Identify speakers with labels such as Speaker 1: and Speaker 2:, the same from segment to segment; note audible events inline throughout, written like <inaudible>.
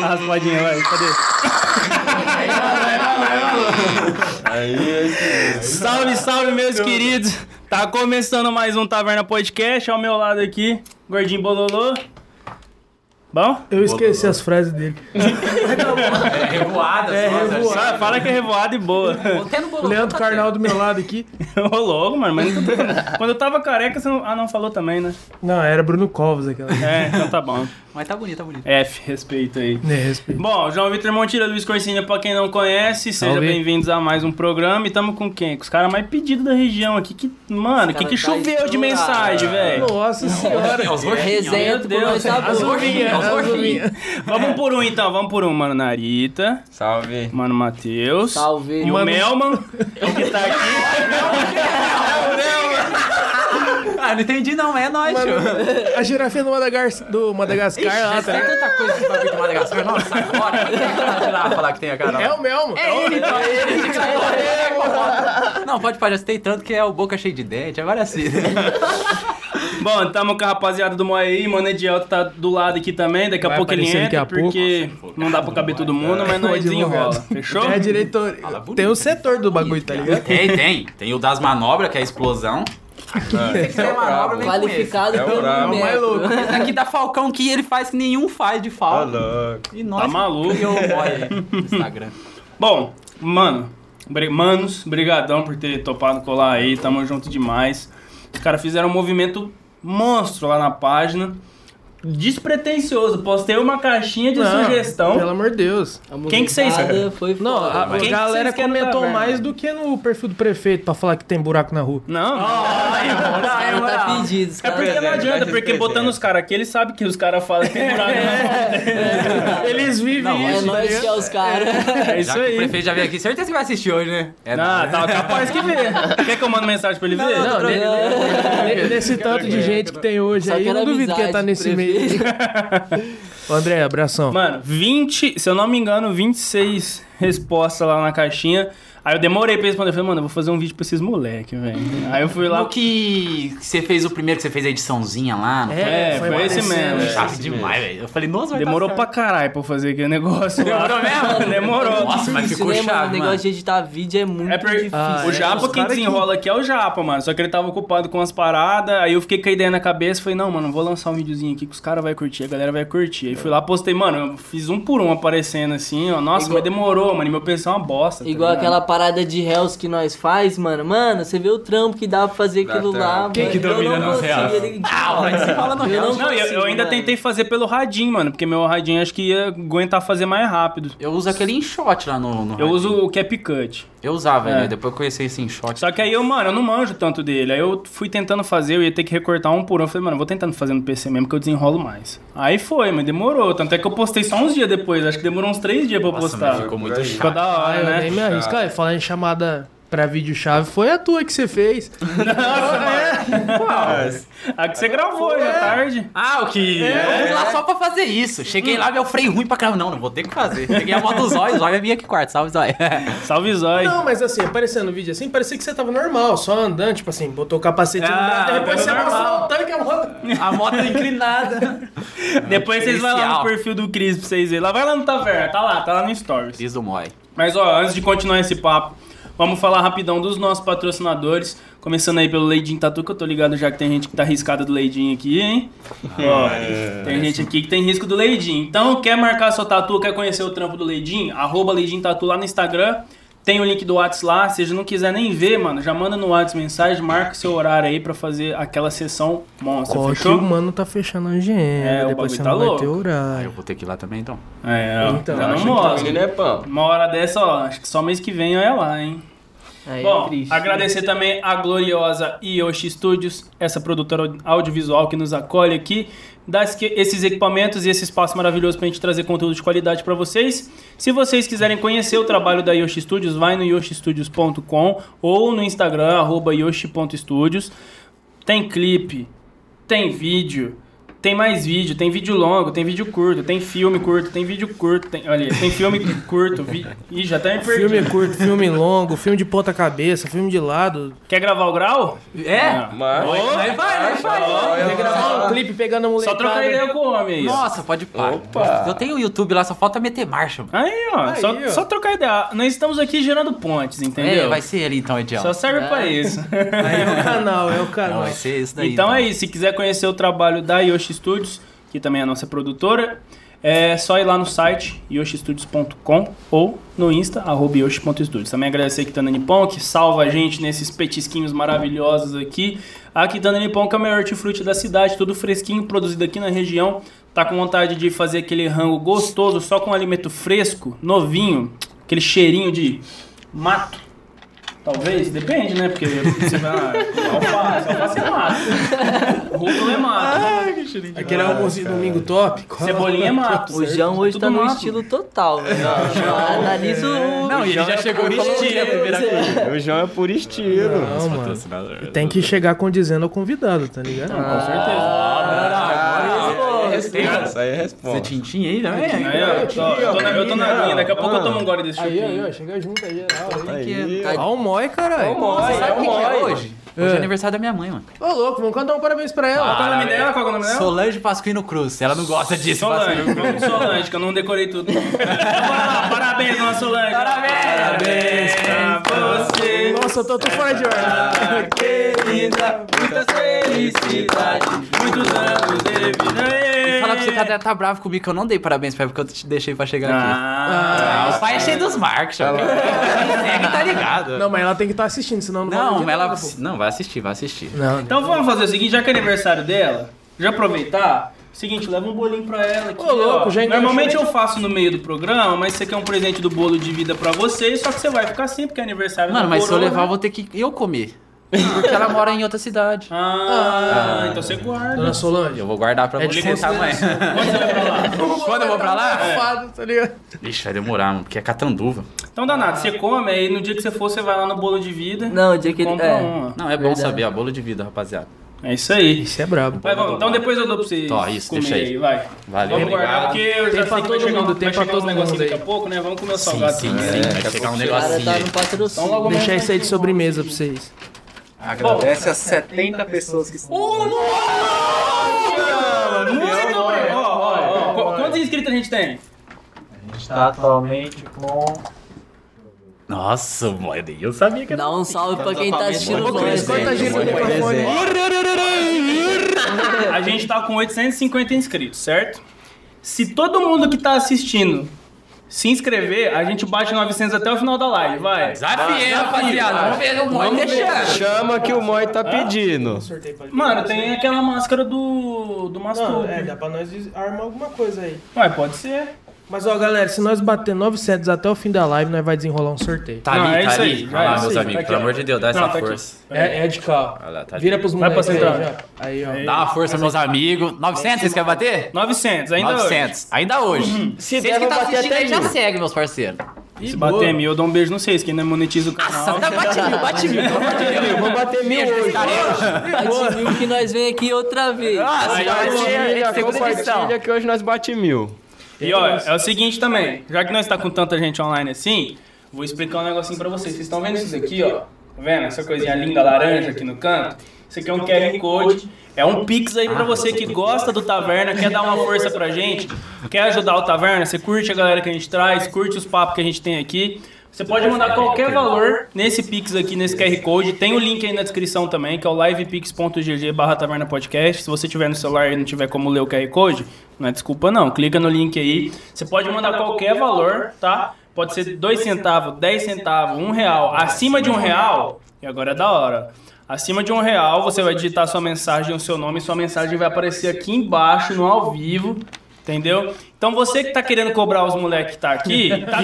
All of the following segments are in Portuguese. Speaker 1: Raspadinha, vai, cadê?
Speaker 2: Aí é isso.
Speaker 1: Salve, salve, meus queridos! Tá começando mais um Taverna Podcast. Ao meu lado aqui, Gordinho Bololô. Bom?
Speaker 3: Eu esqueci as frases dele.
Speaker 4: É revoada, é
Speaker 1: Ah, fala que é revoada
Speaker 4: <laughs>
Speaker 1: e boa.
Speaker 4: Até no bolão.
Speaker 3: Leandro Carnal do meu lado aqui.
Speaker 1: Ô, louco, mano. Mas não tô falando. Quando eu tava careca, você não... Ah, não falou também, né?
Speaker 3: Não, era Bruno Covas aquela. <laughs>
Speaker 1: É, então tá bom.
Speaker 4: Mas tá bonito, tá bonito.
Speaker 1: F, respeito aí.
Speaker 3: É, respeito.
Speaker 1: Bom, João Vitor Montira, Luiz Corsinha, pra quem não conhece, sejam
Speaker 3: Salve.
Speaker 1: bem-vindos a mais um programa. E tamo com quem? Com os caras mais pedidos da região aqui. Que, mano, o que,
Speaker 4: cara tá
Speaker 1: que choveu de
Speaker 4: estourado.
Speaker 1: mensagem, velho?
Speaker 3: Nossa senhora.
Speaker 4: É os gordinhos.
Speaker 1: Meu
Speaker 4: Resenha
Speaker 1: Deus,
Speaker 4: as gordinhas. As gordinhas.
Speaker 1: Vamos por um então, vamos por um, mano. Narita,
Speaker 2: Salve.
Speaker 1: mano Matheus.
Speaker 4: Salve.
Speaker 1: E o
Speaker 3: Mano- <laughs>
Speaker 1: Melman, que tá aqui.
Speaker 4: Ah, não entendi não, é nóis, tio.
Speaker 3: A girafinha do, Madagas- do Madagascar lá,
Speaker 4: Mas
Speaker 3: tá
Speaker 4: tem
Speaker 5: é
Speaker 3: ligado?
Speaker 4: tanta coisa que vai vir de Madagascar. Nossa, agora. Quem é que tá tirando falar que tem a cara? lá?
Speaker 3: É o Melmo.
Speaker 4: É ele, então. É ele. gente, é ele. Não, pode parar, já tem tanto que é o boca cheio de dente. Agora sim. né?
Speaker 1: Bom, tamo com a rapaziada do Moaí, mano Ediel tá do lado aqui também. Daqui a
Speaker 3: Vai
Speaker 1: pouco ele
Speaker 3: aparecer daqui
Speaker 1: entra,
Speaker 3: a pouco.
Speaker 1: porque não dá pra caber todo mundo, mas nós
Speaker 3: Pode
Speaker 1: desenrola.
Speaker 3: divulgar.
Speaker 1: Fechou?
Speaker 3: É a diretor.
Speaker 4: bonito,
Speaker 3: Tem o setor do bagulho, tá ligado?
Speaker 5: Tem, tem. Tem o das manobras, que é a explosão.
Speaker 4: Se é manobra, vem com esse.
Speaker 2: É o
Speaker 6: pelo
Speaker 2: brabo.
Speaker 6: Neto.
Speaker 3: mais louco.
Speaker 4: Aqui da Falcão que ele faz que nenhum faz de
Speaker 2: Tá
Speaker 4: falta.
Speaker 2: louco.
Speaker 4: E nós
Speaker 1: Tá maluco.
Speaker 4: criou o boy aí no Instagram.
Speaker 1: Bom, mano, bri- manos, brigadão por ter topado colar aí, tamo junto demais. Os caras fizeram um movimento monstro lá na página. Despretensioso, postei uma caixinha de
Speaker 3: Não,
Speaker 1: sugestão.
Speaker 3: Pelo amor de Deus.
Speaker 6: A
Speaker 1: Quem que vocês-
Speaker 6: molecada Foi
Speaker 3: Não,
Speaker 6: foda,
Speaker 3: a,
Speaker 6: mano.
Speaker 3: a
Speaker 1: Quem que
Speaker 3: galera
Speaker 1: vocês querem na
Speaker 3: comentou
Speaker 1: taverna?
Speaker 3: mais do que no perfil do prefeito pra falar que tem buraco na rua.
Speaker 1: Não,
Speaker 6: Cara, tá pedido. os
Speaker 1: é
Speaker 6: caras-
Speaker 1: porque não adianta,
Speaker 2: Mas
Speaker 1: porque
Speaker 2: eles
Speaker 1: botando os caras aqui, eles sabem que os caras né? falam que tem buraco na mão. Eles vivem
Speaker 6: É
Speaker 3: tá
Speaker 1: isso.
Speaker 6: nóis que é os caras.
Speaker 1: É
Speaker 5: Já
Speaker 1: isso
Speaker 5: que o
Speaker 1: aí.
Speaker 5: prefeito já veio aqui, certeza que vai assistir hoje, né? É
Speaker 1: Ah, tá capaz que
Speaker 3: <laughs>
Speaker 1: vê. Quer que eu mando mensagem pra ele ver?
Speaker 3: Não, ne- ne- nesse tanto de gente que tem hoje
Speaker 6: Só
Speaker 3: aí, eu
Speaker 6: quero
Speaker 3: não duvido que ia estar
Speaker 6: amizade,
Speaker 3: nesse meio.
Speaker 6: <laughs> prefeito.
Speaker 3: Ô, André, abração.
Speaker 1: Mano, 20, se eu não me engano, 26 respostas lá na caixinha. Aí eu demorei pra responder. Eu falei, mano, eu vou fazer um vídeo pra esses moleque, velho. Aí eu fui lá.
Speaker 5: No É que você fez o primeiro, que você fez a ediçãozinha lá. não
Speaker 1: É, foi, esse
Speaker 3: aparecendo.
Speaker 1: mesmo.
Speaker 5: foi? Chato
Speaker 2: esse
Speaker 5: demais, velho. Eu falei, nossa, vai dar
Speaker 1: Demorou
Speaker 5: certo.
Speaker 1: pra caralho pra eu fazer aquele negócio. lá.
Speaker 5: Demorou mesmo?
Speaker 1: <laughs> Demorou.
Speaker 5: Nossa, mas
Speaker 6: Isso,
Speaker 5: ficou
Speaker 6: né, mano? O
Speaker 5: chave, mano.
Speaker 6: negócio de editar vídeo é muito
Speaker 1: É porque
Speaker 6: difícil.
Speaker 3: Ah,
Speaker 1: o
Speaker 3: é.
Speaker 1: Japa
Speaker 3: Os
Speaker 1: quem
Speaker 3: cara que-
Speaker 1: desenrola aqui é o Japa, mano. Só que ele tava ocupado com as paradas. Aí eu fiquei com a ideia na cabeça. Falei, não, mano, vou lançar um videozinho aqui que os caras vão curtir, a galera vai curtir. Aí fui lá, postei, mano, eu fiz um por um aparecendo assim, ó. Nossa,
Speaker 6: Igual-
Speaker 1: mas demorou, mano. E meu PC é uma bosta. tá
Speaker 6: Igual
Speaker 1: ligado?
Speaker 6: aquela parada de réus que nós faz, mano. Mano, você vê o trampo que dá pra fazer
Speaker 2: Dá
Speaker 6: aquilo lá,
Speaker 2: trampo. Quem
Speaker 6: mano.
Speaker 4: que
Speaker 6: Eu
Speaker 4: domina
Speaker 6: não
Speaker 4: nos
Speaker 6: consigo,
Speaker 4: réus?
Speaker 6: ele-
Speaker 5: Ah, mas você fala no
Speaker 6: Eu
Speaker 5: real.
Speaker 6: não
Speaker 1: Não, eu,
Speaker 6: consigo,
Speaker 1: eu
Speaker 3: assim,
Speaker 1: ainda
Speaker 6: mano.
Speaker 1: tentei fazer pelo radinho, mano, porque meu radinho acho que ia aguentar fazer mais rápido.
Speaker 5: Eu uso aquele enxote lá no... no
Speaker 1: Eu
Speaker 5: rádio.
Speaker 1: uso o cap cut.
Speaker 5: Eu usava,
Speaker 1: É.
Speaker 5: né? Depois eu conheci esse enxote.
Speaker 1: Só que aí eu, mano, eu não manjo tanto dele. Aí eu fui tentando fazer, eu ia ter que recortar um por um. Eu falei, mano, eu vou tentando fazer no PC mesmo que eu desenrolo mais. Aí foi, mas demorou. Tanto é que eu postei só uns dias depois. Acho que demorou uns três dias pra eu
Speaker 5: Nossa,
Speaker 1: postar.
Speaker 5: mas ficou
Speaker 2: Aí.
Speaker 5: muito
Speaker 1: Ficou
Speaker 5: chato.
Speaker 1: da
Speaker 3: Ah, eu
Speaker 1: hora, né?
Speaker 3: nem me arrisco. Ah, falando em chamada pra vídeo-chave, foi a tua que você fez.
Speaker 1: A que você gravou hoje
Speaker 3: É.
Speaker 1: à tarde.
Speaker 5: Ah, o que? Eu
Speaker 1: É.
Speaker 5: fui lá só pra fazer isso. Cheguei lá, meu freio ruim pra caramba. Não, não vou ter que fazer. Peguei a moto do Zóio, o Zóio vai vir aqui quarto. Salve, Zóio.
Speaker 1: Salve, Zói.
Speaker 3: Não, mas assim, aparecendo no vídeo assim, parecia que você tava normal, só andando, tipo assim, botou o capacete no
Speaker 1: Ah,
Speaker 3: braço, e depois
Speaker 1: tá
Speaker 3: você
Speaker 1: normal.
Speaker 3: mostrou o tanque, a moto...
Speaker 5: A moto
Speaker 1: é
Speaker 5: inclinada.
Speaker 1: Depois vocês vão lá no
Speaker 5: Especial.
Speaker 1: perfil do Cris pra vocês verem. Lá vai lá no Taverna, tá lá, tá lá no Stories.
Speaker 5: Diz do Moi.
Speaker 1: Mas ó, antes de continuar esse papo, vamos falar rapidão dos nossos patrocinadores. Começando aí pelo Leidinho Tatu, que eu tô ligado já que tem gente que tá arriscada do Leidinho aqui, hein? ó, tem gente aqui que tem risco do Leidinho. Então, quer marcar sua tatu, quer conhecer o trampo do Leidinho? Arroba Leidinho Tatu lá no Instagram. Tem o link do WhatsApp lá. Se já não quiser nem ver, mano, já manda no WhatsApp mensagem, marca seu horário aí pra fazer aquela sessão monstra,
Speaker 3: Ó, que
Speaker 1: fechou?
Speaker 3: o mano tá fechando a agenda,
Speaker 1: É, o
Speaker 3: depois
Speaker 1: bagulho
Speaker 3: você
Speaker 1: tá
Speaker 3: não
Speaker 1: louco.
Speaker 3: vai ter
Speaker 5: Aí
Speaker 3: horário.
Speaker 5: eu vou ter que ir lá também, então.
Speaker 1: É, ó,
Speaker 3: Então,
Speaker 1: já não
Speaker 3: acho
Speaker 1: mostra.
Speaker 2: Menino é pão.
Speaker 1: Uma hora dessa, ó, acho que só mês que vem é lá, hein?
Speaker 6: Aí é
Speaker 1: Bom,
Speaker 6: triste.
Speaker 1: agradecer também a gloriosa Yoshi Studios, essa produtora audiovisual que nos acolhe aqui, dá esque- esses equipamentos e esse espaço maravilhoso pra gente trazer conteúdo de qualidade pra vocês. Se vocês quiserem conhecer o trabalho da Yoshi Studios, vai no yoshistudios.com ou no Instagram, arroba yoshi.studios. Tem clipe, tem vídeo, Tem mais vídeo, tem vídeo longo, tem vídeo curto, tem filme curto, tem vídeo curto, tem. Olha, aí, tem filme curto. Vi... Ih, já tá me perdi.
Speaker 3: Filme curto, filme longo, filme de ponta cabeça, filme de lado.
Speaker 1: Quer gravar o grau?
Speaker 5: É?
Speaker 2: Mas.
Speaker 5: Aí vai, aí vai.
Speaker 2: Olha
Speaker 3: Quer gravar um clipe pegando a
Speaker 1: Só
Speaker 3: molecada.
Speaker 1: trocar ideia com o homem aí.
Speaker 5: Nossa, pode pá.
Speaker 2: Opa.
Speaker 5: Eu tenho o YouTube lá, só falta meter marcha, mano.
Speaker 1: Aí, ó, só,
Speaker 3: Aí, ó.
Speaker 1: só trocar ideia. Ah, Nós estamos aqui gerando pontes, entendeu?
Speaker 5: É, vai ser ele então, Edião.
Speaker 1: Só serve pra
Speaker 5: <laughs>
Speaker 1: isso.
Speaker 3: Aí é o canal, é o
Speaker 5: Não,
Speaker 3: canal.
Speaker 5: vai ser isso daí. tá?
Speaker 1: então é isso. Se quiser conhecer o trabalho da Yoshi Studios, que também é a nossa produtora, é só ir lá no site yoshistudios.com ou no insta, arroba yoshi.studios. Também agradecer a Kitana Nippon, que salva a gente nesses petisquinhos maravilhosos aqui. A Kitana Nippon, que é o maior hortifruti da cidade, tudo fresquinho, produzido aqui na região. Tá com vontade de fazer aquele rango gostoso, só com alimento fresco, novinho, aquele cheirinho de mato. Talvez, depende, né? Porque você vai lá, alface, alface é mato. Rúcula é mato.
Speaker 3: Aquele almoço de domingo top. cola
Speaker 1: Cebolinha é mato.
Speaker 6: O João hoje
Speaker 1: Tudo
Speaker 6: tá no
Speaker 1: mato.
Speaker 6: estilo total, velho. Analisa o.
Speaker 5: Não, e ele já chegou no estilo,
Speaker 6: é
Speaker 5: a primeira coisa.
Speaker 2: O João é por estilo.
Speaker 1: é
Speaker 3: Não, mano. Tem que chegar condizendo ao convidado, tá ligado?
Speaker 1: Com certeza.
Speaker 2: Isso aí é
Speaker 5: Esse
Speaker 2: resposta.
Speaker 5: tintim aí, né?
Speaker 1: Aí, ó, eu, tô, eu tô na, eu tô na linha, daqui a pouco eu tomo um gole desse
Speaker 3: Aí,
Speaker 1: chupinho.
Speaker 3: aí, ó, chega junto aí, geral. aí.
Speaker 2: Aí,
Speaker 5: Tá-
Speaker 3: Ó o Moi, caralho.
Speaker 5: Você sabe o que que é
Speaker 6: Mói.
Speaker 5: hoje? Hoje
Speaker 3: É.
Speaker 5: é aniversário da minha mãe, mano.
Speaker 3: Ô, louco, vamos cantar um parabéns pra ela.
Speaker 1: Qual é o nome dela? Qual é o nome dela?
Speaker 5: Solange Pasquino Cruz. Ela não gosta disso,
Speaker 1: Solange,
Speaker 5: Pasquino.
Speaker 1: vamos de Solange, que eu não decorei tudo. Então, Bora lá, parabéns, dona Solange. Parabéns, pra você.
Speaker 3: Nossa, eu tô, tô fora de ordem.
Speaker 1: Querida, muitas felicidades, muitos anos de vida. Ei.
Speaker 5: Fala pra você que ela tá brava comigo que eu não dei parabéns pra ela porque eu te deixei pra chegar aqui.
Speaker 1: Ah,
Speaker 5: Ah, o pai é cheio dos marcos,
Speaker 2: Tá
Speaker 5: chama. É que tá ligado.
Speaker 3: Não, mas ela tem que estar assistindo, senão não, vai
Speaker 5: Não,
Speaker 3: acreditar,
Speaker 5: mas ela.
Speaker 3: pô.
Speaker 5: Não, vai assistir, vai assistir.
Speaker 3: Não.
Speaker 1: Então vamos fazer o seguinte, já que é aniversário dela, já aproveitar. Seguinte, leva um bolinho pra ela aqui.
Speaker 3: Ô, louco, é
Speaker 1: ó.
Speaker 3: já enganchou,
Speaker 1: Normalmente
Speaker 3: hein?
Speaker 1: eu faço no meio do programa, mas você quer um presente do bolo de vida pra você, só que você vai ficar sem, porque é aniversário
Speaker 5: Mano,
Speaker 1: da
Speaker 5: mas se eu
Speaker 1: coroa,
Speaker 5: levar, eu
Speaker 1: né?
Speaker 5: vou ter que eu comer. Porque ela mora em outra cidade.
Speaker 1: Ah, então você guarda.
Speaker 3: Dona Solange.
Speaker 5: <laughs> Eu vou guardar pra
Speaker 3: É
Speaker 5: você.
Speaker 3: de
Speaker 5: amanhã.
Speaker 1: Quando você vai pra lá?
Speaker 5: Quando eu vou pra lá? É.
Speaker 3: Safado, tá ligado?
Speaker 5: <laughs> Ixi, vai demorar, mano, porque é catanduva.
Speaker 1: Então dá nada, você come, aí no dia que você for, você vai lá no bolo de vida.
Speaker 6: Não, o dia que ele-
Speaker 1: compra
Speaker 6: é.
Speaker 1: uma.
Speaker 5: Não, é bom saber, ó, bolo de vida, rapaziada.
Speaker 1: É isso aí.
Speaker 3: Isso é brabo.
Speaker 1: Vai, vamos, então depois eu dou pra você
Speaker 5: Tá, isso,
Speaker 1: comer
Speaker 5: deixa aí.
Speaker 1: vai.
Speaker 5: Valeu,
Speaker 1: Vamos guardar,
Speaker 5: obrigado.
Speaker 1: porque eu já
Speaker 3: Tem pra
Speaker 1: sei que vai
Speaker 3: todo
Speaker 1: chegar,
Speaker 3: mundo, tem
Speaker 1: vai
Speaker 3: pra
Speaker 1: chegar
Speaker 3: todo
Speaker 1: uns negocinhos
Speaker 3: mundo aí.
Speaker 1: daqui a pouco, né? Vamos comer o salgado.
Speaker 5: sim,
Speaker 1: também.
Speaker 5: sim. Vai
Speaker 2: daqui a
Speaker 5: chegar um
Speaker 2: pouco
Speaker 6: O cara
Speaker 5: negocinho
Speaker 6: tá
Speaker 5: aí.
Speaker 6: no patrocínio.
Speaker 1: Logo menos.
Speaker 3: Deixar isso aí de sobremesa pra vocês.
Speaker 7: Agradece as 70 pessoas que estão.
Speaker 1: Muito obrigado. Ó, ó, ó. Qu- Quantos inscritos a gente tem?
Speaker 7: A gente tá atualmente com.
Speaker 5: Nossa, mano, eu sabia que era.
Speaker 6: Dá um salve pra quem tá assistindo
Speaker 3: Ô, Cris,
Speaker 6: longe.
Speaker 3: corta a gíria do microfone.
Speaker 1: A gente tá com 850 inscritos, certo? Se todo mundo que tá assistindo se inscrever, a gente bate 900 até o final da live, vai.
Speaker 5: Desafio, rapaziada. Vamos ver, eu vou deixar.
Speaker 2: Chama que o Moi tá pedindo.
Speaker 1: Mano, tem aquela máscara do. do Mastur.
Speaker 3: Ah, é, pra nós armar alguma coisa aí.
Speaker 1: Ué, pode ser.
Speaker 3: Mas ó, galera, se nós bater 900 até o fim da live, nós vai desenrolar um sorteio.
Speaker 5: Tá
Speaker 1: Não, é
Speaker 5: ali, tá
Speaker 1: isso aí,
Speaker 5: ali.
Speaker 1: já é
Speaker 5: Vai lá,
Speaker 1: isso
Speaker 5: meus
Speaker 1: aí, tá
Speaker 5: amigos,
Speaker 1: aqui,
Speaker 5: pelo
Speaker 1: ó.
Speaker 5: amor de Deus, dá
Speaker 1: Não,
Speaker 5: essa
Speaker 1: tá aqui.
Speaker 5: força.
Speaker 3: É, é de cá,
Speaker 5: Olha
Speaker 3: ó.
Speaker 5: lá, tá
Speaker 3: Vira pros
Speaker 1: Vai pra
Speaker 3: moleques aí,
Speaker 1: central.
Speaker 3: já. aí, ó.
Speaker 5: Dá uma força, meus amigos. 900, vocês querem bater?
Speaker 1: 900, ainda hoje.
Speaker 5: 900, ainda
Speaker 3: Uhum.
Speaker 5: hoje.
Speaker 2: Se
Speaker 5: Vocês
Speaker 2: der,
Speaker 5: que
Speaker 2: vai
Speaker 5: tá
Speaker 2: bater
Speaker 5: assistindo aí
Speaker 2: até
Speaker 5: já
Speaker 2: mil.
Speaker 5: segue, meus parceiros.
Speaker 1: Se bater mil, eu dou um beijo no vocês, que ainda monetiza o canal.
Speaker 5: Nossa, tá, bate mil, bate mil, bate mil.
Speaker 2: Eu vou bater mil hoje.
Speaker 6: Adivinha que nós vem aqui outra vez.
Speaker 5: Nossa, já vai ser
Speaker 2: Compartilha,
Speaker 5: segunda edição.
Speaker 3: é
Speaker 2: compartilha que hoje nós bate mil.
Speaker 1: E olha, é o seguinte também, já que nós tá com tanta gente online assim, vou explicar um negocinho pra vocês. Vocês estão vendo isso daqui, ó? Tá vendo? Essa coisinha linda laranja aqui no canto. Isso aqui é um QR Code. É um Pix aí pra você que gosta do Taverna, quer dar uma força pra gente, quer ajudar o Taverna, você curte a galera que a gente traz, curte os papos que a gente tem aqui. Você pode mandar qualquer valor nesse Pix aqui, nesse QR Code. Tem o link aí na descrição também, que é o livepix.gg barra taverna podcast. Se você tiver no celular e não tiver como ler o QR Code, não é desculpa não, clica no link aí. Você pode mandar qualquer valor, tá? Pode ser 2 centavos, 10 centavos, 1 real. Acima de 1 real, e agora é da hora. Acima de um real, você vai digitar sua mensagem, o seu nome, e sua mensagem vai aparecer aqui embaixo, no ao vivo, entendeu? Então Então você que tá querendo cobrar os moleques que tá aqui, tá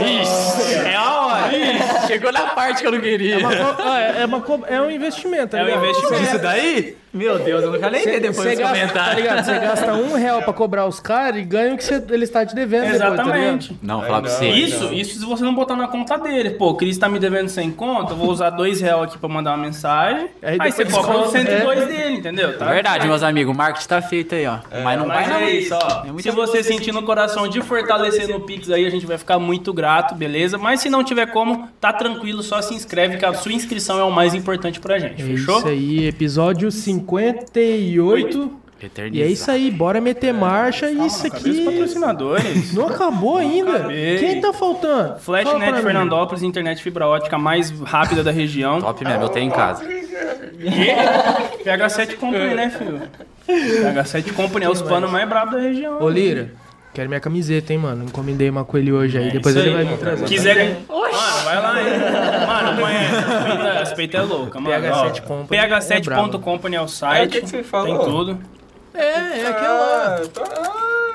Speaker 1: Ixi, é a hora.
Speaker 8: Chegou na parte que eu não queria.
Speaker 3: Ah, é, é uma <laughs> co- é um investimento, tá
Speaker 1: É
Speaker 3: ligado?
Speaker 1: um investimento. um
Speaker 8: Isso daí? Meu Deus, eu nunca lembrei depois
Speaker 3: Você
Speaker 8: dos
Speaker 3: gasta, tá
Speaker 8: comentários.
Speaker 3: ligado? Você gasta um real pra cobrar os caras e ganha o que você, ele está te devendo depois, tá ligado?
Speaker 1: Exatamente.
Speaker 5: Não, falar pra
Speaker 9: não.
Speaker 5: você.
Speaker 1: É Isso, isso se você não botar na conta dele. Pô, o Cris tá me devendo 100 conto, eu vou usar dois real aqui pra mandar uma mensagem. Aí,
Speaker 3: Aí
Speaker 1: você
Speaker 3: depois
Speaker 1: cobra os
Speaker 3: desconta,
Speaker 1: 102 dele, entendeu? Tá?
Speaker 5: É Verdade, meus amigos, o marketing tá feito aí, ó. mas não
Speaker 1: Mas
Speaker 5: vai não.
Speaker 1: é isso, ó.
Speaker 5: É muito
Speaker 1: se você sentir no coração de fortalecer no Pix aí, a gente vai ficar muito grato, beleza? Mas se não tiver como, tá tranquilo, só se inscreve, que a sua inscrição é o mais importante pra gente,
Speaker 3: É
Speaker 1: fechou?
Speaker 3: Isso aí, episódio 58. E é isso aí, bora meter marcha. Isso
Speaker 1: Os
Speaker 3: aqui
Speaker 1: patrocinadores.
Speaker 3: não acabou ainda.
Speaker 1: acabei.
Speaker 3: Quem tá faltando? Fala pra
Speaker 1: Flashnet
Speaker 3: mim.
Speaker 1: né, Fernandópolis, internet fibra ótica mais rápida da região.
Speaker 5: Top mesmo, eu tenho em casa.
Speaker 1: PH7 Company,
Speaker 3: É.
Speaker 1: né, filho? PH7 Company é os panos mais bravos da região. né?
Speaker 3: Ô, Lira, quero minha camiseta, hein, mano. Encomendei uma com ele hoje aí. Depois
Speaker 1: É Isso
Speaker 3: ele
Speaker 1: aí,
Speaker 3: vai me
Speaker 1: mano.
Speaker 3: trazer.
Speaker 1: Quiser ganhar. Mano, vai lá, hein? Mano, põe as peitas é louca, mano.
Speaker 3: PH7
Speaker 1: Ó,
Speaker 3: Company é brabo.
Speaker 1: PH7.company é o
Speaker 10: Aí o
Speaker 1: site.
Speaker 10: que, que você falou?
Speaker 1: Tem tudo.
Speaker 3: É, é aquela.
Speaker 10: Ah, tô...
Speaker 3: é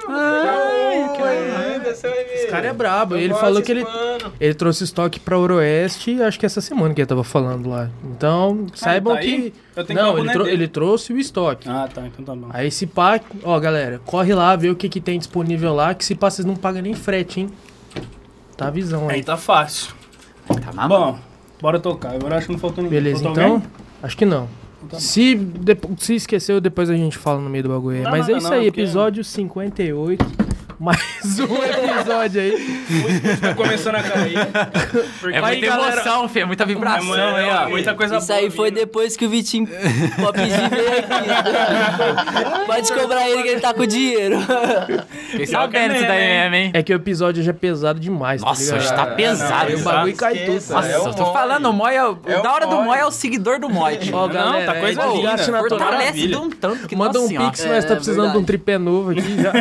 Speaker 10: ah, legal, ainda, você vai ver.
Speaker 3: O cara é brabo.
Speaker 10: Eu
Speaker 3: Ele
Speaker 10: gosto
Speaker 3: falou
Speaker 10: desse
Speaker 3: que ele,
Speaker 10: plano.
Speaker 3: ele trouxe estoque pra Oroeste, acho que essa semana que ele tava falando lá. Então, saibam
Speaker 1: tá aí?
Speaker 3: que.
Speaker 1: Eu tenho que ver o
Speaker 3: Não, ele,
Speaker 1: boné
Speaker 3: trou-
Speaker 1: dele.
Speaker 3: ele trouxe o estoque.
Speaker 1: Ah, tá, então tá bom.
Speaker 3: Aí se pá, ó galera, corre lá, vê o que, que tem disponível lá, que se pá, vocês não pagam nem frete, hein? Tá a visão
Speaker 1: Aí
Speaker 3: aí.
Speaker 1: tá fácil.
Speaker 5: Tá na mão.
Speaker 1: Bom, bora tocar. Agora eu acho que não faltou ninguém.
Speaker 3: Beleza,
Speaker 1: Faltou
Speaker 3: então?
Speaker 1: alguém?
Speaker 3: Acho que não.
Speaker 1: Então tá
Speaker 3: Se, depo- se esqueceu, depois a gente fala no meio do bagulho aí.
Speaker 1: Dá
Speaker 3: Mas
Speaker 1: nada
Speaker 3: é isso
Speaker 1: não,
Speaker 3: aí,
Speaker 1: porque-
Speaker 3: episódio 58. <laughs> Mais
Speaker 1: <laughs>
Speaker 3: um episódio aí.
Speaker 1: Tá começando a
Speaker 3: <laughs>
Speaker 1: cair. Porque
Speaker 5: É muita emoção, filho, é muita
Speaker 1: É
Speaker 5: vibração.
Speaker 1: muita-
Speaker 5: aí, ó.
Speaker 1: é muita coisa
Speaker 6: Isso aí
Speaker 1: boa
Speaker 6: foi
Speaker 1: vindo.
Speaker 6: depois que o Vitinho Pop G veio aqui. Pode cobrar ele que ele tá com dinheiro.
Speaker 5: Fiquei sabendo disso daí mesmo, hein?
Speaker 3: É que o episódio já é pesado demais,
Speaker 5: Nossa,
Speaker 3: tá
Speaker 5: hoje
Speaker 3: ligado?
Speaker 5: tá pesado.
Speaker 3: Aí o
Speaker 5: tá?
Speaker 3: bagulho cai tudo.
Speaker 10: Esqueça,
Speaker 5: Nossa,
Speaker 10: é o
Speaker 5: eu tô
Speaker 10: Moi.
Speaker 5: falando, o Moi é o,
Speaker 10: É o
Speaker 5: da hora do
Speaker 10: Moi.
Speaker 5: Moi é o seguidor do tipo, Moi. tio.
Speaker 3: Ó,
Speaker 1: Não, tá coisa
Speaker 3: é
Speaker 1: linda.
Speaker 3: desgaste natural.
Speaker 5: Fortalece
Speaker 1: maravilha.
Speaker 5: de um tanto que
Speaker 3: Manda um
Speaker 5: nossa senhora.
Speaker 3: pix, nós tá
Speaker 6: É,
Speaker 3: precisando de um
Speaker 6: verdade.
Speaker 3: tripé novo
Speaker 1: <laughs>
Speaker 3: aqui já.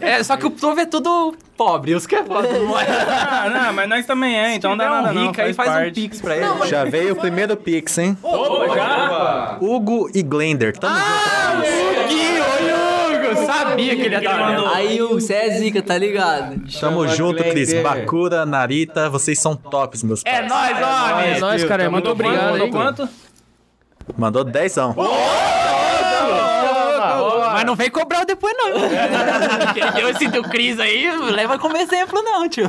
Speaker 5: É, só que o povo é tudo pobre, os que é pobre do Moi.
Speaker 1: Ah, não, mas nós também é, então não dá nada não.
Speaker 5: rico aí faz um pix pra ele.
Speaker 11: É, Já veio o primeiro Pix, hein? Hugo e Glender. Tamo
Speaker 5: Eu sabia que ele ia dar.
Speaker 1: mandou.
Speaker 6: Aí o Cé é zica, tá ligado?
Speaker 11: junto, tamo junto, Cris. Bakura, Narita, vocês são tops, meus
Speaker 5: É
Speaker 11: pais.
Speaker 5: nóis,
Speaker 3: É
Speaker 5: homem!
Speaker 3: nóis, cara. Muito
Speaker 1: Mandou quanto?
Speaker 3: obrigado
Speaker 1: Mandou
Speaker 3: aí.
Speaker 1: quanto?
Speaker 11: Mandou dezão.
Speaker 5: Mas não vem cobrar o depois, não. Ele deu esse do Cris aí, leva como exemplo, não, tio.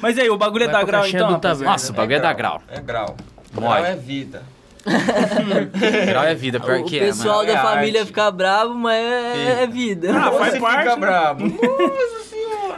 Speaker 1: Mas e aí, o bagulho é da
Speaker 3: pra
Speaker 1: grau
Speaker 3: caixinha
Speaker 1: então?
Speaker 3: do
Speaker 1: rapaz?
Speaker 3: taverna.
Speaker 5: Nossa, o bagulho é da grau.
Speaker 10: É grau.
Speaker 5: Moi.
Speaker 10: Grau é vida.
Speaker 5: <laughs> Grau é vida, pior
Speaker 6: O
Speaker 5: que é, mano.
Speaker 6: pessoal da
Speaker 10: É
Speaker 6: família
Speaker 10: arte.
Speaker 6: fica bravo, mas é, é vida.
Speaker 1: Ah, faz
Speaker 10: Você
Speaker 1: parte. né?
Speaker 10: fica
Speaker 1: <laughs>
Speaker 10: brabo.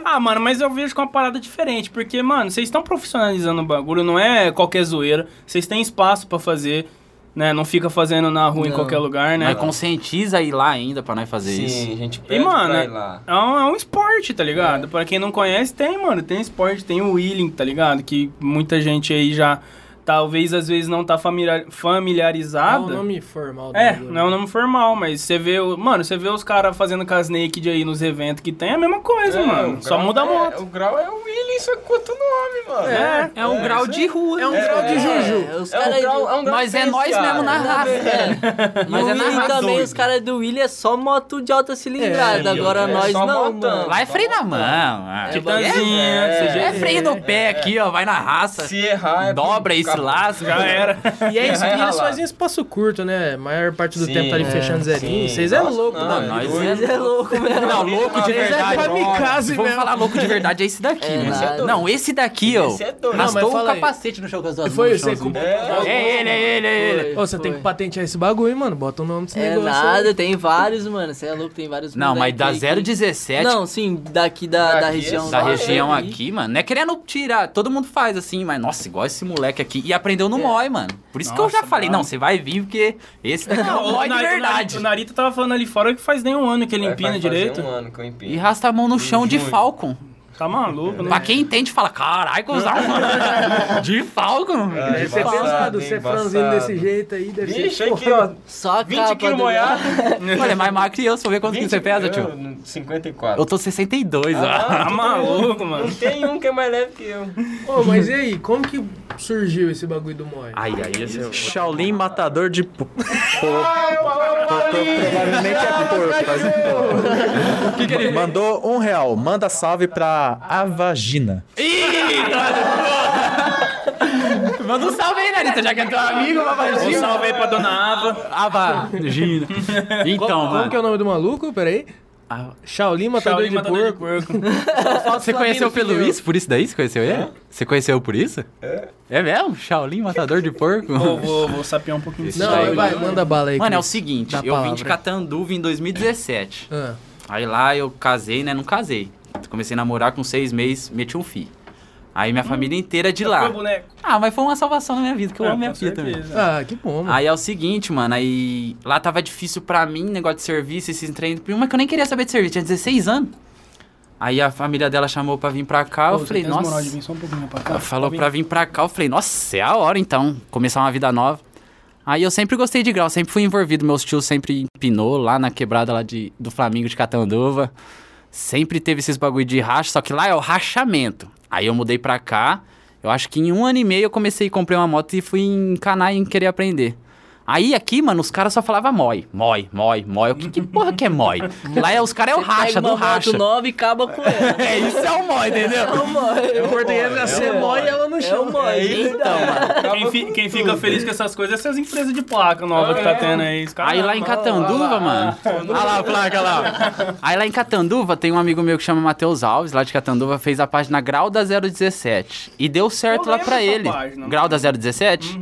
Speaker 1: Ah, mano, mas eu vejo com uma parada diferente, porque, mano, vocês estão profissionalizando o bagulho, não é qualquer zoeira. Vocês têm espaço pra fazer, né? Não fica fazendo na rua em qualquer lugar, né?
Speaker 5: Nós conscientiza ir lá ainda pra nós fazer isso.
Speaker 10: Sim, a gente
Speaker 1: E,
Speaker 10: pede
Speaker 1: mano,
Speaker 10: pra
Speaker 1: é
Speaker 10: ir lá. É.
Speaker 1: é um, é um esporte, tá ligado? Pra quem não conhece, tem, mano. Tem esporte, tem o wheeling, tá ligado? Que muita gente aí já, talvez, às vezes, não tá familiar-
Speaker 3: É um
Speaker 1: familiarizada.
Speaker 3: nome formal. do
Speaker 1: É,
Speaker 3: bagulho.
Speaker 1: não é um nome formal, mas você vê, o- mano, você vê os caras fazendo cas naked aí nos eventos que tem, é a mesma coisa,
Speaker 10: É,
Speaker 1: mano.
Speaker 10: o
Speaker 1: Só
Speaker 10: grau
Speaker 1: muda a
Speaker 10: é-
Speaker 1: moto.
Speaker 10: O grau é o William, só que com outro nome, mano.
Speaker 1: É.
Speaker 5: É um grau de rua, É um grau
Speaker 6: É, os
Speaker 10: É
Speaker 6: caras
Speaker 10: um grau, é um grau
Speaker 5: Nós é nós
Speaker 10: diferenciado.
Speaker 5: mesmo na raça.
Speaker 6: E
Speaker 5: Mas
Speaker 6: o
Speaker 5: é na
Speaker 6: Willy
Speaker 5: raça.
Speaker 6: também, os caras do Willy é só moto de alta cilindrada. agora
Speaker 10: é
Speaker 6: nós
Speaker 10: só
Speaker 6: não,
Speaker 10: motão.
Speaker 6: mano.
Speaker 5: Lá é freio
Speaker 10: então,
Speaker 5: na mão. É,
Speaker 1: Titanzinha,
Speaker 5: é,
Speaker 1: CG.
Speaker 5: freio no pé aqui, ó. Vai na raça.
Speaker 10: Se errar, é
Speaker 5: Dobra esse laço.
Speaker 1: Já era.
Speaker 3: E é isso,
Speaker 10: Vai
Speaker 3: e eles
Speaker 10: ralar.
Speaker 3: fazem espaço curto, né? A maior parte do
Speaker 10: Sim,
Speaker 3: tempo tá ali
Speaker 10: é,
Speaker 3: fechando zerinho.
Speaker 10: sim.
Speaker 3: Vocês é louco,
Speaker 10: Não,
Speaker 3: mano.
Speaker 5: nós
Speaker 6: Mas é louco mesmo.
Speaker 5: Não, louco de
Speaker 10: Vocês é
Speaker 5: tá verdade.
Speaker 3: kamikaze
Speaker 5: Vamos
Speaker 3: mesmo.
Speaker 5: falar louco de verdade, é esse daqui,
Speaker 6: É,
Speaker 5: mano.
Speaker 6: esse é doido.
Speaker 5: não, esse daqui, ó.
Speaker 10: Esse é doido.
Speaker 3: Não, mas
Speaker 5: Rastou o
Speaker 3: fala aí.
Speaker 5: capacete no chão assim, com as duas
Speaker 3: Foi
Speaker 5: mãos
Speaker 3: o
Speaker 5: no
Speaker 3: Seco
Speaker 5: chãozinho.
Speaker 10: É.
Speaker 5: É ele, é ele, é ele.
Speaker 3: Ô, você tem que patentear esse bagulho, hein, mano. Bota o nome desse
Speaker 6: É
Speaker 3: negócio. aí.
Speaker 6: nada, tem vários, mano. Você é louco, tem vários.
Speaker 5: Não, mas
Speaker 6: moleque
Speaker 5: da
Speaker 6: aí que-
Speaker 5: 017
Speaker 6: Não, sim, daqui da, da
Speaker 10: Daqui é
Speaker 6: região.
Speaker 10: só
Speaker 5: da
Speaker 6: lá,
Speaker 5: região
Speaker 6: aí.
Speaker 5: aqui, mano. Não é querendo tirar, todo mundo faz assim, mas nossa, igual esse moleque aqui. E aprendeu no MOI, mano. Por isso que eu já
Speaker 1: Nossa,
Speaker 5: falei,
Speaker 1: mano.
Speaker 5: não, você vai vir porque esse daqui é
Speaker 1: <laughs>
Speaker 5: o MOI de
Speaker 1: Nari-
Speaker 5: verdade.
Speaker 1: O Narita tava falando ali fora que faz nem um ano que ele
Speaker 10: Vai-
Speaker 1: empina
Speaker 10: vai fazer
Speaker 1: direito.
Speaker 10: um ano que eu empino.
Speaker 5: E rasta a mão no chão de
Speaker 10: junho.
Speaker 5: Falcon.
Speaker 1: Tá maluco, né?
Speaker 5: Pra quem entende, fala, caralho, cuzão,
Speaker 1: <laughs>
Speaker 5: mano. <laughs> De falco.
Speaker 1: Ah, é
Speaker 3: Deve ser pesado, ser é franzino desse jeito aí, deve
Speaker 2: Vixe,
Speaker 3: ser
Speaker 2: hein,
Speaker 3: foda.
Speaker 6: Só a
Speaker 2: 20
Speaker 6: capa
Speaker 2: quilos
Speaker 6: do-
Speaker 2: tá moiado.
Speaker 5: Olha, é mais magro que eu, se for ver quanto que você pesa, tio.
Speaker 2: 54.
Speaker 5: Eu tô 62, ó.
Speaker 1: Tá maluco, mano.
Speaker 2: Tem um que é mais leve que eu.
Speaker 3: Ô, mas e aí, como que surgiu esse bagulho do Moi?
Speaker 5: Ai, ai, esse é o-
Speaker 11: Shaolin matador de po- po- Provavelmente é porco, mas
Speaker 5: <laughs>
Speaker 11: então. Mandou um real. Manda salve pra Avagina.
Speaker 5: <laughs> Manda um salve aí, Narita, já que é teu amigo,
Speaker 1: Um
Speaker 5: babadinho.
Speaker 1: salve aí pra dona Ava.
Speaker 5: Ava, Gina.
Speaker 1: <laughs>
Speaker 5: Então,
Speaker 3: Como
Speaker 5: mano.
Speaker 3: que é o nome do maluco? Peraí. Ah. Shaolin Matador
Speaker 1: Shaolin
Speaker 3: tá de
Speaker 1: matador
Speaker 3: Porco.
Speaker 1: de porco.
Speaker 5: Você conheceu pelo isso? Por isso daí? Você conheceu ele? Você conheceu por isso? É. É mesmo? Shaolin, matador de porco?
Speaker 1: Vou,
Speaker 5: <laughs>
Speaker 1: vou, vou sapear um pouquinho.
Speaker 5: Esse
Speaker 3: Não,
Speaker 5: Shaolin.
Speaker 3: vai, manda bala aí.
Speaker 5: Mano, é o
Speaker 3: Cris.
Speaker 5: seguinte,
Speaker 3: Dá
Speaker 5: eu
Speaker 3: a
Speaker 5: vim de
Speaker 3: palavra.
Speaker 5: Catanduva em 2017.
Speaker 3: Ah,
Speaker 5: Aí lá eu casei, né? Não casei. Comecei a namorar com seis meses, meti um fi. Aí minha família inteira é de
Speaker 1: Foi
Speaker 5: lá.
Speaker 1: o boneco.
Speaker 5: Ah, mas foi É, uma salvação na minha vida, que eu
Speaker 1: Ah,
Speaker 5: amo minha
Speaker 1: né? com
Speaker 5: filha também.
Speaker 1: certeza.
Speaker 3: Ah, que bom, mano.
Speaker 5: Aí é o seguinte, mano, aí lá tava difícil pra mim, negócio de serviço, esses treinos, mas que eu nem queria saber de serviço, tinha 16 anos. Aí a família dela chamou pra vir pra cá,
Speaker 1: Pô,
Speaker 5: Ah, eu
Speaker 1: você
Speaker 5: falei,
Speaker 1: tem as moral de
Speaker 5: nossa.
Speaker 1: vir só um pouquinho pra
Speaker 5: Ela
Speaker 1: cá?
Speaker 5: falou
Speaker 1: Tá
Speaker 5: pra vir pra cá, eu falei, nossa, é a hora então, começar uma vida nova. Aí eu sempre gostei de grau, sempre fui envolvido, meus tios sempre empinou lá na quebrada lá de, do Flamengo de Catanduva. Sempre teve esses bagulho de racha, só que lá é o rachamento. Aí eu mudei pra cá, eu acho que em um ano e meio eu comecei, comprei uma moto e fui encanar em querer aprender. Aí aqui, mano, os caras só falavam mói, mói, mói, mói. O que, que porra que é
Speaker 6: <laughs>
Speaker 5: mói? Lá é os caras é o racha,
Speaker 6: Pega
Speaker 5: do
Speaker 6: uma moto
Speaker 5: racha.
Speaker 6: nova e acaba com ela.
Speaker 5: É, isso é
Speaker 6: <laughs>
Speaker 5: o mói, entendeu?
Speaker 3: o português é ser Moi e ela não
Speaker 6: É o
Speaker 3: chama.
Speaker 6: Moi.
Speaker 5: Então, mano.
Speaker 1: Quem, fi- quem fica feliz com essas coisas é essas empresas de placa nova que tá tendo aí. os caras-
Speaker 5: É. Aí lá em Catanduva, mano. Olha lá a placa lá. Aí lá em Catanduva tem um amigo meu que chama Matheus Alves, lá de Catanduva, fez a página Grau da 017. E deu certo
Speaker 1: Eu
Speaker 5: lá
Speaker 1: lembro
Speaker 5: pra
Speaker 1: dessa
Speaker 5: ele.
Speaker 1: página.
Speaker 5: Grau da 017?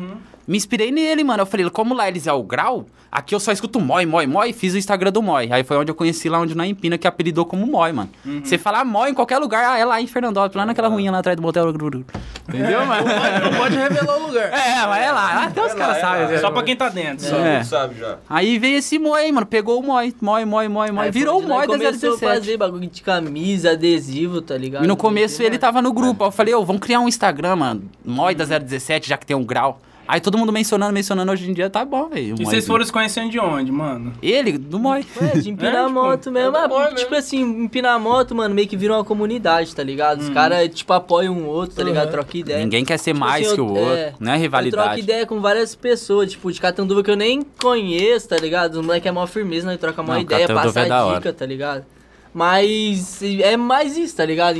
Speaker 5: Me inspirei nele, mano. Eu falei, como lá eles é o grau, aqui eu só escuto moi, moi, moi. Fiz o Instagram do moi. Aí foi onde eu conheci lá onde na Empina, que apelidou como moi, mano. Você falar moi em qualquer lugar, Uhum. ah, é lá em Fernandópolis, lá naquela ruinha lá atrás do motel. <laughs> Entendeu, mano?
Speaker 6: <laughs>
Speaker 3: Não pode revelar o lugar.
Speaker 5: É, mas é lá. Até os caras sabem. né?
Speaker 1: Só pra quem tá dentro. só.
Speaker 5: É.
Speaker 2: Sabe já.
Speaker 5: Aí veio esse Moi aí, mano. Pegou o Moi, Moi, Moi, Moi, Moi.
Speaker 6: Aí
Speaker 5: Virou o
Speaker 6: foi de lá
Speaker 5: Moi
Speaker 6: e
Speaker 5: da
Speaker 6: começou a
Speaker 5: 017.
Speaker 6: fazer bagulho de camisa, adesivo, tá ligado?
Speaker 5: E no começo ele tava
Speaker 6: né?
Speaker 5: no grupo. Aí
Speaker 6: É.
Speaker 5: eu falei, ô, vamos criar um Instagram, mano. Moi da 017, já que tem um grau. Aí todo mundo mencionando, mencionando. Hoje em dia tá bom, velho. o
Speaker 1: E
Speaker 5: Moi,
Speaker 1: vocês
Speaker 5: velho.
Speaker 1: foram se conhecendo de onde, mano?
Speaker 5: Ele, do Moi.
Speaker 6: É,
Speaker 1: É,
Speaker 3: <laughs>
Speaker 6: de empinar
Speaker 1: tipo,
Speaker 6: moto mesmo. Ah, tipo assim, empinar moto, mano, meio que vira uma comunidade, tá ligado?
Speaker 5: Hum.
Speaker 6: Os caras, tipo, apoiam um outro, tá
Speaker 3: Uhum.
Speaker 6: ligado? Troca ideia.
Speaker 5: Ninguém quer ser
Speaker 6: Tipo
Speaker 5: mais
Speaker 6: assim,
Speaker 5: que o
Speaker 6: eu-
Speaker 5: outro.
Speaker 6: é,
Speaker 5: Não é
Speaker 6: Eu troco
Speaker 5: rivalidade.
Speaker 6: ideia com várias pessoas, tipo, de Catanduva que eu nem conheço, tá ligado? Os moleque é mó firmeza, né? Troca mó
Speaker 5: Não,
Speaker 6: ideia,
Speaker 5: Catanduva
Speaker 6: passa
Speaker 5: é da
Speaker 6: dica, tá ligado? Mas é mais isso, tá ligado?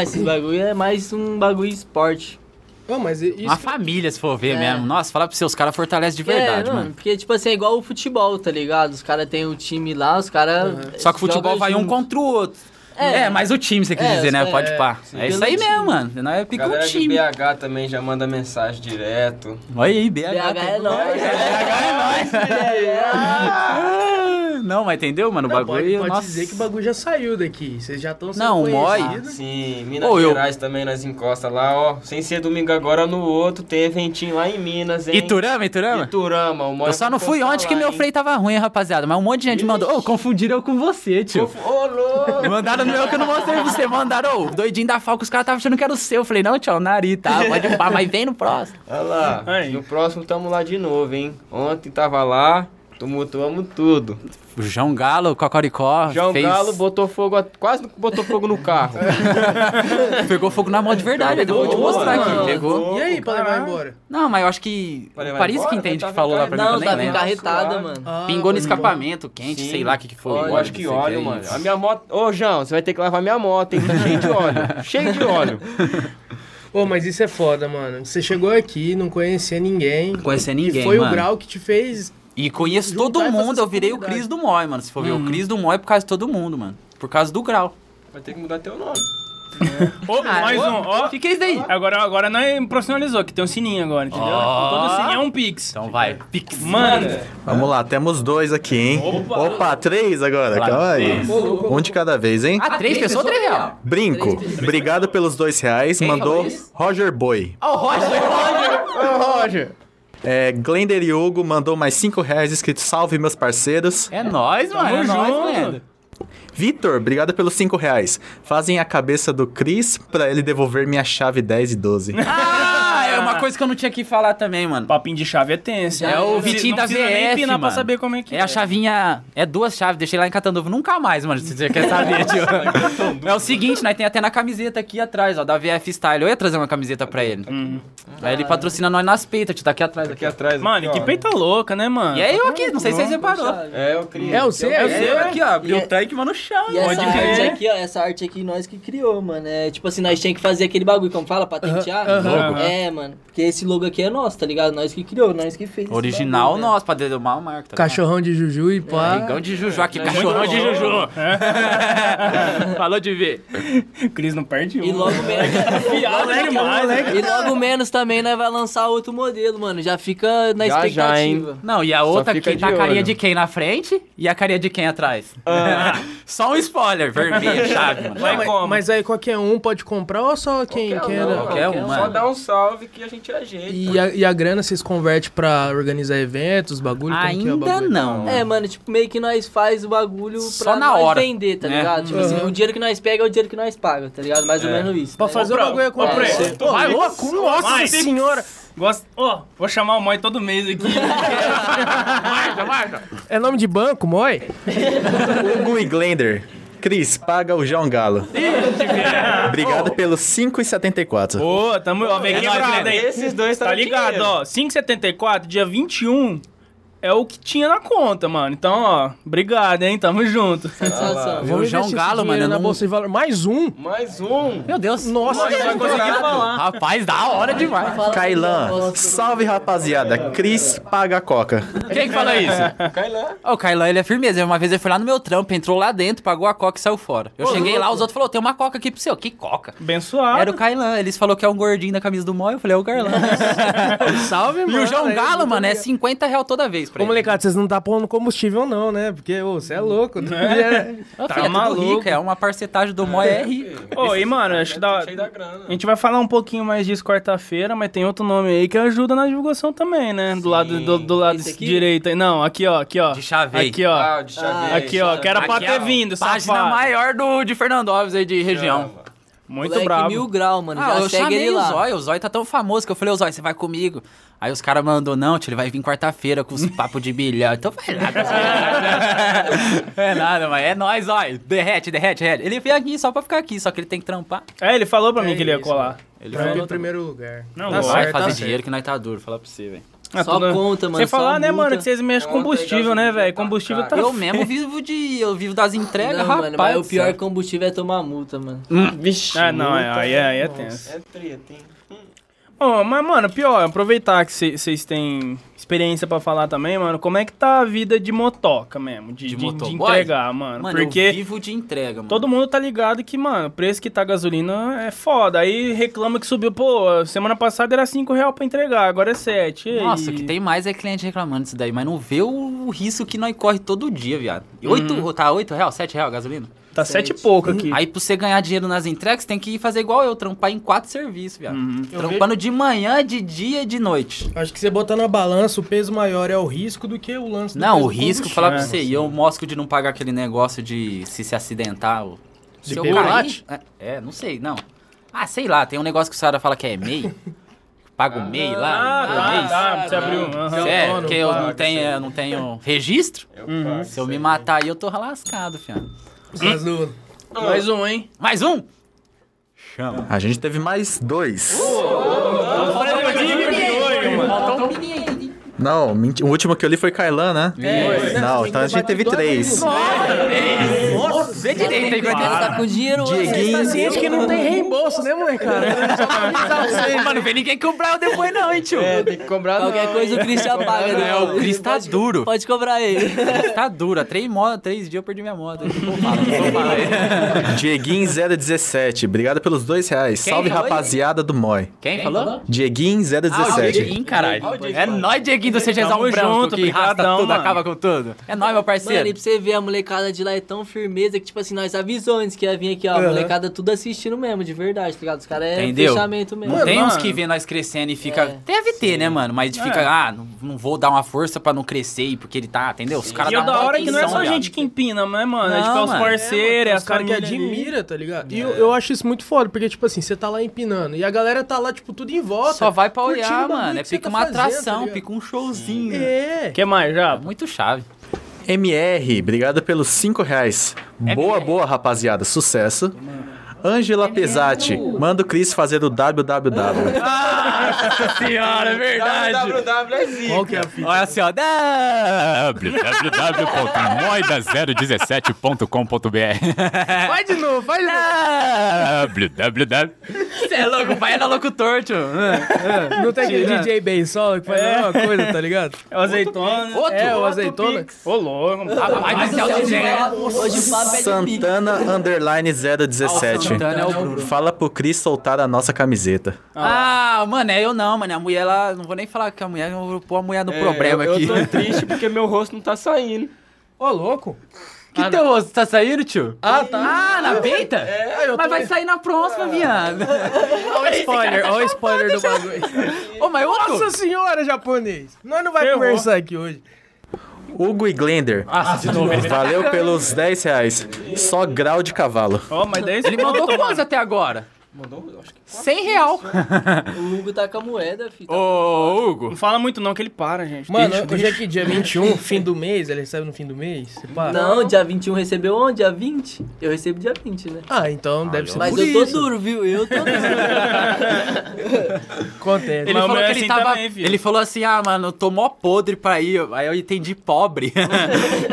Speaker 5: <clears throat>
Speaker 6: esses bagulho é mais um bagulho esporte.
Speaker 3: Não, mas
Speaker 5: Uma
Speaker 3: isso...
Speaker 5: família, se for ver
Speaker 6: É.
Speaker 5: mesmo. Nossa, fala pra você, os caras fortalecem de
Speaker 6: É,
Speaker 5: verdade, mano.
Speaker 6: Porque, tipo assim, é igual o futebol, tá ligado? Os caras têm o time lá, os caras.
Speaker 5: Uhum. Só que o futebol vai um contra o outro. É,
Speaker 6: É.
Speaker 5: mas o time, você quis
Speaker 6: É,
Speaker 5: dizer, né?
Speaker 6: é,
Speaker 5: Pode pá. É isso aí
Speaker 6: Pelo
Speaker 5: mesmo, mano. Não é pica um
Speaker 2: Galera de
Speaker 5: time.
Speaker 2: BH também já manda mensagem direto.
Speaker 5: Olha aí, BH.
Speaker 6: BH é nóis.
Speaker 5: é
Speaker 6: <laughs>
Speaker 5: né? Ah, Não, mas entendeu, mano? O
Speaker 3: Não,
Speaker 5: bagulho.
Speaker 3: pode, pode
Speaker 5: nossa.
Speaker 3: dizer que o bagulho já saiu daqui. Vocês já estão sendo
Speaker 5: Não, o Moi-
Speaker 3: conhecidos.
Speaker 2: Sim, Minas
Speaker 5: Ô, eu-
Speaker 2: Gerais também nós encosta lá, ó. Sem ser domingo agora, no outro tem eventinho lá em
Speaker 3: é
Speaker 2: Minas, hein?
Speaker 5: Iturama, Iturama?
Speaker 2: Iturama, o Moi
Speaker 5: Eu só não
Speaker 2: vai
Speaker 5: fui
Speaker 2: postar
Speaker 5: onde que
Speaker 2: lá,
Speaker 5: meu
Speaker 2: hein?
Speaker 5: freio tava ruim, rapaziada. Mas um monte de gente mandou. Ô, confundiram eu com você, tio.
Speaker 2: Ô, louco!
Speaker 5: <laughs> Mandaram no meu que eu não mostrei pra você. Mandaram, ô, doidinho da Falca, os caras estavam achando que era o seu. Eu falei, não, tio, Nari, tá? Pode pá, mas vem no próximo.
Speaker 2: Olha lá,
Speaker 1: Aí.
Speaker 2: Ah, no próximo tamo lá de novo, hein? Ontem tava lá, tumultuamos tudo.
Speaker 5: O João Galo, Cocoricó.
Speaker 2: João
Speaker 5: Tá fez...
Speaker 2: Galo botou fogo, a- quase botou fogo no
Speaker 5: <laughs>
Speaker 2: carro.
Speaker 5: Pegou fogo na mão de verdade. Eu vou te mostrar aqui. Pegou.
Speaker 3: E aí, pra levar embora?
Speaker 5: Não, mas eu acho que.
Speaker 2: Vai
Speaker 5: O
Speaker 2: levar
Speaker 5: Paris que
Speaker 2: embora?
Speaker 5: entende
Speaker 2: Tava
Speaker 5: que falou lá pra mim. é. que eu
Speaker 6: Não, tá
Speaker 5: nem
Speaker 6: tava
Speaker 5: lembro.
Speaker 6: encarretada, mano.
Speaker 3: Ah,
Speaker 5: Pingou no
Speaker 3: pode ir embora.
Speaker 5: escapamento quente,
Speaker 2: Sim.
Speaker 5: sei lá o que, que foi.
Speaker 6: Olha,
Speaker 2: Eu acho que óleo, mano. A minha moto. Ô, João, você vai ter que lavar minha moto, hein? Tá cheio de óleo. cheio de óleo.
Speaker 3: Ô, mas isso é foda, mano. Você chegou aqui, não conhecia ninguém.
Speaker 5: Não conhecia ninguém.
Speaker 3: E foi
Speaker 5: mano.
Speaker 3: É o grau que te fez.
Speaker 5: E conheço
Speaker 3: Juntar
Speaker 5: todo
Speaker 3: e fazer
Speaker 5: mundo,
Speaker 3: essa
Speaker 5: eu virei o
Speaker 3: comunidade.
Speaker 5: Cris do Moi, mano. Se for ver, o Cris do Moi é por causa de todo mundo, mano. Por causa do grau.
Speaker 2: Vai ter que mudar teu nome.
Speaker 1: Ô, mais um, ó.
Speaker 5: que é isso daí?
Speaker 1: Agora, agora nós profissionalizou, que tem um sininho agora, entendeu?
Speaker 5: Ó.
Speaker 1: Todo sininho é um pix.
Speaker 5: Então é. vai. Pix.
Speaker 1: Mano,
Speaker 11: Vamos lá, temos dois aqui, hein? Opa, três agora. Calma aí. Um de cada vez, hein?
Speaker 5: Ah, três pessoas, três real.
Speaker 11: Brinco. Obrigado pelos dois reais. Mandou
Speaker 5: falou isso?
Speaker 11: Roger Boy.
Speaker 5: Ó, <laughs> o Roger.
Speaker 11: É, Glender Hugo mandou mais cinco reais escrito Salve meus parceiros.
Speaker 5: É nóis, mano. É nóis,
Speaker 1: junto.
Speaker 5: mano.
Speaker 11: Vitor, obrigado pelos 5 reais. Fazem a cabeça do Cris pra ele devolver minha chave 10 e 12.
Speaker 5: <laughs> Ah, é uma coisa que eu não tinha que falar também, mano.
Speaker 1: Papinho de chave é tenso.
Speaker 5: É
Speaker 1: hein?
Speaker 5: o
Speaker 1: Não precisa-
Speaker 5: Vitinho
Speaker 1: não
Speaker 5: da
Speaker 1: precisa nem
Speaker 5: VF,
Speaker 1: pinar pra
Speaker 5: mano.
Speaker 1: saber como é que
Speaker 5: É a chavinha. É duas chaves, deixei lá em Catanduva. Nunca mais, mano. Se você quer saber, tio. É o seguinte, nós tem até na camiseta aqui atrás, ó, da VF Style. Eu ia trazer uma camiseta pra ele. Aí ele patrocina nós nas peitas, tio. Uhum. Ah. Tá aqui atrás. Aqui.
Speaker 2: Aqui é atrás.
Speaker 1: Mano,
Speaker 2: aqui,
Speaker 1: que
Speaker 2: ó.
Speaker 1: peita louca, né, mano?
Speaker 5: E é eu aqui, não sei se vocês reparou.
Speaker 2: É, eu criei.
Speaker 3: É o seu?
Speaker 2: É o seu aqui, ó. E
Speaker 6: E
Speaker 2: o
Speaker 6: é-
Speaker 2: tanque, mano, no chão.
Speaker 6: E essa
Speaker 1: Pode crer.
Speaker 6: arte aqui, ó, essa arte aqui nós que criou, mano. É, tipo assim, nós tinha que fazer aquele bagulho, como fala, patentear.
Speaker 3: Aham,
Speaker 1: aham. Logo.
Speaker 6: É, mano. Porque esse logo aqui é nosso, tá ligado? Nós que criou, nós que fez. esse
Speaker 5: Original
Speaker 6: bagulho, né?
Speaker 5: nosso, pra dedumar o Marco. Tá
Speaker 3: Cachorrão de Juju e pá.
Speaker 5: Ligão de Juju aqui,
Speaker 1: É, Muito
Speaker 5: cachorrão de
Speaker 1: bom. É.
Speaker 5: Juju. <laughs>
Speaker 2: Falou de ver.
Speaker 1: O Cris não perde
Speaker 6: E
Speaker 1: um.
Speaker 6: logo menos. <laughs>
Speaker 1: Piada demais, né?
Speaker 6: E logo menos também nós vai lançar outro modelo, mano. Já fica na
Speaker 2: Já, já,
Speaker 6: expectativa.
Speaker 5: Não, e a outra
Speaker 2: fica
Speaker 5: aqui tá
Speaker 2: de
Speaker 5: a carinha
Speaker 2: olho.
Speaker 5: de quem na frente e a carinha de quem atrás. <laughs> Só um spoiler, vermelho, chave, mano.
Speaker 1: Vai como?
Speaker 3: Mas aí qualquer um pode comprar ou só quem quem era?
Speaker 5: Qualquer um,
Speaker 2: Só
Speaker 5: mano.
Speaker 2: dá um salve que a gente é gente.
Speaker 3: E a, e a grana vocês converte pra organizar eventos, bagulho? como que é o
Speaker 5: Ainda
Speaker 3: bagulho?
Speaker 5: não.
Speaker 6: É, mano, tipo, meio que nós faz o bagulho
Speaker 5: Só
Speaker 6: pra
Speaker 5: na
Speaker 6: nós
Speaker 5: hora,
Speaker 6: vender, tá
Speaker 5: né?
Speaker 6: ligado? Tipo assim, o dinheiro que nós pega é o dinheiro que nós paga, tá ligado? Mais ou
Speaker 5: É.
Speaker 6: menos isso.
Speaker 3: Pra
Speaker 6: né?
Speaker 3: fazer o bagulho acontecer. Pô,
Speaker 1: Vai,
Speaker 3: louco, nossa
Speaker 1: Vai.
Speaker 3: senhora!
Speaker 1: Gosto... Ó, vou chamar o Moi todo mês aqui. <laughs>
Speaker 3: É nome de banco, Moi?
Speaker 11: Hugo e Glender. Cris, paga o João
Speaker 5: <laughs>
Speaker 11: Galo. Obrigado pelos 5,74.
Speaker 1: Ô, tamo... Ó, vem aqui, ó, daí.
Speaker 2: Esses dois tá
Speaker 1: é Tá
Speaker 2: no
Speaker 1: ligado,
Speaker 2: dinheiro.
Speaker 1: ó. 5,74, dia 21 é o que tinha na conta, mano. Então, ó, obrigado, hein? Tamo junto.
Speaker 6: Satisfação.
Speaker 5: Vou
Speaker 3: Vamos
Speaker 5: já
Speaker 3: investir
Speaker 5: um
Speaker 3: esse
Speaker 5: galo,
Speaker 3: dinheiro
Speaker 5: mano,
Speaker 3: Na
Speaker 5: não-
Speaker 3: bolsa de valor. Mais um?
Speaker 2: Mais um.
Speaker 5: Meu Deus. Nossa,
Speaker 2: Vai conseguir falar.
Speaker 5: Rapaz, da hora
Speaker 6: <laughs>
Speaker 5: demais.
Speaker 11: Kailan, salve rapaziada. Cris paga a coca.
Speaker 5: Quem que falou isso?
Speaker 2: Cai lá.
Speaker 5: Ô, O Kailan, ele é firmeza. Uma vez ele foi lá no meu trampo, entrou lá dentro, pagou a coca e saiu fora. Eu cheguei lá, os outros falaram, tem uma coca aqui pro seu. Que coca?
Speaker 1: <laughs> Abençoado.
Speaker 5: Era o Kailan. Eles falaram que é um gordinho da camisa do Mó. Eu falei, é o Garlan.
Speaker 3: Salve,
Speaker 5: e
Speaker 3: mano.
Speaker 5: o João
Speaker 3: aí,
Speaker 5: Galo,
Speaker 3: muito
Speaker 5: mano, é
Speaker 3: obrigado.
Speaker 5: 50 real toda vez pra
Speaker 3: Ô,
Speaker 5: ele.
Speaker 3: molecada, vocês não tá pondo combustível não, né? Porque, ô, você é louco. né?
Speaker 5: Ô, filho,
Speaker 1: tá
Speaker 5: é tudo
Speaker 1: maluco.
Speaker 5: rico, é uma parcetagem do Mó, é rico.
Speaker 1: Ô, e, mano, acho que dá...
Speaker 2: Cheio da grana.
Speaker 1: A gente vai falar um pouquinho mais disso quarta-feira, mas tem outro nome aí que ajuda na divulgação também, né? Do lado, do, do lado
Speaker 6: Esse aqui?
Speaker 1: direito aí. Não, aqui, ó, aqui, ó.
Speaker 5: De chavei.
Speaker 1: Aqui, ó.
Speaker 2: Ah, de chave.
Speaker 6: É
Speaker 1: aqui, ó. Que era pra
Speaker 5: Aqui,
Speaker 1: ter
Speaker 5: ó,
Speaker 1: vindo,
Speaker 5: Página
Speaker 1: safado.
Speaker 5: maior do, de Fernando Alves aí de região.
Speaker 1: Muito
Speaker 6: Moleque
Speaker 1: bravo.
Speaker 6: mil grau, mano.
Speaker 5: Ah,
Speaker 6: já
Speaker 5: eu
Speaker 6: segue
Speaker 5: chamei
Speaker 6: ele
Speaker 5: o
Speaker 6: lá.
Speaker 5: Zóio, o Zóio tá tão famoso que eu falei, ô Zóio, você vai comigo. Aí os caras mandou, não, tio, ele vai vir quarta-feira com os papos de bilhão. Então vai lá. com os bilhão. é nada, mas é nóis, Zóio. Derrete, derrete, derrete. Ele veio aqui só pra ficar aqui, só que ele tem que trampar.
Speaker 1: É, ele falou pra mim que ele ia
Speaker 3: isso,
Speaker 1: colar.
Speaker 5: Ele
Speaker 3: Pra mim,
Speaker 5: falou,
Speaker 3: em primeiro lugar.
Speaker 1: Não,
Speaker 3: Tá
Speaker 1: lógico.
Speaker 5: vai
Speaker 3: certo,
Speaker 5: fazer
Speaker 3: tá
Speaker 5: dinheiro que nós tá duro, fala pra você, velho.
Speaker 1: Ah,
Speaker 6: Só conta, mano,
Speaker 1: Sem
Speaker 6: só
Speaker 1: falar, né,
Speaker 6: multa.
Speaker 1: mano, que vocês mexem com
Speaker 2: Ontem,
Speaker 1: combustível, né,
Speaker 2: gasolina
Speaker 1: velho?
Speaker 2: tá
Speaker 1: Combustível tá...
Speaker 5: Eu mesmo vivo de. Eu vivo das entregas,
Speaker 6: Não,
Speaker 5: rapaz.
Speaker 6: mano, mas o
Speaker 5: do
Speaker 6: pior
Speaker 5: céu.
Speaker 6: combustível é tomar multa, mano.
Speaker 2: Vixe.
Speaker 1: Ah, não, é- aí é, aí é tenso.
Speaker 2: É treta, hein?
Speaker 1: Ó, mas, mano, pior, aproveitar que vocês têm experiência pra falar também, mano, como é que tá a vida de motoca mesmo? De, de,
Speaker 5: De
Speaker 1: de
Speaker 5: motoboy?
Speaker 1: entregar, mano.
Speaker 5: Mano, eu
Speaker 1: porque
Speaker 5: vivo de entrega, mano.
Speaker 1: todo mundo tá ligado que, mano, o preço que tá a gasolina é foda. Aí reclama que subiu, pô, semana passada era 5 reais pra entregar, agora é 7.
Speaker 5: Nossa, o que tem mais é cliente reclamando disso daí, mas não vê o risco que nós corre todo dia, viado. E oito, Tá 8 real, 7 real a gasolina?
Speaker 1: Tá 7 e pouco aqui.
Speaker 5: Aí pra você ganhar dinheiro nas entregas, tem que fazer igual eu, trampar em quatro serviços, viado. Trampando de manhã, de dia e de noite.
Speaker 3: Acho que você botar na balança, o peso maior é o risco do que o lance do
Speaker 5: Não,
Speaker 3: peso
Speaker 5: o
Speaker 3: do
Speaker 5: risco,
Speaker 3: combustível.
Speaker 5: falar pra você, e eu mosco de não pagar aquele negócio de se se acidentar ou...
Speaker 3: De
Speaker 5: se eu
Speaker 3: pegolate?
Speaker 5: cair- É, é, não sei, não. Ah, sei lá, tem um negócio que o senhora fala que é MEI. <laughs> Paga o MEI lá. um
Speaker 1: Ah,
Speaker 5: no
Speaker 1: tá,
Speaker 5: mês.
Speaker 1: tá, você abriu. aham.
Speaker 5: Sério,
Speaker 3: dono,
Speaker 5: é, porque eu não
Speaker 3: paga,
Speaker 5: tenho, eu não tenho registro. Uhum.
Speaker 2: Eu pago.
Speaker 5: Se eu me matar aí, eu tô lascado, fiado.
Speaker 3: Mas no-
Speaker 1: Mais um, hein?
Speaker 5: Mais um?
Speaker 11: A gente teve mais dois.
Speaker 5: Faltou um menino aí.
Speaker 11: Não, menti- o último que eu li foi Kailan, né? Não, então a gente teve três.
Speaker 5: Nossa, vê direito aí,
Speaker 6: Você
Speaker 5: coitado.
Speaker 6: tá com dinheiro,
Speaker 11: Dieguinho.
Speaker 6: você
Speaker 3: Gente que não tem reembolso, né, molecada?
Speaker 5: Mano, não vem ninguém comprar eu depois não, hein, tio.
Speaker 2: É, tem que comprar
Speaker 6: Qualquer
Speaker 2: não,
Speaker 6: coisa
Speaker 2: hein?
Speaker 6: o Cris te apaga, né?
Speaker 5: É, o Cris tá
Speaker 6: Pode-
Speaker 5: duro.
Speaker 6: Pode cobrar ele.
Speaker 5: Tá dura. Três, mo- três dias eu perdi minha moto. Eu não falo, não falo.
Speaker 11: Dieguinho 017, obrigado pelos dois reais.
Speaker 5: Quem
Speaker 11: Salve
Speaker 5: falou isso?
Speaker 11: rapaziada do Moi.
Speaker 5: Quem falou?
Speaker 11: Dieguinho
Speaker 5: Ah, o
Speaker 11: 017.
Speaker 5: Dieguinho, caralho. É nóis, Dieguinho do CGzão
Speaker 1: Tamo
Speaker 5: branco
Speaker 1: junto,
Speaker 5: que rasta
Speaker 1: brigadão,
Speaker 5: tudo,
Speaker 1: mano.
Speaker 5: acaba <laughs> com tudo. É nóis, meu
Speaker 6: Mano,
Speaker 5: parceiro.
Speaker 6: e pra você ver, a molecada de lá é tão firmeza que, tipo assim, nós avisou antes que ia vir aqui, ó.
Speaker 3: Uhum.
Speaker 6: A molecada tudo assistindo mesmo, de verdade, tá ligado? Os caras é
Speaker 5: Entendeu?
Speaker 6: fechamento mesmo.
Speaker 5: Não tem
Speaker 1: mano.
Speaker 5: uns que vê nós crescendo e fica.
Speaker 6: É,
Speaker 5: Deve ter, né, mano? Mas fica,
Speaker 1: É.
Speaker 5: ah, não, não vou dar uma força pra não crescer e porque ele tá, entendeu? Os caras
Speaker 1: E o
Speaker 5: dão
Speaker 1: da hora é que não é
Speaker 5: atenção,
Speaker 1: só
Speaker 5: viado.
Speaker 1: gente que empina, né, mano? é tipo,
Speaker 5: Não,
Speaker 1: é os
Speaker 5: mano.
Speaker 1: parceiros, é,
Speaker 3: os
Speaker 1: as
Speaker 3: caras que
Speaker 1: família ali.
Speaker 3: admira, tá ligado? E eu, eu acho isso muito foda, porque, tipo assim, você tá lá empinando e a galera tá lá, tipo, tudo em volta.
Speaker 5: Só vai pra
Speaker 3: curtindo o
Speaker 5: olhar,
Speaker 3: bagulho
Speaker 5: mano. É
Speaker 3: que você
Speaker 5: pica
Speaker 3: tá
Speaker 5: uma
Speaker 3: fazendo, tá
Speaker 5: atração,
Speaker 3: ligado?
Speaker 5: pica um showzinho.
Speaker 3: É.
Speaker 1: que mais, já?
Speaker 5: Muito chave.
Speaker 11: MR, obrigado pelos 5 reais. Boa, boa, rapaziada. Sucesso. Ângela Pesati, manda o Cris fazer o WWW.
Speaker 5: Senhora, é verdade.
Speaker 3: Qual que é a fita?
Speaker 5: Olha assim, ó.
Speaker 12: www.moida017.com.br
Speaker 3: Vai de novo, vai de novo.
Speaker 12: www
Speaker 5: Você é louco, o pai era locutor, tio.
Speaker 3: Não tem aquele DJ Bensola que faz a mesma coisa, tá ligado?
Speaker 1: É o azeitona.
Speaker 5: Outro.
Speaker 3: É, o azeitona.
Speaker 1: Ô, louco.
Speaker 5: Rapaz do céu, DJ.
Speaker 6: Hoje o papo é de pique.
Speaker 11: Santana underline
Speaker 5: Ah, o
Speaker 11: 017.
Speaker 5: Santana é o Bruno.
Speaker 11: Fala pro Cris soltar a nossa camiseta.
Speaker 5: Ah, mano, é eu não, mano. A mulher, ela. Não vou nem falar que a mulher, eu vou pôr a mulher no
Speaker 3: É,
Speaker 5: problema
Speaker 10: eu,
Speaker 5: aqui.
Speaker 10: Eu tô triste porque meu rosto não tá saindo.
Speaker 3: Ô, louco.
Speaker 5: <laughs> Que
Speaker 1: Ah,
Speaker 5: teu rosto tá saindo, tio? Ah, tá. Ah, na peita?
Speaker 3: É, eu Ah.
Speaker 5: mas vai sair na próxima, viado.
Speaker 3: <laughs>
Speaker 5: tá
Speaker 3: Olha o spoiler, olha o spoiler do bagulho.
Speaker 5: Ô, mas outro?
Speaker 3: Nossa senhora, japonês. Nós não vai conversar aqui hoje.
Speaker 11: Hugo e Glender,
Speaker 1: Ah,
Speaker 11: valeu pelos 10 reais. Só grau de cavalo.
Speaker 1: Ó, mas daí
Speaker 5: Ele mandou quantos até agora? Mandou, acho que. 100 real.
Speaker 6: O Hugo tá com a moeda, filho.
Speaker 5: Ô, Hugo.
Speaker 1: Não fala muito não, que ele para, gente.
Speaker 3: Mano, hoje é que dia 21, fim do mês, ele recebe no fim do mês? Você pá.
Speaker 6: Tá- Não, dia 21 recebeu onde? Dia 20? Eu recebo dia 20, né?
Speaker 3: Ah, então deve ser
Speaker 6: Mas
Speaker 3: por
Speaker 6: eu tô
Speaker 3: isso.
Speaker 6: duro, viu? Eu tô duro.
Speaker 3: Acontece.
Speaker 5: Ele
Speaker 1: Mas o
Speaker 5: falou
Speaker 1: meu
Speaker 5: que
Speaker 1: é
Speaker 5: ele
Speaker 1: assim
Speaker 5: tava.
Speaker 1: também, filho.
Speaker 5: ele falou assim: ah, mano, eu tô mó podre pra ir. Aí eu entendi
Speaker 3: <laughs>
Speaker 5: pobre.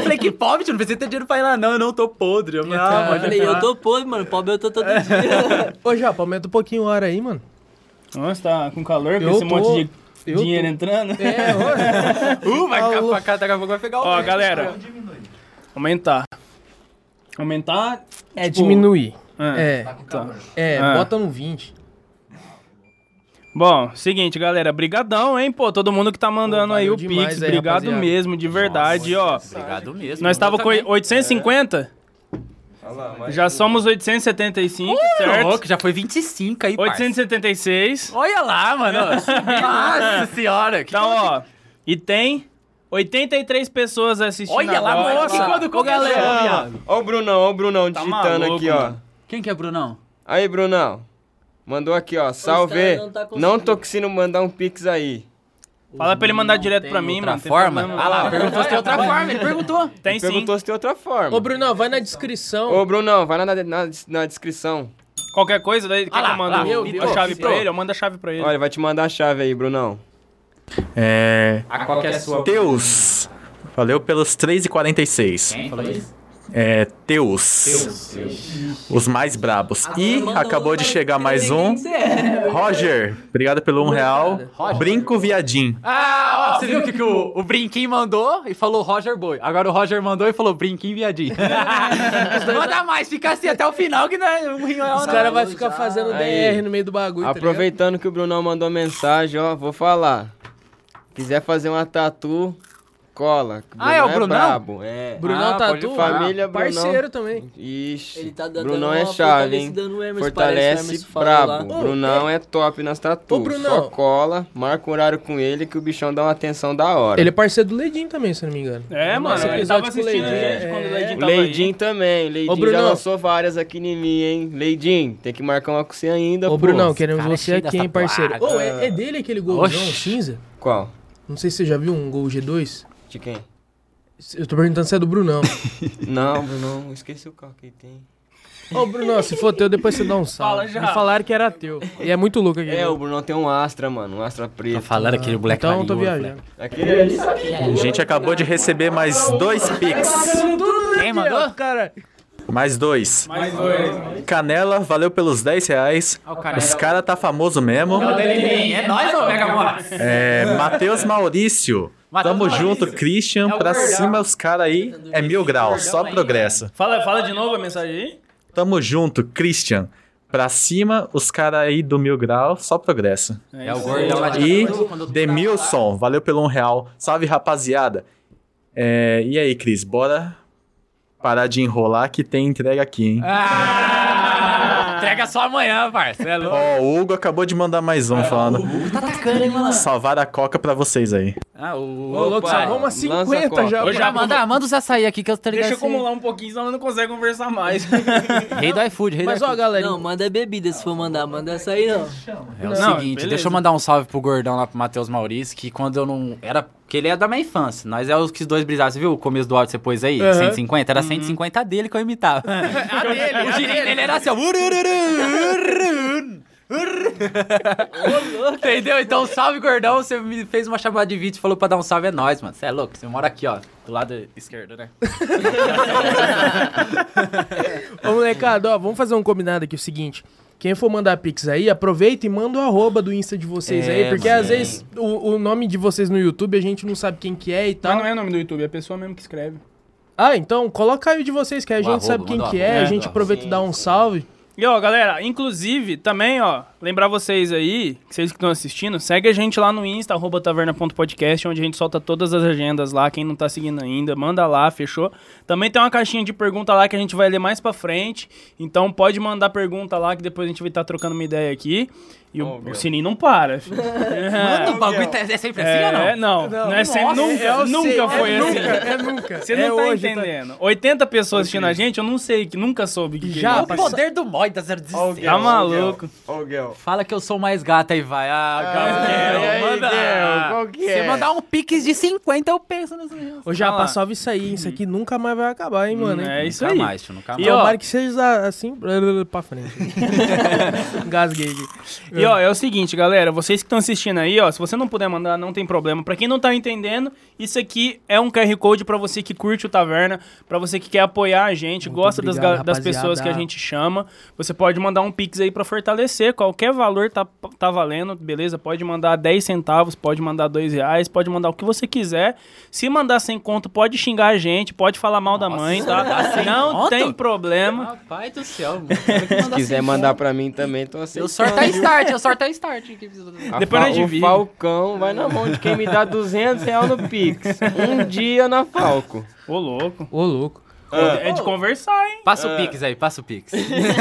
Speaker 5: Falei, que pobre, tio? Não precisa ter dinheiro pra ir lá, não. Eu não tô podre. Eu falei, ah,
Speaker 6: Eu falei, eu tô podre, mano. Pobre eu tô todo dia.
Speaker 3: Ô, Japa, aumenta um pouquinho a hora aí, mano.
Speaker 1: Nossa, tá com calor com
Speaker 3: Eu
Speaker 1: esse
Speaker 3: tô-
Speaker 1: monte de
Speaker 3: eu
Speaker 1: dinheiro
Speaker 3: tô.
Speaker 1: entrando.
Speaker 3: É, Tá olha.
Speaker 5: mano, vai ficar pra cá, daqui a pouco vai pegar o.
Speaker 1: Ó, galera. Aumentar. Aumentar.
Speaker 3: É diminuir.
Speaker 1: Ah,
Speaker 3: É,
Speaker 1: tá.
Speaker 5: então.
Speaker 3: é,
Speaker 1: Ah.
Speaker 3: bota no 20.
Speaker 1: Bom, seguinte, galera. Brigadão, hein, pô. Todo mundo que tá mandando
Speaker 3: Pô,
Speaker 1: aí
Speaker 3: valeu
Speaker 1: o
Speaker 3: demais
Speaker 1: Pix.
Speaker 3: aí,
Speaker 1: Obrigado
Speaker 3: rapaziada.
Speaker 1: mesmo, de verdade, ó.
Speaker 5: Obrigado mesmo.
Speaker 1: Nós tava com
Speaker 5: Também.
Speaker 1: 850? Já somos 875, certo?
Speaker 5: Louco, já foi 25 aí, parça.
Speaker 1: 876.
Speaker 5: Olha lá, mano. Nossa senhora. Que
Speaker 1: Então, ó. E tem 83 pessoas assistindo.
Speaker 5: Olha lá,
Speaker 1: agora.
Speaker 5: mano. que é quando
Speaker 1: Ô,
Speaker 5: começou,
Speaker 1: galera.
Speaker 5: viado.
Speaker 10: Ó o Brunão, ó o Brunão
Speaker 1: Tá
Speaker 10: digitando
Speaker 1: maluco,
Speaker 10: aqui, ó.
Speaker 1: mano.
Speaker 5: Quem que é, Brunão?
Speaker 10: Aí, Brunão. Mandou aqui, ó. Salve.
Speaker 6: caras não tá
Speaker 10: Não,
Speaker 6: conseguindo.
Speaker 10: tô conseguindo mandar um pix aí.
Speaker 1: Fala pra ele mandar direto
Speaker 5: Tem
Speaker 1: pra mim,
Speaker 5: outra
Speaker 1: mano. tem
Speaker 5: forma?
Speaker 1: problema,
Speaker 5: Ah lá,
Speaker 1: não.
Speaker 5: perguntou se tem outra forma. Ele perguntou.
Speaker 1: Tem sim.
Speaker 10: Perguntou se tem outra forma.
Speaker 3: Ô, Brunão, vai na descrição.
Speaker 10: Ô, Brunão, vai na, na, na descrição.
Speaker 1: Qualquer coisa, daí quer
Speaker 5: lá,
Speaker 1: que eu mando
Speaker 5: lá, eu vi,
Speaker 1: a
Speaker 5: ó,
Speaker 1: chave
Speaker 5: sim.
Speaker 1: pra ele? Eu mando a chave pra ele.
Speaker 10: Olha, vai te mandar a chave aí, Brunão.
Speaker 11: É,
Speaker 5: A qual que é a sua?
Speaker 11: Teus, valeu pelos 3,46. É, Teus. Os mais brabos. E acabou de chegar mais um.
Speaker 5: é?
Speaker 11: Roger, obrigado pelo um real. Brinco viadinho.
Speaker 5: Ah, ó, você viu o que, que o, o Brinquinho mandou e falou Roger Boi. Agora o Roger mandou e falou Brinquinho viadinho. Manda mais, fica assim até o final que não é um rio é
Speaker 3: Os caras vão ficar fazendo
Speaker 10: Aí.
Speaker 3: DR no meio do bagulho. tá ligado?
Speaker 10: Aproveitando que o Brunão mandou mensagem, ó, vou falar. Quiser fazer uma tatu, cola. que
Speaker 5: Ah, é o Brunão?
Speaker 10: brabo, é.
Speaker 3: Brunão
Speaker 5: Ah,
Speaker 3: tá
Speaker 5: pode
Speaker 3: Tatu,
Speaker 10: falar. Família Brunão.
Speaker 3: parceiro também.
Speaker 6: <laughs>
Speaker 10: Ixi,
Speaker 6: Ele tá dando
Speaker 10: Brunão
Speaker 6: uma
Speaker 10: é chave, hein?
Speaker 6: fortalecida no Hermes, né, parece, o
Speaker 10: Fortalece
Speaker 6: Hermes falou
Speaker 10: brabo.
Speaker 6: lá. tá
Speaker 3: Ô,
Speaker 10: Brunão é top nas tatu.
Speaker 3: Ô, Brunão.
Speaker 10: Só cola, marca o horário com ele que o bichão dá uma atenção da hora.
Speaker 3: Ele é parceiro do Ledinho também, se eu não me engano.
Speaker 1: É, mano.
Speaker 3: Nosso
Speaker 1: Ele tava
Speaker 3: episódio com o
Speaker 1: assistindo a
Speaker 3: Leidinho,
Speaker 1: gente
Speaker 3: é.
Speaker 1: quando o Leidinho
Speaker 10: O
Speaker 1: tava aí.
Speaker 10: Leidinho também, o Leidinho já
Speaker 3: Brunão.
Speaker 10: lançou várias aqui em mim, hein? Leidinho, tem que marcar uma com você ainda,
Speaker 3: Ô,
Speaker 10: pô.
Speaker 3: Brunão, queremos
Speaker 5: cara é
Speaker 3: você
Speaker 5: cheio
Speaker 3: aqui,
Speaker 5: das
Speaker 3: hein, parceiro.
Speaker 5: tatuagens.
Speaker 3: Ô, é, é dele aquele golzão
Speaker 5: Oxi.
Speaker 3: cinza?
Speaker 10: Qual?
Speaker 3: Não sei se você já viu um gol G2.
Speaker 10: De quem?
Speaker 3: Eu tô perguntando se é do Brunão.
Speaker 10: Não, Brunão, esqueci o carro que ele tem.
Speaker 3: Ô, Brunão, se for teu, depois você dá um salve.
Speaker 1: Fala já.
Speaker 3: Me falaram que era teu. E é muito louco aqui.
Speaker 10: É, o Brunão tem um Astra, mano, um Astra preto.
Speaker 5: Falaram aquele moleque
Speaker 3: Então eu tô viajando.
Speaker 10: Aquele é ali
Speaker 11: A gente acabou de receber mais dois Pix.
Speaker 5: Quem mandou?
Speaker 3: Cara,
Speaker 11: Mais dois.
Speaker 1: Mais dois.
Speaker 11: Canela, valeu pelos 10 reais. Os cara tá famoso mesmo.
Speaker 5: É nóis, ô Mega Morax.
Speaker 11: É, Matheus Maurício.
Speaker 5: Matheus
Speaker 11: Tamo
Speaker 5: Maurício. É
Speaker 11: junto, Christian. pra cima, os cara aí é
Speaker 5: né?
Speaker 11: mil graus, só progresso.
Speaker 1: Fala, fala de novo a mensagem aí.
Speaker 11: Tamo junto, Christian. Pra cima, os caras aí do Mil Grau, só progresso.
Speaker 1: É,
Speaker 4: É o
Speaker 1: isso
Speaker 4: gordo
Speaker 1: aí.
Speaker 4: lá de
Speaker 11: E
Speaker 4: Quando eu-
Speaker 11: Demilson, valeu pelo um real. Salve, rapaziada. É, e aí, Cris, bora parar de enrolar que tem entrega aqui, hein?
Speaker 5: Ah, entrega só amanhã, É, parça. É
Speaker 11: Ó,
Speaker 5: louco.
Speaker 11: o Hugo acabou de mandar mais um falando.
Speaker 4: Tá atacando, hein, mano?
Speaker 11: Salvar a coca pra vocês aí.
Speaker 5: Ah, o...
Speaker 3: Ô, louco,
Speaker 5: Opa.
Speaker 3: só vamos a
Speaker 2: lança a
Speaker 3: 50
Speaker 2: Copa.
Speaker 3: já.
Speaker 1: Hoje
Speaker 5: Já
Speaker 1: já
Speaker 5: manda, manda os açaí aqui que eu tô ligado.
Speaker 1: Deixa eu
Speaker 5: assim.
Speaker 1: acumular um pouquinho, senão não consegue conversar <laughs> mais.
Speaker 5: Rei do iFood, rei
Speaker 3: Mas
Speaker 5: do
Speaker 3: ó,
Speaker 5: iFood.
Speaker 3: galera,
Speaker 6: Não, manda bebida se for mandar, manda essa aí não.
Speaker 5: É o
Speaker 1: Não,
Speaker 5: seguinte,
Speaker 1: beleza.
Speaker 5: deixa eu mandar um salve pro gordão lá pro Matheus Maurício, que quando eu não. Era. Que ele é da minha infância. Nós é os que dois brisaram. Você viu o começo do áudio que você pôs aí? 150? Era 150 dele que eu imitava. <laughs> o girinho dele era assim, ó. urururu, urururu. Entendeu? Então, salve, gordão. Você me fez uma chamada de vídeo e falou pra dar um salve, é nóis, mano. Você é louco. Você mora aqui, ó. Do lado esquerdo, né?
Speaker 3: Ô, molecada, ó, vamos fazer um combinado aqui, o seguinte. Quem for mandar pix aí, aproveita e manda o arroba do Insta de vocês
Speaker 5: É,
Speaker 3: aí, porque
Speaker 5: mano.
Speaker 3: às vezes o, o nome de vocês no YouTube a gente não sabe quem que é e
Speaker 1: Mas
Speaker 3: tal.
Speaker 1: não é o nome do YouTube, é a pessoa mesmo que escreve.
Speaker 3: Ah, então coloca aí o de vocês, que aí a
Speaker 5: O
Speaker 3: gente
Speaker 5: arroba,
Speaker 3: sabe quem
Speaker 5: manda o
Speaker 3: que
Speaker 5: arroba,
Speaker 3: é, a
Speaker 1: manda
Speaker 3: gente
Speaker 5: o
Speaker 3: aproveita e dá um salve.
Speaker 1: E ó, galera, inclusive, também, ó, lembrar vocês aí, que vocês que estão assistindo, segue a gente lá no Insta, arroba taverna.podcast, onde a gente solta todas as agendas lá, quem não tá seguindo ainda, manda lá, fechou? Também tem uma caixinha de pergunta lá que a gente vai ler mais pra frente, então pode mandar pergunta lá, que depois a gente vai estar trocando uma ideia aqui. E o, o sininho não para. filho.
Speaker 5: Mano, o bagulho tá- é sempre assim
Speaker 1: é,
Speaker 5: ou
Speaker 1: não?
Speaker 5: não?
Speaker 1: Não, é sempre, nunca,
Speaker 3: eu
Speaker 1: nunca
Speaker 3: sei,
Speaker 1: foi
Speaker 3: é
Speaker 1: assim.
Speaker 3: Nunca, é nunca.
Speaker 1: Você não
Speaker 3: é
Speaker 1: tá
Speaker 3: hoje,
Speaker 1: entendendo. 80 pessoas assistindo a gente, eu não sei, que nunca soube que que
Speaker 3: Já,
Speaker 1: é.
Speaker 5: O poder do Moida 016.
Speaker 1: Tá maluco.
Speaker 2: Ô, Guel.
Speaker 5: Fala que eu sou mais gata e vai. Ah,
Speaker 1: É,
Speaker 5: Gabriel,
Speaker 3: É,
Speaker 5: manda.
Speaker 2: qual que
Speaker 5: Se
Speaker 2: é?
Speaker 5: mandar um pix de 50, eu penso nessa Nunca
Speaker 3: Ô, Japa,
Speaker 1: lá.
Speaker 3: salve isso aí, isso aqui nunca mais vai acabar, hein, mano. hein?
Speaker 1: É isso aí.
Speaker 5: mais, tio, nunca
Speaker 1: E
Speaker 5: mais.
Speaker 1: ó,
Speaker 3: Tomara que seja assim, <laughs> blá, blá, blá, pra
Speaker 1: <laughs>
Speaker 3: frente. Engasguei aqui.
Speaker 1: E ó, é o seguinte, galera, vocês que estão assistindo aí, ó, se você não puder mandar, não tem problema. Pra quem não tá entendendo, isso aqui é um QR Code pra você que curte o Taverna, pra você que quer apoiar a gente,
Speaker 3: Muito
Speaker 1: gosta das,
Speaker 3: obrigado,
Speaker 1: ga- das
Speaker 3: rapaziada.
Speaker 1: pessoas que a gente chama. Você pode mandar um Pix aí pra fortalecer, qualquer valor tá, tá valendo, beleza? Pode mandar 10 centavos, pode mandar 2 reais, pode mandar o que você quiser. Se mandar sem conto, pode xingar a gente, pode falar mal da mãe, tá? Não
Speaker 5: conto?
Speaker 1: tem problema.
Speaker 5: Rapaz do céu, <laughs> mano. Tem que
Speaker 2: Se
Speaker 5: mandar
Speaker 2: quiser
Speaker 5: assim.
Speaker 2: mandar pra mim também, tô aceitando.
Speaker 5: Eu sorto a start, é eu sorto a start. que precisa do-
Speaker 2: A
Speaker 1: Depois
Speaker 2: fa-
Speaker 1: nós divide.
Speaker 2: O Falcão vai na mão de quem me dá 200 reais no Pix. Um dia na Falco.
Speaker 1: Ô, louco.
Speaker 3: Ô, louco.
Speaker 1: É de conversar, hein?
Speaker 5: Passa o pix aí, passa o pix.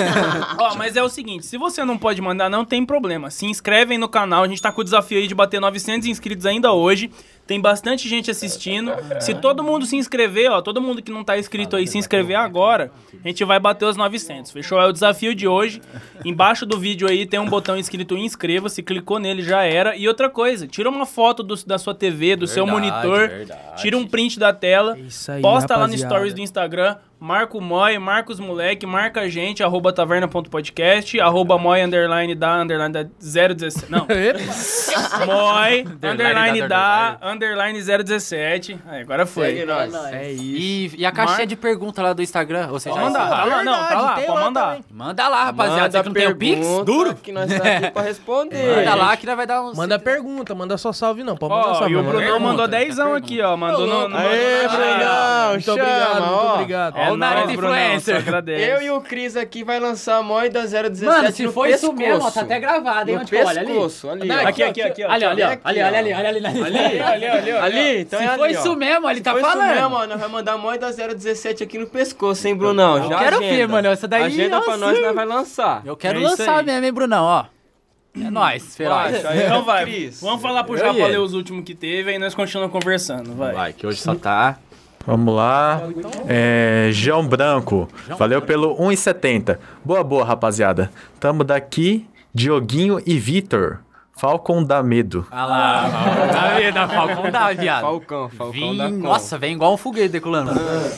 Speaker 1: <laughs> Ó, mas é o seguinte, se você não pode mandar, não tem problema. Se inscrevem no canal, a gente tá com o desafio aí de bater 900 inscritos ainda hoje. Tem bastante gente assistindo. Se todo mundo se inscrever, ó, todo mundo que não tá inscrito aí se inscrever agora, a gente vai bater os 900. Fechou? É o desafio de hoje. Embaixo do vídeo aí tem um botão escrito inscreva-se, clicou nele já era. E outra coisa, tira uma foto do- da sua TV, do seu
Speaker 5: Verdade,
Speaker 1: monitor,
Speaker 5: verdade.
Speaker 1: tira um print da tela.
Speaker 3: É Isso aí,
Speaker 1: Posta lá no
Speaker 3: rapaziada.
Speaker 1: stories do Instagram, marca o Moi, marca os moleque, marca a gente, arroba taverna.podcast, arroba Moi, underline da, underline da 017,
Speaker 3: <laughs>
Speaker 1: não, <laughs> Moi, underline da, underline 017, aí, agora foi.
Speaker 3: É isso.
Speaker 5: E, e a caixinha
Speaker 1: Mar-
Speaker 5: de pergunta lá do Instagram, ou seja,
Speaker 1: Pode mandar, tá lá, não, tá lá,
Speaker 3: Verdade, tem
Speaker 1: pode
Speaker 3: lá
Speaker 1: mandar.
Speaker 3: também.
Speaker 5: manda lá, rapaziada. Você que não tem o pix?
Speaker 2: pergunta
Speaker 5: Duro.
Speaker 2: Que nós tá aqui pra responder.
Speaker 5: <laughs> Manda lá que nós vai dar uns.
Speaker 3: Manda pergunta, manda só salve não, pode mandar
Speaker 1: Ó, e
Speaker 3: salve. É,
Speaker 1: o
Speaker 3: manda
Speaker 1: Brunão
Speaker 3: pergunta.
Speaker 1: mandou dezão aqui, ó, mandou no... no
Speaker 2: Aê,
Speaker 1: mandou no-
Speaker 2: Brunão,
Speaker 3: Muito
Speaker 2: chama,
Speaker 3: obrigado, muito
Speaker 2: ó.
Speaker 3: obrigado.
Speaker 1: É
Speaker 5: Ó o nariz
Speaker 1: nóis,
Speaker 5: do
Speaker 1: Brunão,
Speaker 5: influencer.
Speaker 1: só agradece.
Speaker 2: Eu e o Cris aqui vai lançar a Moida 017
Speaker 5: Mano, se
Speaker 2: no
Speaker 5: for
Speaker 2: pescoço.
Speaker 5: isso mesmo, ó, tá até gravado, hein?
Speaker 2: No
Speaker 5: Onde que eu olho? Ali.
Speaker 2: pescoço, ali. ó.
Speaker 1: Aqui, aqui, aqui, ó,
Speaker 5: Ali, ó, ali, ó,
Speaker 2: Aqui,
Speaker 5: ali,
Speaker 2: ó.
Speaker 5: ó, ali, ali, ali, ali, ali.
Speaker 1: Ali, ó, ali, ó.
Speaker 2: Ali, então é
Speaker 5: Se
Speaker 2: ali,
Speaker 5: for
Speaker 2: ó.
Speaker 5: isso mesmo, ele
Speaker 2: Se
Speaker 5: tá
Speaker 2: for isso mesmo,
Speaker 5: falando.
Speaker 2: ó, nós vai mandar a Moida 017 aqui no pescoço, hein, Brunão? Já
Speaker 5: quero
Speaker 2: agenda.
Speaker 5: ver, mano, essa daí,
Speaker 2: Agenda pra
Speaker 5: assim.
Speaker 2: nós, nós vai lançar.
Speaker 5: Eu quero
Speaker 1: É isso
Speaker 5: lançar
Speaker 1: aí.
Speaker 5: mesmo, hein, Brunão, ó. É nóis, feroz.
Speaker 2: Vai, aí,
Speaker 1: Então vai,
Speaker 2: Cris.
Speaker 1: vamos falar pro
Speaker 2: Eu
Speaker 1: Japa
Speaker 2: e ele.
Speaker 1: ler os últimos que teve, aí nós continuamos conversando, vai.
Speaker 5: Vai, que hoje só tá.
Speaker 11: Vamos lá. É, João Branco. Valeu pelo 1,70. Boa, boa, rapaziada. Tamo daqui, Dioguinho e Vitor. Falcon dá medo.
Speaker 5: Ah lá, tá vendo? Falcão dá, viado.
Speaker 2: Falcão, Falcão
Speaker 5: Vim,
Speaker 2: da Com.
Speaker 5: nossa, vem igual um foguete decolando.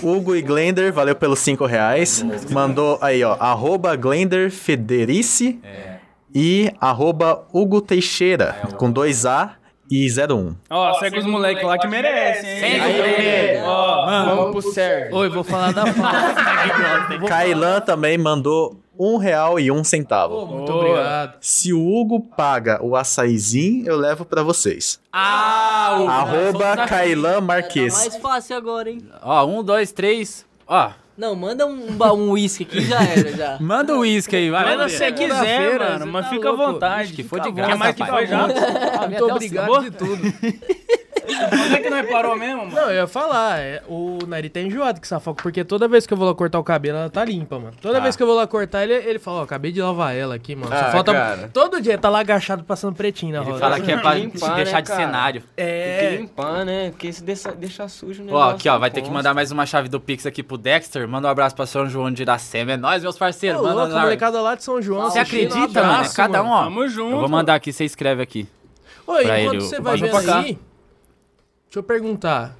Speaker 11: Hugo e Glender, valeu pelos 5 reais. Mandou aí, ó, arroba Glender Federici e arroba Hugo Teixeira, com 2A e 01.
Speaker 1: Ó, segue os moleque lá que merece, hein.
Speaker 5: Segue,
Speaker 1: Aê. Ó,
Speaker 2: Vamos pro Sérgio.
Speaker 3: Oi, vou falar da fala.
Speaker 11: Kailan também mandou um real e um centavo.
Speaker 3: Muito obrigado.
Speaker 11: Se o Hugo paga o açaizinho, eu levo pra vocês.
Speaker 5: Ah, o...
Speaker 11: Arroba Kailan
Speaker 6: Tá mais
Speaker 11: Marques.
Speaker 6: fácil agora, hein?
Speaker 5: Ó, um, dois, três. Ó,
Speaker 6: Não, manda um ba- um uísque aqui e já era, já.
Speaker 5: <laughs> Manda é, o uísque aí, vai.
Speaker 1: Mas se você quiser,
Speaker 2: Segunda-feira,
Speaker 1: mano,
Speaker 2: você
Speaker 1: mas
Speaker 2: tá
Speaker 1: fica à
Speaker 2: louco.
Speaker 1: vontade.
Speaker 5: Acho que foi de
Speaker 1: Fica à
Speaker 5: graça,
Speaker 1: vontade. Quer mais que
Speaker 5: rapaz.
Speaker 1: foi já?
Speaker 2: Muito obrigado de tudo.
Speaker 1: Onde é que nós parou mesmo, mano?
Speaker 3: Não, eu ia falar, é, o Nari tá enjoado com essa foca, porque toda vez que eu vou lá cortar o cabelo, ela tá limpa, mano. Toda vez que eu vou lá cortar, ele, ele fala, ó, acabei de lavar ela aqui, mano. Só
Speaker 2: Ah,
Speaker 3: falta.
Speaker 2: cara.
Speaker 3: Todo dia tá lá agachado passando pretinho na roda.
Speaker 5: Fala que é pra
Speaker 2: Limpar,
Speaker 5: te
Speaker 2: né,
Speaker 5: deixar de
Speaker 2: cara?
Speaker 5: cenário.
Speaker 2: Tem que
Speaker 3: É.
Speaker 2: limpar, né? Porque se deixa- deixar sujo, né?
Speaker 5: Ó, aqui, ó, vai ter que mandar mais uma chave do Pix aqui pro Dexter. Manda um abraço pra São João de Iracema. É nóis, meus parceiros.
Speaker 3: Ô,
Speaker 5: Manda
Speaker 3: louco,
Speaker 5: um abraço.
Speaker 3: molecada lá de São João.
Speaker 5: Você
Speaker 3: assistindo, um
Speaker 5: acredita, mano? É
Speaker 3: abraço,
Speaker 5: Cada um, ó.
Speaker 1: Tamo junto.
Speaker 5: Eu vou mandar aqui, você escreve aqui.
Speaker 3: Ô,
Speaker 5: pra
Speaker 3: enquanto
Speaker 5: ele,
Speaker 3: você
Speaker 5: eu
Speaker 3: vai
Speaker 5: passo
Speaker 3: vendo
Speaker 5: pra cá.
Speaker 3: aí, deixa eu perguntar.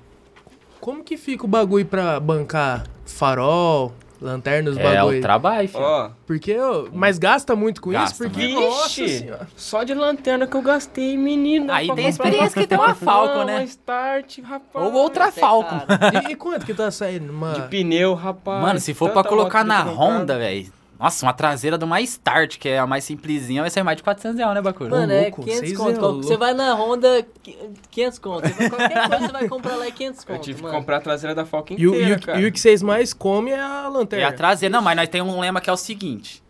Speaker 3: Como que fica o bagulho pra bancar farol, lanterna, os
Speaker 5: É
Speaker 3: bagulho?
Speaker 5: o trabalho, filho.
Speaker 2: Ó,
Speaker 3: Porque, ô, mas gasta muito com
Speaker 5: Gasta,
Speaker 3: isso? Porque,
Speaker 2: mano.
Speaker 3: nossa
Speaker 2: Vixe!
Speaker 3: senhora.
Speaker 2: só de lanterna que eu gastei, menino.
Speaker 5: Aí
Speaker 2: Pra
Speaker 5: tem a
Speaker 2: comprar
Speaker 5: experiência que
Speaker 2: <laughs>
Speaker 5: tem uma Falcon,
Speaker 2: uma
Speaker 5: né?
Speaker 2: Start, rapaz.
Speaker 5: Ou outra
Speaker 6: Isso é
Speaker 5: Falcon.
Speaker 6: caro.
Speaker 3: E, e quanto que tá saindo, mano?
Speaker 2: De pneu, rapaz.
Speaker 5: Mano, se for
Speaker 2: Tanta
Speaker 5: pra colocar
Speaker 2: moto que
Speaker 5: na
Speaker 2: eu tenho comprado.
Speaker 5: Honda, velho. Nossa, uma traseira de uma Start, que é a mais simplesinha, vai sair mais de 400 reais, né, Bacura?
Speaker 6: Mano, é
Speaker 3: louco,
Speaker 6: 500
Speaker 3: vocês é
Speaker 6: conto.
Speaker 3: louco.
Speaker 6: Você vai na Honda, qui- 500 conto. Você vai- Qualquer coisa você vai comprar lá é 500
Speaker 2: Eu
Speaker 6: conto,
Speaker 2: tive que
Speaker 6: mano.
Speaker 2: comprar a traseira da Falcon
Speaker 3: E o, e
Speaker 2: inteira,
Speaker 3: o-
Speaker 2: cara.
Speaker 3: e o que vocês mais comem é a
Speaker 5: É
Speaker 3: lanterna.
Speaker 5: a traseira. Não, mas nós temos um lema que é o seguinte.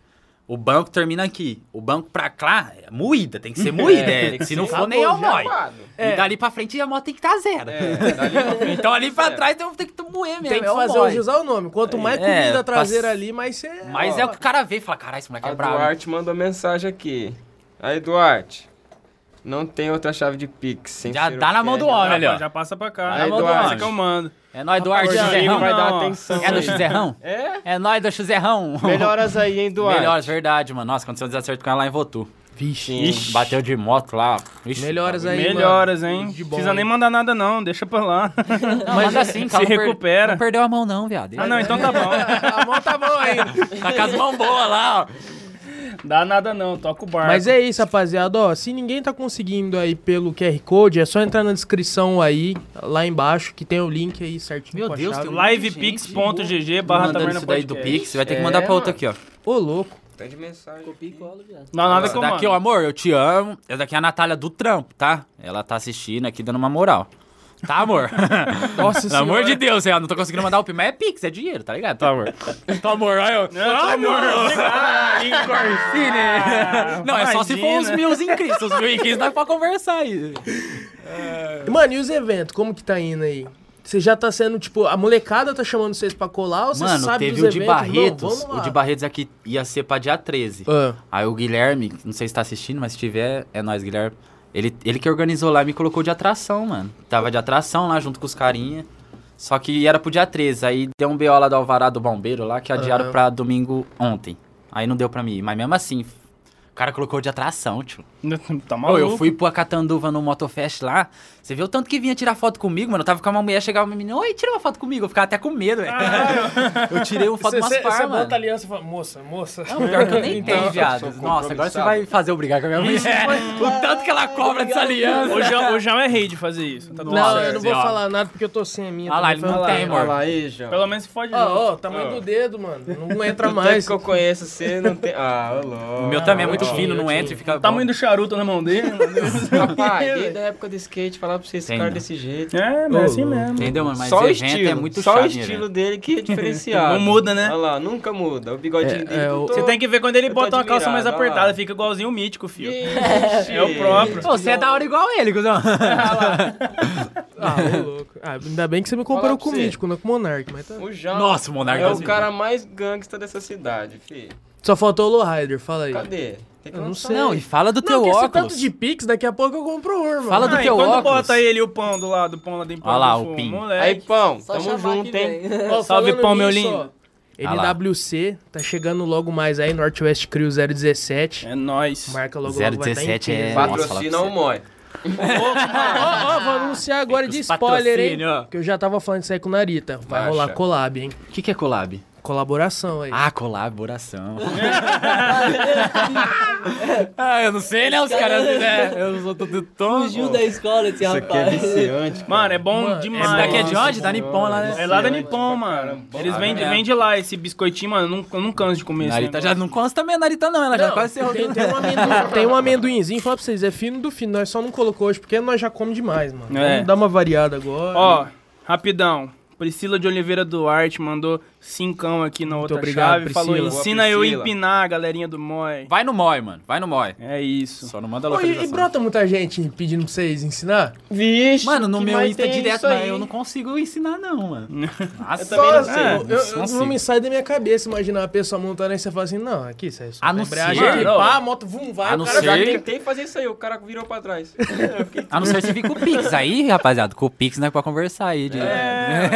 Speaker 5: O banco termina aqui. O banco pra cá é moída, tem
Speaker 2: <laughs>
Speaker 5: que ser moída. é.
Speaker 2: tem que
Speaker 5: Se
Speaker 2: ser
Speaker 5: não for, nem é o mói.
Speaker 2: Amado.
Speaker 5: E dali pra frente a moto tem que estar zero.
Speaker 2: É, dali pra frente.
Speaker 5: <laughs> Então ali pra trás eu tenho que moer mesmo.
Speaker 3: Tem que
Speaker 5: é o
Speaker 3: fazer
Speaker 5: mói.
Speaker 3: hoje usar o nome. Quanto mais
Speaker 5: É,
Speaker 3: comida
Speaker 5: pass-
Speaker 3: traseira ali, mais você...
Speaker 5: Mas é o que o cara vê e fala, caralho, esse moleque
Speaker 2: A
Speaker 5: é brabo. hein?"
Speaker 2: Duarte mandou mensagem aqui. Aí, Duarte, não tem outra chave de Pix. Sem
Speaker 5: Já
Speaker 2: ser o
Speaker 5: dá na mão
Speaker 2: Kenny.
Speaker 5: do homem ali,
Speaker 1: Já,
Speaker 5: ó.
Speaker 1: já passa pra cá.
Speaker 2: Aí,
Speaker 1: Na mão do
Speaker 2: Eduardo.
Speaker 1: Asa que eu mando.
Speaker 5: É nóis, Duarte,
Speaker 2: Gordinho
Speaker 5: Xerrão.
Speaker 2: vai dar
Speaker 1: não.
Speaker 2: atenção.
Speaker 5: É do
Speaker 2: aí.
Speaker 5: Xerrão?
Speaker 2: É?
Speaker 5: É nóis do Xerrão.
Speaker 2: Melhoras aí, hein, Duarte?
Speaker 5: Melhoras, verdade, mano. Nossa, aconteceu um desacerto com ela lá em Votu.
Speaker 3: Vixe.
Speaker 2: Sim.
Speaker 5: Bateu de moto lá. Ixi, tá
Speaker 3: Melhoras aí,
Speaker 1: Melhoras,
Speaker 3: mano.
Speaker 1: hein?
Speaker 3: De
Speaker 1: Não
Speaker 3: bom,
Speaker 1: precisa
Speaker 3: hein?
Speaker 1: nem mandar nada, não. Deixa pra
Speaker 3: <laughs>
Speaker 1: lá.
Speaker 5: Não, mas assim,
Speaker 1: se recupera.
Speaker 5: Não perdeu a mão, não, viado.
Speaker 1: Ah, não, então tá bom.
Speaker 3: A mão tá boa ainda.
Speaker 5: Tá com as mãos boas lá, <laughs> ó.
Speaker 1: Dá nada, não. Toca o barco.
Speaker 3: Mas é isso, rapaziada. Ó, se ninguém tá conseguindo aí pelo QR Code, é só entrar na descrição aí, lá embaixo, que tem o link aí certinho.
Speaker 5: Meu
Speaker 3: com a
Speaker 5: Deus,
Speaker 3: chave.
Speaker 5: tem um-
Speaker 1: livepix.gg barra
Speaker 5: Mandando
Speaker 1: taverna
Speaker 5: isso daí do
Speaker 1: podcast.
Speaker 5: Pix, vai ter que mandar pra outra aqui, ó.
Speaker 3: Ô, louco.
Speaker 2: Tá de mensagem.
Speaker 6: Copia e cola, viado.
Speaker 1: Não, nada que
Speaker 5: Essa
Speaker 1: eu
Speaker 5: daqui,
Speaker 1: mando.
Speaker 5: ó, amor, eu te amo. Essa daqui é a Natália do trampo, tá? Ela tá assistindo aqui, dando uma moral. Tá, <laughs> amor?
Speaker 3: Nossa
Speaker 5: <laughs> Pelo
Speaker 3: senhora.
Speaker 5: amor de Deus, eu não tô conseguindo mandar o PIX, mas é Pix, é dinheiro, tá ligado? Tá, amor. Tá, amor, aí eu... Tá, amor! <laughs>
Speaker 1: Ah,
Speaker 5: Não, é só se for os
Speaker 1: Imagina.
Speaker 5: mil em Cristo. Os mil em Cristo dá pra conversar aí.
Speaker 3: Mano, e os eventos? Como que tá indo aí? Você já tá sendo, tipo, a molecada tá chamando vocês pra colar ou você
Speaker 5: Mano,
Speaker 3: sabe
Speaker 5: teve
Speaker 3: dos
Speaker 5: o de
Speaker 3: eventos?
Speaker 5: Barretos.
Speaker 3: Não, vamos lá.
Speaker 5: o de Barretos aqui ia ser pra dia 13.
Speaker 3: Ah,
Speaker 5: Aí o Guilherme, não sei se tá assistindo, mas se tiver, é nóis, Guilherme. Ele, ele que organizou lá e me colocou de atração, mano. Tava de atração lá junto com os carinha. Só que era pro dia 13. Aí deu um BO lá do Alvarado Bombeiro lá que adiaram
Speaker 3: Aham.
Speaker 5: pra domingo ontem. Aí não deu pra mim ir. Mas mesmo assim, o cara colocou de atração, tio.
Speaker 1: Tá
Speaker 5: Ô,
Speaker 1: maluco.
Speaker 5: eu fui pro Acatanduva no Motofest lá. Você viu o tanto que vinha tirar foto comigo, mano? Eu tava com uma mulher, chegava uma menina, oi, tira uma foto comigo. Eu ficava até com medo, velho. eu tirei uma foto
Speaker 3: Você-
Speaker 5: umas
Speaker 3: você- você
Speaker 5: par, mano.
Speaker 3: bota aliança e fala, moça, moça. Então,
Speaker 5: Não, pior que
Speaker 3: <laughs>
Speaker 5: eu nem tenho, viado.
Speaker 2: Então, sou
Speaker 5: Nossa, agora você
Speaker 2: compromissado.
Speaker 5: vai fazer eu brigar com a minha mãe. O tanto que ela cobra dessa
Speaker 1: <laughs>
Speaker 5: aliança.
Speaker 1: O João, o João é rei de fazer isso. Tá tudo
Speaker 3: Não, é
Speaker 1: certo.
Speaker 3: eu não vou
Speaker 5: Ó.
Speaker 3: falar nada porque eu tô sem a minha.
Speaker 5: Olha Ah lá,
Speaker 3: também.
Speaker 5: ele não tem,
Speaker 2: Olha
Speaker 5: amor.
Speaker 2: lá aí, João.
Speaker 1: Pelo menos se fode.
Speaker 3: Ó,
Speaker 1: junto.
Speaker 3: ó, tamanho do dedo, mano. <laughs> Não entra
Speaker 2: Do
Speaker 3: mais.
Speaker 2: tempo que eu conheço você, não tem... Ah, Tá ô louco.
Speaker 5: O meu também é muito
Speaker 2: Ó,
Speaker 5: fino, não entra e fica.
Speaker 1: O tamanho do charuto na mão dele. né?
Speaker 2: Rapaz, desde a época do skate, falar pra você, esse
Speaker 5: Entendo.
Speaker 2: cara desse jeito.
Speaker 1: é, mas é assim mesmo.
Speaker 5: Entendeu, mano? Mas
Speaker 2: só o
Speaker 5: evento
Speaker 2: estilo,
Speaker 5: é muito
Speaker 2: só o
Speaker 5: chato. né,
Speaker 2: estilo
Speaker 5: velho?
Speaker 2: dele
Speaker 5: <laughs>
Speaker 2: que é diferenciado.
Speaker 1: Não muda, né?
Speaker 2: Olha lá, nunca muda. O bigodinho dele.
Speaker 3: é,
Speaker 2: eu
Speaker 3: o-
Speaker 2: tô-
Speaker 1: Você tem que ver quando ele
Speaker 2: Eu tô
Speaker 1: bota uma calça mais
Speaker 2: admirado, olha
Speaker 1: apertada,
Speaker 2: lá.
Speaker 1: fica igualzinho o mítico, filho.
Speaker 5: <laughs>
Speaker 2: Ixi.
Speaker 1: É o próprio.
Speaker 5: Ô, você é da hora igual ele,
Speaker 2: <laughs>
Speaker 5: cuzão.
Speaker 3: Ah, ô, louco. Ah, ainda bem que você me
Speaker 2: Falar
Speaker 3: comparou
Speaker 2: pra
Speaker 3: com o
Speaker 2: você.
Speaker 3: Mítico, não com o Monark, mas tá.
Speaker 2: O João
Speaker 5: Nossa, o Monarca
Speaker 2: é o
Speaker 5: assim.
Speaker 2: cara mais gangsta dessa cidade, fi.
Speaker 3: Só faltou o Lowrider, fala aí.
Speaker 2: Cadê? Tem que
Speaker 3: Eu não
Speaker 2: lançar.
Speaker 3: sei.
Speaker 5: Não, e fala do teu
Speaker 3: que esse
Speaker 5: óculos.
Speaker 3: tanto de Pix, daqui a pouco eu compro o irmão.
Speaker 5: Fala do
Speaker 1: Ah, e
Speaker 5: teu
Speaker 1: quando
Speaker 5: óculos.
Speaker 1: bota ele e o pão do lado, o pão lá do Império
Speaker 5: lá,
Speaker 1: do
Speaker 5: o
Speaker 1: Sul,
Speaker 5: Pim.
Speaker 2: Aí,
Speaker 1: Moleque.
Speaker 2: pão,
Speaker 6: Só
Speaker 2: tamo
Speaker 6: chamar
Speaker 2: junto,
Speaker 6: que
Speaker 2: hein?
Speaker 6: <laughs> vem.
Speaker 3: Ó,
Speaker 1: Salve,
Speaker 3: É, falando
Speaker 1: pão, meu
Speaker 3: nisso,
Speaker 1: lindo.
Speaker 5: Ah lá.
Speaker 3: ó, NWC, tá chegando logo mais aí, Northwest Crew 017.
Speaker 1: É nóis.
Speaker 3: Marca logo logo, vai tá em
Speaker 5: 017 é.
Speaker 3: peso.
Speaker 5: Nossa,
Speaker 2: Patrocina
Speaker 5: fala
Speaker 2: o Moi.
Speaker 3: Ó, ó, vou anunciar agora de
Speaker 5: Os
Speaker 3: spoiler, hein?
Speaker 5: patrocínio, ó.
Speaker 3: Que eu já tava falando isso aí com o Narita. Vai
Speaker 2: Baixa.
Speaker 3: rolar collab, hein?
Speaker 5: pra você. O que, que é collab?
Speaker 3: Colaboração aí.
Speaker 5: Ah, colaboração. ah, eu não sei, né? Os caras. né? Eu sou tudo tão.
Speaker 6: Fugiu da escola esse rapaz.
Speaker 1: Mano, é bom
Speaker 3: Mano,
Speaker 1: demais.
Speaker 5: Esse daqui é de onde? Da Nippon lá, né?
Speaker 1: É lá da Nippon, mano. Eles
Speaker 5: Ah,
Speaker 1: vendem
Speaker 5: é.
Speaker 1: vende lá esse biscoitinho, mano. Eu não, eu não canso de comer
Speaker 5: Narita
Speaker 1: esse
Speaker 5: já
Speaker 1: negócio.
Speaker 5: não consta também a Narita, não. Ela já Tá quase se
Speaker 3: tem, tem, um
Speaker 5: <laughs>
Speaker 3: amendoim, tem um amendoinzinho, fala pra vocês, é fino do fino. Nós só não colocou hoje porque nós já comemos demais, mano.
Speaker 1: É.
Speaker 3: Vamos dar uma variada agora.
Speaker 1: Ó, rapidão. Priscila de Oliveira Duarte mandou Cincão aqui na outra
Speaker 3: obrigado,
Speaker 1: chave. Falou,
Speaker 3: Priscila.
Speaker 1: ensina eu a
Speaker 10: Priscila.
Speaker 1: empinar a galerinha do Moi.
Speaker 5: Vai no Moi, mano. Vai no Moi.
Speaker 1: É isso.
Speaker 5: Só não manda
Speaker 3: Ô, e, e
Speaker 5: localização.
Speaker 3: brota muita gente pedindo pra vocês ensinar?
Speaker 10: Vixe,
Speaker 5: Mano, no
Speaker 10: que
Speaker 5: meu
Speaker 10: mais
Speaker 5: Insta
Speaker 10: tem
Speaker 5: direto,
Speaker 10: isso aí?
Speaker 5: mas eu não consigo ensinar, não, mano. Nossa, é, eu
Speaker 3: Só assim,
Speaker 1: sei,
Speaker 3: eu- eu- não me sai da minha cabeça imaginar a pessoa montando aí e você fala assim, não, aqui, isso é só
Speaker 5: A não
Speaker 3: embreagem,
Speaker 5: ser-
Speaker 3: aqui,
Speaker 1: Mano,
Speaker 3: pá, a moto, vum, vai,
Speaker 5: a
Speaker 3: o
Speaker 5: não
Speaker 3: cara
Speaker 5: ser-
Speaker 3: já
Speaker 5: Chega.
Speaker 10: tentei fazer isso aí, o cara virou pra trás.
Speaker 5: A não ser se fica o Pix. Aí, rapaziada, com o Pix não é pra conversar aí. De... <laughs> <laughs>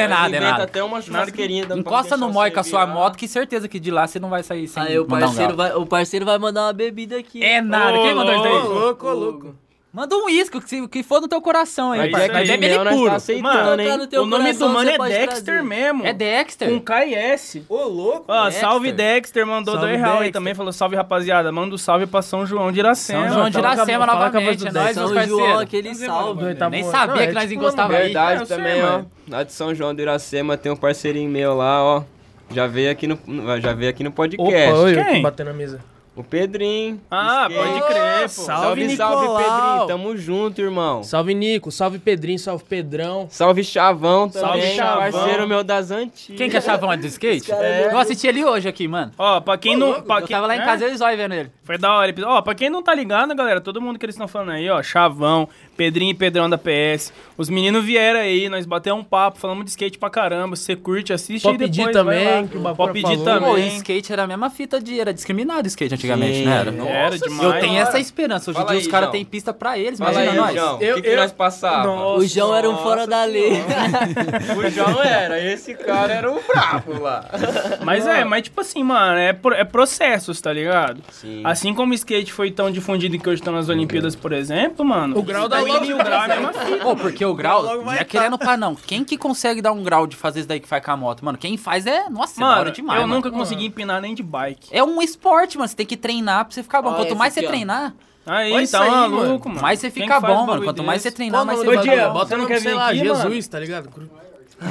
Speaker 5: É, nada, é
Speaker 10: Inventa
Speaker 5: nada.
Speaker 10: até uma churrasqueirinha. dando pra
Speaker 5: Encosta
Speaker 10: deixar
Speaker 5: no Moi
Speaker 10: você
Speaker 5: com a sua
Speaker 10: virar.
Speaker 5: moto, que certeza que de lá você não vai sair sem
Speaker 6: Aí o
Speaker 5: mandar um
Speaker 6: Ah, parceiro,
Speaker 5: galo.
Speaker 6: vai, o parceiro vai mandar uma bebida aqui.
Speaker 5: É nada. Quem mandou isso
Speaker 3: Ô,
Speaker 5: daí?
Speaker 3: louco, ô, louco.
Speaker 5: Manda um isco, que, se- que for no teu coração
Speaker 1: Mas
Speaker 5: aí. parceiro.
Speaker 1: é que
Speaker 5: Mas é
Speaker 1: de mel
Speaker 5: bem
Speaker 10: nós
Speaker 5: puro.
Speaker 10: tá aceitando,
Speaker 1: Mano,
Speaker 6: hein? no teu
Speaker 1: o nome
Speaker 6: coração,
Speaker 1: do mano
Speaker 6: você
Speaker 1: é
Speaker 6: pode
Speaker 1: Dexter
Speaker 6: trazer.
Speaker 1: mesmo.
Speaker 5: É Dexter.
Speaker 1: assim, Com KS.
Speaker 3: Ô, louco.
Speaker 1: Ó,
Speaker 5: Dexter.
Speaker 1: salve Dexter, mandou
Speaker 3: Salve,
Speaker 1: dois reais aí
Speaker 3: Dexter.
Speaker 1: também. Falou, salve rapaziada, manda um salve pra São João de Iracema.
Speaker 5: São João de
Speaker 1: Tá
Speaker 3: Fala com a-
Speaker 5: Iracema
Speaker 3: fala com a voz
Speaker 5: novamente.
Speaker 3: do
Speaker 5: É nóis,
Speaker 3: Dexter.
Speaker 5: meus
Speaker 6: São João,
Speaker 5: parceiros.
Speaker 6: aquele salve.
Speaker 3: Tá
Speaker 5: Nem
Speaker 3: bom,
Speaker 5: sabia
Speaker 3: não,
Speaker 5: que
Speaker 3: é
Speaker 5: nós
Speaker 3: tipo
Speaker 5: encostava aí.
Speaker 1: eu
Speaker 10: Verdade
Speaker 1: sei,
Speaker 10: também, ó.
Speaker 1: mano.
Speaker 10: Lá de São João do Iracema tem um parceirinho meu lá, ó. Já veio aqui no, já veio aqui no
Speaker 3: Opa,
Speaker 10: podcast.
Speaker 3: olha eu
Speaker 1: Quem?
Speaker 3: que bateu na mesa.
Speaker 10: O Pedrinho.
Speaker 1: Ah,
Speaker 10: Esquece.
Speaker 1: pode crer, pô.
Speaker 10: Salve, salve, Pedrinho.
Speaker 5: então.
Speaker 10: Tamo junto, irmão.
Speaker 3: Salve, Nico. Salve, Pedrinho. Salve, Pedrão.
Speaker 10: Salve, Chavão também.
Speaker 1: Salve, Chavão.
Speaker 10: Parceiro meu das antigas.
Speaker 5: Quem que é chavão? É do skate? Eu assisti ele hoje aqui, mano.
Speaker 1: Ó, pra quem não. Pra
Speaker 5: Eu
Speaker 1: quem,
Speaker 5: tava lá em
Speaker 1: né?
Speaker 5: casa, eu e Zói vendo ele.
Speaker 1: Foi da hora. Ó, pra quem não tá ligado, galera, todo mundo que eles estão falando aí, ó, Chavão, Pedrinho e Pedrão da PS. Os meninos vieram aí, nós batemos um papo, falamos de skate pra caramba. Se Você curte, assiste
Speaker 3: Pode
Speaker 1: aí depois.
Speaker 3: pedir
Speaker 1: vai
Speaker 3: também,
Speaker 1: lá.
Speaker 3: que o Bacura
Speaker 1: Pode pedir
Speaker 3: falou.
Speaker 5: Pô, e
Speaker 1: também.
Speaker 5: skate era a mesma fita de... Era discriminado o skate antigamente,
Speaker 10: Sim.
Speaker 5: né? Era.
Speaker 10: Nossa
Speaker 1: Era demais.
Speaker 5: eu tenho essa esperança. Hoje em
Speaker 10: Fala
Speaker 5: dia os
Speaker 10: aí,
Speaker 5: caras
Speaker 10: João.
Speaker 5: têm pista pra eles,
Speaker 10: Fala
Speaker 5: imagina
Speaker 10: aí,
Speaker 5: nós.
Speaker 10: João. O
Speaker 3: Eu-
Speaker 10: que, que
Speaker 3: eu-
Speaker 10: nós passávamos?
Speaker 6: O João era um fora da lei.
Speaker 10: O João era, esse cara era o brabo lá.
Speaker 1: Mas é, mas tipo assim, mano, é, pro- é processos, tá ligado?
Speaker 10: Sim.
Speaker 1: Assim como o skate foi tão difundido que hoje estão nas Olimpíadas, por exemplo, mano.
Speaker 3: O grau da né?
Speaker 1: skate
Speaker 3: logo
Speaker 1: e o grau é a mesma fita.
Speaker 5: Pô, porque o grau,
Speaker 3: tá.
Speaker 5: não é querendo pá, não. Quem que consegue dar um grau de fazer isso daí que faz com a moto? Mano, quem faz é. Nossa, é da
Speaker 1: Mano,
Speaker 5: hora demais.
Speaker 1: eu
Speaker 5: mano.
Speaker 1: nunca consegui empinar nem de bike.
Speaker 5: É um esporte, mano. Você tem que treinar pra você ficar bom.
Speaker 6: Ó,
Speaker 5: Quanto
Speaker 6: esse
Speaker 5: mais você
Speaker 6: aqui, ó.
Speaker 5: treinar,
Speaker 1: Aí,
Speaker 3: Olha isso
Speaker 1: tá
Speaker 3: aí,
Speaker 1: maluco, mano.
Speaker 5: mais você
Speaker 1: Quem
Speaker 5: fica
Speaker 1: que faz um
Speaker 5: bom, mano.
Speaker 1: bagulho
Speaker 5: Quanto mais
Speaker 1: desse?
Speaker 5: você treinar, mais você
Speaker 1: Ô,
Speaker 5: vai
Speaker 1: Diego,
Speaker 5: bom.
Speaker 1: bota
Speaker 3: Bota
Speaker 1: no
Speaker 3: no
Speaker 1: que
Speaker 3: sei
Speaker 1: vem
Speaker 3: lá,
Speaker 1: aqui,
Speaker 3: Jesus,
Speaker 1: mano.
Speaker 3: tá ligado?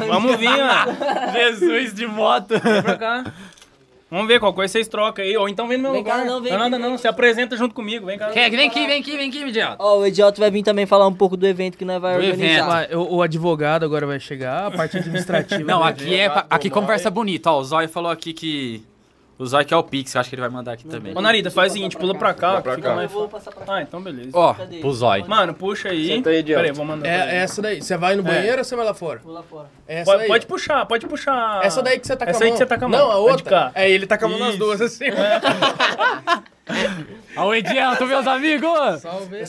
Speaker 1: Vamos vir, mano. Jesus de
Speaker 5: <laughs>
Speaker 1: moto. Vem pra cá. Vamos ver qual coisa vocês trocam aí. Ou então vem no meu
Speaker 6: Vem cá,
Speaker 1: lugar.
Speaker 6: não, vem
Speaker 1: nada,
Speaker 6: aqui.
Speaker 1: não. Se apresenta junto comigo. Vem cá.
Speaker 5: Quer- Vem aqui, vem aqui, vem aqui, idiota.
Speaker 6: <laughs> Ó, o Idiota vai vir também falar um pouco do evento que nós vai
Speaker 5: Do
Speaker 6: organizar.
Speaker 5: evento.
Speaker 3: Vai, Ah, o, o advogado agora vai chegar, a parte <laughs> administrativa.
Speaker 5: Não,
Speaker 3: vai
Speaker 5: aqui
Speaker 3: ver.
Speaker 5: é. Aqui conversa bonita. Ó, o Zóio falou aqui que. O Zóio que é o Pix, eu acho que ele vai mandar aqui também.
Speaker 1: Ô, Narita, faz o seguinte. Pula pra cá.
Speaker 10: pra
Speaker 1: fica
Speaker 10: cá.
Speaker 1: mais
Speaker 6: Eu vou
Speaker 1: fácil.
Speaker 6: passar pra
Speaker 1: Ah, então beleza.
Speaker 5: Ó, pro Zóio.
Speaker 1: Mano, puxa aí.
Speaker 10: Senta aí, idiota.
Speaker 1: Peraí, vou mandar. pra ele.
Speaker 3: É essa daí. Você vai no banheiro ou você vai lá fora?
Speaker 6: lá fora.
Speaker 3: É Essa
Speaker 1: pode,
Speaker 3: daí.
Speaker 1: pode puxar, pode puxar.
Speaker 3: Essa daí que você tá com a
Speaker 1: Essa aí que
Speaker 3: mão.
Speaker 1: você tá com a mão.
Speaker 3: Não, a
Speaker 1: Tá de
Speaker 3: outra.
Speaker 1: cá.
Speaker 3: É, ele tá com a mão nas
Speaker 1: Isso.
Speaker 3: duas, assim.
Speaker 1: <laughs>
Speaker 5: Ó, o
Speaker 1: é?
Speaker 5: idiota, meus amigos.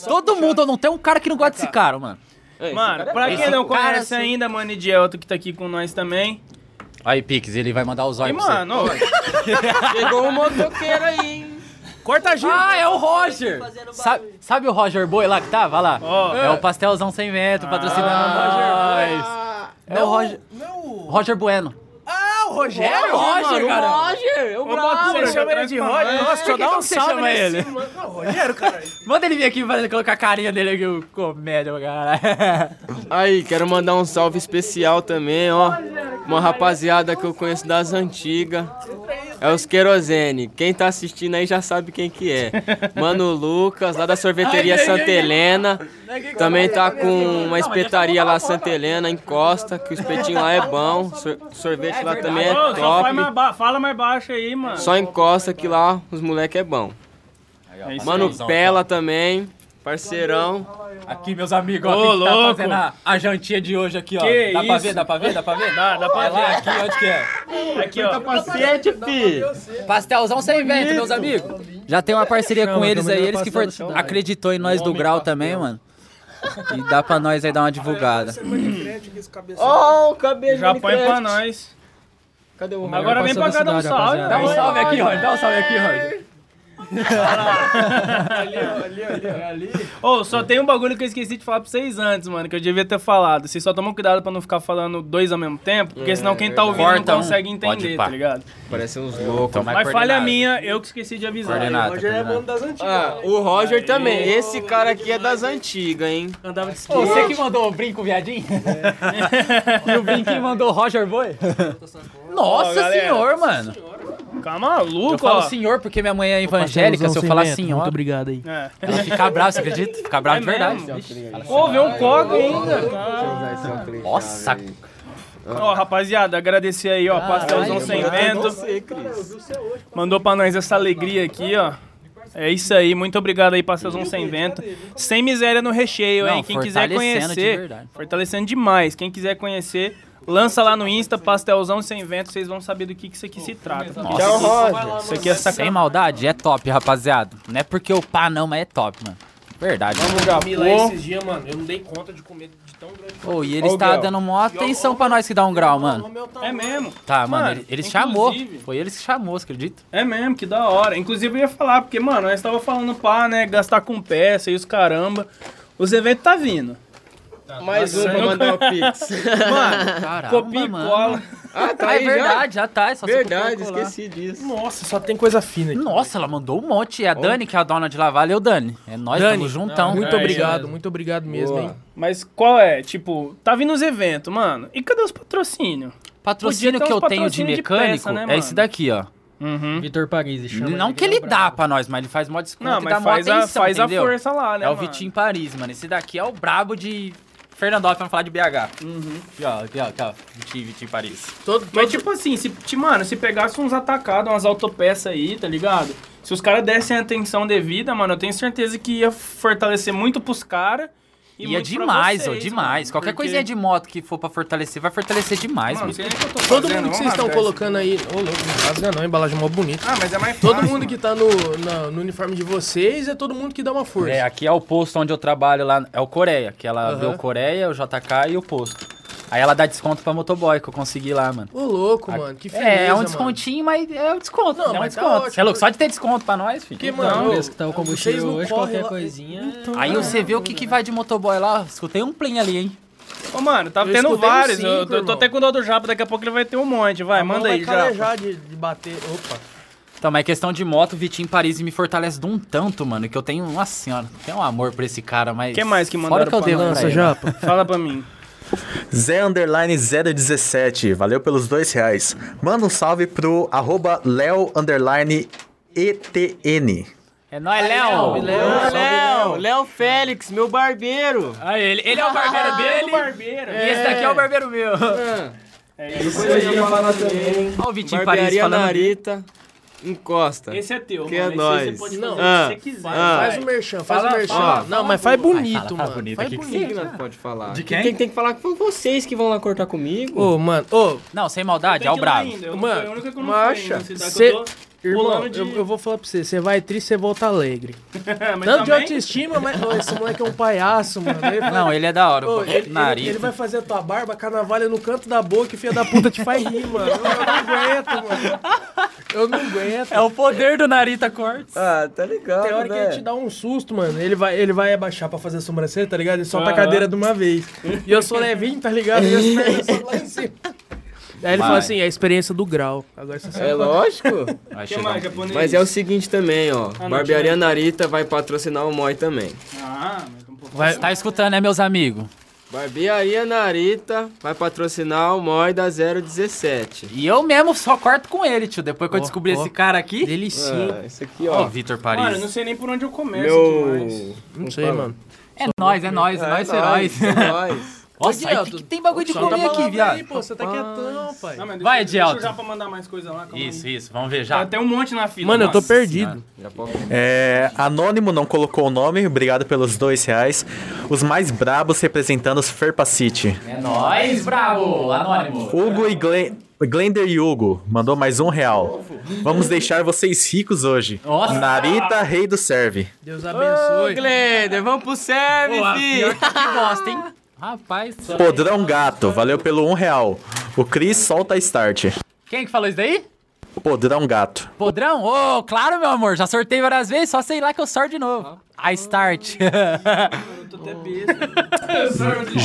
Speaker 5: Todo mundo, não tem um cara que não gosta desse cara, mano.
Speaker 1: Mano, pra quem não
Speaker 5: cara,
Speaker 1: conhece ainda, mano, Idiota que tá aqui com nós também.
Speaker 5: Aí, Pix, ele vai mandar o
Speaker 1: E,
Speaker 5: Zóio pra você.
Speaker 1: mano, ó,
Speaker 10: Chegou um motoqueiro aí, hein?
Speaker 5: Corta a Ah, é o Roger!
Speaker 6: Fazendo
Speaker 5: Sabe, sabe o Roger Boi lá que tava? Olha lá.
Speaker 1: Ó.
Speaker 5: É o pastelzão sem metro, patrocinando nós. É o Roger. Roger Bueno. É
Speaker 3: Ah, o Rogério?
Speaker 5: Roger, cara.
Speaker 6: Roger, o
Speaker 1: ô, tá Bacura,
Speaker 6: brabo.
Speaker 1: chama ele de Roger. Nossa, deixa eu dar um salve nesse
Speaker 5: ele. Manda ele vir aqui pra ele colocar a carinha dele aqui, o comédia, cara. <laughs>
Speaker 10: Aí, quero mandar um salve especial também, ó. Uma rapaziada que eu conheço das antigas. É os Querosene. Quem tá assistindo aí já sabe quem que é. Mano Lucas, lá da sorveteria Santa Helena. Também tá com uma espetaria lá Santa Helena, encosta, que o espetinho lá é bom. Sor- sorvete lá também é
Speaker 1: Ô, só faz mais
Speaker 10: top.
Speaker 1: ba- fala mais baixo aí, mano.
Speaker 10: Só encosta que lá os moleque é bom.
Speaker 1: É isso
Speaker 10: Mano
Speaker 1: aí.
Speaker 10: Pela também, parceirão.
Speaker 5: Aqui, meus amigos,
Speaker 1: Ô,
Speaker 5: ó, quem que tá
Speaker 1: louco.
Speaker 5: fazendo a, a jantinha de hoje aqui, ó.
Speaker 1: Que
Speaker 5: dá pra
Speaker 1: isso?
Speaker 5: ver, dá pra ver, dá pra ver?
Speaker 1: Dá, dá pra
Speaker 5: Vai lá,
Speaker 1: ver.
Speaker 5: aqui, onde que é?
Speaker 1: Aqui, ó.
Speaker 10: Paciente, fi.
Speaker 5: Pastelzão sem vento, meus amigos. Já tem uma parceria
Speaker 3: Chama,
Speaker 5: com
Speaker 3: que
Speaker 5: eles
Speaker 3: amanhã
Speaker 5: aí,
Speaker 3: vai
Speaker 5: eles que
Speaker 3: passar
Speaker 5: for-
Speaker 3: no chão,
Speaker 5: acreditou em nós do grau também, mano. E dá pra nós aí dar uma divulgada.
Speaker 10: Ó, o cabelo
Speaker 1: Já põe pra nós.
Speaker 10: Cadê o
Speaker 1: Agora vem pra cá dar um salve.
Speaker 5: Dá um
Speaker 1: velho.
Speaker 5: salve aqui, Roger. Dá um salve aqui, Roger.
Speaker 1: Ô, só tem um bagulho que eu esqueci de falar pra vocês antes, mano, que eu devia ter falado. Vocês só tomam cuidado pra não ficar falando dois ao mesmo tempo, porque senão quem tá ouvindo
Speaker 5: Corta um.
Speaker 1: não consegue
Speaker 5: Pode
Speaker 1: entender,
Speaker 5: pá.
Speaker 1: tá ligado?
Speaker 10: Parece uns loucos.
Speaker 1: Mas falha minha, eu que esqueci de avisar.
Speaker 5: Coordenada.
Speaker 10: Ah, o Roger também. Esse cara aqui é das antigas, hein?
Speaker 1: Andava de skate.
Speaker 5: Ô, Você que mandou o brinco, viadinho? <laughs> e o brinquinho mandou o Roger Boy? Nossa
Speaker 1: Ó, galera.
Speaker 5: senhor, mano.
Speaker 1: Tá
Speaker 5: Eu
Speaker 1: maluco,
Speaker 5: falo
Speaker 1: ó.
Speaker 5: senhor porque minha mãe é evangélica. Se eu falar senhor,
Speaker 3: obrigado aí.
Speaker 1: É.
Speaker 5: ela fica brava, você acredita? Fica brava de
Speaker 1: É
Speaker 5: verdade.
Speaker 1: mesmo? Pô, vê um cogo ainda.
Speaker 5: Nossa,
Speaker 1: Ó, rapaziada, agradecer aí, ó, pastelzão sem vento. Mandou pra nós essa alegria aqui, ó. É isso aí, muito obrigado aí, pastelzão sem vento. Sem miséria no recheio,
Speaker 5: Não,
Speaker 1: hein? Quem quiser
Speaker 5: fortalecendo de
Speaker 1: conhecer,
Speaker 5: verdade.
Speaker 1: fortalecendo demais. Quem quiser conhecer, lança lá no Insta, pastelzão sem vento, vocês vão saber do que que isso aqui se trata. Nossa,
Speaker 5: Tchau,
Speaker 1: Roger. Isso aqui é
Speaker 5: Sem
Speaker 1: sacanagem.
Speaker 5: maldade, é top, rapaziada. Não é porque o pá não, mas é top, mano. Verdade.
Speaker 3: Comi lá esses dias, mano. Eu não dei conta de comer de tão grande.
Speaker 5: Ô, e ele está dando mó atenção pra nós que dá um grau, mano.
Speaker 1: É mesmo.
Speaker 5: Tá, mano,
Speaker 1: Mano,
Speaker 5: ele, ele
Speaker 1: inclusive-
Speaker 5: chamou. Foi ele que chamou, você acredita?
Speaker 1: É mesmo, que da hora. Inclusive eu ia falar, porque, mano, nós tava falando pá, né? Gastar com peça e os caramba. Os eventos tá vindo.
Speaker 2: Mais um pra
Speaker 3: <laughs>
Speaker 2: mandar o Pix.
Speaker 1: Mano,
Speaker 5: Caramba,
Speaker 1: copia e
Speaker 5: mano.
Speaker 1: cola.
Speaker 2: Ah, tá
Speaker 5: Ah, é
Speaker 2: aí já?
Speaker 5: verdade, já, tá. É só você
Speaker 2: Verdade,
Speaker 5: copiar e colar.
Speaker 2: esqueci disso.
Speaker 3: Nossa, só tem coisa fina aqui.
Speaker 5: Nossa, ela mandou um monte. É a Dani, que é a dona de lá. Valeu, Dani. É nós,
Speaker 3: Dani,
Speaker 5: tamo juntão.
Speaker 3: Muito
Speaker 1: É,
Speaker 3: obrigado,
Speaker 1: isso
Speaker 3: muito obrigado mesmo, hein?
Speaker 1: Mas qual é? Tipo, tá vindo os eventos, mano. E cadê os patrocínios?
Speaker 5: Patrocínio
Speaker 1: Podia ter
Speaker 5: que eu
Speaker 1: uns
Speaker 5: tenho de
Speaker 1: patrocínio de
Speaker 5: mecânico
Speaker 1: peça, né,
Speaker 5: é
Speaker 1: mano?
Speaker 5: esse daqui, ó.
Speaker 1: Uhum.
Speaker 6: Vitor Parizi, chama.
Speaker 5: Não que ele é dá pra nós, mas ele faz mó desconto
Speaker 1: Não,
Speaker 5: e dá
Speaker 1: mas
Speaker 5: mó
Speaker 1: faz,
Speaker 5: atenção,
Speaker 1: a, faz a
Speaker 5: entendeu?
Speaker 1: força lá, né?
Speaker 5: é o
Speaker 1: mano?
Speaker 5: Vitinho Paris, mano. Esse daqui é o brabo de Fernandópolis, pra não falar de BH.
Speaker 1: Uhum.
Speaker 5: Aqui, ó, aqui, ó, aqui, ó. Vitinho, Vitinho Paris.
Speaker 1: Mas tipo assim, se, ti- mano, se pegasse uns atacados, umas autopeças aí, tá ligado? Se os caras dessem a atenção devida, mano, eu tenho certeza que ia fortalecer muito pros caras. E
Speaker 5: E é
Speaker 1: muito pra
Speaker 5: demais, ô,
Speaker 1: vocês,
Speaker 5: demais.
Speaker 1: mano,
Speaker 5: Qualquer
Speaker 1: porque-
Speaker 5: coisinha de moto que for pra fortalecer, vai fortalecer demais,
Speaker 1: Mano,
Speaker 5: mano.
Speaker 1: não sei nem o que eu tô
Speaker 3: Todo
Speaker 1: fazendo,
Speaker 3: mundo que
Speaker 1: vamos
Speaker 3: vocês estão
Speaker 1: atrás.
Speaker 3: colocando aí. Ô, louco, não rasga não, embalagem mó bonita.
Speaker 1: Ah, mas é mais
Speaker 3: Todo
Speaker 1: fácil,
Speaker 3: mundo que tá no, na- no uniforme de vocês é todo mundo que dá uma força.
Speaker 5: É, aqui é o posto onde eu trabalho lá, é o Coreia, que ela
Speaker 3: Aham.
Speaker 5: vê o Coreia, o JK e o posto. Aí ela dá desconto pra motoboy que eu consegui lá, mano.
Speaker 3: Ô, louco,
Speaker 5: A-
Speaker 3: mano, que firmeza,
Speaker 5: É, é um
Speaker 3: mano.
Speaker 5: descontinho, mas é um desconto.
Speaker 3: Não,
Speaker 5: né? é um
Speaker 3: mas tá
Speaker 5: desconto.
Speaker 3: ótimo,
Speaker 5: Você é louco,
Speaker 3: porque-
Speaker 5: só de ter desconto pra nós, filho.
Speaker 3: Porque, mano,
Speaker 6: preço que tá o
Speaker 3: vocês
Speaker 6: combustível
Speaker 3: não
Speaker 6: hoje,
Speaker 3: correm
Speaker 6: qualquer
Speaker 3: lá-
Speaker 6: coisinha.
Speaker 5: Aí você vê o que, que vai de motoboy lá. Escutei um plim ali, hein?
Speaker 1: Ô, mano, tá
Speaker 3: Eu
Speaker 1: tendo
Speaker 3: escutei uns
Speaker 1: vários. eu- eu,
Speaker 3: cinco,
Speaker 1: tô
Speaker 3: irmão.
Speaker 1: até com dó do Japa, daqui a pouco ele vai ter um monte. Vai,
Speaker 5: É,
Speaker 3: A mão
Speaker 1: manda aí,
Speaker 3: vai
Speaker 1: Japa.
Speaker 3: calejar de, de bater. Opa.
Speaker 5: Então, mas questão de moto, Vitinho Paris me fortalece de um tanto, mano, que eu tenho, nossa senhora, tenho um amor por esse cara, mas...
Speaker 1: Que mais que
Speaker 5: Fora
Speaker 1: mandaram
Speaker 5: que eu
Speaker 1: pra
Speaker 5: devo
Speaker 1: nós?
Speaker 5: pra ele. né?
Speaker 3: Japa.
Speaker 1: Fala pra mim.
Speaker 11: Zé Underline 017, valeu pelos dois reais. Manda um salve pro arroba Léo Underline ETN.
Speaker 5: É nóis, Léo!
Speaker 2: Léo, Léo, Léo Félix, meu barbeiro.
Speaker 5: Aí, ele, ele é
Speaker 1: Ah,
Speaker 5: o barbeiro dele
Speaker 1: Barbeiro. É.
Speaker 5: e esse daqui é o barbeiro meu. Olha o Vitinho Paris
Speaker 2: Barbearia
Speaker 5: falando...
Speaker 2: Narita. Encosta.
Speaker 1: Esse é teu,
Speaker 2: Que
Speaker 1: mano.
Speaker 2: é
Speaker 1: Esse aí
Speaker 2: nóis.
Speaker 1: você pode
Speaker 3: Não,
Speaker 1: fazer o
Speaker 2: ah,
Speaker 1: que você quiser.
Speaker 2: ah.
Speaker 1: vai.
Speaker 3: Faz o merchan, faz
Speaker 1: Fala-
Speaker 3: o merchan.
Speaker 2: fala-
Speaker 3: não, mas faz bonito,
Speaker 5: Vai, é. fala- fala
Speaker 3: mano.
Speaker 5: bonito, né?
Speaker 3: faz
Speaker 5: que que
Speaker 2: Quem que
Speaker 3: bonito.
Speaker 2: nós pode falar?
Speaker 4: De quem?
Speaker 2: Quem tem que falar foi vocês que vão lá cortar comigo.
Speaker 3: Ô, mano, ô,
Speaker 5: Não, sem maldade, é o brabo.
Speaker 3: Mano,
Speaker 1: Mano,
Speaker 3: macha,
Speaker 1: tá
Speaker 3: cê- irmão, eu, eu vou falar pra você, você vai triste, você volta alegre.
Speaker 1: É,
Speaker 3: Tanto de autoestima, mas ô, esse moleque é um palhaço, mano. Ele vai-
Speaker 5: Não, ele é da hora,
Speaker 3: Ô,
Speaker 5: pô.
Speaker 3: ele, ele-
Speaker 5: Nariz.
Speaker 3: ele vai fazer a tua barba, carnavalha no canto da boca e filha da puta te faz rir, mano. Eu, eu não aguento, mano. Eu não aguento.
Speaker 5: É o poder do Narita Cortes.
Speaker 2: Ah, tá legal,
Speaker 3: Tem hora que ele te dá um susto, mano. Ele vai, ele vai abaixar pra fazer a sobrancelha, tá ligado? Ele solta a cadeira de uma vez. E eu sou levinho, tá ligado? E eu sou eu sou lá em cima. Aí ele fala assim, é a experiência do grau. Agora você sabe.
Speaker 2: É lógico.
Speaker 3: <laughs>
Speaker 5: Vai
Speaker 1: Que
Speaker 5: chegar
Speaker 1: mais,
Speaker 5: um-
Speaker 1: japonês?
Speaker 2: Mas é o seguinte também,
Speaker 3: Ah,
Speaker 2: ó.
Speaker 1: não,
Speaker 2: Barbearia
Speaker 1: tira.
Speaker 2: Narita vai patrocinar o Moi também.
Speaker 1: Ah, mas um pouco.
Speaker 3: Vai,
Speaker 5: Tá escutando, né, meus amigos?
Speaker 2: Barbearia Narita vai patrocinar o Moi da 017.
Speaker 5: E eu mesmo só corto com ele, tio. Depois que eu
Speaker 3: Ó,
Speaker 5: descobri
Speaker 3: ó.
Speaker 5: esse cara aqui.
Speaker 3: delicinho.
Speaker 2: Ah, isso aqui,
Speaker 5: Ó,
Speaker 2: ó.
Speaker 5: Vitor
Speaker 1: Mano, eu
Speaker 5: Paris.
Speaker 1: não sei nem por onde eu começo
Speaker 2: meu.
Speaker 1: demais.
Speaker 3: Não sei, mano.
Speaker 5: É nóis, é nóis, é
Speaker 1: né?
Speaker 5: nóis, é nóis.
Speaker 2: É <laughs> nóis.
Speaker 5: Nossa, aí que- que tem bagulho de
Speaker 6: tá
Speaker 3: Tá
Speaker 5: comer aqui, viado.
Speaker 3: você tá quietão, pai.
Speaker 1: Não, mas deixa-
Speaker 5: Vai,
Speaker 1: Deixa
Speaker 5: Edialdo.
Speaker 1: eu já pra mandar mais coisa lá. calma
Speaker 5: Isso,
Speaker 1: aí.
Speaker 5: isso, vamos ver
Speaker 1: Tá
Speaker 5: já.
Speaker 1: até um monte na fila.
Speaker 3: Mano, eu tô
Speaker 1: Nossa.
Speaker 3: perdido.
Speaker 2: Já pode-
Speaker 11: É, anônimo não colocou o nome, obrigado pelos dois reais. Os mais brabos representando os Ferpa City.
Speaker 5: É nóis, brabo, anônimo.
Speaker 11: Hugo e Glen... Glender e Hugo mandou mais um real. Vamos deixar vocês ricos hoje.
Speaker 5: Nossa.
Speaker 11: Narita, rei do serve.
Speaker 3: Deus abençoe.
Speaker 2: Gleder, vamos pro serve, filho.
Speaker 5: Que bosta, hein? Rapaz,
Speaker 11: Podrão Gato, valeu pelo um real. O Cris solta a start.
Speaker 5: quem que falou isso daí?
Speaker 11: Podrão Gato.
Speaker 5: Podrão? Ô, claro, meu amor, já sortei várias vezes, só sei lá que eu sorto de novo. A start. <laughs>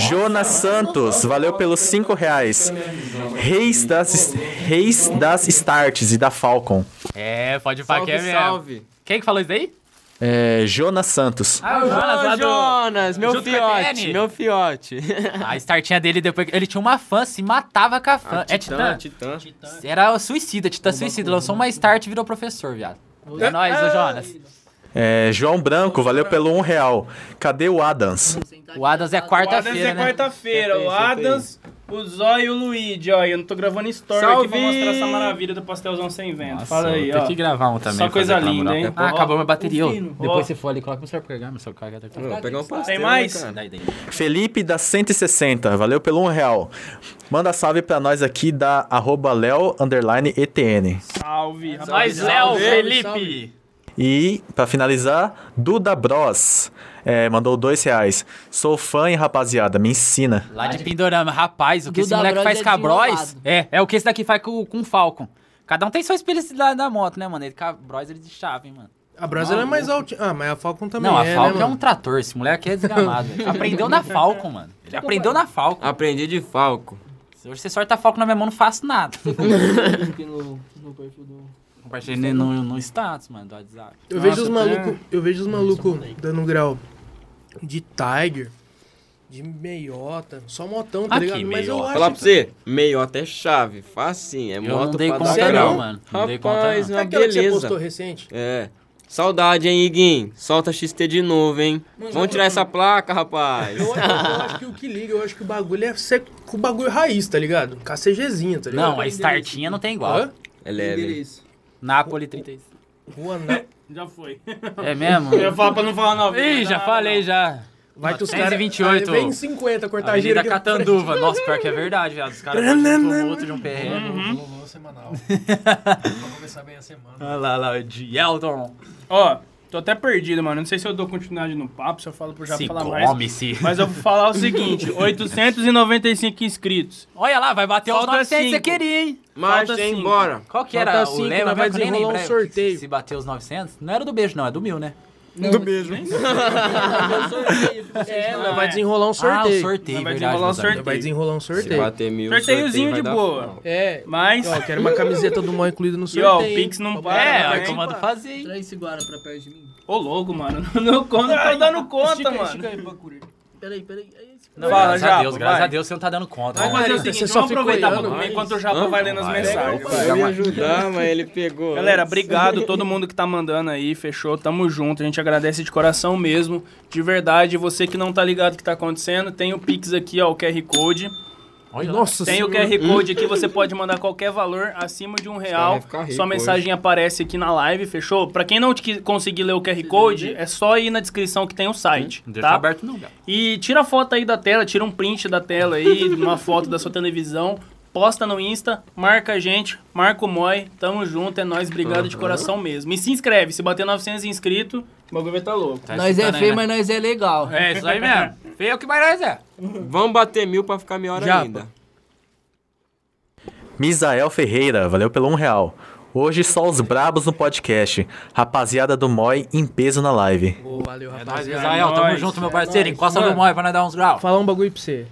Speaker 11: Jonas Santos, valeu pelos cinco reais. Reis das, reis das starts e da Falcon.
Speaker 5: é, pode falar que é
Speaker 2: Salve,
Speaker 5: mesmo.
Speaker 2: salve.
Speaker 5: Quem que falou isso daí?
Speaker 11: É, Jonas Santos.
Speaker 5: Ah, o Jonas lá
Speaker 2: Ô,
Speaker 5: do-
Speaker 2: Jonas, meu
Speaker 5: Junto com a
Speaker 2: fiote,
Speaker 5: TN.
Speaker 2: meu fiote.
Speaker 5: A startinha dele depois. que- Ele tinha uma fã, se matava com a fã. é Titã?
Speaker 2: Titã.
Speaker 5: Era o suicida, Titã suicida. Lançou uma start e virou professor, viado. É nóis, ô Jonas.
Speaker 11: É, João Branco, valeu pelo um real. Cadê o
Speaker 5: O
Speaker 11: Adams?
Speaker 5: Adams é
Speaker 1: O Adams é
Speaker 5: quarta-feira, né?
Speaker 1: quarta-feira. O
Speaker 2: Senta aí, senta aí.
Speaker 1: Adams O Zóio e o Luigi, ó, eu não tô gravando story
Speaker 2: Salve!
Speaker 1: aqui pra mostrar essa maravilha do pastelzão sem vento.
Speaker 5: Nossa,
Speaker 1: Fala aí,
Speaker 5: vou ter
Speaker 1: ó.
Speaker 5: que gravar um também.
Speaker 1: Só
Speaker 5: fazer
Speaker 1: coisa
Speaker 5: pra
Speaker 1: linda,
Speaker 5: moral.
Speaker 1: hein?
Speaker 5: Ah,
Speaker 1: Ó,
Speaker 5: acabou minha bateria.
Speaker 1: o
Speaker 5: Ô,
Speaker 1: fino.
Speaker 5: Depois
Speaker 1: Ó.
Speaker 5: você for ali, coloca meu celular pra carregar, meu celular tá carrega até
Speaker 2: Vou pegar um pastel,
Speaker 1: Tem mais?
Speaker 2: né, cara?
Speaker 5: Daí, daí.
Speaker 11: Felipe da 160, valeu pelo um real. Manda salve pra nós aqui da arroba Léo underline ETN.
Speaker 1: Salve, rapaz.
Speaker 3: Mas, Léo, Felipe.
Speaker 11: E, pra finalizar, Duda Bros é, mandou dois reais. Sou fã, hein, rapaziada, me ensina.
Speaker 5: Lá de Pindorama. Rapaz, o que esse
Speaker 6: Duda
Speaker 5: moleque
Speaker 6: Bros
Speaker 5: faz
Speaker 6: é
Speaker 5: com a Bros...
Speaker 6: desenrolado.
Speaker 5: É, é o que esse daqui faz com, com o Falcon. Cada um tem sua especialidade da moto, né, mano? Ele com a Bros, ele de chave, hein, mano.
Speaker 3: A Brasa é mais alta. Ah, mas a Falcon também
Speaker 5: Não, a
Speaker 3: é,
Speaker 5: Falcon
Speaker 3: né,
Speaker 5: é
Speaker 3: mano?
Speaker 5: um trator. Esse moleque é <laughs> desgramado. velho. Aprendeu na Falcon, mano. Ele aprendeu na Falcon.
Speaker 2: Aprendi de Falco.
Speaker 5: Se hoje você sorta a Falcon na minha mão, não faço
Speaker 6: <laughs>
Speaker 5: nada.
Speaker 6: no, no perfil do...
Speaker 5: Compartilhei no, no status, mano, do WhatsApp.
Speaker 3: Eu
Speaker 1: Nossa,
Speaker 3: vejo os
Speaker 1: tem-
Speaker 3: malucos.
Speaker 5: é.
Speaker 3: Eu vejo os malucos dando grau de Tiger, de meiota, só motão, tá
Speaker 5: Aqui,
Speaker 3: ligado? Mas eu
Speaker 5: Ah, meiota.
Speaker 3: acho.
Speaker 2: Falar pra você, meio até chave, facinho, é
Speaker 5: Eu não
Speaker 2: moto
Speaker 5: dei
Speaker 2: pra
Speaker 5: conta
Speaker 2: dar
Speaker 3: não,
Speaker 2: grau.
Speaker 5: mano. Não dei conta
Speaker 2: Rapaz,
Speaker 5: não.
Speaker 2: uma
Speaker 3: Aquela que você postou
Speaker 2: beleza.
Speaker 3: recente?
Speaker 2: É. Saudade, hein, Iguinho? Solta XT de novo, hein? Vamos tirar essa placa,
Speaker 3: <laughs>
Speaker 2: rapaz.
Speaker 3: Eu acho, eu acho que o que liga, eu acho que o bagulho é ser com o bagulho raiz, tá ligado? KCGzinho, tá ligado?
Speaker 5: Não, é. a startinha não tem igual.
Speaker 3: Hã?
Speaker 2: É leve.
Speaker 5: Napoli 36.
Speaker 3: Rua na...
Speaker 1: Já foi.
Speaker 5: É mesmo?
Speaker 1: Eu ia falar pra não falar não. Tá
Speaker 5: Ih, já falei, já.
Speaker 3: Vai que os caras.
Speaker 5: 928.
Speaker 3: Vem 50 cortar giro.
Speaker 5: Avenida
Speaker 3: aqui na
Speaker 5: Catanduva. Nossa, pior que é verdade, viado. Os caras fazem um tumulto de um PR.
Speaker 1: Uhum.
Speaker 7: Lolo semanal. pra começar bem a semana.
Speaker 5: Olha lá, lá, o de Eldon.
Speaker 1: <laughs> Ó, tô até perdido, mano. Não sei se eu dou continuidade no papo, se eu falo pro já
Speaker 5: Se
Speaker 1: falar mais.
Speaker 5: come-se.
Speaker 1: Mas eu vou falar o seguinte: 895 inscritos.
Speaker 5: Olha lá, vai bater os
Speaker 1: Falta
Speaker 5: 900 que você
Speaker 1: cinco.
Speaker 5: queria, hein?
Speaker 2: Marcha,
Speaker 1: Falta
Speaker 2: é hein?
Speaker 1: cinco.
Speaker 2: Bora.
Speaker 5: Qual que
Speaker 3: Falta
Speaker 5: era o
Speaker 3: cinco,
Speaker 5: lema?
Speaker 3: nós vai
Speaker 5: que eu nem
Speaker 3: desenrolar um
Speaker 5: lembrei.
Speaker 3: sorteio.
Speaker 5: Se bater os 900, não era do beijo não, é do mil, né?
Speaker 6: Do mesmo.
Speaker 3: frente. Nós vai desenrolar um
Speaker 5: Ah, o
Speaker 3: sorteio.
Speaker 5: sorteio,
Speaker 1: Vai
Speaker 5: verdade.
Speaker 1: desenrolar um
Speaker 5: meus amigos.
Speaker 1: sorteio.
Speaker 3: Vai desenrolar um
Speaker 2: Se
Speaker 3: sorteio.
Speaker 2: bater mil, sorteio
Speaker 1: Sorteiozinho
Speaker 2: vai
Speaker 1: de
Speaker 2: dar
Speaker 1: boa.
Speaker 2: final.
Speaker 3: É.
Speaker 1: Mas.
Speaker 3: Ó, eu quero uma camiseta do mal incluída no
Speaker 1: E ó,
Speaker 3: sorteio.
Speaker 1: o Pix não para.
Speaker 5: É,
Speaker 1: né?
Speaker 5: olha que eu mando fazer, hein?
Speaker 6: Traz esse guara pra perto de mim.
Speaker 1: Ô, louco, mano. <laughs> Não, conta, não tô dando conta, mano.
Speaker 6: Peraí, peraí. É isso.
Speaker 5: Não,
Speaker 1: Fala,
Speaker 5: graças a
Speaker 1: Japa,
Speaker 5: Deus, graças
Speaker 1: vai.
Speaker 5: a Deus você não tá dando conta.
Speaker 1: Vamos fazer o
Speaker 3: Você
Speaker 1: seguinte,
Speaker 3: só
Speaker 1: vamos
Speaker 3: ficou
Speaker 1: aproveitar pra
Speaker 3: olhando,
Speaker 1: comer
Speaker 3: mas-
Speaker 1: enquanto o Japa vai lendo as mensagens.
Speaker 2: Eu ia ajudar, mas ele pegou.
Speaker 1: Galera, obrigado todo mundo que tá mandando aí, fechou, tamo junto, a gente agradece de coração mesmo, de verdade, você que não tá ligado o que tá acontecendo, tem o Pix aqui, ó, o QR Code,
Speaker 5: Olha lá.
Speaker 3: Nossa
Speaker 1: tem o
Speaker 3: Senhora.
Speaker 1: QR Code aqui, você pode mandar qualquer valor acima de um real,
Speaker 2: vai ficar rico
Speaker 1: sua mensagem aparece aqui na live, fechou? Pra quem não te- conseguir ler o QR Code, é só ir na descrição que tem o site,
Speaker 5: Não deixa
Speaker 1: tá?
Speaker 5: aberto não, cara.
Speaker 1: E tira a foto aí da tela, tira um print da tela aí, <laughs> uma foto da sua televisão, posta no Insta, marca a gente, marca o Moi, tamo junto, é nóis, obrigado
Speaker 3: Uhum.
Speaker 1: de coração mesmo. E se inscreve, se bater 900 inscritos, o bagulho vai tá louco.
Speaker 5: Tá
Speaker 6: Nós é
Speaker 5: escutando aí,
Speaker 6: feio,
Speaker 5: né?
Speaker 6: mas nós é legal.
Speaker 5: É, isso aí mesmo. Feio que mais nós é.
Speaker 2: Vamos bater mil pra ficar melhor
Speaker 3: Já,
Speaker 2: ainda.
Speaker 11: Misael Ferreira, valeu pelo um real. Hoje só os brabos no podcast. Rapaziada do MOI em peso na live.
Speaker 3: Ô, valeu,
Speaker 5: Nós,
Speaker 3: rapaziada.
Speaker 5: Israel, tamo
Speaker 1: nóis.
Speaker 5: junto, meu parceiro.
Speaker 3: nóis.
Speaker 5: Encosta no
Speaker 3: Mano.
Speaker 5: mói pra nós dar uns graus.
Speaker 3: Falar um bagulho pra você.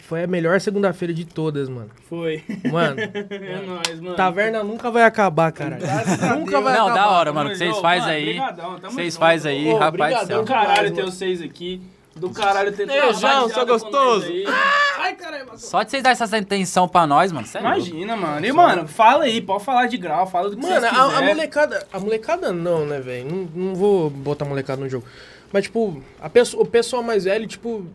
Speaker 3: Foi a melhor segunda-feira de todas, mano.
Speaker 1: <laughs>
Speaker 5: <laughs>
Speaker 1: Foi.
Speaker 3: Mano,
Speaker 1: É nóis, mano.
Speaker 5: Tá
Speaker 3: taverna nunca vai acabar, cara. Nunca vai
Speaker 5: Não,
Speaker 3: acabar. Ah,
Speaker 5: da hora, mano, que vocês fazem aí. Vocês fazem aí,
Speaker 3: Ô,
Speaker 5: rapaz do
Speaker 1: Do
Speaker 5: céu.
Speaker 3: obrigadão.
Speaker 1: caralho ter vocês aqui. Do caralho ter
Speaker 2: Beijão,
Speaker 1: rapaziada
Speaker 2: sou
Speaker 1: com nós
Speaker 2: gostoso.
Speaker 1: aí.
Speaker 5: Só de vocês dar essa intenção pra nós, mano. é Sério.
Speaker 1: Imagina, mano. E, mano, fala aí, pode falar de grau, fala do que
Speaker 3: Mano,
Speaker 1: vocês
Speaker 3: a, a
Speaker 1: quiserem.
Speaker 3: molecada. A molecada não, né, velho? Não, não vou botar a molecada no jogo. Mas, tipo, a pessoa, o pessoal mais velho, tipo,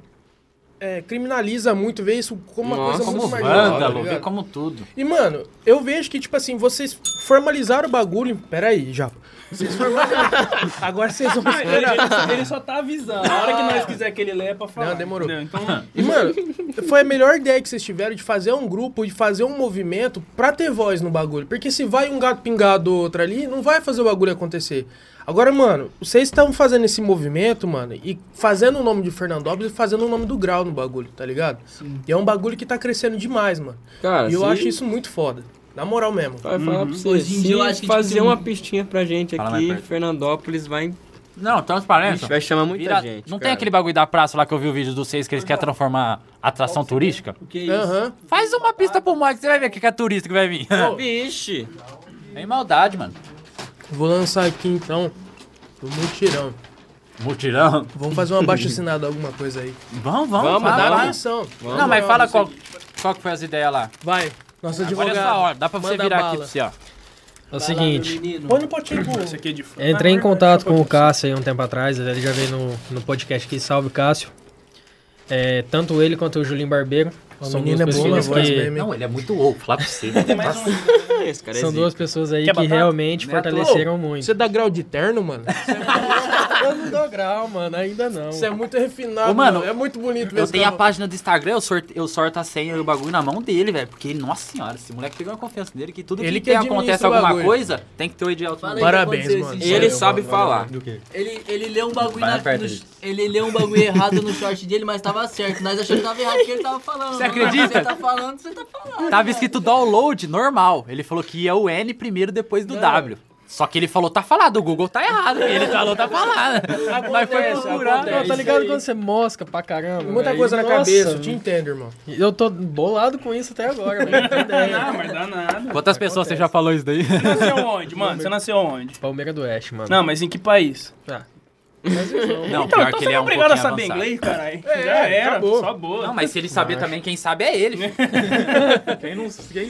Speaker 3: é, criminaliza muito, vê isso como uma
Speaker 2: Nossa,
Speaker 3: coisa
Speaker 5: Como
Speaker 3: muito marginal, tá
Speaker 5: vândalo,
Speaker 3: ligado?
Speaker 5: vê como tudo.
Speaker 3: E, mano, eu vejo que, tipo assim, vocês formalizaram o bagulho. Pera aí, Japa. Vocês formalizaram. Agora vocês vão
Speaker 1: <laughs> Ele,
Speaker 3: esperar.
Speaker 1: ele só, ele só tá avisando. A hora que nós quiser que ele lê é pra falar.
Speaker 3: Não, demorou.
Speaker 1: entendeu? Então,
Speaker 3: E, mano, foi a melhor ideia que vocês tiveram de fazer um grupo, de fazer um movimento pra ter voz no bagulho. Porque se vai um gato pingar do outro ali, não vai fazer o bagulho acontecer. Agora, mano, vocês estão fazendo esse movimento, mano, e fazendo o nome de Fernandópolis e fazendo o nome do Grau no bagulho, tá ligado? E é um bagulho que tá crescendo demais, mano.
Speaker 2: Cara,
Speaker 3: e eu
Speaker 2: se-
Speaker 3: acho isso muito foda. Na moral mesmo.
Speaker 2: Vai falar pra você.
Speaker 6: Hoje em dia eu acho
Speaker 2: Se
Speaker 6: que, tipo,
Speaker 2: fazer
Speaker 6: tem um-
Speaker 2: uma pistinha pra gente
Speaker 5: Fala mais
Speaker 2: aqui,
Speaker 5: perto.
Speaker 2: Fernandópolis vai,
Speaker 5: Não, transparência.
Speaker 2: vai chamar muita
Speaker 5: Vira-
Speaker 2: gente.
Speaker 5: não
Speaker 2: cara.
Speaker 5: tem aquele bagulho da praça lá que eu vi o vídeo dos seis que eles querem transformar atração
Speaker 3: é?
Speaker 5: turística?
Speaker 6: Que é isso?
Speaker 3: Aham.
Speaker 5: Faz uma pista pro Mike, você vai ver que que é turista que vai vir. <laughs>
Speaker 2: Vixe!
Speaker 5: Tem maldade, mano.
Speaker 3: Vou lançar aqui então. Do mutirão.
Speaker 5: Mutirão.
Speaker 3: Vamos fazer
Speaker 2: <laughs>
Speaker 3: uma baixa assinada, alguma coisa aí.
Speaker 5: Vamos, vamos,
Speaker 2: Vamos,
Speaker 5: fala
Speaker 2: dá
Speaker 5: lá.
Speaker 2: lá.
Speaker 3: Atenção.
Speaker 5: Não, mas fala qual, é qual que foi as ideias lá.
Speaker 3: Vai. Nosso
Speaker 5: Olha
Speaker 3: advogado.
Speaker 5: só, ó, dá pra você
Speaker 3: Manda
Speaker 5: virar aqui
Speaker 3: bala.
Speaker 5: pra você, ó.
Speaker 13: É o seguinte,
Speaker 3: Põe no potinho com
Speaker 1: isso aqui é de fã.
Speaker 13: entrei em contato com o Cássio aí um tempo atrás, ele já veio no, no podcast aqui, salve Cássio.
Speaker 3: É, tanto ele quanto o Julinho Barbeiro.
Speaker 14: O
Speaker 3: são duas
Speaker 14: menino é bom na
Speaker 3: pessoas
Speaker 14: voz
Speaker 3: que,
Speaker 14: mesmo, hein? um.
Speaker 15: Não, ele é muito louco, falar
Speaker 14: <laughs>
Speaker 15: pra você.
Speaker 1: Esse cara é
Speaker 3: são
Speaker 1: zica.
Speaker 3: duas pessoas aí
Speaker 1: Quer
Speaker 3: que
Speaker 1: batata?
Speaker 3: realmente
Speaker 15: é
Speaker 3: fortaleceram
Speaker 14: Ô,
Speaker 3: muito.
Speaker 14: Você dá grau de terno, mano?
Speaker 3: <laughs> Eu não dou grau, mano, ainda não.
Speaker 14: Você é muito refinado,
Speaker 5: Ô, mano,
Speaker 14: mano. É muito bonito ver
Speaker 5: Eu
Speaker 14: esse
Speaker 5: tenho a
Speaker 14: cara.
Speaker 5: página do Instagram, eu, sorte, eu sorto a senha e o bagulho na mão dele, velho. Porque, nossa senhora, esse moleque pegou uma confiança dele que tudo
Speaker 14: Ele
Speaker 5: que,
Speaker 14: que
Speaker 5: tem-
Speaker 14: administra
Speaker 5: acontece
Speaker 14: o
Speaker 5: alguma
Speaker 14: bagulho.
Speaker 5: coisa, tem que ter o Edialto.
Speaker 6: Fala aí o que
Speaker 14: Parabéns,
Speaker 6: aconteceu
Speaker 14: mano.
Speaker 6: esses
Speaker 5: Ele
Speaker 6: dias.
Speaker 14: é
Speaker 5: sabe falar.
Speaker 6: Ele, ele leu um bagulho
Speaker 15: Vai
Speaker 6: na,
Speaker 15: lá perto
Speaker 6: no-
Speaker 15: dele.
Speaker 6: Ele leu um bagulho errado no short dele, mas tava certo. Nós achamos que tava errado o que ele tava falando. Você
Speaker 5: acredita?
Speaker 6: Você tá falando, você tá falando.
Speaker 5: Tava escrito download normal. Ele falou que ia o N primeiro depois do W. Só que ele falou tá falado, o Google tá errado. Ele falou tá falado. Mas foi procurar.
Speaker 3: Não, tá ligado quando você mosca pra caramba?
Speaker 14: Muita
Speaker 3: velho?
Speaker 14: coisa na
Speaker 3: Nossa,
Speaker 14: cabeça, eu te entendo, irmão.
Speaker 3: Eu tô bolado com isso até agora, velho. <laughs> Tem ideia.
Speaker 1: Não, mas dá nada.
Speaker 5: Quantas pessoas você já falou isso daí?
Speaker 1: Você nasceu onde, mano? Você nasceu onde?
Speaker 3: Palmeira do Oeste, mano.
Speaker 1: Não, mas em que país?
Speaker 5: Não,
Speaker 1: Então,
Speaker 5: pior
Speaker 1: então você
Speaker 5: que ele
Speaker 1: não
Speaker 5: é
Speaker 1: é
Speaker 5: um
Speaker 1: obrigado a
Speaker 5: pouquinho
Speaker 1: saber
Speaker 5: avançado.
Speaker 1: inglês, caralho. Já era, É, só boa.
Speaker 5: Não, mas se ele saber também, quem sabe é ele. filho.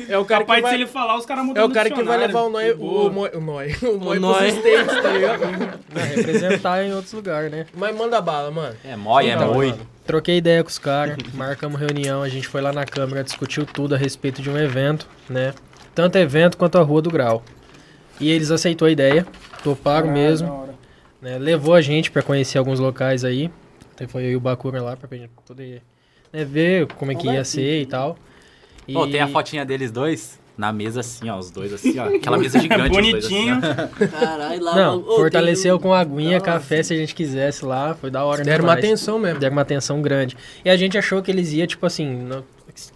Speaker 14: É o cara
Speaker 1: Capaz
Speaker 14: que vai,
Speaker 1: de se ele falar, os caras
Speaker 14: é
Speaker 1: mudam
Speaker 14: o cara que vai levar o Noi,
Speaker 1: dicionário. Tipo,
Speaker 14: o Moi, o Noi, <laughs> o Noi
Speaker 3: Noi.
Speaker 14: pros States, tá
Speaker 3: <laughs>
Speaker 14: ligado?
Speaker 3: Pra representar em outros lugares, né?
Speaker 14: Mas manda bala, mano.
Speaker 5: É mói, é
Speaker 3: Então,
Speaker 5: boi.
Speaker 3: mano, Troquei ideia com os caras, <laughs> marcamos reunião, a gente foi lá na Câmara, discutiu tudo a respeito de um evento, né? Tanto evento quanto a Rua do Grau. E eles aceitou a ideia, toparam mesmo, né? Levou a gente pra conhecer alguns locais aí. Até foi eu e o Bakura lá pra gente poder né, ver como é que ia ser e tal. E
Speaker 5: Pô, tem a fotinha deles dois na mesa assim, ó. Os dois assim, ó.
Speaker 10: <laughs>
Speaker 5: Aquela mesa gigante.
Speaker 1: Bonitinho.
Speaker 5: Os dois, assim,
Speaker 6: Caralho, lá.
Speaker 3: Não,
Speaker 6: ô, tem
Speaker 3: fortaleceu
Speaker 6: um-
Speaker 3: com aguinha,
Speaker 14: Ah,
Speaker 6: Nossa.
Speaker 3: café, se a gente quisesse lá, foi da hora
Speaker 14: Deram uma
Speaker 3: demais.
Speaker 14: atenção mesmo.
Speaker 3: deram uma atenção grande. E a gente achou que eles iam, tipo assim, não-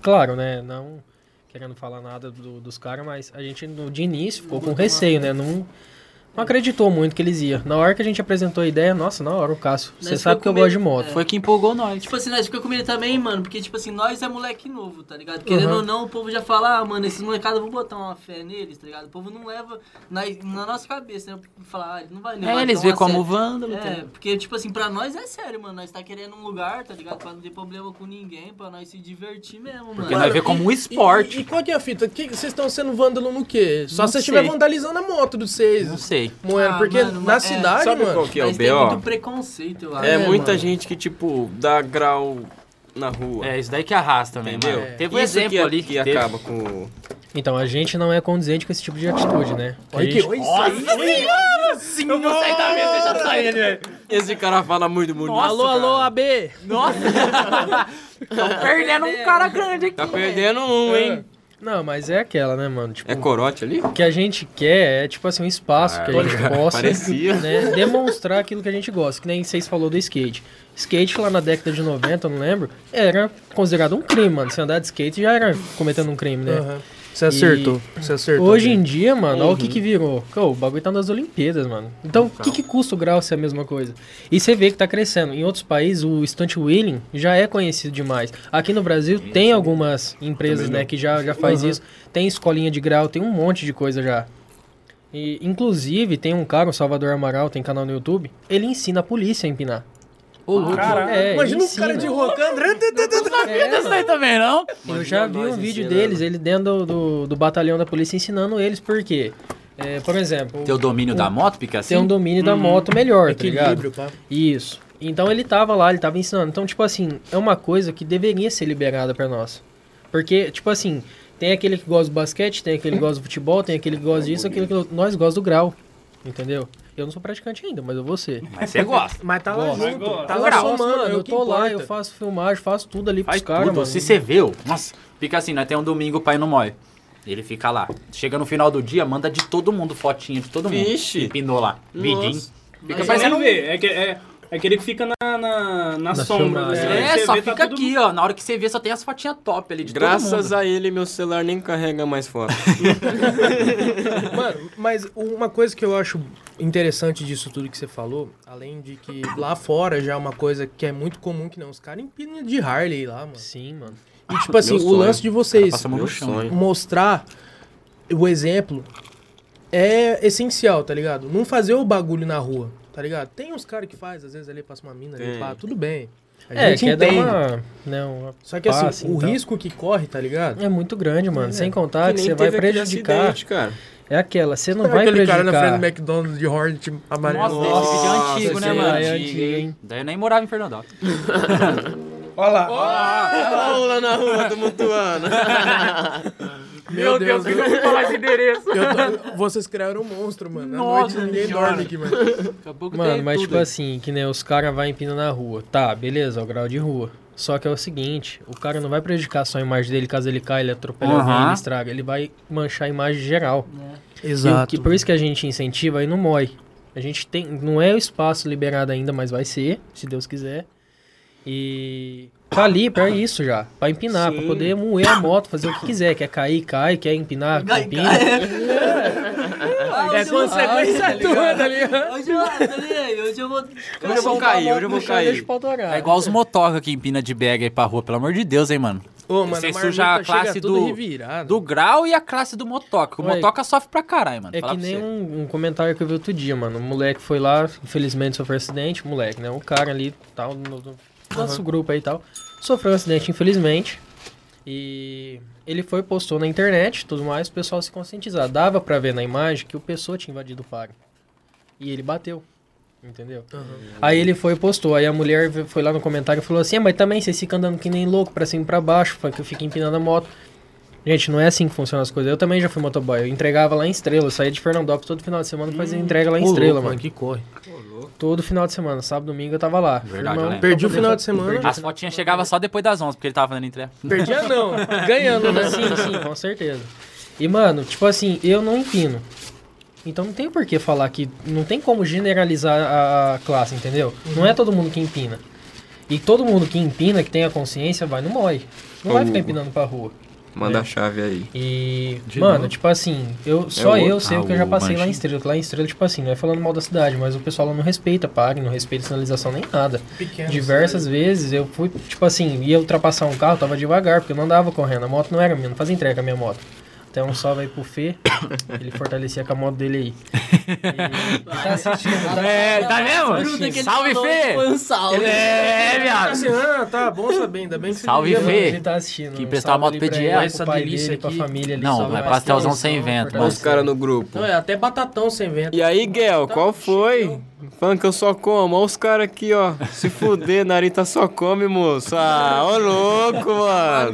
Speaker 3: claro, né? Não querendo falar nada do- dos caras, mas a gente no, de início ficou com receio, né? Não, não acreditou muito que eles iam. Na hora que a gente apresentou a ideia, nossa, na hora, o Cássio,
Speaker 6: Nós
Speaker 3: você sabe
Speaker 6: ficou
Speaker 3: que eu
Speaker 6: com
Speaker 3: gosto de
Speaker 6: medo,
Speaker 3: moto.
Speaker 6: é.
Speaker 5: ó. Foi o que empolgou nós.
Speaker 6: Tipo assim, nós ficamos com medo também, mano, porque, tipo assim, nós é moleque novo, tá ligado? Querendo ou não, o povo já fala, ah, mano, esses molecados, eu vou botar uma fé neles, tá ligado? O povo não leva na, na nossa cabeça, né? Falar, ah, ele não vai levar
Speaker 5: É, eles
Speaker 6: tão
Speaker 5: vê
Speaker 6: a
Speaker 5: como tá
Speaker 6: sério.
Speaker 5: vândalo.
Speaker 6: É, porque, tipo assim, pra nós é sério, mano. Nós tá querendo um lugar, tá ligado? Pra não ter problema com ninguém, pra nós se divertir mesmo, mano.
Speaker 5: Porque nós vê como um
Speaker 14: E,
Speaker 5: esporte.
Speaker 14: e qual que é a fita? Que- Vocês estão sendo vândalo no quê? Só
Speaker 5: Não
Speaker 14: se vocês estiver
Speaker 5: sei.
Speaker 14: vandalizando a moto de
Speaker 5: Não
Speaker 14: vocês,
Speaker 5: sei.
Speaker 14: moendo.
Speaker 6: Ah,
Speaker 14: porque
Speaker 6: mano,
Speaker 14: na
Speaker 6: é,
Speaker 14: cidade,
Speaker 10: Sabe
Speaker 14: mano...
Speaker 10: qual que é o
Speaker 6: Mas tem muito
Speaker 10: B.O.?
Speaker 6: preconceito, eu acho.
Speaker 10: É
Speaker 14: né,
Speaker 10: muita
Speaker 14: mano?
Speaker 10: gente que, tipo, dá grau na rua.
Speaker 5: É, isso daí que arrasta, mesmo.
Speaker 10: Entendeu?
Speaker 5: mano. Teve um
Speaker 10: Isso
Speaker 5: exemplo
Speaker 10: que, é
Speaker 5: ali
Speaker 10: que
Speaker 5: que teve.
Speaker 10: acaba com. o-
Speaker 3: Então a gente não é condizente com esse tipo de atitude, né? A
Speaker 14: Olha que...
Speaker 3: gente-
Speaker 14: Oi, oi,
Speaker 10: Esse cara fala muito bonito.
Speaker 14: Alô, alô, AB!
Speaker 5: Perdendo um cara grande aqui.
Speaker 10: Tá perdendo um, hein?
Speaker 3: É. Não, mas é aquela, né, mano? Tipo,
Speaker 10: É corote ali?
Speaker 3: O que a gente quer é, tipo assim, um espaço que a gente possa
Speaker 10: parecia.
Speaker 3: né, demonstrar aquilo que a gente gosta. Que nem vocês falou do skate. Skate lá na década de 90, eu não lembro, era considerado um crime, mano. Se andar de skate já era cometendo um crime, né?
Speaker 14: Aham. Você acertou, você acertou. né?
Speaker 3: Hoje em
Speaker 14: gente.
Speaker 3: dia, mano, olha o que que virou. Ô, o bagulho tá nas Olimpíadas, mano. Então, o que, que custa o grau se é a mesma coisa? E você vê que tá crescendo. Em outros países, o stunt wheeling já é conhecido demais. Aqui no Brasil, tem algumas empresas, né, que já, já
Speaker 14: Uhum.
Speaker 3: faz isso. Tem escolinha de grau, tem um monte de coisa já. E, inclusive, tem um cara, o Salvador Amaral, tem canal no YouTube, ele ensina a polícia a empinar. Ô, louco. É,
Speaker 14: Imagina um
Speaker 3: ensina.
Speaker 14: cara de rocando.
Speaker 3: É, mano.
Speaker 5: Aí também não.
Speaker 3: Eu já vi um vídeo deles, ele dentro do, do, do batalhão da polícia ensinando eles por quê. É, por exemplo,
Speaker 5: Teu domínio da moto, fica assim?
Speaker 3: ter um domínio da moto melhor, tá ligado?
Speaker 14: Equilíbrio, pá.
Speaker 3: Isso. Então ele tava lá, ele tava ensinando. Então, tipo assim, é uma coisa que deveria ser liberada pra nós. Porque, tipo assim, tem aquele que gosta do basquete, tem aquele que gosta do futebol, tem aquele que gosta disso, aquele que nós gosta do grau. Entendeu? Eu não sou praticante ainda, mas eu vou ser.
Speaker 5: Mas É, você gosta.
Speaker 14: Mas tá lá
Speaker 3: Gosto.
Speaker 14: junto. Tá
Speaker 3: Eu
Speaker 14: lá
Speaker 3: gosto,
Speaker 14: somando,
Speaker 3: mano,
Speaker 14: é
Speaker 3: eu
Speaker 14: o que
Speaker 3: tô lá, eu
Speaker 14: importa.
Speaker 3: faço filmagem, faço tudo ali pros
Speaker 5: Faz
Speaker 3: caras,
Speaker 5: tudo.
Speaker 3: mano.
Speaker 5: Se você viu, nossa, fica assim, nós temos um domingo, o pai não morre. Ele fica lá. Chega no final do dia, manda de todo mundo fotinha de todo mundo.
Speaker 10: Vixe.
Speaker 5: E pinou lá. Vidinho. Fica
Speaker 1: Fica
Speaker 5: parecendo
Speaker 1: parecendo
Speaker 5: um...
Speaker 1: ver. É, que, é, é aquele que fica na, na, na sombra.
Speaker 3: filmagem.
Speaker 1: né?
Speaker 5: É,
Speaker 1: Você
Speaker 5: só
Speaker 1: vê, tá
Speaker 5: fica
Speaker 1: tudo-
Speaker 5: aqui, ó. Na hora que você vê, só tem as fotinhas top ali de todo
Speaker 10: Graças
Speaker 5: mundo.
Speaker 10: a ele, meu celular nem carrega mais foto.
Speaker 14: Mano, mas uma coisa que eu acho interessante disso tudo que você falou, além de que lá fora já é uma coisa que é muito comum que não, os caras empinam de Harley lá, mano.
Speaker 3: Sim, mano.
Speaker 14: E tipo assim,
Speaker 10: Meu
Speaker 14: o
Speaker 10: sonho.
Speaker 14: lance de
Speaker 5: Cara,
Speaker 14: vocês
Speaker 5: passa a mão no chão. né?
Speaker 14: mostrar o exemplo é essencial, tá ligado? Não fazer o bagulho na rua, tá ligado? Tem uns caras que faz, às vezes ali passa uma mina ali,
Speaker 10: Tem.
Speaker 14: pá, tudo bem. A
Speaker 3: É,
Speaker 14: gente
Speaker 3: quer dar
Speaker 14: entende.
Speaker 3: uma, né, uma
Speaker 14: Só que assim,
Speaker 3: passe,
Speaker 14: o
Speaker 3: então.
Speaker 14: risco que corre, tá ligado?
Speaker 3: É muito grande, mano. Sem contar
Speaker 10: Que
Speaker 3: que,
Speaker 10: nem
Speaker 3: você vai
Speaker 10: teve aquele
Speaker 3: prejudicar.
Speaker 10: acidente, cara.
Speaker 3: É aquela, você não
Speaker 14: Sabe
Speaker 3: vai
Speaker 14: aquele
Speaker 3: prejudicar.
Speaker 14: cara na frente do McDonald's de Hornet amarelo.
Speaker 5: Nossa, esse vídeo é antigo,
Speaker 3: esse
Speaker 5: né,
Speaker 3: aí
Speaker 5: mano?
Speaker 3: é
Speaker 5: Antigo,
Speaker 3: antigo,
Speaker 5: hein?
Speaker 3: hein?
Speaker 5: Daí eu nem morava em Fernandópolis.
Speaker 16: Olha lá.
Speaker 10: Olha o lá na rua, tumultuando.
Speaker 16: Meu Deus,
Speaker 10: eu vou falar esse endereço.
Speaker 16: Eu tô- Vocês criaram um monstro, mano.
Speaker 10: Nossa,
Speaker 16: Nossa, noite ninguém
Speaker 10: senhora.
Speaker 16: dorme aqui, mano.
Speaker 3: Mano, mas tipo assim, que nem os caras vai empinando na rua. Tá, beleza, é o grau de rua. Só que é o seguinte, o cara não vai prejudicar só a imagem dele caso ele caia, ele atropela alguém,
Speaker 16: Aham.
Speaker 3: ele estraga. Ele vai manchar a imagem geral.
Speaker 5: É.
Speaker 3: E
Speaker 16: Exato.
Speaker 3: o que, por isso que a gente incentiva e não mói. A gente tem. Não é o espaço liberado ainda, mas vai ser, se Deus quiser. E. Tá ali pra isso já. Pra empinar, pra
Speaker 10: Sim.
Speaker 3: poder moer a moto, fazer o que quiser. Quer cair, cai. Quer empinar,
Speaker 6: Cai,
Speaker 3: empina.
Speaker 6: Ah,
Speaker 3: É
Speaker 6: hoje eu-
Speaker 3: consequência
Speaker 5: <laughs>
Speaker 6: ah,
Speaker 3: tua, tá ligado?
Speaker 6: Hoje eu, tá ligado? Hoje eu vou...
Speaker 5: Hoje eu vou
Speaker 10: tá
Speaker 5: cair, hoje eu vou cair.
Speaker 3: É
Speaker 5: igual os motoca que empina de bag aí pra rua, pelo amor de Deus, hein, mano.
Speaker 16: Ô, mano,
Speaker 5: Você
Speaker 16: a
Speaker 5: suja a
Speaker 16: marmita chega
Speaker 5: classe
Speaker 16: toda
Speaker 5: do,
Speaker 16: revirada.
Speaker 5: do grau e a classe do motoca. O
Speaker 3: Ué,
Speaker 5: motoca sofre pra caralho, mano.
Speaker 3: É
Speaker 5: falar
Speaker 3: que
Speaker 5: pra
Speaker 3: nem
Speaker 5: você.
Speaker 3: um, um comentário que eu vi outro dia, mano. Um moleque foi lá, infelizmente sofreu acidente, moleque, né? Um cara ali, tal, no, no nosso grupo aí e tal. Sofreu um acidente, infelizmente. E ele foi, postou na internet e tudo mais, o pessoal se conscientizar. Dava pra ver na imagem que o pessoa tinha invadido o pare. E ele bateu. Entendeu? Aí ele foi e postou. Aí a mulher ve- foi lá no comentário e falou assim: "É, mas também vocês ficam andando que nem louco pra cima e pra baixo, fa- que eu fico empinando a moto. Gente, não é assim que funcionam as coisas. Eu também já fui motoboy. Eu entregava lá em Estrela. Eu saía de Fernandópolis todo final de semana e fazia entrega lá
Speaker 16: Hum.
Speaker 3: em
Speaker 16: Ô, louco,
Speaker 3: Estrela, mano.
Speaker 16: mano, que corre.
Speaker 3: Todo final de semana, sábado, domingo eu tava lá.
Speaker 5: Verdade, eu
Speaker 3: Irmão,
Speaker 5: lembro.
Speaker 3: pra poder- perdi o
Speaker 5: As fotinhas chegavam só depois das 11, porque ele tava fazendo entrega.
Speaker 3: Perdia não, ganhando, né? Sim, sim, com certeza. E, mano, tipo assim, eu não empino. Então não tem por que falar que. Não tem como generalizar a classe, entendeu? Não é todo mundo que empina. E todo mundo que empina, que tem a consciência, vai no mói. Não vai
Speaker 17: Ô,
Speaker 3: ficar
Speaker 17: Hugo.
Speaker 3: empinando pra rua.
Speaker 17: Manda a chave aí.
Speaker 3: E,
Speaker 17: De
Speaker 3: mano,
Speaker 17: novo?
Speaker 3: tipo assim, eu,
Speaker 17: É
Speaker 3: só
Speaker 17: o-
Speaker 3: eu sei
Speaker 17: ah,
Speaker 3: o que eu já
Speaker 17: o
Speaker 3: passei lá em
Speaker 17: Manchin.
Speaker 3: Estrela. que Lá em Estrela, tipo assim, não é falando mal da cidade, mas o pessoal lá não respeita pare, não respeita sinalização nem nada.
Speaker 16: Pequena
Speaker 3: Diversas vezes eu fui, tipo assim, ia ultrapassar um carro, tava devagar, porque eu não andava correndo. A moto não era minha, não fazia entrega a minha moto. Até um salve aí pro
Speaker 5: <coughs>
Speaker 3: Fê, ele fortalecia com a moto dele aí. Tá assistindo, tá-
Speaker 5: É, tá mesmo?
Speaker 3: Bruno, aquele
Speaker 5: Salve,
Speaker 3: falou
Speaker 5: Fê!
Speaker 3: que
Speaker 6: tipo,
Speaker 3: foi um salve.
Speaker 5: Ele- É, viado.
Speaker 16: Assim, ah, tá bom saber, ainda bem que você
Speaker 5: Salve,
Speaker 16: liga, mano.
Speaker 5: Fê.
Speaker 3: Ele tá assistindo.
Speaker 5: Que
Speaker 3: um
Speaker 5: emprestou a
Speaker 3: salve
Speaker 5: moto
Speaker 3: ali
Speaker 5: pra
Speaker 3: pra
Speaker 5: Ediel.
Speaker 3: ele,
Speaker 5: Essa
Speaker 3: pro pai
Speaker 5: delícia
Speaker 3: dele, pra
Speaker 5: aqui.
Speaker 3: família ali.
Speaker 5: Não,
Speaker 3: salve
Speaker 5: mas
Speaker 3: pra
Speaker 5: pastelzão
Speaker 3: Estelzão,
Speaker 5: sem vento, né?
Speaker 3: fortalece-
Speaker 5: mano.
Speaker 17: Os caras no grupo.
Speaker 16: Não, é até batatão sem vento.
Speaker 10: E aí, Guel, qual foi? Falando que eu só como. Olha os caras aqui, ó. Se fuder, Narita só come, moço. Ah, ô louco, mano.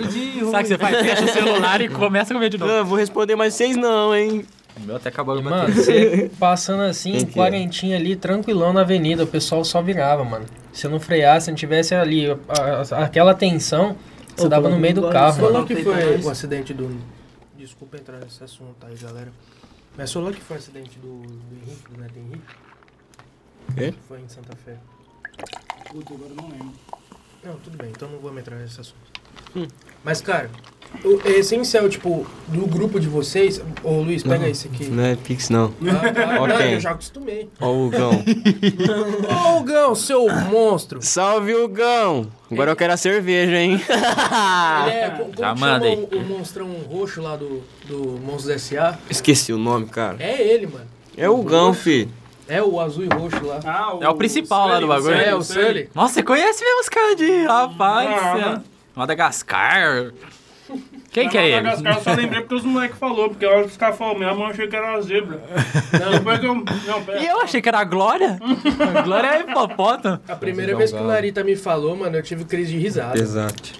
Speaker 5: Sabe que você faz? Fecha o celular e começa a comer de novo.
Speaker 10: Não, eu vou responder mais seis não, hein.
Speaker 18: O meu até acabou de
Speaker 3: Mano, <laughs> você passando assim, quarentinha ali, tranquilão na avenida, o pessoal só virava, mano. Se eu não freasse, se não tivesse ali a- a- aquela tensão, você
Speaker 16: Ô,
Speaker 3: dava
Speaker 16: pelo
Speaker 3: no meio do
Speaker 16: amor de
Speaker 3: carro,
Speaker 16: Deus, Falou
Speaker 3: mano.
Speaker 16: que foi o acidente do... Desculpa entrar nesse assunto aí, galera. Mas falou que foi o acidente do, do Henrique, né? do Neto Henrique?
Speaker 17: Quê?
Speaker 16: Que Foi em Santa Fé.
Speaker 1: Puta, agora eu não lembro.
Speaker 16: Não, tudo bem, então não vou entrar nesse assunto. Mas, cara, o é essencial, tipo, do grupo de vocês... Ô, Luiz, pega
Speaker 10: Não.
Speaker 16: esse aqui.
Speaker 10: Não é Pix, não.
Speaker 16: Ah, tá.
Speaker 10: Ó
Speaker 16: Não,
Speaker 10: quem?
Speaker 16: eu já acostumei.
Speaker 10: Ó o Hugão.
Speaker 16: Ô, Gão, seu monstro!
Speaker 10: Salve, Hugão. Agora eu quero a cerveja, hein.
Speaker 16: Ele é,
Speaker 5: Tá,
Speaker 16: co- como
Speaker 10: Já
Speaker 16: que
Speaker 10: manda
Speaker 16: chama o, o monstrão roxo lá do, do Monstros S.A.
Speaker 10: Esqueci o nome, cara.
Speaker 16: É ele, mano.
Speaker 10: É o Hugão, fi.
Speaker 16: É o azul e roxo lá.
Speaker 5: É o principal lá do bagulho.
Speaker 16: É, o Sully.
Speaker 5: Nossa, você conhece mesmo os caras de... Rapaz,
Speaker 1: Ah,
Speaker 5: cê-
Speaker 1: mano.
Speaker 5: Madagascar. Quem que é ele?
Speaker 1: Madagascar, eu só lembrei porque os moleques falaram, porque a hora que os caras falaram, minha mãe achei que era uma zebra. Não, depois que eu... Não, pera.
Speaker 5: E eu achei que era a Glória. A <laughs> Glória é hipopótamo.
Speaker 16: A primeira vez que o Narita me falou, mano, eu tive crise de risada.
Speaker 5: Pesante.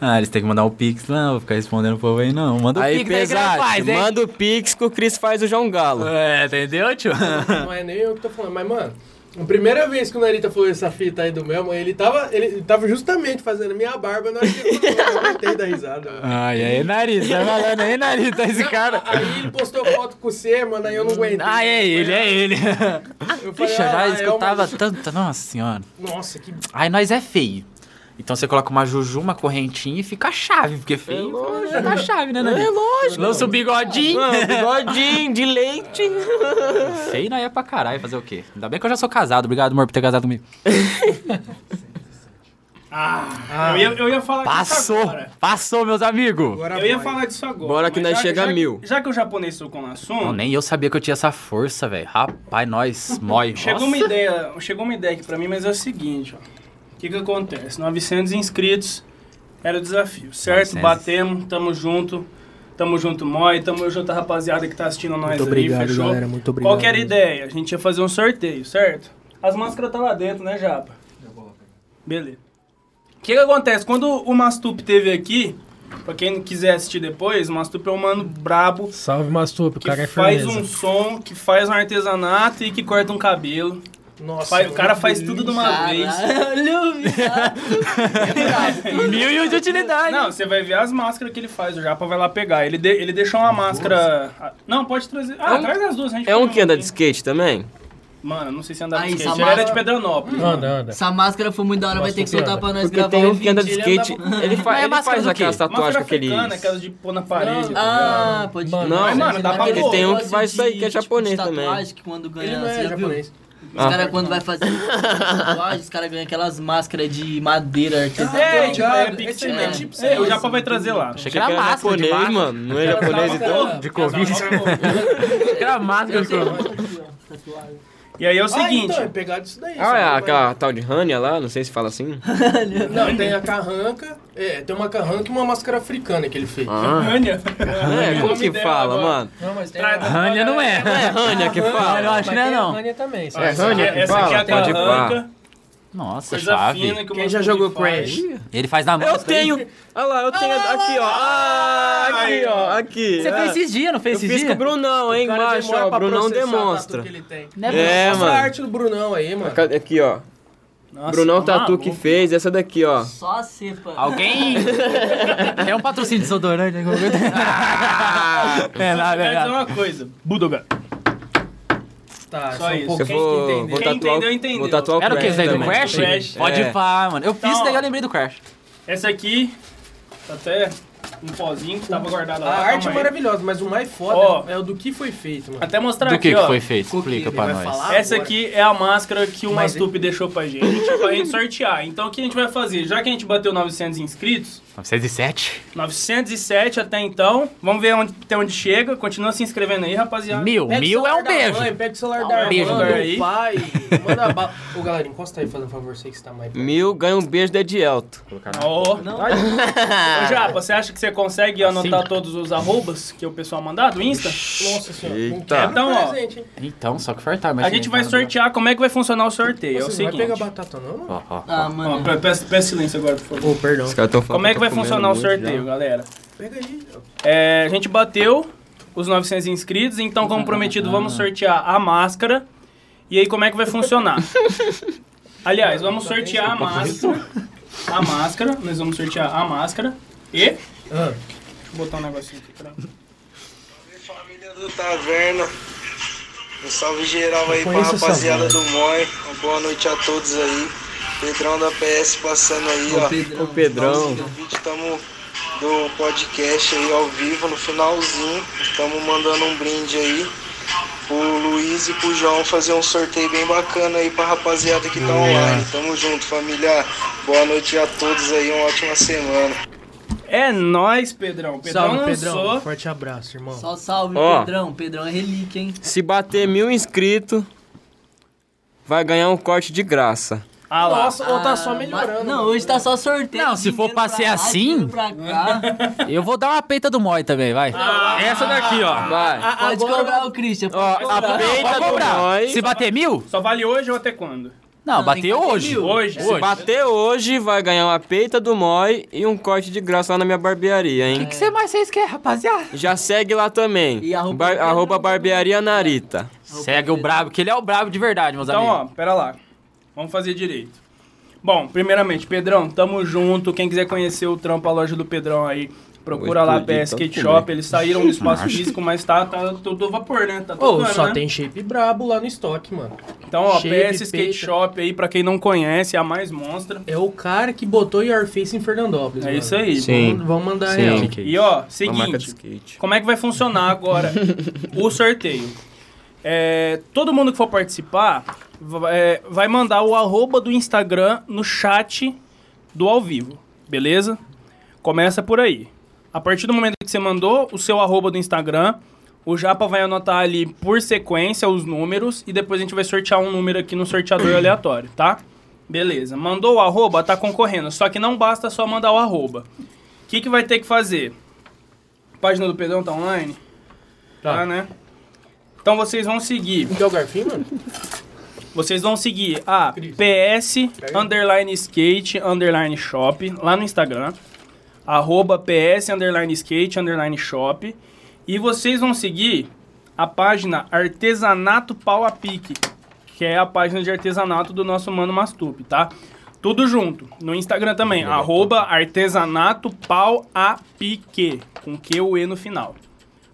Speaker 5: Ah, eles têm que mandar o Pix lá, eu vou ficar respondendo o povo aí não. Manda o
Speaker 10: Aí,
Speaker 5: Pix aí que nós
Speaker 10: pesado.
Speaker 5: faz, hein?
Speaker 10: Manda o Pix que o Cris faz o João Galo.
Speaker 5: É, entendeu, tio?
Speaker 16: Não é nem eu que tô falando, mas, mano, a primeira vez que o Narita falou essa fita aí do meu, mano, ele tava, ele tava justamente fazendo minha barba na hora que ele falou, eu matei da risada. mano.
Speaker 5: Ai, aí, nariz, tá falando aí, nariz, tá esse cara.
Speaker 16: Aí ele postou foto com você, mano, aí eu não aguentei.
Speaker 5: Ah, é ele, é ele.
Speaker 16: Eu falei,
Speaker 5: Ixi, eu já
Speaker 16: ah, é
Speaker 5: escutava
Speaker 16: uma-
Speaker 5: tanto, nossa senhora.
Speaker 16: Nossa, que
Speaker 5: Aí nós é feio. Então você coloca uma juju, uma correntinha e fica a chave, porque feio é a chave, né, Nani?
Speaker 10: É lógico.
Speaker 5: Lança o bigodinho.
Speaker 10: Mano, bigodinho de leite.
Speaker 5: Feio não é pra caralho fazer o quê? Ainda bem que eu já sou casado. Obrigado, amor, por ter casado comigo.
Speaker 1: Ah, eu, ia, eu ia falar disso
Speaker 5: Passou,
Speaker 1: agora.
Speaker 5: passou, meus amigos.
Speaker 1: eu ia falar disso agora.
Speaker 10: Bora que
Speaker 1: mas
Speaker 10: nós
Speaker 1: já-
Speaker 10: chega a
Speaker 1: já-
Speaker 10: mil.
Speaker 1: Já que o japonês tocou no assunto,
Speaker 5: Não, nem eu sabia que eu tinha essa força, velho. Rapaz, nós, mói.
Speaker 1: Chegou uma ideia, chegou uma ideia aqui pra mim, mas é o seguinte, ó. O que que acontece? 900 inscritos era o desafio, certo?
Speaker 5: 900.
Speaker 1: Batemos, tamo junto. Tamo junto, Moi. Tamo junto, a rapaziada que tá assistindo nós
Speaker 16: Muito
Speaker 1: aí,
Speaker 16: obrigado,
Speaker 1: fechou?
Speaker 16: galera, muito obrigado né?
Speaker 1: Qual que era a
Speaker 16: mesmo.
Speaker 1: ideia? A gente ia fazer um sorteio, certo? As máscaras tá lá dentro, né, Japa? Beleza. O que, que acontece? Quando o Mastup teve aqui, pra quem quiser assistir depois, o Mastup é um mano brabo
Speaker 13: Salve, Mastup, o
Speaker 1: que
Speaker 13: cara é
Speaker 1: faz
Speaker 13: firmeza.
Speaker 1: um som, que faz um artesanato e que corta um cabelo.
Speaker 3: Nossa,
Speaker 1: Faz- o cara faz tudo de uma vez.
Speaker 6: <laughs>
Speaker 1: Mil e de utilidade. Não, você vai ver as máscaras que ele faz. O Japa vai lá pegar. Ele, de- ele deixou uma máscara. Ah, Não, pode trazer. Ah,
Speaker 2: É um-
Speaker 1: traz as duas, a gente
Speaker 2: É um
Speaker 1: põe
Speaker 2: que anda de skate também?
Speaker 1: Mano, não sei se andava de
Speaker 6: Aí,
Speaker 1: skate.
Speaker 6: essa
Speaker 1: Ele era
Speaker 6: máscara-
Speaker 1: de Pedranópolis.
Speaker 6: Essa máscara foi muito da hora, vai ter que soltar pra nós
Speaker 2: Porque
Speaker 6: gravar
Speaker 2: tem
Speaker 6: um
Speaker 2: um
Speaker 10: é
Speaker 2: que anda de
Speaker 6: vídeo,
Speaker 2: skate, ele
Speaker 6: Mas
Speaker 2: faz,
Speaker 6: é
Speaker 2: ele
Speaker 6: máscara
Speaker 2: faz
Speaker 6: do
Speaker 2: aquelas
Speaker 6: quê?
Speaker 2: tatuagens com aquele...
Speaker 1: Africana, é aquelas de pôr na parede. tá
Speaker 6: Ah,
Speaker 1: ligado?
Speaker 6: pode
Speaker 2: Mano,
Speaker 6: crer.
Speaker 2: mas, mano, dá pra ver. Tem um que
Speaker 6: negócio
Speaker 2: faz isso aí, que é
Speaker 6: de- tipo,
Speaker 2: japonês
Speaker 6: de tatuagem
Speaker 2: também.
Speaker 6: que quando
Speaker 3: Ele
Speaker 6: ganha,
Speaker 3: não é
Speaker 6: você já viu?
Speaker 3: japonês.
Speaker 6: Os
Speaker 2: Ah.
Speaker 6: caras quando vai fazer tatuagem, os caras ganham aquelas máscaras de madeira artesanal.
Speaker 1: É, tipo, é
Speaker 6: Tá
Speaker 1: pixel,
Speaker 6: ligado?
Speaker 1: né? Tipo, é, o Japa vai trazer lá.
Speaker 2: Achei que era japonês, mano. Não é
Speaker 3: Tá
Speaker 2: japonês, então?
Speaker 1: De Covid. Aquela máscara de E aí é o seguinte.
Speaker 3: então, é pegado isso daí.
Speaker 2: Ah,
Speaker 3: sabe?
Speaker 2: é
Speaker 3: Vai-
Speaker 2: aquela tal de Hania lá, não sei se fala assim.
Speaker 3: Não, tem a carranca. É, tem uma carranca e uma máscara africana que ele fez.
Speaker 2: Ah. É, como que fala, mano?
Speaker 13: Não, mas tem
Speaker 5: um-
Speaker 3: Rania não é.
Speaker 2: É Hania que fala?
Speaker 5: Eu acho que não é, não.
Speaker 13: Rania também.
Speaker 5: É
Speaker 13: sabe?
Speaker 5: Rania que
Speaker 1: Essa aqui é a
Speaker 5: Pode ir pra-
Speaker 2: Tá
Speaker 1: carranca.
Speaker 5: Nossa,
Speaker 1: Coisa
Speaker 5: chave.
Speaker 1: fina que o
Speaker 3: Quem já
Speaker 1: Mastup
Speaker 3: jogou
Speaker 1: faz.
Speaker 3: Crash?
Speaker 5: Ele faz na mão.
Speaker 2: Eu tenho! Olha lá, eu tenho aqui, ó. Ah, aqui, ó, aqui.
Speaker 5: Você
Speaker 2: Ah.
Speaker 5: fez esses dias, não fez
Speaker 2: Eu
Speaker 5: esses
Speaker 2: fiz com o
Speaker 5: dias?
Speaker 2: Brunão, hein,
Speaker 3: O cara
Speaker 2: embaixo,
Speaker 3: demora
Speaker 2: ó. O
Speaker 3: pra
Speaker 2: Brunão
Speaker 3: processar a tatu
Speaker 2: demonstra.
Speaker 3: que ele tem.
Speaker 5: Não
Speaker 2: É,
Speaker 3: Mostra a
Speaker 2: mano.
Speaker 3: arte do Brunão aí, mano.
Speaker 2: Cadê- Aqui, ó.
Speaker 1: Nossa,
Speaker 2: Brunão
Speaker 1: tá
Speaker 2: Tatu que
Speaker 1: maluco.
Speaker 2: fez, essa daqui, ó.
Speaker 6: Só a cepa.
Speaker 5: Alguém. Tem um patrocínio de desodorante? alguma coisa?
Speaker 1: Quero
Speaker 5: é nada, é
Speaker 1: dizer
Speaker 5: nada.
Speaker 1: uma coisa. Budoga.
Speaker 3: Tá,
Speaker 1: É Só isso.
Speaker 2: Eu vou, vou
Speaker 1: Quem
Speaker 2: tatuar,
Speaker 1: entendeu,
Speaker 2: o-
Speaker 1: entendeu.
Speaker 2: vou tatuar o
Speaker 5: Era o que?
Speaker 2: Crash
Speaker 5: Esse daí do
Speaker 2: também.
Speaker 5: Crash?
Speaker 1: Crash.
Speaker 5: Pode
Speaker 2: É.
Speaker 5: ir pá, mano. Eu fiz
Speaker 1: Então,
Speaker 5: isso daí,
Speaker 1: ó.
Speaker 5: eu lembrei do Crash.
Speaker 1: Essa aqui tá até um pozinho que tava guardado
Speaker 3: A
Speaker 1: lá.
Speaker 3: arte é
Speaker 1: calma aí.
Speaker 3: maravilhosa, mas o mais foda
Speaker 1: Ó.
Speaker 3: é o do que foi feito, mano.
Speaker 1: Até mostrar
Speaker 5: Do
Speaker 1: aqui,
Speaker 5: que, que
Speaker 1: ó.
Speaker 5: foi feito?
Speaker 3: Cookie,
Speaker 5: Explica
Speaker 3: ele
Speaker 5: pra
Speaker 3: vai
Speaker 5: nós.
Speaker 3: falar?
Speaker 1: Essa
Speaker 3: Agora.
Speaker 1: aqui é a máscara que o
Speaker 3: Mas
Speaker 1: Mastup deixou pra gente, <laughs> pra gente sortear. Então o que a gente vai fazer? Já que a gente bateu 900 inscritos,
Speaker 5: 907?
Speaker 1: 907 até então, vamos ver onde, até onde chega. Continua se inscrevendo aí, rapaziada.
Speaker 5: Mil.
Speaker 3: Pega o
Speaker 5: Mil é
Speaker 3: celular
Speaker 5: um
Speaker 3: da
Speaker 5: beijo.
Speaker 3: Mãe, pega o celular
Speaker 1: um
Speaker 3: da
Speaker 5: beijo,
Speaker 3: irmã,
Speaker 1: cara.
Speaker 3: do pai, manda bala. Ô, galera, encosta aí, fazendo um favor, sei que você tá mais...
Speaker 2: Mil ganha um beijo da Edielto.
Speaker 1: Ó. Ô, Japa, você acha que você consegue anotar todos os arrobas que o pessoal mandar do Insta?
Speaker 3: Nossa senhora, não
Speaker 2: Eita.
Speaker 3: quebra
Speaker 1: Então, ó,
Speaker 3: o presente, hein?
Speaker 5: Então, só que fartar, mas.
Speaker 1: A gente vai sortear. Como é que vai funcionar o sorteio? É o
Speaker 3: Você não vai
Speaker 1: seguinte.
Speaker 3: pegar batata não, mano?
Speaker 5: Ó, ó.
Speaker 6: Ah,
Speaker 1: Ó,
Speaker 6: mano.
Speaker 1: pe- peço, peço silêncio agora, por favor.
Speaker 3: Ô, perdão.
Speaker 10: Os caras tão falando
Speaker 1: Como é que
Speaker 10: eu
Speaker 1: vai
Speaker 10: tô comendo
Speaker 1: funcionar o
Speaker 10: muito
Speaker 1: sorteio,
Speaker 10: já.
Speaker 1: galera?
Speaker 3: Pega aí. ó.
Speaker 1: É, a gente bateu os 900 inscritos, então, como prometido, vamos sortear a máscara. E aí, como é que vai funcionar? Aliás, vamos sortear a máscara. A máscara, nós vamos sortear a máscara. E. Deixa eu botar um negocinho aqui pra.
Speaker 12: Família do Taverna, um salve geral aí pra
Speaker 3: conheço essa
Speaker 12: rapaziada
Speaker 3: voz.
Speaker 12: do MOI, uma boa noite a todos aí. Pedrão da PS passando aí, ó.
Speaker 2: O Pedrão.
Speaker 12: Do vídeo, tamo do podcast aí ao vivo, no finalzinho. Tamo mandando um brinde aí pro Luiz e pro João fazer um sorteio bem bacana aí pra rapaziada que tá online. Tamo junto, família. Boa noite a todos aí, uma ótima semana.
Speaker 1: É nóis, Pedrão. Pedrão
Speaker 3: Salve, Pedrão.
Speaker 1: lançou.
Speaker 3: Forte abraço, irmão.
Speaker 6: Só salve,
Speaker 2: Ó.
Speaker 6: Pedrão. Pedrão é relíquia, hein?
Speaker 2: Se bater mil inscritos, vai ganhar um corte de graça.
Speaker 1: Ah lá.
Speaker 3: Nossa, ou tá só
Speaker 6: Ah,
Speaker 3: melhorando.
Speaker 6: Não, hoje tá só sorteio.
Speaker 5: Não, se for
Speaker 6: Dinheiro
Speaker 5: pra
Speaker 6: pra
Speaker 5: ser
Speaker 6: lá,
Speaker 5: assim-
Speaker 6: dinheiro pra
Speaker 5: <laughs>
Speaker 6: cá.
Speaker 5: Eu vou dar uma peita do Moi também, vai.
Speaker 2: Essa daqui, ó. Vai.
Speaker 6: Pode cobrar o Christian.
Speaker 2: Ó, a peita
Speaker 5: Pode
Speaker 2: do
Speaker 5: cobrar.
Speaker 2: nós.
Speaker 5: Se bater mil?
Speaker 1: Só vale hoje ou até quando?
Speaker 5: Não,
Speaker 6: Não, tem que
Speaker 5: bateu
Speaker 6: bater
Speaker 5: hoje.
Speaker 6: mil.
Speaker 1: Hoje.
Speaker 2: Se bater hoje, vai ganhar uma peita do Moi e um corte de graça lá na minha barbearia, hein?
Speaker 5: O que você mais vocês querem, rapaziada?
Speaker 2: Já segue lá também.
Speaker 6: E arroba-
Speaker 2: Bar- arroba barbearia Narita.
Speaker 5: Segue o brabo, que ele é o brabo de verdade, meus
Speaker 1: Então,
Speaker 5: amigos.
Speaker 1: ó, pera lá. Vamos fazer direito. Bom, primeiramente, Pedrão, tamo junto. Quem quiser conhecer o trampo, a loja do Pedrão aí, procura
Speaker 2: Vou
Speaker 1: lá
Speaker 2: explodir,
Speaker 1: PS
Speaker 2: tanto
Speaker 1: Skate
Speaker 2: comer.
Speaker 1: Shop. Eles saíram do espaço físico, mas tá, tá todo vapor, né? Tá
Speaker 3: Ô,
Speaker 1: tocando,
Speaker 3: só
Speaker 1: né?
Speaker 3: tem shape brabo lá no estoque, mano.
Speaker 1: Então, ó,
Speaker 3: shape,
Speaker 1: PS Skate
Speaker 3: peita.
Speaker 1: Shop aí, pra quem não conhece, é a mais monstra.
Speaker 3: É o cara que botou Your Face em Fernandópolis,
Speaker 1: É
Speaker 3: mano.
Speaker 1: isso aí.
Speaker 2: Sim.
Speaker 3: Vamos mandar
Speaker 2: Sim.
Speaker 3: ele.
Speaker 1: E ó,
Speaker 10: Uma marca de
Speaker 1: seguinte,
Speaker 10: skate.
Speaker 1: como é que vai funcionar agora o sorteio? É, todo mundo que for participar va- é, vai mandar o arroba do Instagram no chat do ao vivo, beleza? Começa por aí. A partir do momento que você mandou o seu arroba do Instagram, o Japa vai anotar ali por sequência os números e depois a gente vai sortear um número aqui no sorteador aleatório, tá? Beleza. Mandou o arroba, tá concorrendo. Só que não basta só mandar o arroba. O que, que vai ter que fazer? Página do Pedrão tá online? Tá, né? Então vocês vão seguir.
Speaker 3: Não quer o garfinho, mano?
Speaker 1: Vocês vão seguir a PS underline skate underline shop lá no Instagram. Arroba PS underline skate underline shop. E vocês vão seguir a página Artesanato Pau a Pique, que é a página de artesanato do nosso mano Mastup, tá? Tudo junto. No Instagram também, arroba artesanato pau a pique, com Q o E no final.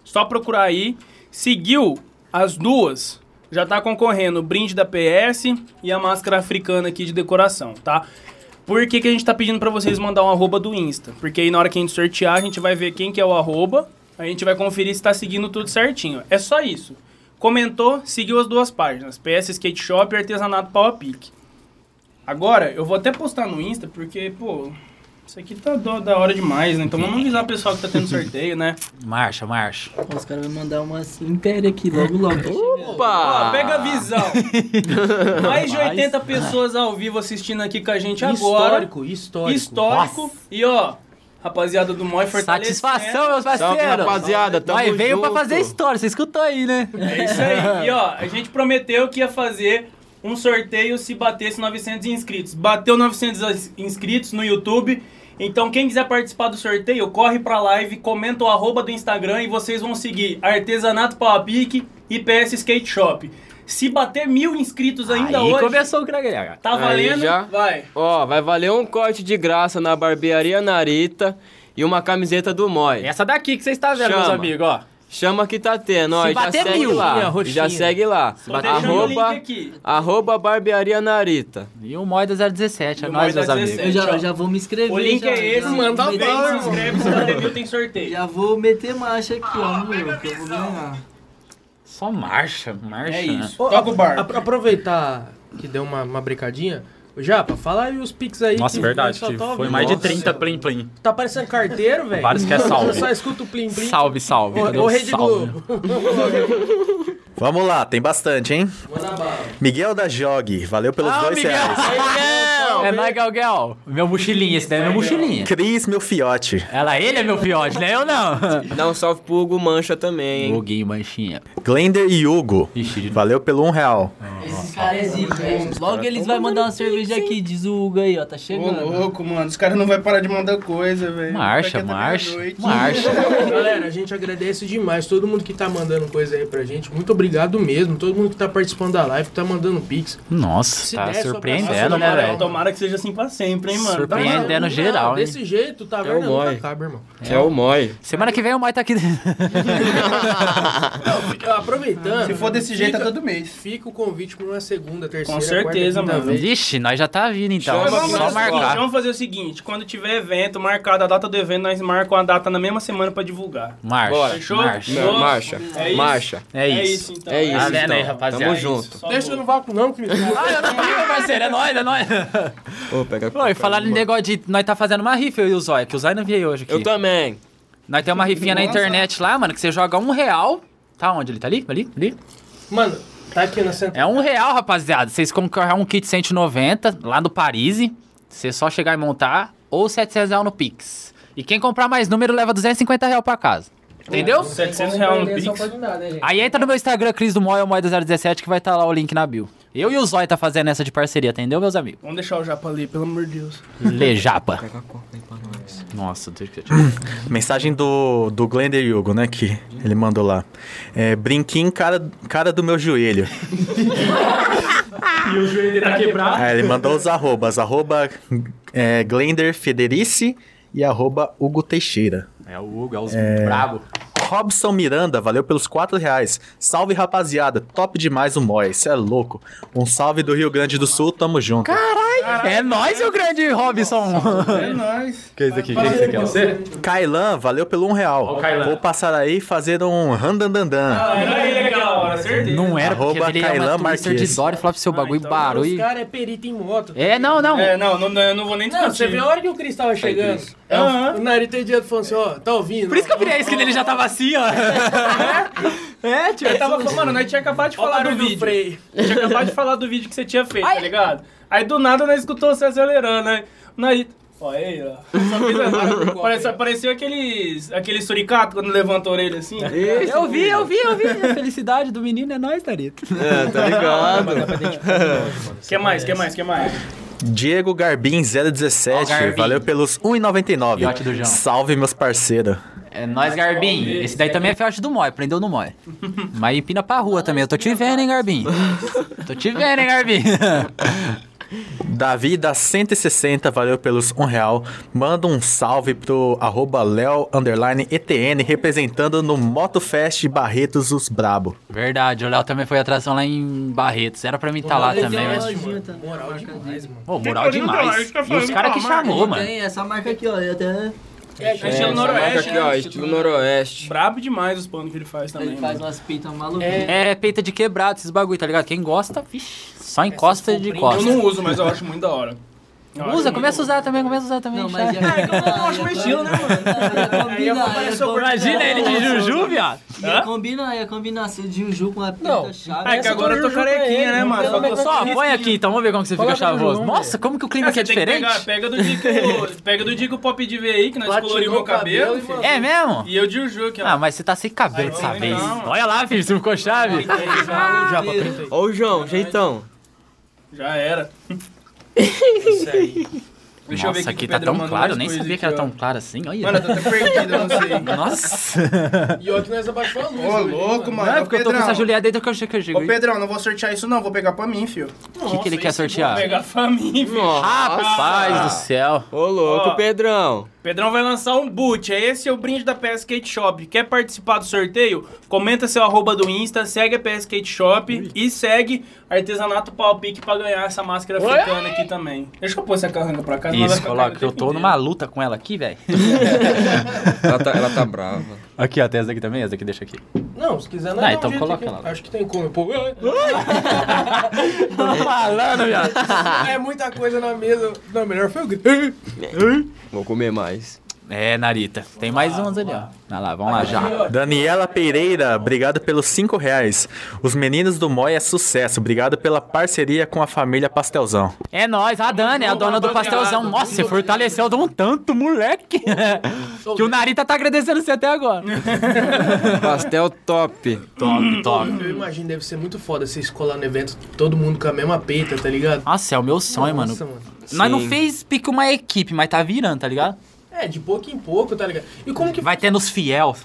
Speaker 1: Só procurar aí. Seguiu as duas, já tá concorrendo o brinde da PS e a máscara africana aqui de decoração, tá? Por que, que a gente tá pedindo pra vocês mandar um arroba do Insta? Porque aí na hora que a gente sortear, a gente vai ver quem que é o arroba, a gente vai conferir se tá seguindo tudo certinho. É só isso. Comentou, seguiu as duas páginas, PS Skate Shop e Artesanato Pau a Pique. Agora, eu vou até postar no Insta, porque, pô, isso aqui tá do- da hora demais, né? Então vamos avisar o pessoal que tá tendo sorteio, né?
Speaker 5: Marcha, marcha.
Speaker 6: Os caras vão mandar uma império aqui logo, logo.
Speaker 1: Opa! Ah,
Speaker 10: Ah.
Speaker 1: pega a visão. Mais de
Speaker 6: Mas-
Speaker 1: 80 pessoas ao vivo assistindo aqui com a gente agora.
Speaker 4: Histórico, histórico.
Speaker 1: Histórico. E ó, rapaziada do Moi né? Fortaleza.
Speaker 4: Satisfação, meus parceiros.
Speaker 1: Salve,
Speaker 4: rapaziada, tamo
Speaker 1: Nós veio pra
Speaker 4: junto.
Speaker 1: fazer
Speaker 5: história, você escutou aí, né?
Speaker 1: É isso aí. E ó, a gente prometeu que ia fazer um sorteio se batesse 900 inscritos. Bateu 900 inscritos no YouTube. Então, quem quiser participar do sorteio, corre pra live, comenta o arroba do Instagram e vocês vão seguir Artesanato Pau a Pique e PS Skate Shop. Se bater mil inscritos ainda
Speaker 2: Aí
Speaker 1: hoje.
Speaker 2: começou
Speaker 1: o Tá
Speaker 2: Aí
Speaker 1: valendo?
Speaker 2: já.
Speaker 1: Vai.
Speaker 2: Ó, vai valer um corte de graça na barbearia Narita e uma camiseta do Moi.
Speaker 5: Essa daqui que vocês estão
Speaker 4: vendo, meus amigos,
Speaker 2: ó. Chama que tá tendo, ó.
Speaker 4: Se
Speaker 2: e já
Speaker 4: bater
Speaker 2: segue
Speaker 4: mil.
Speaker 2: lá.
Speaker 4: Roxinha, roxinha.
Speaker 2: Já segue lá.
Speaker 4: Tô deixando o link
Speaker 2: Arroba, arroba barbearia Narita.
Speaker 5: E o Moida 017, é
Speaker 2: o
Speaker 5: nóis,
Speaker 2: Moida
Speaker 5: meus amigos.
Speaker 2: 017, Eu já- ó.
Speaker 6: Já vou me inscrever.
Speaker 1: Então, O link
Speaker 6: já,
Speaker 1: é esse,
Speaker 6: já.
Speaker 1: manda
Speaker 6: Me-
Speaker 1: bala, se inscreve, se bater mil tem sorteio.
Speaker 6: Já vou meter marcha aqui, ó, meu, que eu vou ganhar.
Speaker 5: Só marcha, marcha. né?
Speaker 6: É isso.
Speaker 3: Ô,
Speaker 6: Toca o bar.
Speaker 3: apro- Aproveitar que deu uma, uma brincadinha. Ô, Japa, fala aí os pics aí.
Speaker 11: Nossa,
Speaker 3: que
Speaker 11: verdade.
Speaker 3: só
Speaker 11: que
Speaker 5: tipo,
Speaker 3: tô
Speaker 11: Foi
Speaker 3: ouvindo.
Speaker 11: mais de
Speaker 3: Nossa.
Speaker 11: 30 plim plim.
Speaker 3: Tá parecendo carteiro, velho.
Speaker 11: Vários que é salve.
Speaker 3: Só escuta o plim plim.
Speaker 5: Salve, salve.
Speaker 3: Ô,
Speaker 11: Cadê
Speaker 3: ô
Speaker 11: o
Speaker 3: Rede
Speaker 11: salve?
Speaker 3: Globo.
Speaker 11: Vamos lá, tem bastante, hein? Miguel da Jog, valeu
Speaker 5: Ah,
Speaker 11: pelos dois reais.
Speaker 5: É nóis, Galguel. Meu mochilinha, esse daí é meu mochilinha.
Speaker 11: Cris, meu fiote.
Speaker 5: Ela, ele é meu fiote, né? Eu não.
Speaker 2: Dá um salve pro Hugo Mancha também, hein?
Speaker 5: Huguinho, manchinha.
Speaker 11: Glender e Hugo, valeu pelo um real.
Speaker 6: Esses caras é zica, velho. Logo eles vão mandar uma cerveja aqui, diz o Hugo aí, ó, tá chegando.
Speaker 1: Ô, louco, mano, os caras não vão parar de mandar coisa, velho.
Speaker 5: Marcha,
Speaker 3: tá
Speaker 1: Vai que é até
Speaker 5: marcha,
Speaker 1: meia-noite.
Speaker 3: Galera, a gente agradece demais todo mundo que tá mandando coisa aí pra gente. Muito obrigado mesmo. Todo mundo que tá participando da live, que tá mandando pix.
Speaker 5: Nossa,
Speaker 3: Se
Speaker 5: tá
Speaker 3: der, só pra-
Speaker 5: surpreendendo, né,
Speaker 1: tomara,
Speaker 5: velho?
Speaker 1: tomara que seja assim pra sempre, hein, mano.
Speaker 5: Surpreendendo
Speaker 1: Tá maluco?
Speaker 5: geral, hein?
Speaker 3: um
Speaker 5: É
Speaker 3: Desse jeito, tá vendo?
Speaker 5: Moi.
Speaker 3: Nunca acaba, irmão.
Speaker 5: É o Moi. Semana que vem o Moi tá aqui.
Speaker 3: Aproveitando.
Speaker 1: Se for desse jeito, é todo
Speaker 3: mês. Fica o convite pra uma segunda, terceira,
Speaker 1: Com certeza,
Speaker 3: quarta, quinta
Speaker 1: mano.
Speaker 3: vez.
Speaker 5: Vixe, nós já tá vindo então.
Speaker 1: Mas vamos,
Speaker 5: Só
Speaker 1: fazer o seguinte,
Speaker 5: marcar.
Speaker 1: vamos fazer o seguinte: quando tiver evento, marcada a data do evento, nós marcamos a data na mesma semana pra divulgar.
Speaker 5: Marcha.
Speaker 2: Bora.
Speaker 1: Fechou?
Speaker 2: Marcha.
Speaker 1: Fechou?
Speaker 2: Marcha.
Speaker 1: É isso.
Speaker 2: Marcha.
Speaker 5: É isso.
Speaker 1: É isso, então.
Speaker 2: É isso,
Speaker 5: Tá vendo
Speaker 2: então.
Speaker 5: aí, rapaziada?
Speaker 2: Tamo
Speaker 5: É
Speaker 2: junto.
Speaker 3: Deixa eu no vácuo, não, Cris.
Speaker 5: Ah, eu não fico, parceiro. É nóis, é nóis.
Speaker 10: Ô, pega
Speaker 5: Pô, e falaram em negócio de. Nós tá fazendo uma rifa, eu e o Zóia, que o Zóia não veio hoje aqui.
Speaker 2: Eu também.
Speaker 5: Nós tem uma rifinha na
Speaker 3: Nossa.
Speaker 5: internet lá, mano, que você joga um real. Tá onde? Ele tá ali? Ali? Ali?
Speaker 3: Mano, tá aqui na central.
Speaker 5: É um real, rapaziada. Vocês concorrem a um kit 190 lá do Paris. Você só chegar e montar. Ou 700 reais no Pix. E quem comprar mais número leva 250 reais pra casa. Entendeu?
Speaker 1: 700 reais no Pix.
Speaker 5: Aí entra no meu Instagram, Cris do Moia, Moeda017, que vai estar lá o link na bio. Eu e o Zóia tá fazendo essa de parceria, entendeu, meus amigos?
Speaker 1: Vamos deixar o Japa ali, pelo amor de Deus.
Speaker 5: Lejapa. Nossa, deixa que eu te...
Speaker 11: Mensagem do, do Glender e Hugo, né? Que ele mandou lá. É, brinquinho, cara, cara do meu joelho.
Speaker 1: E o joelho tá quebrado.
Speaker 11: Ah, ele mandou os arrobas. Arroba é, Glender Federici e arroba Hugo Teixeira.
Speaker 5: É o Hugo, é os
Speaker 11: É,
Speaker 5: brabo.
Speaker 11: Robson Miranda, valeu pelos 4 reais. Salve, rapaziada. Top demais o Moy. Cê é louco. Um salve do Rio Grande do Sul, tamo junto.
Speaker 5: Caralho! É nóis, o grande Robson!
Speaker 1: É nóis.
Speaker 11: Que é isso aqui? Que é isso aqui? Kailan, valeu pelo um real. Vou passar aí e fazer um randandandan.
Speaker 1: Era ele legal, era certeza.
Speaker 5: Não era, porque
Speaker 11: Arroba
Speaker 5: ele é
Speaker 11: Kailan
Speaker 5: uma Twitter de
Speaker 11: Marques.
Speaker 5: Dória, falava
Speaker 4: Ah,
Speaker 5: pro seu bagulho
Speaker 4: então
Speaker 5: barulho.
Speaker 3: Os caras é perito em moto.
Speaker 5: É, não, não.
Speaker 1: É, Tá não, não, não, eu não vou nem discutir.
Speaker 3: Não, você viu a hora que o Cris tava chegando.
Speaker 1: Cris.
Speaker 3: É, o-
Speaker 1: Aham.
Speaker 3: O Narita e o Diego falou assim, ó, tá ouvindo?
Speaker 5: Por isso que eu virei a skin dele já tava assim, ó.
Speaker 1: É, tio, eu tava falando, mano, nós tinha acabado de falar do tá vídeo. Eu tinha acabado de falar do vídeo que você tinha feito, tá ligado? Aí do nada nós escutou você acelerando, né? Nós. Olha aí, ó. Essa vida
Speaker 6: <laughs>
Speaker 1: é maravilhosa. Parece, apareceu aqueles, aquele suricato quando levanta a orelha assim.
Speaker 4: Eu vi, eu vi, eu vi. A felicidade do menino é nós, Tarito.
Speaker 2: É, tá ligado.
Speaker 1: Que mais, que mais, que mais?
Speaker 11: Diego Garbin 017,
Speaker 5: Garbin.
Speaker 11: valeu pelos
Speaker 5: Fiote do
Speaker 11: 1,99.
Speaker 5: João.
Speaker 11: Salve, meus parceiros.
Speaker 5: É nós, Garbim. Esse daí também é fiote do Moi, prendeu no Moi. Mas empina pra rua também. Eu tô te vendo, hein, Garbim. Tô te vendo, hein, Garbim.
Speaker 11: Davi da 160, valeu pelos um real. Manda um salve pro arroba Léo underline ETN, representando no Motofest Barretos os Brabo.
Speaker 5: <laughs> Verdade, o Léo também foi atração lá em Barretos. Era pra mim estar lá também, mas...
Speaker 3: Moral demais, mano.
Speaker 5: Pô, moral
Speaker 1: então, é
Speaker 5: demais. E os caras que chamou, mano.
Speaker 6: Tem essa marca aqui, ó. eu até-
Speaker 1: É, estilo
Speaker 6: essa
Speaker 1: noroeste,
Speaker 6: marca aqui,
Speaker 1: né?
Speaker 6: ó,
Speaker 5: estilo noroeste.
Speaker 1: Brabo demais os panos que ele faz também.
Speaker 6: Ele faz
Speaker 1: mano.
Speaker 6: umas peitas malucas.
Speaker 5: É, peita de quebrado, esses bagulho, tá ligado? Quem gosta, vixi, só
Speaker 6: é
Speaker 5: encosta de costa.
Speaker 1: Eu não uso, mas eu acho muito da hora. Eu acho
Speaker 5: Usa,
Speaker 1: muito
Speaker 5: começa a usar também, começa a usar também.
Speaker 6: Não,
Speaker 5: já.
Speaker 6: mas é-
Speaker 1: acho meu estilo, né,
Speaker 6: mano?
Speaker 1: Aí eu vou aparecer o
Speaker 5: Imagina
Speaker 6: é
Speaker 5: ele de Juju, viado.
Speaker 6: Ia combinar, ia combinar ser de Juju com a pinta chata.
Speaker 1: É que agora eu tô carequinha, né, mano?
Speaker 3: é
Speaker 1: Só tô-
Speaker 5: Só põe aqui então, vamos ver como que você fica
Speaker 1: Coloca do
Speaker 5: chavoso.
Speaker 1: João,
Speaker 5: Nossa, como que o clima
Speaker 1: É,
Speaker 5: aqui é
Speaker 1: você tem que pegar-
Speaker 5: diferente?
Speaker 1: Pega do Dico, pega do Dico Pop de V aí, que nós colorimos meu cabelo. filho.
Speaker 5: É mesmo?
Speaker 1: E eu de Juju é aqui, ó.
Speaker 5: Ah, mas você tá sem cabelo dessa vez. Olha lá, filho, você ficou chave.
Speaker 2: Ó o João, jeitão.
Speaker 1: Já era. Deixa eu ver
Speaker 5: Nossa,
Speaker 1: aqui que
Speaker 5: aqui tá
Speaker 1: o Pedro
Speaker 5: tão
Speaker 1: mandou
Speaker 5: claro, eu
Speaker 1: mais
Speaker 5: nem
Speaker 1: coisa
Speaker 5: sabia
Speaker 1: aqui,
Speaker 5: que era
Speaker 1: ó.
Speaker 5: tão claro assim. Olha.
Speaker 1: Mano, eu tô até perdido, eu não sei.
Speaker 5: <laughs> Nossa.
Speaker 3: E olha que nós abaixou a luz.
Speaker 1: Ô, louco, mano.
Speaker 5: Não, é porque eu tô com essa Juliette desde que eu cheguei.
Speaker 1: Ô, Pedrão, não vou sortear isso não, vou pegar pra mim, filho.
Speaker 5: O que, que ele quer
Speaker 6: Ah.
Speaker 5: sortear?
Speaker 1: Vou pegar pra mim, filho.
Speaker 5: Rapaz do céu.
Speaker 2: Ô, Tá louco,
Speaker 1: Ó.
Speaker 2: Pedrão.
Speaker 1: Pedrão vai lançar um boot, é esse é o brinde da PS Skate Shop. Quer participar do sorteio? Comenta seu arroba do Insta, segue a PS Skate Shop e segue Artesanato Palpique pra ganhar essa máscara
Speaker 5: Oi!
Speaker 1: africana aqui também. Deixa eu pôr essa carranga pra cá. senão vai
Speaker 5: Isso,
Speaker 1: ficar
Speaker 5: coloca,
Speaker 1: caro
Speaker 5: que eu
Speaker 1: o
Speaker 5: tô
Speaker 1: tempo
Speaker 5: numa luta com ela aqui, velho.
Speaker 10: <laughs> Ela tá, ela tá brava.
Speaker 5: Aqui, ó, tem essa daqui também, essa daqui deixa aqui.
Speaker 3: Não, se quiser, não.
Speaker 5: Ah,
Speaker 3: dá um
Speaker 5: então
Speaker 3: jeito
Speaker 5: coloca
Speaker 3: aqui.
Speaker 5: lá.
Speaker 3: Acho que tem
Speaker 1: <laughs>
Speaker 3: como. Pô, ai,
Speaker 5: Tô
Speaker 3: <laughs>
Speaker 5: falando, viado.
Speaker 3: ai. é muita coisa na mesa. Não, melhor foi o grito.
Speaker 2: Vou comer mais.
Speaker 5: É, Narita. Tem mais uns ali, ó. Olha lá, vamos lá já.
Speaker 11: Daniela Pereira, obrigado pelos 5 reais. Os meninos do Moi é sucesso. Obrigado pela parceria com a família Pastelzão.
Speaker 5: É nóis, a Dani, a dona do pastelzão. Nossa, você fortaleceu de um tanto, moleque.
Speaker 3: <laughs>
Speaker 5: que o Narita tá agradecendo você até agora.
Speaker 2: Pastel top.
Speaker 5: Top, top.
Speaker 3: Eu imagino, deve ser muito foda você escolar no evento, todo mundo com a mesma peita, tá ligado?
Speaker 5: Nossa, é o meu sonho, mano.
Speaker 3: Nossa, mano.
Speaker 5: Nós não
Speaker 3: Sim.
Speaker 5: fez pique uma equipe, mas tá virando, tá ligado?
Speaker 3: É, de pouco em pouco, tá ligado? E como que.
Speaker 5: Vai ter nos fiel.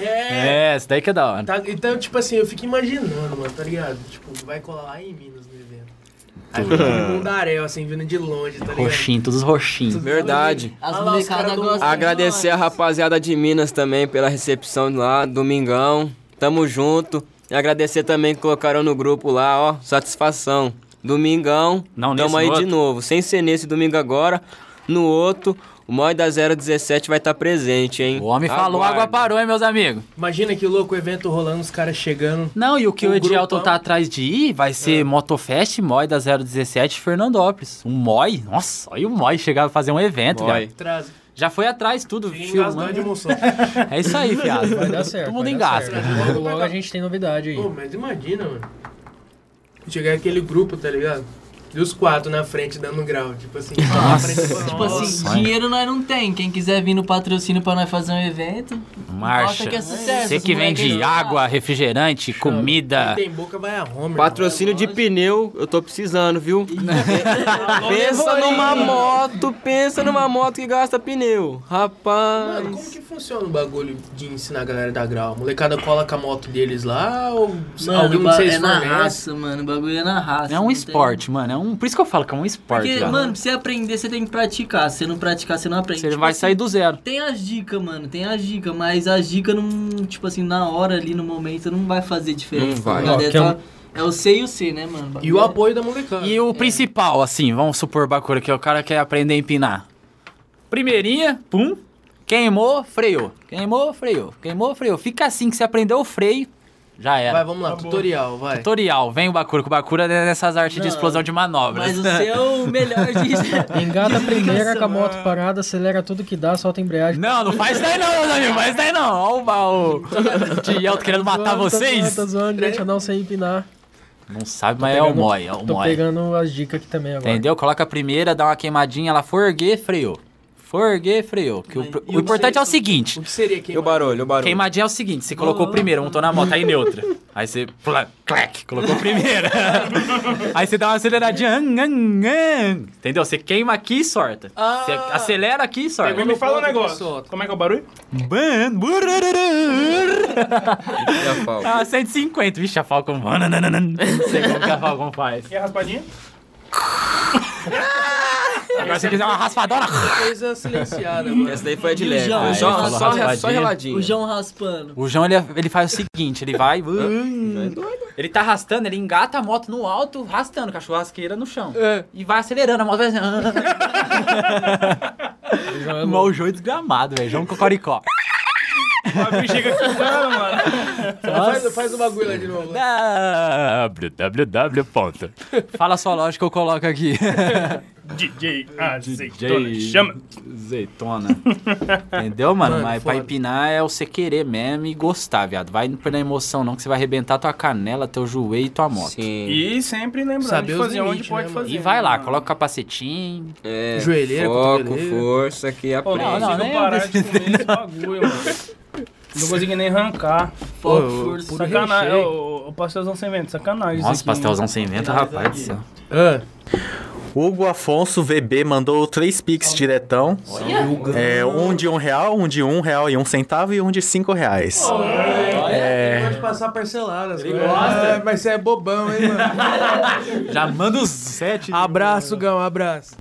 Speaker 3: É.
Speaker 5: <laughs> É, isso daí que é da hora.
Speaker 3: Tá, então, tipo assim, eu fico imaginando, mano, tá ligado? Tipo, vai colar lá em Minas no evento. Aí fica de
Speaker 5: Uhum.
Speaker 3: mundaréu, assim, vindo de longe, tá ligado?
Speaker 5: Roxinho, todos roxinhos.
Speaker 2: Verdade.
Speaker 6: As
Speaker 3: Olha lá, os
Speaker 6: molecadas
Speaker 3: cara do-
Speaker 6: gostam.
Speaker 2: Agradecer a rapaziada de Minas também pela recepção lá, domingão. Tamo junto. E agradecer também que colocaram no grupo lá, ó. Satisfação. Domingão.
Speaker 5: Não, nesse,
Speaker 2: Tamo aí
Speaker 5: no
Speaker 2: de
Speaker 5: outro.
Speaker 2: novo. Sem ser nesse domingo agora. No outro, o Moi da 017 vai estar presente, hein?
Speaker 5: O
Speaker 10: Tá
Speaker 5: homem falou,
Speaker 2: Aguarde.
Speaker 5: água parou, hein, meus amigos?
Speaker 3: Imagina que louco o evento rolando, os caras chegando.
Speaker 5: Não, e o que
Speaker 3: Um
Speaker 5: o Edielton
Speaker 3: grupão. É.
Speaker 5: tá atrás de ir vai ser Motofest Moi da 017 Fernandópolis. Um Moi? Nossa, olha o Moi chegar a fazer um evento,
Speaker 2: Moi.
Speaker 5: velho.
Speaker 3: Traz.
Speaker 5: Já foi atrás tudo,
Speaker 3: Engasgando de
Speaker 5: filmando.
Speaker 3: emoção.
Speaker 5: É isso aí, fiado.
Speaker 13: Vai dar certo.
Speaker 5: Todo mundo
Speaker 13: vai dar certo.
Speaker 5: engasga.
Speaker 13: Logo, logo
Speaker 1: Tá
Speaker 13: a gente tem novidade
Speaker 3: <laughs>
Speaker 13: aí.
Speaker 3: Pô, mas imagina, mano. Chegar aquele grupo, tá ligado? E os quatro na frente dando um grau, tipo
Speaker 6: <laughs>
Speaker 3: assim. na frente,
Speaker 6: Tipo assim,
Speaker 5: Nossa.
Speaker 6: dinheiro nós não tem. Quem quiser vir no patrocínio pra nós fazer um evento,
Speaker 5: Marcha.
Speaker 6: Bota que é sucesso,
Speaker 5: Você que
Speaker 6: os moleque
Speaker 5: vende
Speaker 6: não-
Speaker 5: água, refrigerante, comida.
Speaker 3: Quem tem boca vai a Homer.
Speaker 2: Patrocínio de pneu, eu tô precisando,
Speaker 5: <laughs>
Speaker 2: viu? pensa numa moto, pensa numa moto que gasta pneu. Rapaz.
Speaker 3: Mano, como que funciona o bagulho de ensinar a galera da grau? A molecada cola com a moto deles lá ou alguém
Speaker 6: mano,
Speaker 3: de
Speaker 6: ba-
Speaker 3: vocês
Speaker 6: é na
Speaker 3: fornece?
Speaker 6: raça, mano. O bagulho é na raça.
Speaker 5: É um
Speaker 6: não tem-
Speaker 5: esporte, mano. É um... Por isso que eu falo que é um esporte,
Speaker 6: Porque,
Speaker 5: velho.
Speaker 6: mano, pra você aprender, você tem que praticar. Se você não praticar, você não aprende.
Speaker 5: Você
Speaker 6: Tipo
Speaker 5: vai
Speaker 6: assim,
Speaker 5: sair do zero.
Speaker 6: Tem as dicas, mano, tem as dicas, mas as dicas não, tipo assim, na hora ali, no momento, não vai fazer diferença.
Speaker 10: Não
Speaker 6: tá
Speaker 10: vai.
Speaker 6: ligado?
Speaker 13: Ó,
Speaker 6: É,
Speaker 13: que é
Speaker 6: só- é o C e o C, né, mano?
Speaker 3: E o apoio da molecada.
Speaker 5: E o principal, assim, vamos supor, Bakura, que o cara quer aprender a empinar. Primeirinha, pum, queimou, freou. Queimou, freou. Queimou, freou. Fica assim que você aprendeu o freio, já era.
Speaker 3: Vai, vamos
Speaker 1: Tá
Speaker 3: lá, um tutorial, vai.
Speaker 5: Tutorial, vem o Bakura, que o Bakura é nessas artes de
Speaker 6: Não,
Speaker 5: explosão de manobras.
Speaker 6: Mas o C
Speaker 5: <laughs>
Speaker 6: é o melhor de.
Speaker 13: Engata a primeira
Speaker 6: Desligação.
Speaker 13: com a moto parada, acelera tudo que dá, solta a embreagem.
Speaker 5: Não, não faz isso daí não, meus amigos, faz isso daí não. Ó o, o Tiel querendo matar
Speaker 13: Zoando, tô
Speaker 5: vocês.
Speaker 13: zoando, Tô zoando, gente, eu não sei empinar.
Speaker 5: Não sabe, mas é o
Speaker 13: pegando-
Speaker 5: Moi, é o
Speaker 13: Tô
Speaker 5: Moi.
Speaker 13: pegando as dicas aqui também agora.
Speaker 5: Entendeu? Coloca a primeira, dá uma queimadinha, ela forguê, freou. Forgue, freou. Que o, o importante é o seguinte. O que
Speaker 3: seria
Speaker 5: queimadinha? O barulho, o barulho. Queimadinha é o seguinte, você colocou primeiro, montou na moto, aí neutra. Aí você, plá, clac, colocou <laughs> primeira. aí você dá uma aceleradinha, an, an, an. entendeu? Você queima aqui e sorta. Você acelera aqui e sorta.
Speaker 1: Me fala um negócio. Como é que é o barulho?
Speaker 5: Ban, burururur. ah, 150. Vixe, a Falcon... Não sei como que a Falcon faz.
Speaker 1: E a raspadinha?
Speaker 5: Agora você quiser uma raspadora...
Speaker 3: Coisa silenciada, mano.
Speaker 10: Essa daí foi a de
Speaker 5: E o
Speaker 10: leve.
Speaker 5: João?
Speaker 10: Aí
Speaker 5: Só-
Speaker 10: falou
Speaker 5: só-
Speaker 10: raspadinha.
Speaker 5: só reladinha.
Speaker 6: O João raspando.
Speaker 5: O João, ele, ele faz <laughs> o seguinte, ele vai... ele tá arrastando, ele engata a moto no alto, arrastando com a churrasqueira no chão. E vai acelerando, a moto <laughs> vai... assim, Mas o João é desgramado, velho. João Cocoricó.
Speaker 1: A bexiga quicando, <laughs> mano.
Speaker 3: Faz, faz o bagulho lá de novo.
Speaker 19: www. ponto.
Speaker 5: Fala a sua lógica que eu coloco aqui.
Speaker 1: DJ Azeitona,
Speaker 5: DJ
Speaker 1: chama.
Speaker 5: Azeitona. Entendeu, mano?
Speaker 1: Mano,
Speaker 5: Mas
Speaker 1: foda.
Speaker 5: pra empinar é você querer mesmo e gostar, viado. Vai não perder a emoção, não, que você vai arrebentar tua canela, teu joelho e tua moto. Sim.
Speaker 1: E sempre lembrando
Speaker 5: Saber
Speaker 1: de
Speaker 5: os
Speaker 1: fazer
Speaker 5: limites,
Speaker 1: onde pode fazer.
Speaker 5: E vai lá,
Speaker 1: né,
Speaker 5: coloca o capacetinho.
Speaker 10: É,
Speaker 5: Joelheira,
Speaker 10: foco,
Speaker 5: cotoveleira.
Speaker 10: força, que
Speaker 1: Pô,
Speaker 10: aprende.
Speaker 1: não, não, consigo parar de comer esse bagulho, mano. Não consegui nem arrancar.
Speaker 10: Pô,
Speaker 1: Pô,
Speaker 10: puro
Speaker 1: sacanagem.
Speaker 10: recheio.
Speaker 1: O, o pastelzão sem vento, sacanagem. isso
Speaker 5: Nossa,
Speaker 1: aqui,
Speaker 5: pastelzão
Speaker 1: hein?
Speaker 5: sem vento,
Speaker 1: Sacanagem
Speaker 5: rapaz do
Speaker 1: aqui.
Speaker 5: céu.
Speaker 3: É.
Speaker 11: Hugo Afonso VB mandou três pix diretão. É, um de um real, um de um real e um centavo e um de cinco reais.
Speaker 3: É.
Speaker 11: É,
Speaker 3: Pode passar parceladas. Ele
Speaker 5: gosta.
Speaker 3: mas você é bobão, hein, mano?
Speaker 5: Já manda os sete.
Speaker 3: Abraço, Gão, abraço.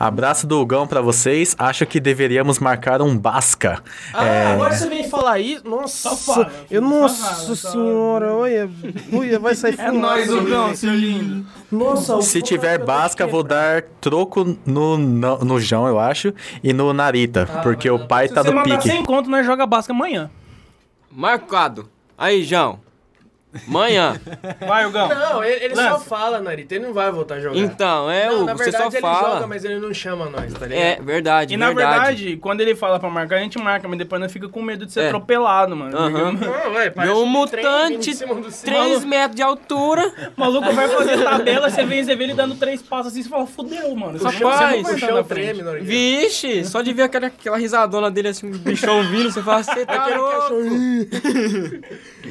Speaker 11: abraço do Hugão pra vocês. Acho que deveríamos marcar um Basca.
Speaker 3: Ah,
Speaker 11: É,
Speaker 3: agora você vem falar isso? Nossa, eu, nossa senhora, olha, olha, vai sair fumaça.
Speaker 1: é nóis, Hugão, seu
Speaker 3: lindo. Nossa,
Speaker 1: um
Speaker 3: o
Speaker 11: Se tiver Basca, vou dar troco no, no, no João, eu acho, e no Narita, porque o pai
Speaker 1: Ah, Se
Speaker 11: tá
Speaker 1: você
Speaker 11: no
Speaker 1: mandar
Speaker 11: pique.
Speaker 1: sem conto, nós joga basca amanhã.
Speaker 2: Marcado. Aí, João.
Speaker 3: <laughs>
Speaker 2: Manhã.
Speaker 1: Vai, Hugão.
Speaker 3: Não, ele, ele só
Speaker 1: Lança.
Speaker 3: fala, Narita, ele não vai voltar a jogar.
Speaker 2: Então, é,
Speaker 3: não,
Speaker 2: Hugo,
Speaker 3: na
Speaker 2: você só
Speaker 3: verdade ele
Speaker 2: fala.
Speaker 3: joga, mas ele não chama nós, tá ligado?
Speaker 2: É, verdade,
Speaker 1: E na
Speaker 2: verdade.
Speaker 1: verdade, quando ele fala pra marcar, a gente marca, mas depois nós fica com medo de ser
Speaker 2: É.
Speaker 1: atropelado, mano.
Speaker 2: Aham.
Speaker 3: Então,
Speaker 1: Porque-
Speaker 2: E um mutante, 3 metros de altura.
Speaker 1: O maluco vai fazer tabela, você vem, você vê ele dando três passos assim, você fala, fudeu, mano. Esse chão- você não
Speaker 2: Rapaz,
Speaker 1: vai andar na frente.
Speaker 2: Vixe, só de ver aquela, aquela risadona dele assim, o bichão vindo, você fala, você tá louco.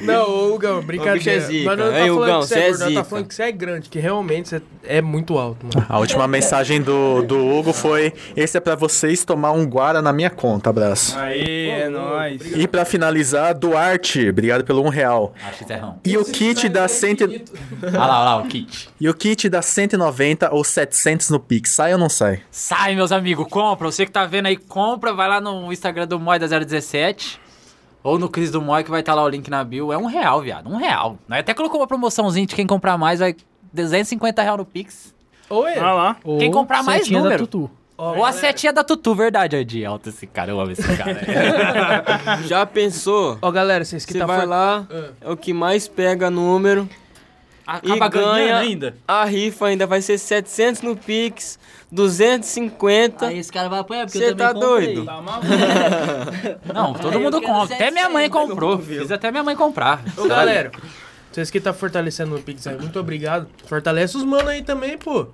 Speaker 3: Não, ô, Gão, brincadeira.
Speaker 2: O bicho é zica.
Speaker 3: Nós não tá
Speaker 2: Ei,
Speaker 3: falando
Speaker 2: Hugão,
Speaker 3: que você
Speaker 2: você
Speaker 3: é
Speaker 2: é
Speaker 3: gordo, nós tá
Speaker 2: zica.
Speaker 3: falando que você é grande, que realmente você é muito alto, mano.
Speaker 11: A última mensagem do, do Hugo foi: Esse é pra vocês tomar um Guara na minha conta, abraço.
Speaker 1: Aí, é nóis.
Speaker 11: E pra finalizar, Duarte, obrigado pelo um real.
Speaker 5: Acho que tá errão.
Speaker 11: E o kit dá cento...
Speaker 5: Olha lá, olha lá, o kit.
Speaker 11: E o kit dá 190 ou 700 no Pix. Sai ou não sai?
Speaker 5: Sai, meus amigos, compra. Você que tá vendo aí, compra. Vai lá no Instagram do Moida017. Ou no Cris do Moi, que vai estar lá o link na bio. É um real, viado. Um real. Nós até colocou uma promoçãozinha de quem comprar mais vai 250 real no Pix.
Speaker 2: Ah.
Speaker 3: Oi.
Speaker 1: Olha lá.
Speaker 5: Quem comprar mais
Speaker 13: setinha da
Speaker 5: número.
Speaker 13: Tutu.
Speaker 5: Ou a setinha da Tutu, verdade, Adi. Alto esse cara, eu amo esse cara. né?
Speaker 2: Já pensou?
Speaker 3: Ó, galera, vocês que
Speaker 2: Você
Speaker 3: tá
Speaker 2: vai
Speaker 3: for-
Speaker 2: lá, é o que mais pega número.
Speaker 5: Acaba
Speaker 2: e ganha
Speaker 5: ganhando ainda.
Speaker 2: A rifa ainda vai ser 700 no Pix,
Speaker 10: Tá.
Speaker 2: 250.
Speaker 6: Aí esse cara vai apanhar, porque
Speaker 2: Você
Speaker 6: eu também
Speaker 2: tá
Speaker 6: comprei.
Speaker 2: doido?
Speaker 6: Tá maluco?
Speaker 5: Não, todo
Speaker 6: Aí eu
Speaker 5: mundo
Speaker 6: quero
Speaker 5: compra. Até minha mãe comprou. Fiz até minha mãe comprar.
Speaker 3: Ô, galera, vocês que tá fortalecendo o Pix aí, muito obrigado. Fortalece os mano aí também, pô.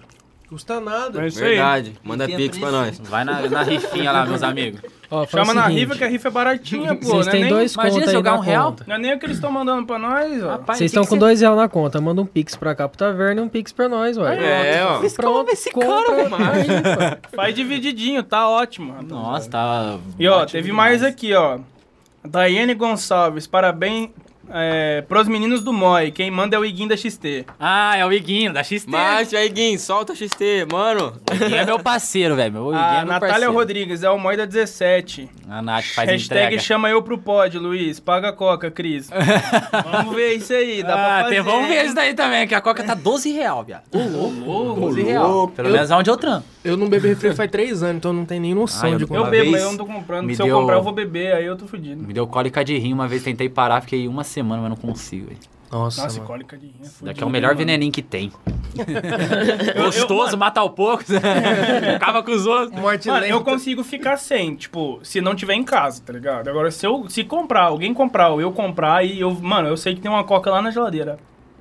Speaker 3: Custa nada.
Speaker 1: É isso aí.
Speaker 2: Verdade, manda
Speaker 6: Tem
Speaker 2: Pix pra nós.
Speaker 5: Vai na, na Tá rifinha lá, meus amigos.
Speaker 13: Ó, fala
Speaker 1: Chama
Speaker 13: o
Speaker 1: na
Speaker 13: seguinte,
Speaker 1: riva que a rifa é baratinha, pô.
Speaker 13: Vocês
Speaker 1: né?
Speaker 13: têm
Speaker 1: nem,
Speaker 13: dois
Speaker 1: Imagina
Speaker 13: conto
Speaker 1: se
Speaker 13: aí
Speaker 1: jogar
Speaker 13: na
Speaker 1: um real.
Speaker 13: conta.
Speaker 1: Não é nem o que eles estão mandando pra nós, ó.
Speaker 5: Rapaz,
Speaker 13: Vocês
Speaker 5: que
Speaker 13: estão
Speaker 5: que
Speaker 13: com
Speaker 5: você-
Speaker 13: dois reais na conta, manda um pix pra Capital Verde e um pix pra nós, ué.
Speaker 2: É, ó.
Speaker 13: Pronto, compra.
Speaker 1: Faz divididinho, tá ótimo. rapaz.
Speaker 5: Nossa, tá.
Speaker 1: E ó,
Speaker 5: ótimo
Speaker 1: teve
Speaker 5: demais.
Speaker 1: mais aqui, ó. Daiane Gonçalves, parabéns é, pros meninos do MOI. Quem manda é o Iguinho da XT.
Speaker 5: Ah, é o Iguinho, da XT.
Speaker 2: Mate aí, Guin, solta XT,
Speaker 3: <laughs>
Speaker 2: mano.
Speaker 5: O Iguinho é meu parceiro, velho. O Iguinho é
Speaker 1: A
Speaker 5: meu
Speaker 1: Ah, Natália
Speaker 5: parceiro.
Speaker 1: Rodrigues, é o MOI da 17.
Speaker 5: A Nath faz
Speaker 1: Hashtag
Speaker 5: entrega.
Speaker 1: chama eu pro pod, Luiz. Paga a coca,
Speaker 5: <laughs>
Speaker 1: Cris. vamos ver isso aí, dá pra
Speaker 5: Ah,
Speaker 1: fazer.
Speaker 5: tem, vamos ver isso daí também, que a Coca tá 12 real, viado. Ô, louco, 12 real. Pelo
Speaker 3: Eu-
Speaker 5: menos é onde eu trampo.
Speaker 3: Eu não bebi refri faz três anos, então eu não tenho nem noção
Speaker 5: Ah, eu
Speaker 3: de
Speaker 5: não
Speaker 1: Eu
Speaker 5: Uma
Speaker 1: bebo, mas
Speaker 5: vez
Speaker 1: eu não tô comprando.
Speaker 5: me
Speaker 1: Se eu
Speaker 5: deu-
Speaker 1: comprar, eu vou beber, aí eu tô fudido.
Speaker 5: Me deu cólica de rim uma vez, tentei parar, fiquei uma semana, mas não consigo, velho.
Speaker 3: Nossa,
Speaker 1: Nossa,
Speaker 3: mano.
Speaker 1: cólica de rim.
Speaker 5: Daqui é o melhor veneninho
Speaker 3: <laughs>
Speaker 5: que tem. Gostoso, mata ao pouco, né?
Speaker 3: <laughs>
Speaker 5: acaba com os outros.
Speaker 3: Morte
Speaker 1: Mano, eu
Speaker 3: lenta.
Speaker 1: consigo ficar sem, tipo, se não tiver em casa, tá ligado? Agora, se eu se comprar, alguém comprar ou eu comprar, e eu, mano, eu sei que tem uma coca lá na geladeira.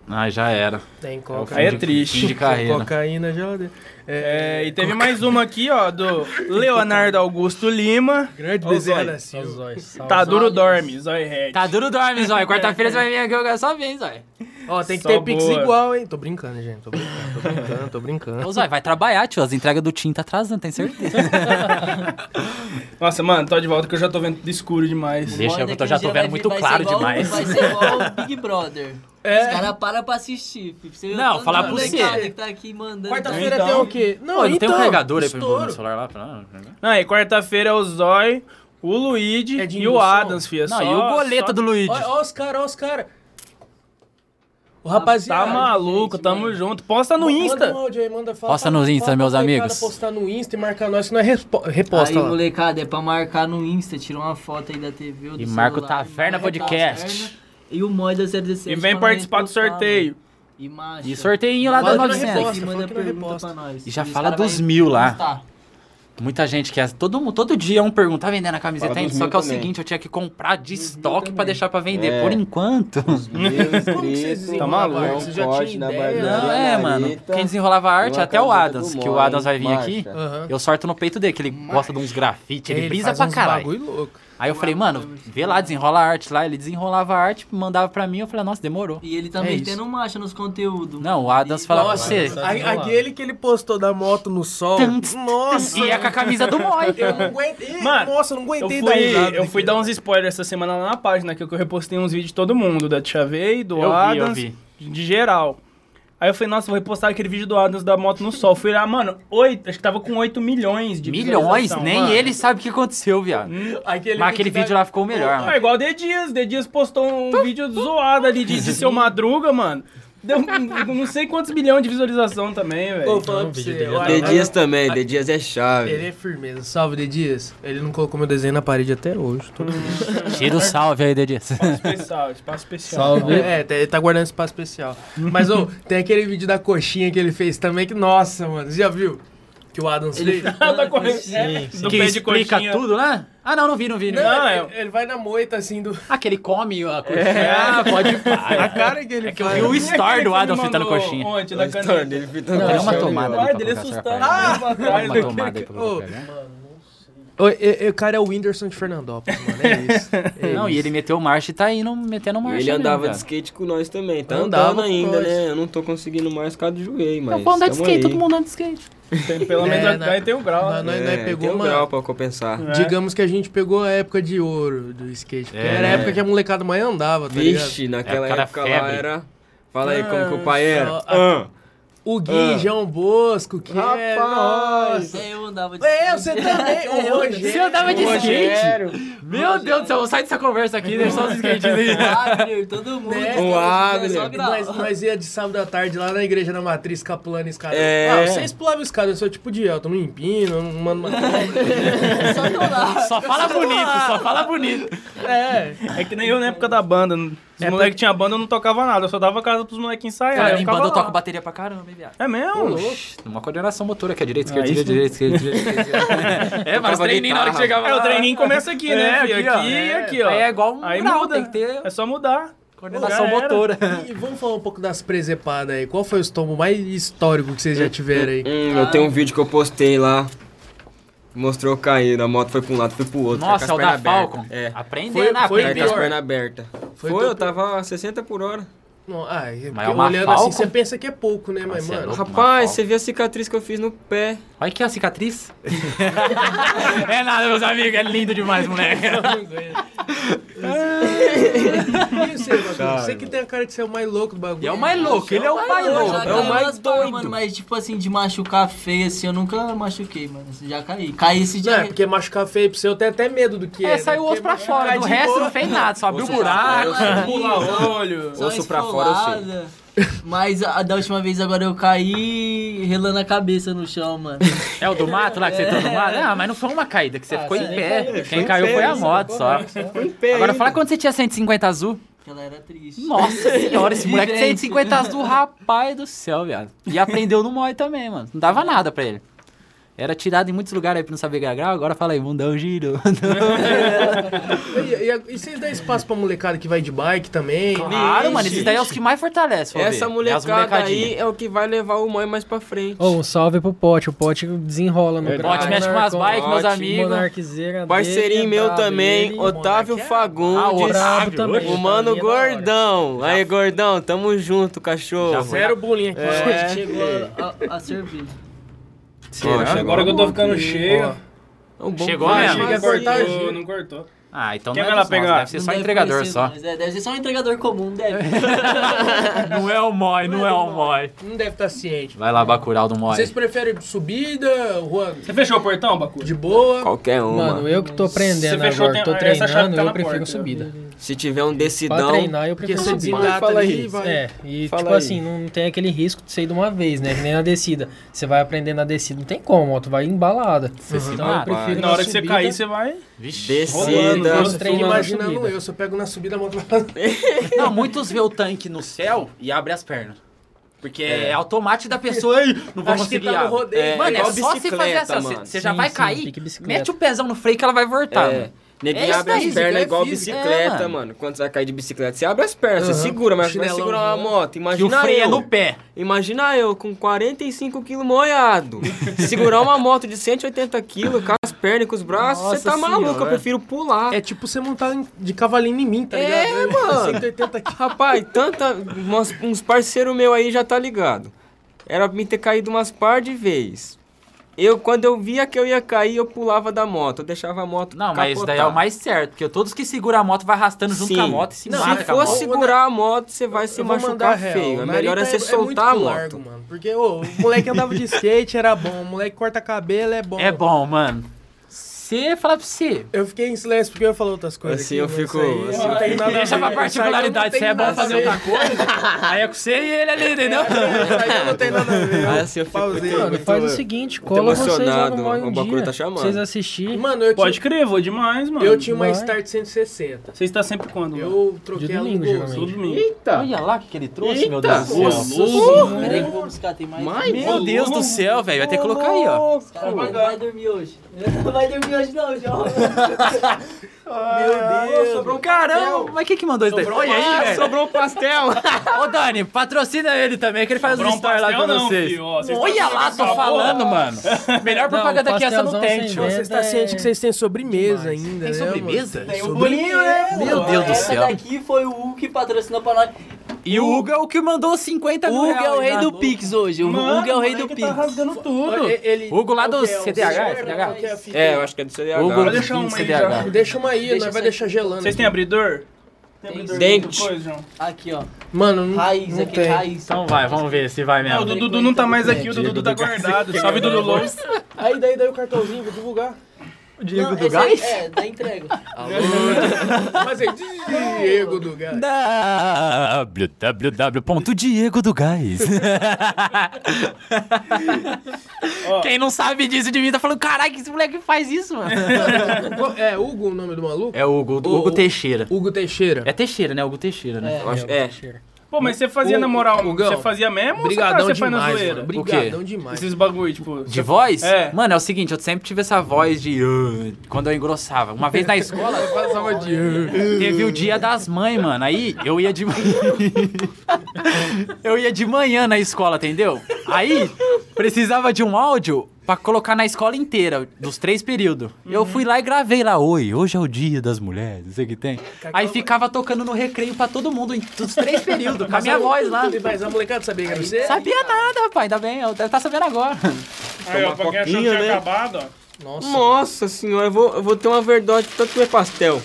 Speaker 5: Ah, já era.
Speaker 3: Tem
Speaker 5: o
Speaker 3: coca.
Speaker 5: fim de- fim de carreira.
Speaker 3: Tem cocaína na geladeira.
Speaker 1: É, e teve mais uma aqui, ó, do Leonardo Augusto Lima.
Speaker 3: Grande
Speaker 1: desenho.
Speaker 3: Bezerra Silva.
Speaker 1: Tá duro dorme, Zói
Speaker 3: é
Speaker 1: Red.
Speaker 5: Tá duro dorme, Zói. Quarta-feira você vai vir aqui, eu quero só ver, Zói.
Speaker 3: Ó, tem que ter pix igual, hein? Tô brincando, gente. Tô brincando, tô brincando, tô brincando.
Speaker 5: Ô, Zói, vai trabalhar, tio. As entregas do Tim tá atrasando, tem certeza.
Speaker 1: Nossa, mano, tô de volta que eu já tô vendo do escuro demais.
Speaker 5: Deixa, eu tô- já tô
Speaker 6: Dia vai
Speaker 5: vendo muito
Speaker 6: vir- vai
Speaker 5: claro
Speaker 6: ser igual-
Speaker 5: demais.
Speaker 6: Vai ser igual o Big
Speaker 5: <laughs>
Speaker 6: Brother.
Speaker 3: É.
Speaker 6: Os caras param pra assistir. filho. Você vê o
Speaker 5: Não,
Speaker 6: tanto
Speaker 5: falar
Speaker 6: de
Speaker 5: pra você.
Speaker 6: molecada que tá aqui mandando.
Speaker 3: <laughs> Quarta-feira
Speaker 13: Então.
Speaker 3: tem o quê? Não,
Speaker 5: Pô, não tem um
Speaker 3: então,
Speaker 5: carregador aí pra
Speaker 3: estouro.
Speaker 5: envolver o celular lá? Pra...
Speaker 1: Não, e quarta-feira é o Zói, o Luigi
Speaker 3: de
Speaker 1: e o
Speaker 3: indução?
Speaker 1: Adams, fia.
Speaker 5: Não,
Speaker 1: só,
Speaker 5: e o boleta
Speaker 1: só-
Speaker 5: do Luigi?
Speaker 3: É Ó, ó os caras, ó os caras. O rapaziada.
Speaker 1: Tá maluco, tamo junto. Posta no Insta.
Speaker 3: Manda um áudio aí, manda falar.
Speaker 5: Posta nos Insta, meus amigos.
Speaker 3: postar no Insta e marcar nós, que nós respo- reposta
Speaker 6: Aí,
Speaker 3: lá.
Speaker 6: molecada, é pra marcar no Insta, tira uma foto aí da TV ou do
Speaker 5: E marca o
Speaker 6: celular,
Speaker 5: Taverna
Speaker 6: marca o
Speaker 5: Podcast.
Speaker 6: Taverna E o Moi da 016.
Speaker 1: E vem
Speaker 6: pra nós
Speaker 1: participar do
Speaker 6: postar,
Speaker 1: sorteio.
Speaker 6: mano. E, macho,
Speaker 5: E sorteinho lá da
Speaker 6: manda
Speaker 5: Nove Centos.
Speaker 6: pergunta, Manda pergunta pra nós.
Speaker 5: E já
Speaker 6: Os
Speaker 5: fala
Speaker 6: cara vai
Speaker 5: dos mil lá.
Speaker 6: postar.
Speaker 5: Muita gente quer. Todo, mu- todo dia um pergunta, tá vendendo a camiseta
Speaker 10: Fala
Speaker 5: ainda?
Speaker 10: dos
Speaker 5: Só
Speaker 10: mil
Speaker 5: que é o
Speaker 10: também.
Speaker 5: seguinte, eu tinha que comprar de estoque pra deixar pra vender.
Speaker 10: É.
Speaker 5: Por enquanto.
Speaker 3: Tá malulo? Você já tinha ideia?
Speaker 5: Não, é, mano. Quem desenrolava a arte, é
Speaker 10: uma
Speaker 5: até o
Speaker 10: camiseta
Speaker 5: Adams,
Speaker 10: do
Speaker 5: que o
Speaker 10: Moi,
Speaker 5: Adams vai vir
Speaker 10: marcha.
Speaker 5: aqui.
Speaker 3: Aham.
Speaker 5: Eu sorto no peito dele, que ele gosta de uns grafites, ele,
Speaker 3: Ele
Speaker 5: brisa
Speaker 3: faz
Speaker 5: pra
Speaker 3: uns
Speaker 5: caralho.
Speaker 3: bagulho louco.
Speaker 5: Aí eu falei, mano, vê lá, desenrola a arte lá. Ele desenrolava a arte, mandava pra mim, eu falei, nossa, demorou.
Speaker 6: E ele tá
Speaker 5: É isso.
Speaker 6: metendo marcha nos conteúdos.
Speaker 5: Não, o Adams falava pra você.
Speaker 3: A- Aquele que ele postou da moto no sol. Nossa! um
Speaker 5: E é com a camisa
Speaker 3: <laughs>
Speaker 5: do Moi.
Speaker 3: Eu não aguentei.
Speaker 1: Mano,
Speaker 3: nossa, eu não
Speaker 1: Eu
Speaker 3: aguentei da risada
Speaker 1: fui, eu fui
Speaker 3: daquilo.
Speaker 1: dar uns spoilers essa semana lá na página, que eu repostei uns vídeos de todo mundo, da Chavei, do
Speaker 5: Eu vi, eu
Speaker 1: Adams,
Speaker 5: vi.
Speaker 1: de geral. Aí eu falei, nossa, vou repostar aquele vídeo do Adams da moto no sol. Fui lá, mano, oito, acho que tava com 8 milhões de
Speaker 5: <laughs> Milhões,
Speaker 1: visualização,
Speaker 5: nem
Speaker 1: mano.
Speaker 5: ele sabe o que aconteceu, viado.
Speaker 3: Hum, Aquele
Speaker 5: Mas aquele vídeo lá ficou o melhor,
Speaker 1: É
Speaker 5: mano.
Speaker 1: igual o The Dias, The Dias postou
Speaker 5: Tá
Speaker 1: um vídeo zoado ali de,
Speaker 5: <laughs>
Speaker 1: de seu madruga, mano. Deu um- não sei quantos milhões de visualização também, velho.
Speaker 3: Ô, falando um pra você, eu-
Speaker 10: De
Speaker 3: eu-
Speaker 10: Dias também, De Dias é
Speaker 3: Ele
Speaker 10: chave.
Speaker 3: é firmeza. Salve, De Dias. Ele não colocou meu desenho na parede até hoje. Tô...
Speaker 5: Tira o salve aí, Dedias.
Speaker 1: Especial, espaço especial. <laughs>
Speaker 3: É, tá- ele tá guardando espaço especial. Mas, <laughs> ô, tem aquele vídeo da coxinha que ele fez também que, nossa, mano, você já viu? Que o Adams fez?
Speaker 1: Tá correndo. Do
Speaker 5: que
Speaker 1: pé de
Speaker 5: explica
Speaker 1: coxinha.
Speaker 5: tudo lá? Ah, não, não vi, não vi. Não.
Speaker 1: Não, é-
Speaker 3: ele, ele vai na moita, assim, do...
Speaker 5: Ah, que ele come a coxinha. Ah, pode
Speaker 3: a
Speaker 5: parar.
Speaker 3: cara que ele
Speaker 5: É que eu vi o story do Adam fritando
Speaker 1: Mandou
Speaker 5: coxinha.
Speaker 1: Ontem, da caneta.
Speaker 5: Não, é uma tomada ali
Speaker 1: Guarda,
Speaker 5: pra
Speaker 1: ele
Speaker 5: colocar essa
Speaker 1: assustando.
Speaker 5: parte.
Speaker 1: Ah, atrás
Speaker 5: Uma
Speaker 1: do
Speaker 5: tomada aí pra
Speaker 3: Ô,
Speaker 5: colocar. né?
Speaker 3: Ô, e- e- O cara é o Whindersson de Fernandópolis, mano, é isso. É
Speaker 5: Não, e
Speaker 3: isso.
Speaker 5: ele meteu marcha e tá indo metendo
Speaker 10: E
Speaker 5: marcha.
Speaker 10: ele andava de
Speaker 5: mesmo, cara.
Speaker 10: skate com nós também. Tá
Speaker 3: Andava
Speaker 10: andando
Speaker 3: com
Speaker 10: ainda,
Speaker 3: nós.
Speaker 10: né? Eu não tô conseguindo mais por causa do joelho, mas.
Speaker 5: Eu vou andar de
Speaker 10: tamo
Speaker 5: skate,
Speaker 10: aí.
Speaker 5: todo mundo anda de skate.
Speaker 1: Tem- Pelo
Speaker 3: É,
Speaker 1: menos
Speaker 3: né?
Speaker 1: aí tem um grau.
Speaker 3: Nós,
Speaker 1: né?
Speaker 3: nós,
Speaker 10: É,
Speaker 3: nós pegou
Speaker 10: tem um
Speaker 3: uma... Tá
Speaker 10: grau pra compensar.
Speaker 3: Digamos que a gente pegou a época de ouro do skate. Porque
Speaker 5: É.
Speaker 3: era a época que a molecada mais andava, tá ligado?
Speaker 10: Vixe, naquela
Speaker 5: Época da
Speaker 10: época lá
Speaker 5: febre.
Speaker 10: era. Fala aí como que o pai
Speaker 3: Nossa,
Speaker 10: era.
Speaker 3: a- O Gui, João Bosco, que era...
Speaker 10: Rapaz.
Speaker 3: nossa.
Speaker 6: Até eu andava de
Speaker 3: Eu, você também! Ô, Rogério.
Speaker 5: Você andava de
Speaker 3: Ô,
Speaker 5: skate?
Speaker 3: Rogério.
Speaker 5: Meu Deus do céu, sai dessa conversa aqui, deixa só os skatistas
Speaker 6: <laughs>
Speaker 5: aí.
Speaker 6: Um Abner, todo mundo.
Speaker 3: Né?
Speaker 6: todo mundo,
Speaker 10: O Abner.
Speaker 6: só grau.
Speaker 3: Nós, nós ia de sábado à tarde lá na igreja na matriz, capulando escada.
Speaker 10: É.
Speaker 3: Ah, vocês pulavam escada, eu sou tipo de Elton, não empino, eu não mando uma...
Speaker 6: Só tô lá.
Speaker 5: Só fala bonito, só fala bonito.
Speaker 3: É,
Speaker 1: É que nem eu na época da banda. Os moleques tinham banda, eu não tocava nada. Eu só dava casa pros moleques ensaiarem.
Speaker 5: Cara,
Speaker 1: eu
Speaker 5: em
Speaker 1: ficava
Speaker 5: banda eu
Speaker 1: lá.
Speaker 5: toco bateria pra caramba, hein, viado.
Speaker 1: É mesmo?
Speaker 5: Uma coordenação motora que é direita, esquerda,
Speaker 1: Ah, isso-
Speaker 5: direita, direita, esquerda, direita, esquerda. É, mas
Speaker 10: Tocava
Speaker 5: treininho na hora que
Speaker 10: guitarra.
Speaker 5: chegava
Speaker 1: É,
Speaker 5: lá.
Speaker 1: o treininho começa aqui, né?
Speaker 5: É,
Speaker 1: filho?
Speaker 5: aqui, ó.
Speaker 1: aqui e aqui, ó.
Speaker 5: Aí é igual um
Speaker 1: Aí
Speaker 5: grau,
Speaker 1: muda.
Speaker 5: tem que ter
Speaker 1: É só mudar.
Speaker 5: coordenação
Speaker 1: Já era.
Speaker 5: motora.
Speaker 3: e vamos falar um pouco das presepadas aí. Qual foi o tombo mais histórico que vocês já tiveram aí?
Speaker 10: Hum, eu tenho um vídeo que eu postei lá. Mostrou eu caindo, a moto foi pra um lado, foi pro outro.
Speaker 5: Nossa, é
Speaker 10: com
Speaker 5: o
Speaker 10: as pernas
Speaker 5: da
Speaker 10: abertas.
Speaker 5: Falcon.
Speaker 10: É,
Speaker 5: Aprendendo,
Speaker 3: foi
Speaker 10: é, com as
Speaker 5: aprendeu.
Speaker 3: pior.
Speaker 10: pernas abertas. Foi,
Speaker 3: teu
Speaker 10: eu tava a 60 por hora.
Speaker 3: Não, ah, é
Speaker 5: Mas
Speaker 3: porque
Speaker 5: é uma
Speaker 3: olhando
Speaker 5: falco?
Speaker 3: assim, você pensa que é pouco, né? Mas,
Speaker 5: Nossa, é
Speaker 3: mano,
Speaker 5: louco.
Speaker 10: Rapaz,
Speaker 5: Uma
Speaker 10: você viu a cicatriz que eu fiz no pé.
Speaker 5: Olha aqui a cicatriz. <laughs> é nada, meus amigos, é lindo demais, moleque.
Speaker 3: e você, Matheus? Você que tem a cara de ser o mais louco do bagulho.
Speaker 5: E é o mais louco, ele é o mais
Speaker 6: Eu
Speaker 5: louco.
Speaker 6: já
Speaker 10: é o
Speaker 6: caí
Speaker 10: mais
Speaker 6: umas barras,
Speaker 10: doido.
Speaker 6: né? Mano, mas tipo assim, de machucar feio assim, eu nunca machuquei, mano. Já caí. Caí esse
Speaker 3: Não,
Speaker 6: dia.
Speaker 3: é porque machucar feio pro seu, eu tenho até medo do que é.
Speaker 5: É, saiu o osso pra fora, do resto não fez nada, só abriu o buraco.
Speaker 1: Pula olho.
Speaker 6: Só
Speaker 10: Osso pra fora, eu sei.
Speaker 6: esfolada. Mas a, da última vez agora eu caí relando a cabeça no chão, mano.
Speaker 5: É o do mato lá que você entrou no mato? Ah, mas não foi uma caída, que você ficou em pé. Quem caiu Ah, foi a moto só. Agora fala quando você tinha 150 azul.
Speaker 6: Ela era triste.
Speaker 5: Nossa senhora, esse moleque
Speaker 6: Vivente.
Speaker 5: 150 azul, rapaz do céu, viado. E aprendeu no Moi também, mano. Não dava nada pra ele. Era tirado em muitos lugares aí pra não saber grau, agora fala aí, mundão giro.
Speaker 3: E, e- e vocês dão espaço pra molecada que vai de bike também?
Speaker 5: Claro, mano, esses daí é os que mais fortalecem. vou
Speaker 10: Essa
Speaker 5: ver. É as
Speaker 10: molecada aí
Speaker 5: molecadinhas.
Speaker 10: é o que vai levar o mãe mais pra frente.
Speaker 13: Ô, um salve pro Pote. O Pote desenrola no
Speaker 10: Verdade.
Speaker 13: grau.
Speaker 10: Pote mexe com as
Speaker 13: Monarcão,
Speaker 10: bikes, meus
Speaker 13: Pote,
Speaker 10: amigos.
Speaker 13: Monarquezeira
Speaker 10: Parceirinho
Speaker 13: dele,
Speaker 10: meu
Speaker 13: brabo,
Speaker 10: também,
Speaker 13: ele.
Speaker 10: Otávio Fagundes.
Speaker 13: Ah, o Otávio também.
Speaker 10: O mano
Speaker 13: Também é da hora.
Speaker 10: gordão. Aí, gordão, tamo junto, cachorro.
Speaker 6: Já foi. Zero
Speaker 3: bullying aqui.
Speaker 10: É.
Speaker 6: Chegou a, a, a servir.
Speaker 10: Ó, chegou
Speaker 1: Né? Agora que eu tô ficando cheio.
Speaker 10: Ó. É um bom
Speaker 5: Chegou
Speaker 1: Não,
Speaker 5: mesmo?
Speaker 1: não
Speaker 5: Chega a cortar,
Speaker 1: cortou,
Speaker 5: gente.
Speaker 1: não cortou.
Speaker 5: Ah, então
Speaker 1: Quem
Speaker 5: não é
Speaker 1: vai lá
Speaker 5: dos nossos,
Speaker 1: pegar?
Speaker 5: deve ser
Speaker 1: Não
Speaker 5: só
Speaker 1: deve
Speaker 5: entregador
Speaker 1: conhecer, né?
Speaker 5: só.
Speaker 6: Mas é, deve ser só um entregador comum, deve.
Speaker 5: Não é o Moi, não é o Moi.
Speaker 3: Não deve estar ciente.
Speaker 5: Vai lá, Bacurau do Moi.
Speaker 3: Vocês preferem subida, rua
Speaker 1: Você fechou o portão, Bacu?
Speaker 3: de boa?
Speaker 10: Qualquer uma.
Speaker 13: Mano, eu que tô aprendendo
Speaker 10: Você fechou, tem-
Speaker 13: agora, tô
Speaker 10: essa chave
Speaker 13: treinando,
Speaker 10: tá na
Speaker 13: eu prefiro
Speaker 10: porta.
Speaker 13: subida.
Speaker 10: Se tiver um decidão.
Speaker 13: Pra treinar, eu
Speaker 10: Porque
Speaker 13: prefiro
Speaker 10: você
Speaker 13: subida.
Speaker 10: desata
Speaker 13: Fala
Speaker 10: ali,
Speaker 13: aí.
Speaker 10: vai.
Speaker 13: É, e
Speaker 10: é Fala
Speaker 13: tipo
Speaker 10: aí.
Speaker 13: assim, não tem aquele risco de sair de uma vez, né? Que nem na descida. Você vai aprender na descida, não tem como, ó, tu vai embalada.
Speaker 1: se
Speaker 13: então
Speaker 1: mata.
Speaker 13: eu prefiro
Speaker 1: Na hora que você cair, você vai-
Speaker 13: rolando,
Speaker 3: Eu
Speaker 13: eu
Speaker 3: fico
Speaker 13: treino na
Speaker 3: imaginando
Speaker 13: subida.
Speaker 3: eu, se eu pego na subida, a moto vai
Speaker 5: Não, muitos vê o tanque no céu e abre as pernas. Porque é, automático da pessoa, "Ei, não vou
Speaker 3: Acho que
Speaker 5: conseguir.
Speaker 3: tá no
Speaker 5: ah."
Speaker 3: rodeio.
Speaker 5: É, mano, é, só
Speaker 10: igual
Speaker 5: você fazer
Speaker 10: bicicleta,
Speaker 5: assim, ó, você-
Speaker 10: mano.
Speaker 5: você já
Speaker 10: Sim,
Speaker 5: vai
Speaker 10: sim,
Speaker 5: cair,
Speaker 10: pique bicicleta.
Speaker 5: mete o pezão no freio que ela vai voltar,
Speaker 10: É.
Speaker 5: mano.
Speaker 10: Neguinho
Speaker 5: isso
Speaker 10: abre
Speaker 5: daí,
Speaker 10: as pernas
Speaker 5: é
Speaker 10: igual
Speaker 5: física, é,
Speaker 10: bicicleta, mano. Quando você vai cair de bicicleta, você abre as pernas,
Speaker 5: Aham.
Speaker 10: você segura, mas vai
Speaker 5: Chinelão né?
Speaker 10: segurar uma
Speaker 5: voando.
Speaker 10: moto. Imagina
Speaker 5: E o freio é
Speaker 10: eu.
Speaker 5: no pé.
Speaker 10: Imagina eu com 45 quilos moiado. segurar uma moto de 180 quilos, com as pernas e com os braços, você tá maluco. Eu prefiro pular.
Speaker 3: É tipo você montar em- de cavalinho em mim, tá ligado?
Speaker 10: É, mano.
Speaker 3: 180 quilos.
Speaker 10: Rapaz, tanta, umas- uns parceiros meus aí já tá ligado. Era pra mim ter caído umas par de vezes. Eu, quando eu via que eu ia cair, eu pulava da moto, eu deixava a moto
Speaker 5: Não, mas isso daí é o mais certo, porque todos que seguram a moto vai arrastando junto
Speaker 10: Sim.
Speaker 5: com a moto e se
Speaker 10: Não,
Speaker 5: mata
Speaker 10: se
Speaker 5: com a moto.
Speaker 10: for segurar a moto, você vai se
Speaker 3: Eu vou
Speaker 10: machucar
Speaker 3: mandar real.
Speaker 10: feio. É
Speaker 3: O
Speaker 10: melhor é
Speaker 3: Narita
Speaker 10: você
Speaker 3: é muito
Speaker 10: soltar a moto.
Speaker 3: largo, mano. Porque ô, o moleque andava de skate, era bom. O moleque corta cabelo, é bom.
Speaker 5: É bom, mano. Se falar pra você.
Speaker 3: Eu fiquei em silêncio porque eu ia falar outras coisas.
Speaker 10: Assim
Speaker 3: aqui,
Speaker 10: eu
Speaker 3: mas
Speaker 10: fico-
Speaker 3: isso aí
Speaker 10: assim
Speaker 3: não
Speaker 10: eu
Speaker 3: tem
Speaker 10: fico-
Speaker 1: Tá
Speaker 3: nada a ver.
Speaker 5: Deixa pra
Speaker 3: Isso aí
Speaker 5: particularidade,
Speaker 3: não
Speaker 5: se é
Speaker 3: tem
Speaker 5: bom
Speaker 3: nada a
Speaker 5: fazer
Speaker 3: ver.
Speaker 5: outra coisa, aí é com você e ele ali, entendeu?
Speaker 3: não tem nada a ver.
Speaker 10: Ah, assim eu fico muito-
Speaker 13: Mano,
Speaker 10: muito-
Speaker 13: faz o seguinte,
Speaker 10: muito
Speaker 13: cola vocês lá
Speaker 10: emocionado.
Speaker 13: no Moi
Speaker 10: o
Speaker 13: um
Speaker 10: Bakura
Speaker 13: dia,
Speaker 10: tá chamando.
Speaker 13: vocês assistirem.
Speaker 3: Mano, eu
Speaker 1: Pode
Speaker 3: tinha,
Speaker 1: crer, vou demais, mano.
Speaker 3: eu tinha uma
Speaker 1: Vai.
Speaker 3: Start 160.
Speaker 1: Você está sempre quando? mano?
Speaker 3: Eu troquei
Speaker 13: De
Speaker 3: ela no
Speaker 13: domingo,
Speaker 3: bolso.
Speaker 13: geralmente.
Speaker 1: Todo domingo.
Speaker 5: Olha lá o que que ele trouxe, meu
Speaker 1: Eita.
Speaker 5: Deus do céu.
Speaker 1: Gostoso.
Speaker 6: Peraí que eu vou buscar, tem mais.
Speaker 5: Ai, Meu Deus do céu, velho. Vai ter que colocar aí, ó.
Speaker 6: Os caras não vai dormir hoje. <laughs> Não vai dormir hoje não, João.
Speaker 1: Ah,
Speaker 5: Meu Deus. Sobrou um caramba. Mas quem que mandou isso daí? Ah, Olha aí, velho.
Speaker 10: Sobrou um <laughs> pastel.
Speaker 5: Ô, Dani, patrocina ele também, que ele faz
Speaker 1: Sobrou
Speaker 5: um
Speaker 1: um
Speaker 5: story lá
Speaker 1: pastel
Speaker 5: pra
Speaker 1: não,
Speaker 5: vocês.
Speaker 1: filho, ó, vocês
Speaker 5: Olha
Speaker 1: estão
Speaker 5: lá,
Speaker 1: pegando
Speaker 5: tô
Speaker 1: essa
Speaker 5: falando,
Speaker 1: bola.
Speaker 5: mano. Melhor propaganda que essa não tem, tio.
Speaker 3: Você está ciente que vocês têm sobremesa ainda, né,
Speaker 5: Tem sobremesa?
Speaker 3: mano?
Speaker 5: Tem o
Speaker 3: Sobrinho, né?
Speaker 5: Meu Deus do
Speaker 6: Essa
Speaker 5: céu.
Speaker 6: daqui foi o Hugo que patrocinou pra nós.
Speaker 5: E o Hugo é o que mandou 50
Speaker 6: O
Speaker 5: mil
Speaker 6: Hugo é o
Speaker 5: reais,
Speaker 6: rei
Speaker 5: né?
Speaker 6: do Pix hoje. O
Speaker 5: Mano,
Speaker 6: Hugo é o rei
Speaker 5: o
Speaker 6: do
Speaker 5: moleque tá
Speaker 6: Pix.
Speaker 5: rasgando tudo.
Speaker 3: Ele-
Speaker 5: Hugo lá do
Speaker 3: Qual que é? O
Speaker 5: CDH, é
Speaker 3: senhor,
Speaker 5: CDH?
Speaker 3: qual que a fita?
Speaker 10: É, eu acho que é do CDH.
Speaker 5: Hugo-
Speaker 1: Pode deixar uma aí,
Speaker 5: CDH.
Speaker 1: já.
Speaker 3: Deixa uma aí,
Speaker 6: Deixa
Speaker 3: nós vai
Speaker 6: essa-
Speaker 3: deixar gelando.
Speaker 1: Vocês têm abridor? Tem
Speaker 6: abridor
Speaker 10: Dente.
Speaker 1: Coisa, João?
Speaker 6: Aqui, ó.
Speaker 3: Mano,
Speaker 1: Ah.
Speaker 3: não,
Speaker 6: Raiz,
Speaker 3: não
Speaker 6: aqui,
Speaker 3: tem.
Speaker 6: raiz.
Speaker 5: Então vai, vamos ver se vai
Speaker 1: Não, o
Speaker 5: mesmo.
Speaker 1: Dudu Dudu não tá mais aqui, o Dudu tá guardado. Salve, Dudu Lobo.
Speaker 3: Aí daí daí o cartãozinho, vou divulgar.
Speaker 6: Não, esse aí É,
Speaker 5: <laughs>
Speaker 6: da entrega.
Speaker 3: Mas aí, Diego do Gás.
Speaker 19: www.diegodugás.
Speaker 5: Quem não sabe disso de mim tá falando, caralho, que esse moleque faz isso, mano?
Speaker 3: É Hugo o nome do maluco?
Speaker 5: <laughs> É o Hugo,
Speaker 3: O-
Speaker 5: Hugo Teixeira.
Speaker 3: Hugo Teixeira.
Speaker 5: É Teixeira, né? Hugo Teixeira, né?
Speaker 10: Eu acho- É,
Speaker 1: Pô, mas você fazia
Speaker 3: Ô,
Speaker 1: na moral,
Speaker 3: Hugão,
Speaker 1: você fazia mesmo
Speaker 3: Brigadão
Speaker 1: ou você tá- você faz na
Speaker 3: demais,
Speaker 1: zoeira?
Speaker 3: mano. Brigadão demais.
Speaker 1: Esses bagulho, tipo...
Speaker 5: De voz?
Speaker 1: É.
Speaker 5: Mano, é o seguinte, eu sempre tive essa voz de... "Ah", quando eu engrossava. Uma vez na escola,
Speaker 3: Passava de...
Speaker 5: teve o dia das mães, mano. Aí eu ia de Eu ia de manhã na escola, entendeu? Aí precisava de um áudio pra colocar na escola inteira, dos três períodos. Eu fui lá e gravei lá, oi, hoje é o dia das mulheres, não sei o que tem. Aí ficava tocando no recreio pra todo mundo, em- dos três períodos, com a minha voz lá.
Speaker 3: Mas a molecada sabia que era você?
Speaker 5: Sabia nada, rapaz, ainda bem, eu deve tá sabendo agora. <laughs>
Speaker 1: Aí, ó,
Speaker 10: Tomar
Speaker 1: pra quem achou que
Speaker 10: copinha,
Speaker 1: tinha
Speaker 10: né?
Speaker 1: acabado, ó.
Speaker 3: Nossa.
Speaker 10: Nossa senhora, eu vou, eu vou ter uma verdade de tanto comer pastel.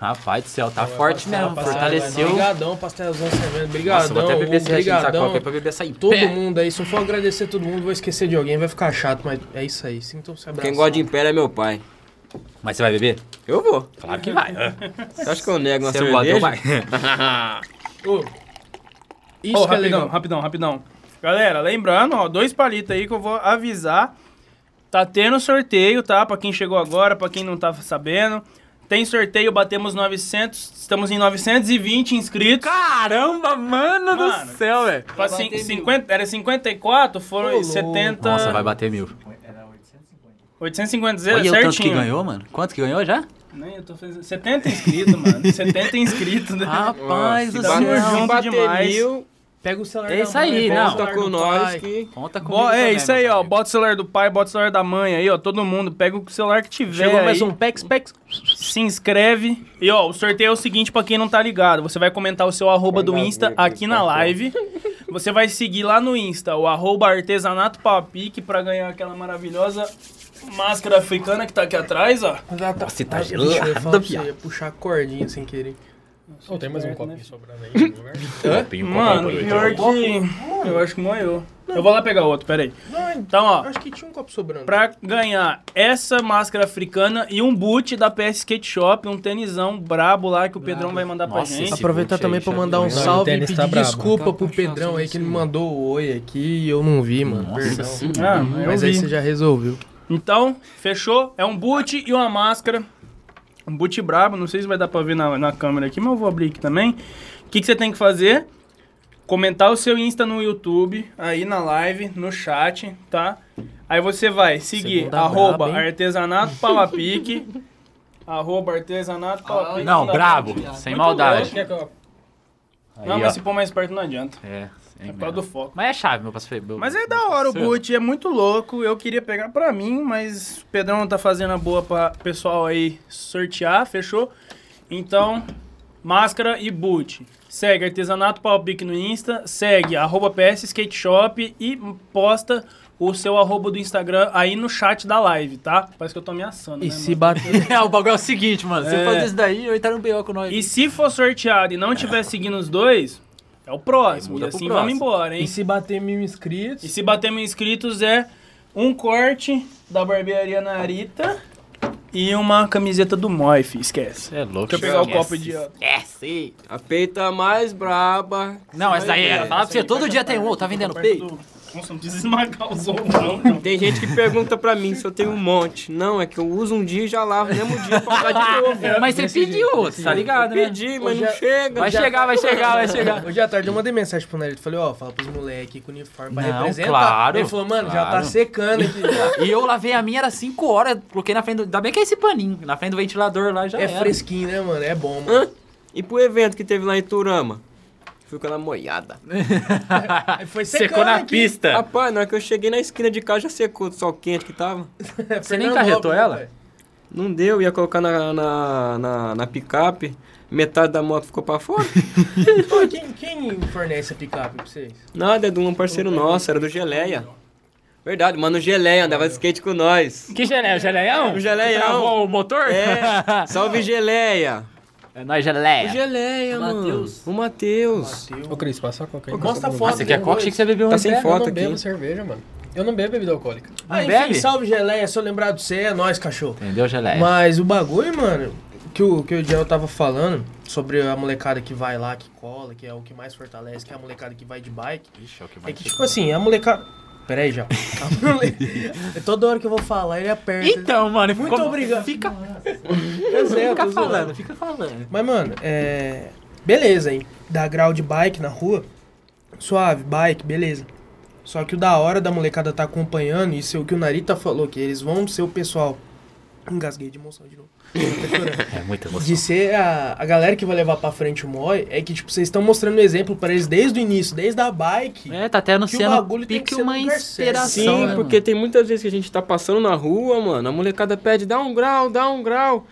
Speaker 5: Rapaz do céu, tá forte mesmo,
Speaker 3: Passava,
Speaker 5: fortaleceu.
Speaker 1: né?
Speaker 3: Brigadão, pastelzão servendo.
Speaker 5: Nossa,
Speaker 3: Brigadão,
Speaker 5: vou até beber
Speaker 3: Hugo,
Speaker 5: esse restinho de sacola
Speaker 3: brigadão.
Speaker 5: aí pra beber essa em
Speaker 3: Todo
Speaker 5: pé.
Speaker 3: mundo aí, se eu for agradecer todo mundo, vou esquecer de alguém, vai ficar chato, mas é isso aí. Sintam-se abraçados.
Speaker 10: Quem gosta de império é meu pai.
Speaker 5: Mas você vai beber?
Speaker 10: Eu vou.
Speaker 5: Claro que vai. né?
Speaker 10: Você acha que eu nego uma
Speaker 5: Você não gosta,
Speaker 10: cerveja?
Speaker 5: então vai.
Speaker 3: Ô, Isso
Speaker 1: Ô,
Speaker 3: que é
Speaker 1: rapidão,
Speaker 3: legal.
Speaker 1: rapidão, rapidão. Galera, lembrando, ó, dois palitos aí que eu vou avisar. Tá tendo sorteio, tá? Pra quem chegou agora, pra quem não tá sabendo. Tem sorteio, batemos 900, estamos em 920 inscritos.
Speaker 5: Caramba, mano,
Speaker 1: Mano. tá.
Speaker 5: do céu, velho.
Speaker 1: Pra cin- 50, era 54, foram 70...
Speaker 5: Nossa, vai bater mil.
Speaker 1: 850 zero,
Speaker 5: Olha o
Speaker 1: certinho.
Speaker 5: tanto que ganhou, mano. Quanto que ganhou já?
Speaker 1: Nem eu tô fazendo... 70 inscritos, mano. <laughs> 70 inscritos. Né?
Speaker 5: Ah, Rapaz do
Speaker 1: Tamo
Speaker 5: céu.
Speaker 1: junto
Speaker 5: Se bater
Speaker 1: demais.
Speaker 5: mil,
Speaker 3: Pega o celular
Speaker 5: É isso aí,
Speaker 3: né?
Speaker 1: Conta
Speaker 5: não.
Speaker 1: com nós que-
Speaker 5: Conta comigo
Speaker 1: Bo- é
Speaker 5: também,
Speaker 1: isso aí, ó. Bota o celular do pai, bota o celular da mãe aí, ó. Todo mundo, pega o celular que tiver.
Speaker 3: Chegou mais
Speaker 1: aí,
Speaker 3: um Pex Pex.
Speaker 1: Se inscreve. E ó, o sorteio é o seguinte, pra quem não tá ligado. Você vai comentar o seu arroba do Insta aqui
Speaker 3: tá
Speaker 1: na live. Você vai seguir lá no Insta o arroba artesanato papique pra ganhar aquela maravilhosa máscara africana que tá aqui atrás, ó.
Speaker 3: Nossa,
Speaker 1: tá
Speaker 3: Deixa eu
Speaker 1: gelada,
Speaker 3: falar pra
Speaker 1: viado.
Speaker 3: você, ia puxar a cordinha sem querer.
Speaker 13: Ô, tem mais um copinho
Speaker 3: sobrando aí
Speaker 13: no lugar?
Speaker 1: Hã?
Speaker 13: Tem um copo
Speaker 1: Mano,
Speaker 13: aí,
Speaker 1: pior
Speaker 13: então.
Speaker 1: que. Eu acho que morreu. Eu vou lá pegar outro, peraí. Então, ó.
Speaker 3: Acho que tinha um copo sobrando.
Speaker 1: Pra ganhar essa máscara africana e um boot da PS Skate Shop, um tenisão brabo lá que o Pedrão vai mandar pra
Speaker 3: Nossa,
Speaker 1: gente.
Speaker 3: esse Aproveitar também pra mandar um salve e
Speaker 13: tá
Speaker 3: pedir desculpa pro Pedrão aí que ele me mandou o oi aqui e eu não vi, mano. Perdão.
Speaker 1: senhora. Ah, mas
Speaker 3: mas
Speaker 1: eu
Speaker 3: aí
Speaker 1: vi.
Speaker 3: você já resolveu.
Speaker 1: Então, fechou? É um boot e uma máscara. Um boot brabo, não sei se vai dar pra ver na, na câmera aqui, mas eu vou abrir aqui também. O que, que você tem que fazer? Comentar o seu Insta no YouTube, aí na live, no chat, tá? Aí você vai seguir
Speaker 5: Segunda
Speaker 1: arroba
Speaker 5: braba, hein?
Speaker 1: artesanato palapique, <laughs> arroba artesanato palapique.
Speaker 5: Ah, não, brabo, sem maldade.
Speaker 1: Não,
Speaker 5: Aí,
Speaker 1: mas
Speaker 5: ó.
Speaker 1: se pôr mais perto não adianta.
Speaker 5: É,
Speaker 1: É por causa do foco.
Speaker 5: Mas é chave, meu parceiro.
Speaker 1: Mas é da hora o
Speaker 5: parceiro.
Speaker 1: boot, é muito louco. Eu queria pegar pra mim, mas o Pedrão tá fazendo a boa pra pessoal aí sortear, fechou? Então, máscara e boot. Segue Artesanato Palpique no Insta, segue arroba PS Skate Shop e posta o seu arroba do Instagram aí no chat da live, tá? Parece que eu tô ameaçando,
Speaker 3: E
Speaker 1: né,
Speaker 3: se
Speaker 1: mano? <laughs>
Speaker 3: bater.
Speaker 4: <laughs> É, o bagulho é o seguinte, mano. Se
Speaker 1: É.
Speaker 4: fazer isso daí, eu entrar no BO com nós.
Speaker 1: E se for sorteado e não tiver seguindo os dois, é o próximo. E
Speaker 4: muda pro
Speaker 1: assim
Speaker 4: próximo.
Speaker 1: vamos embora, hein?
Speaker 3: E se bater mil inscritos.
Speaker 1: E se bater mil inscritos é um corte da barbearia Narita e uma camiseta do Moif, esquece.
Speaker 5: É louco.
Speaker 1: Deixa eu pegar o
Speaker 5: esquece.
Speaker 1: copo de...
Speaker 5: Esquece.
Speaker 10: A peita mais braba.
Speaker 5: Não, essa daí era. Fala pra você, todo dia tem um, tá vendendo peito.
Speaker 1: Nossa, não precisa esmagar os ombros, não.
Speaker 10: Tem gente que pergunta pra mim se eu tenho um monte. Não, é que eu uso um dia e já lavo no mesmo dia pra usar
Speaker 3: Ah!
Speaker 10: de novo.
Speaker 5: É, Mas você pediu outro, tá ligado, né?
Speaker 10: Pedi, mas
Speaker 3: Hoje
Speaker 10: não
Speaker 3: é-
Speaker 10: chega.
Speaker 5: Vai
Speaker 10: Já-
Speaker 5: chegar, vai chegar, vai chegar.
Speaker 3: Hoje à tarde eu mandei mensagem pro Nery. Falei, ó, fala pros moleques com uniforme pra
Speaker 5: Não,
Speaker 3: representar.
Speaker 5: claro,
Speaker 3: Ele falou, mano, já tá
Speaker 5: claro.
Speaker 3: secando aqui.
Speaker 5: <laughs> E eu lavei a minha, era 5 horas, coloquei na frente do... Ainda bem que é esse paninho, na frente do ventilador lá já
Speaker 3: <laughs> é
Speaker 5: era.
Speaker 3: fresquinho, né, mano? É bom, mano.
Speaker 10: Hã? E pro evento que teve lá em Turama? Fui com ela moiada.
Speaker 3: Aí Foi
Speaker 5: Secou na
Speaker 1: É. Tá
Speaker 5: pista.
Speaker 10: Rapaz, na hora que eu cheguei na esquina de casa já secou do sol quente que tava.
Speaker 5: Você nem carretou ela?
Speaker 10: Não deu, ia colocar na, na, na, na picape, metade da moto ficou
Speaker 5: <laughs>
Speaker 10: pra fora.
Speaker 3: Pô, quem, quem fornece a picape pra vocês?
Speaker 10: Nada, é de um parceiro nosso, era do Geleia. Verdade, mano, o Geleia andava de skate com nós.
Speaker 5: Que geleia? O geleião?
Speaker 10: O geleião.
Speaker 5: Travou o motor?
Speaker 10: É, salve Geleia.
Speaker 5: É nóis,
Speaker 10: O
Speaker 5: geleia.
Speaker 10: Geleia, mano.
Speaker 6: Mateus.
Speaker 10: O Matheus.
Speaker 13: Ô, Cris, passa a coca aí.
Speaker 3: Mostra a
Speaker 13: Tá
Speaker 3: foto.
Speaker 5: Você quer coca? Achei que você bebeu
Speaker 10: Tá
Speaker 5: um
Speaker 10: sem
Speaker 13: bom.
Speaker 10: foto
Speaker 13: Eu não
Speaker 10: aqui.
Speaker 13: bebo cerveja, mano. Eu não bebo bebida alcoólica.
Speaker 3: Ah, enfim,
Speaker 5: bebe?
Speaker 3: salve geleia, sou lembrado de você, é nóis, cachorro.
Speaker 5: Entendeu, geleia?
Speaker 3: Mas o bagulho, mano, que o que o Diego tava falando sobre a molecada que vai lá, que cola, que é o que mais fortalece, que é a molecada que vai de bike.
Speaker 5: Ixi, é o que
Speaker 3: É
Speaker 5: vai
Speaker 3: que, tipo assim, a molecada. Pera aí,
Speaker 5: <laughs>
Speaker 3: já. A mole- <laughs> Toda hora que eu vou falar, ele aperta.
Speaker 5: Então, mano,
Speaker 3: Muito
Speaker 5: ficou-
Speaker 3: obrigado.
Speaker 5: Fica,
Speaker 3: Eu sei, eu
Speaker 5: fica
Speaker 3: tô zoando.
Speaker 5: falando, fica falando.
Speaker 3: Mas, mano, é. Beleza, hein? Dá grau de bike na rua. Suave, bike, beleza. Só que o da hora da molecada tá acompanhando, isso é o que o Narita falou, que eles vão ser o pessoal. Engasguei de emoção de novo.
Speaker 5: <laughs> É muita emoção.
Speaker 3: De ser a, a galera que vai levar pra frente o Moi, é que, tipo, vocês estão mostrando exemplo pra eles desde o início, desde a bike.
Speaker 5: É, tá
Speaker 3: que
Speaker 5: até
Speaker 3: o
Speaker 5: anunciando
Speaker 3: bagulho tem que
Speaker 5: pique
Speaker 3: ser
Speaker 5: uma
Speaker 3: no lugar certo.
Speaker 5: inspiração.
Speaker 10: Sim,
Speaker 5: né,
Speaker 10: porque tem muitas vezes que a gente tá passando na rua, mano, a molecada pede, dá um grau, dá um grau.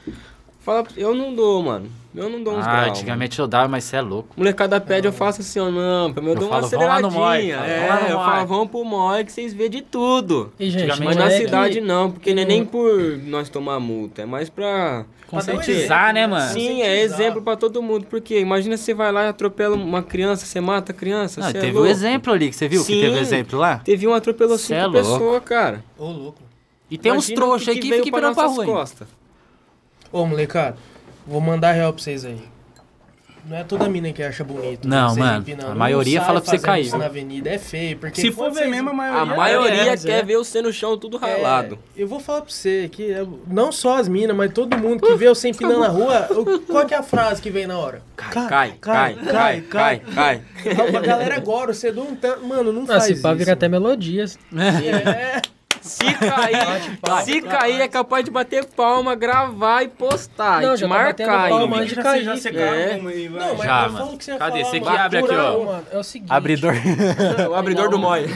Speaker 10: Fala, pra- eu não dou, mano. Eu não dou
Speaker 5: mano?
Speaker 10: uns
Speaker 5: Ah,
Speaker 10: graus. mano.
Speaker 5: antigamente eu dava, mas você é louco.
Speaker 10: Molecada pede, eu faço assim, ó, não, eu, eu
Speaker 5: Eu
Speaker 10: dou uma
Speaker 5: falo, "Vão lá no
Speaker 10: aceleradinha.
Speaker 5: Moi", falo, "Vão lá no
Speaker 10: é, eu
Speaker 5: Moi".
Speaker 10: falo, vamos pro Moi que vocês vê de tudo.
Speaker 13: E, gente,
Speaker 5: Antigamente
Speaker 10: Mas na
Speaker 5: moleque- Hum.
Speaker 10: cidade não, porque não é nem por nós tomar multa, é mais pra...
Speaker 3: um
Speaker 5: Conscientizar, né, mano?
Speaker 10: Sim, é exemplo pra todo mundo, porque imagina você vai lá e atropela uma criança, você mata a criança,
Speaker 5: Não,
Speaker 10: você é
Speaker 5: Ah, teve o
Speaker 10: louco.
Speaker 5: exemplo ali, que você viu que teve o
Speaker 10: Sim.
Speaker 5: exemplo lá?
Speaker 10: Teve um atropelou
Speaker 5: Cê
Speaker 10: cinco
Speaker 5: é louco.
Speaker 10: pessoas, cara.
Speaker 3: Ô, louco.
Speaker 5: E tem uns
Speaker 10: Imagina
Speaker 5: trouxas aí que
Speaker 10: veio
Speaker 5: ficam virando pra
Speaker 10: nossas
Speaker 5: rua. ainda.
Speaker 10: costas.
Speaker 3: Ô, molecada, vou mandar real pra vocês aí. Não é toda mina que acha bonito.
Speaker 5: Não,
Speaker 3: vocês
Speaker 5: mano,
Speaker 3: empinando.
Speaker 5: a
Speaker 3: Não
Speaker 5: maioria
Speaker 3: sai
Speaker 5: fala pra você
Speaker 3: fazendo
Speaker 5: cair,
Speaker 3: isso
Speaker 5: viu?
Speaker 3: na avenida é feio, porque...
Speaker 1: Se for
Speaker 3: quando
Speaker 1: ver
Speaker 3: vocês-
Speaker 1: mesmo, a
Speaker 10: A
Speaker 1: maioria...
Speaker 10: maioria
Speaker 1: é,
Speaker 10: quer ver você no chão tudo
Speaker 3: É,
Speaker 10: ralado.
Speaker 3: eu vou falar pra você que é- não só as minas, mas todo mundo que vê eu sem pinando na rua, o- qual que é a frase que vem na
Speaker 5: <laughs>
Speaker 3: hora?
Speaker 10: Cai, cai, cai, cai, cai.
Speaker 3: A galera agora, o Cedu, não tá- mano, não
Speaker 13: Ah,
Speaker 3: faz
Speaker 13: se pá,
Speaker 3: isso.
Speaker 13: vira até melodias.
Speaker 3: É,
Speaker 10: Se cair, se cair é capaz de bater palma, gravar e postar.
Speaker 13: Não,
Speaker 10: e te
Speaker 13: já tá
Speaker 10: marcar
Speaker 13: batendo
Speaker 10: aí.
Speaker 13: palma antes de cair.
Speaker 10: Já
Speaker 13: É.
Speaker 10: Não, mas
Speaker 13: Já,
Speaker 10: eu falo
Speaker 13: mano.
Speaker 10: que você ia
Speaker 13: Cadê?
Speaker 10: falar,
Speaker 13: Você que
Speaker 10: mano.
Speaker 13: abre aqui,
Speaker 10: Natural,
Speaker 13: ó.
Speaker 10: mano. É o seguinte.
Speaker 13: Abridor.
Speaker 10: o abridor do Moi.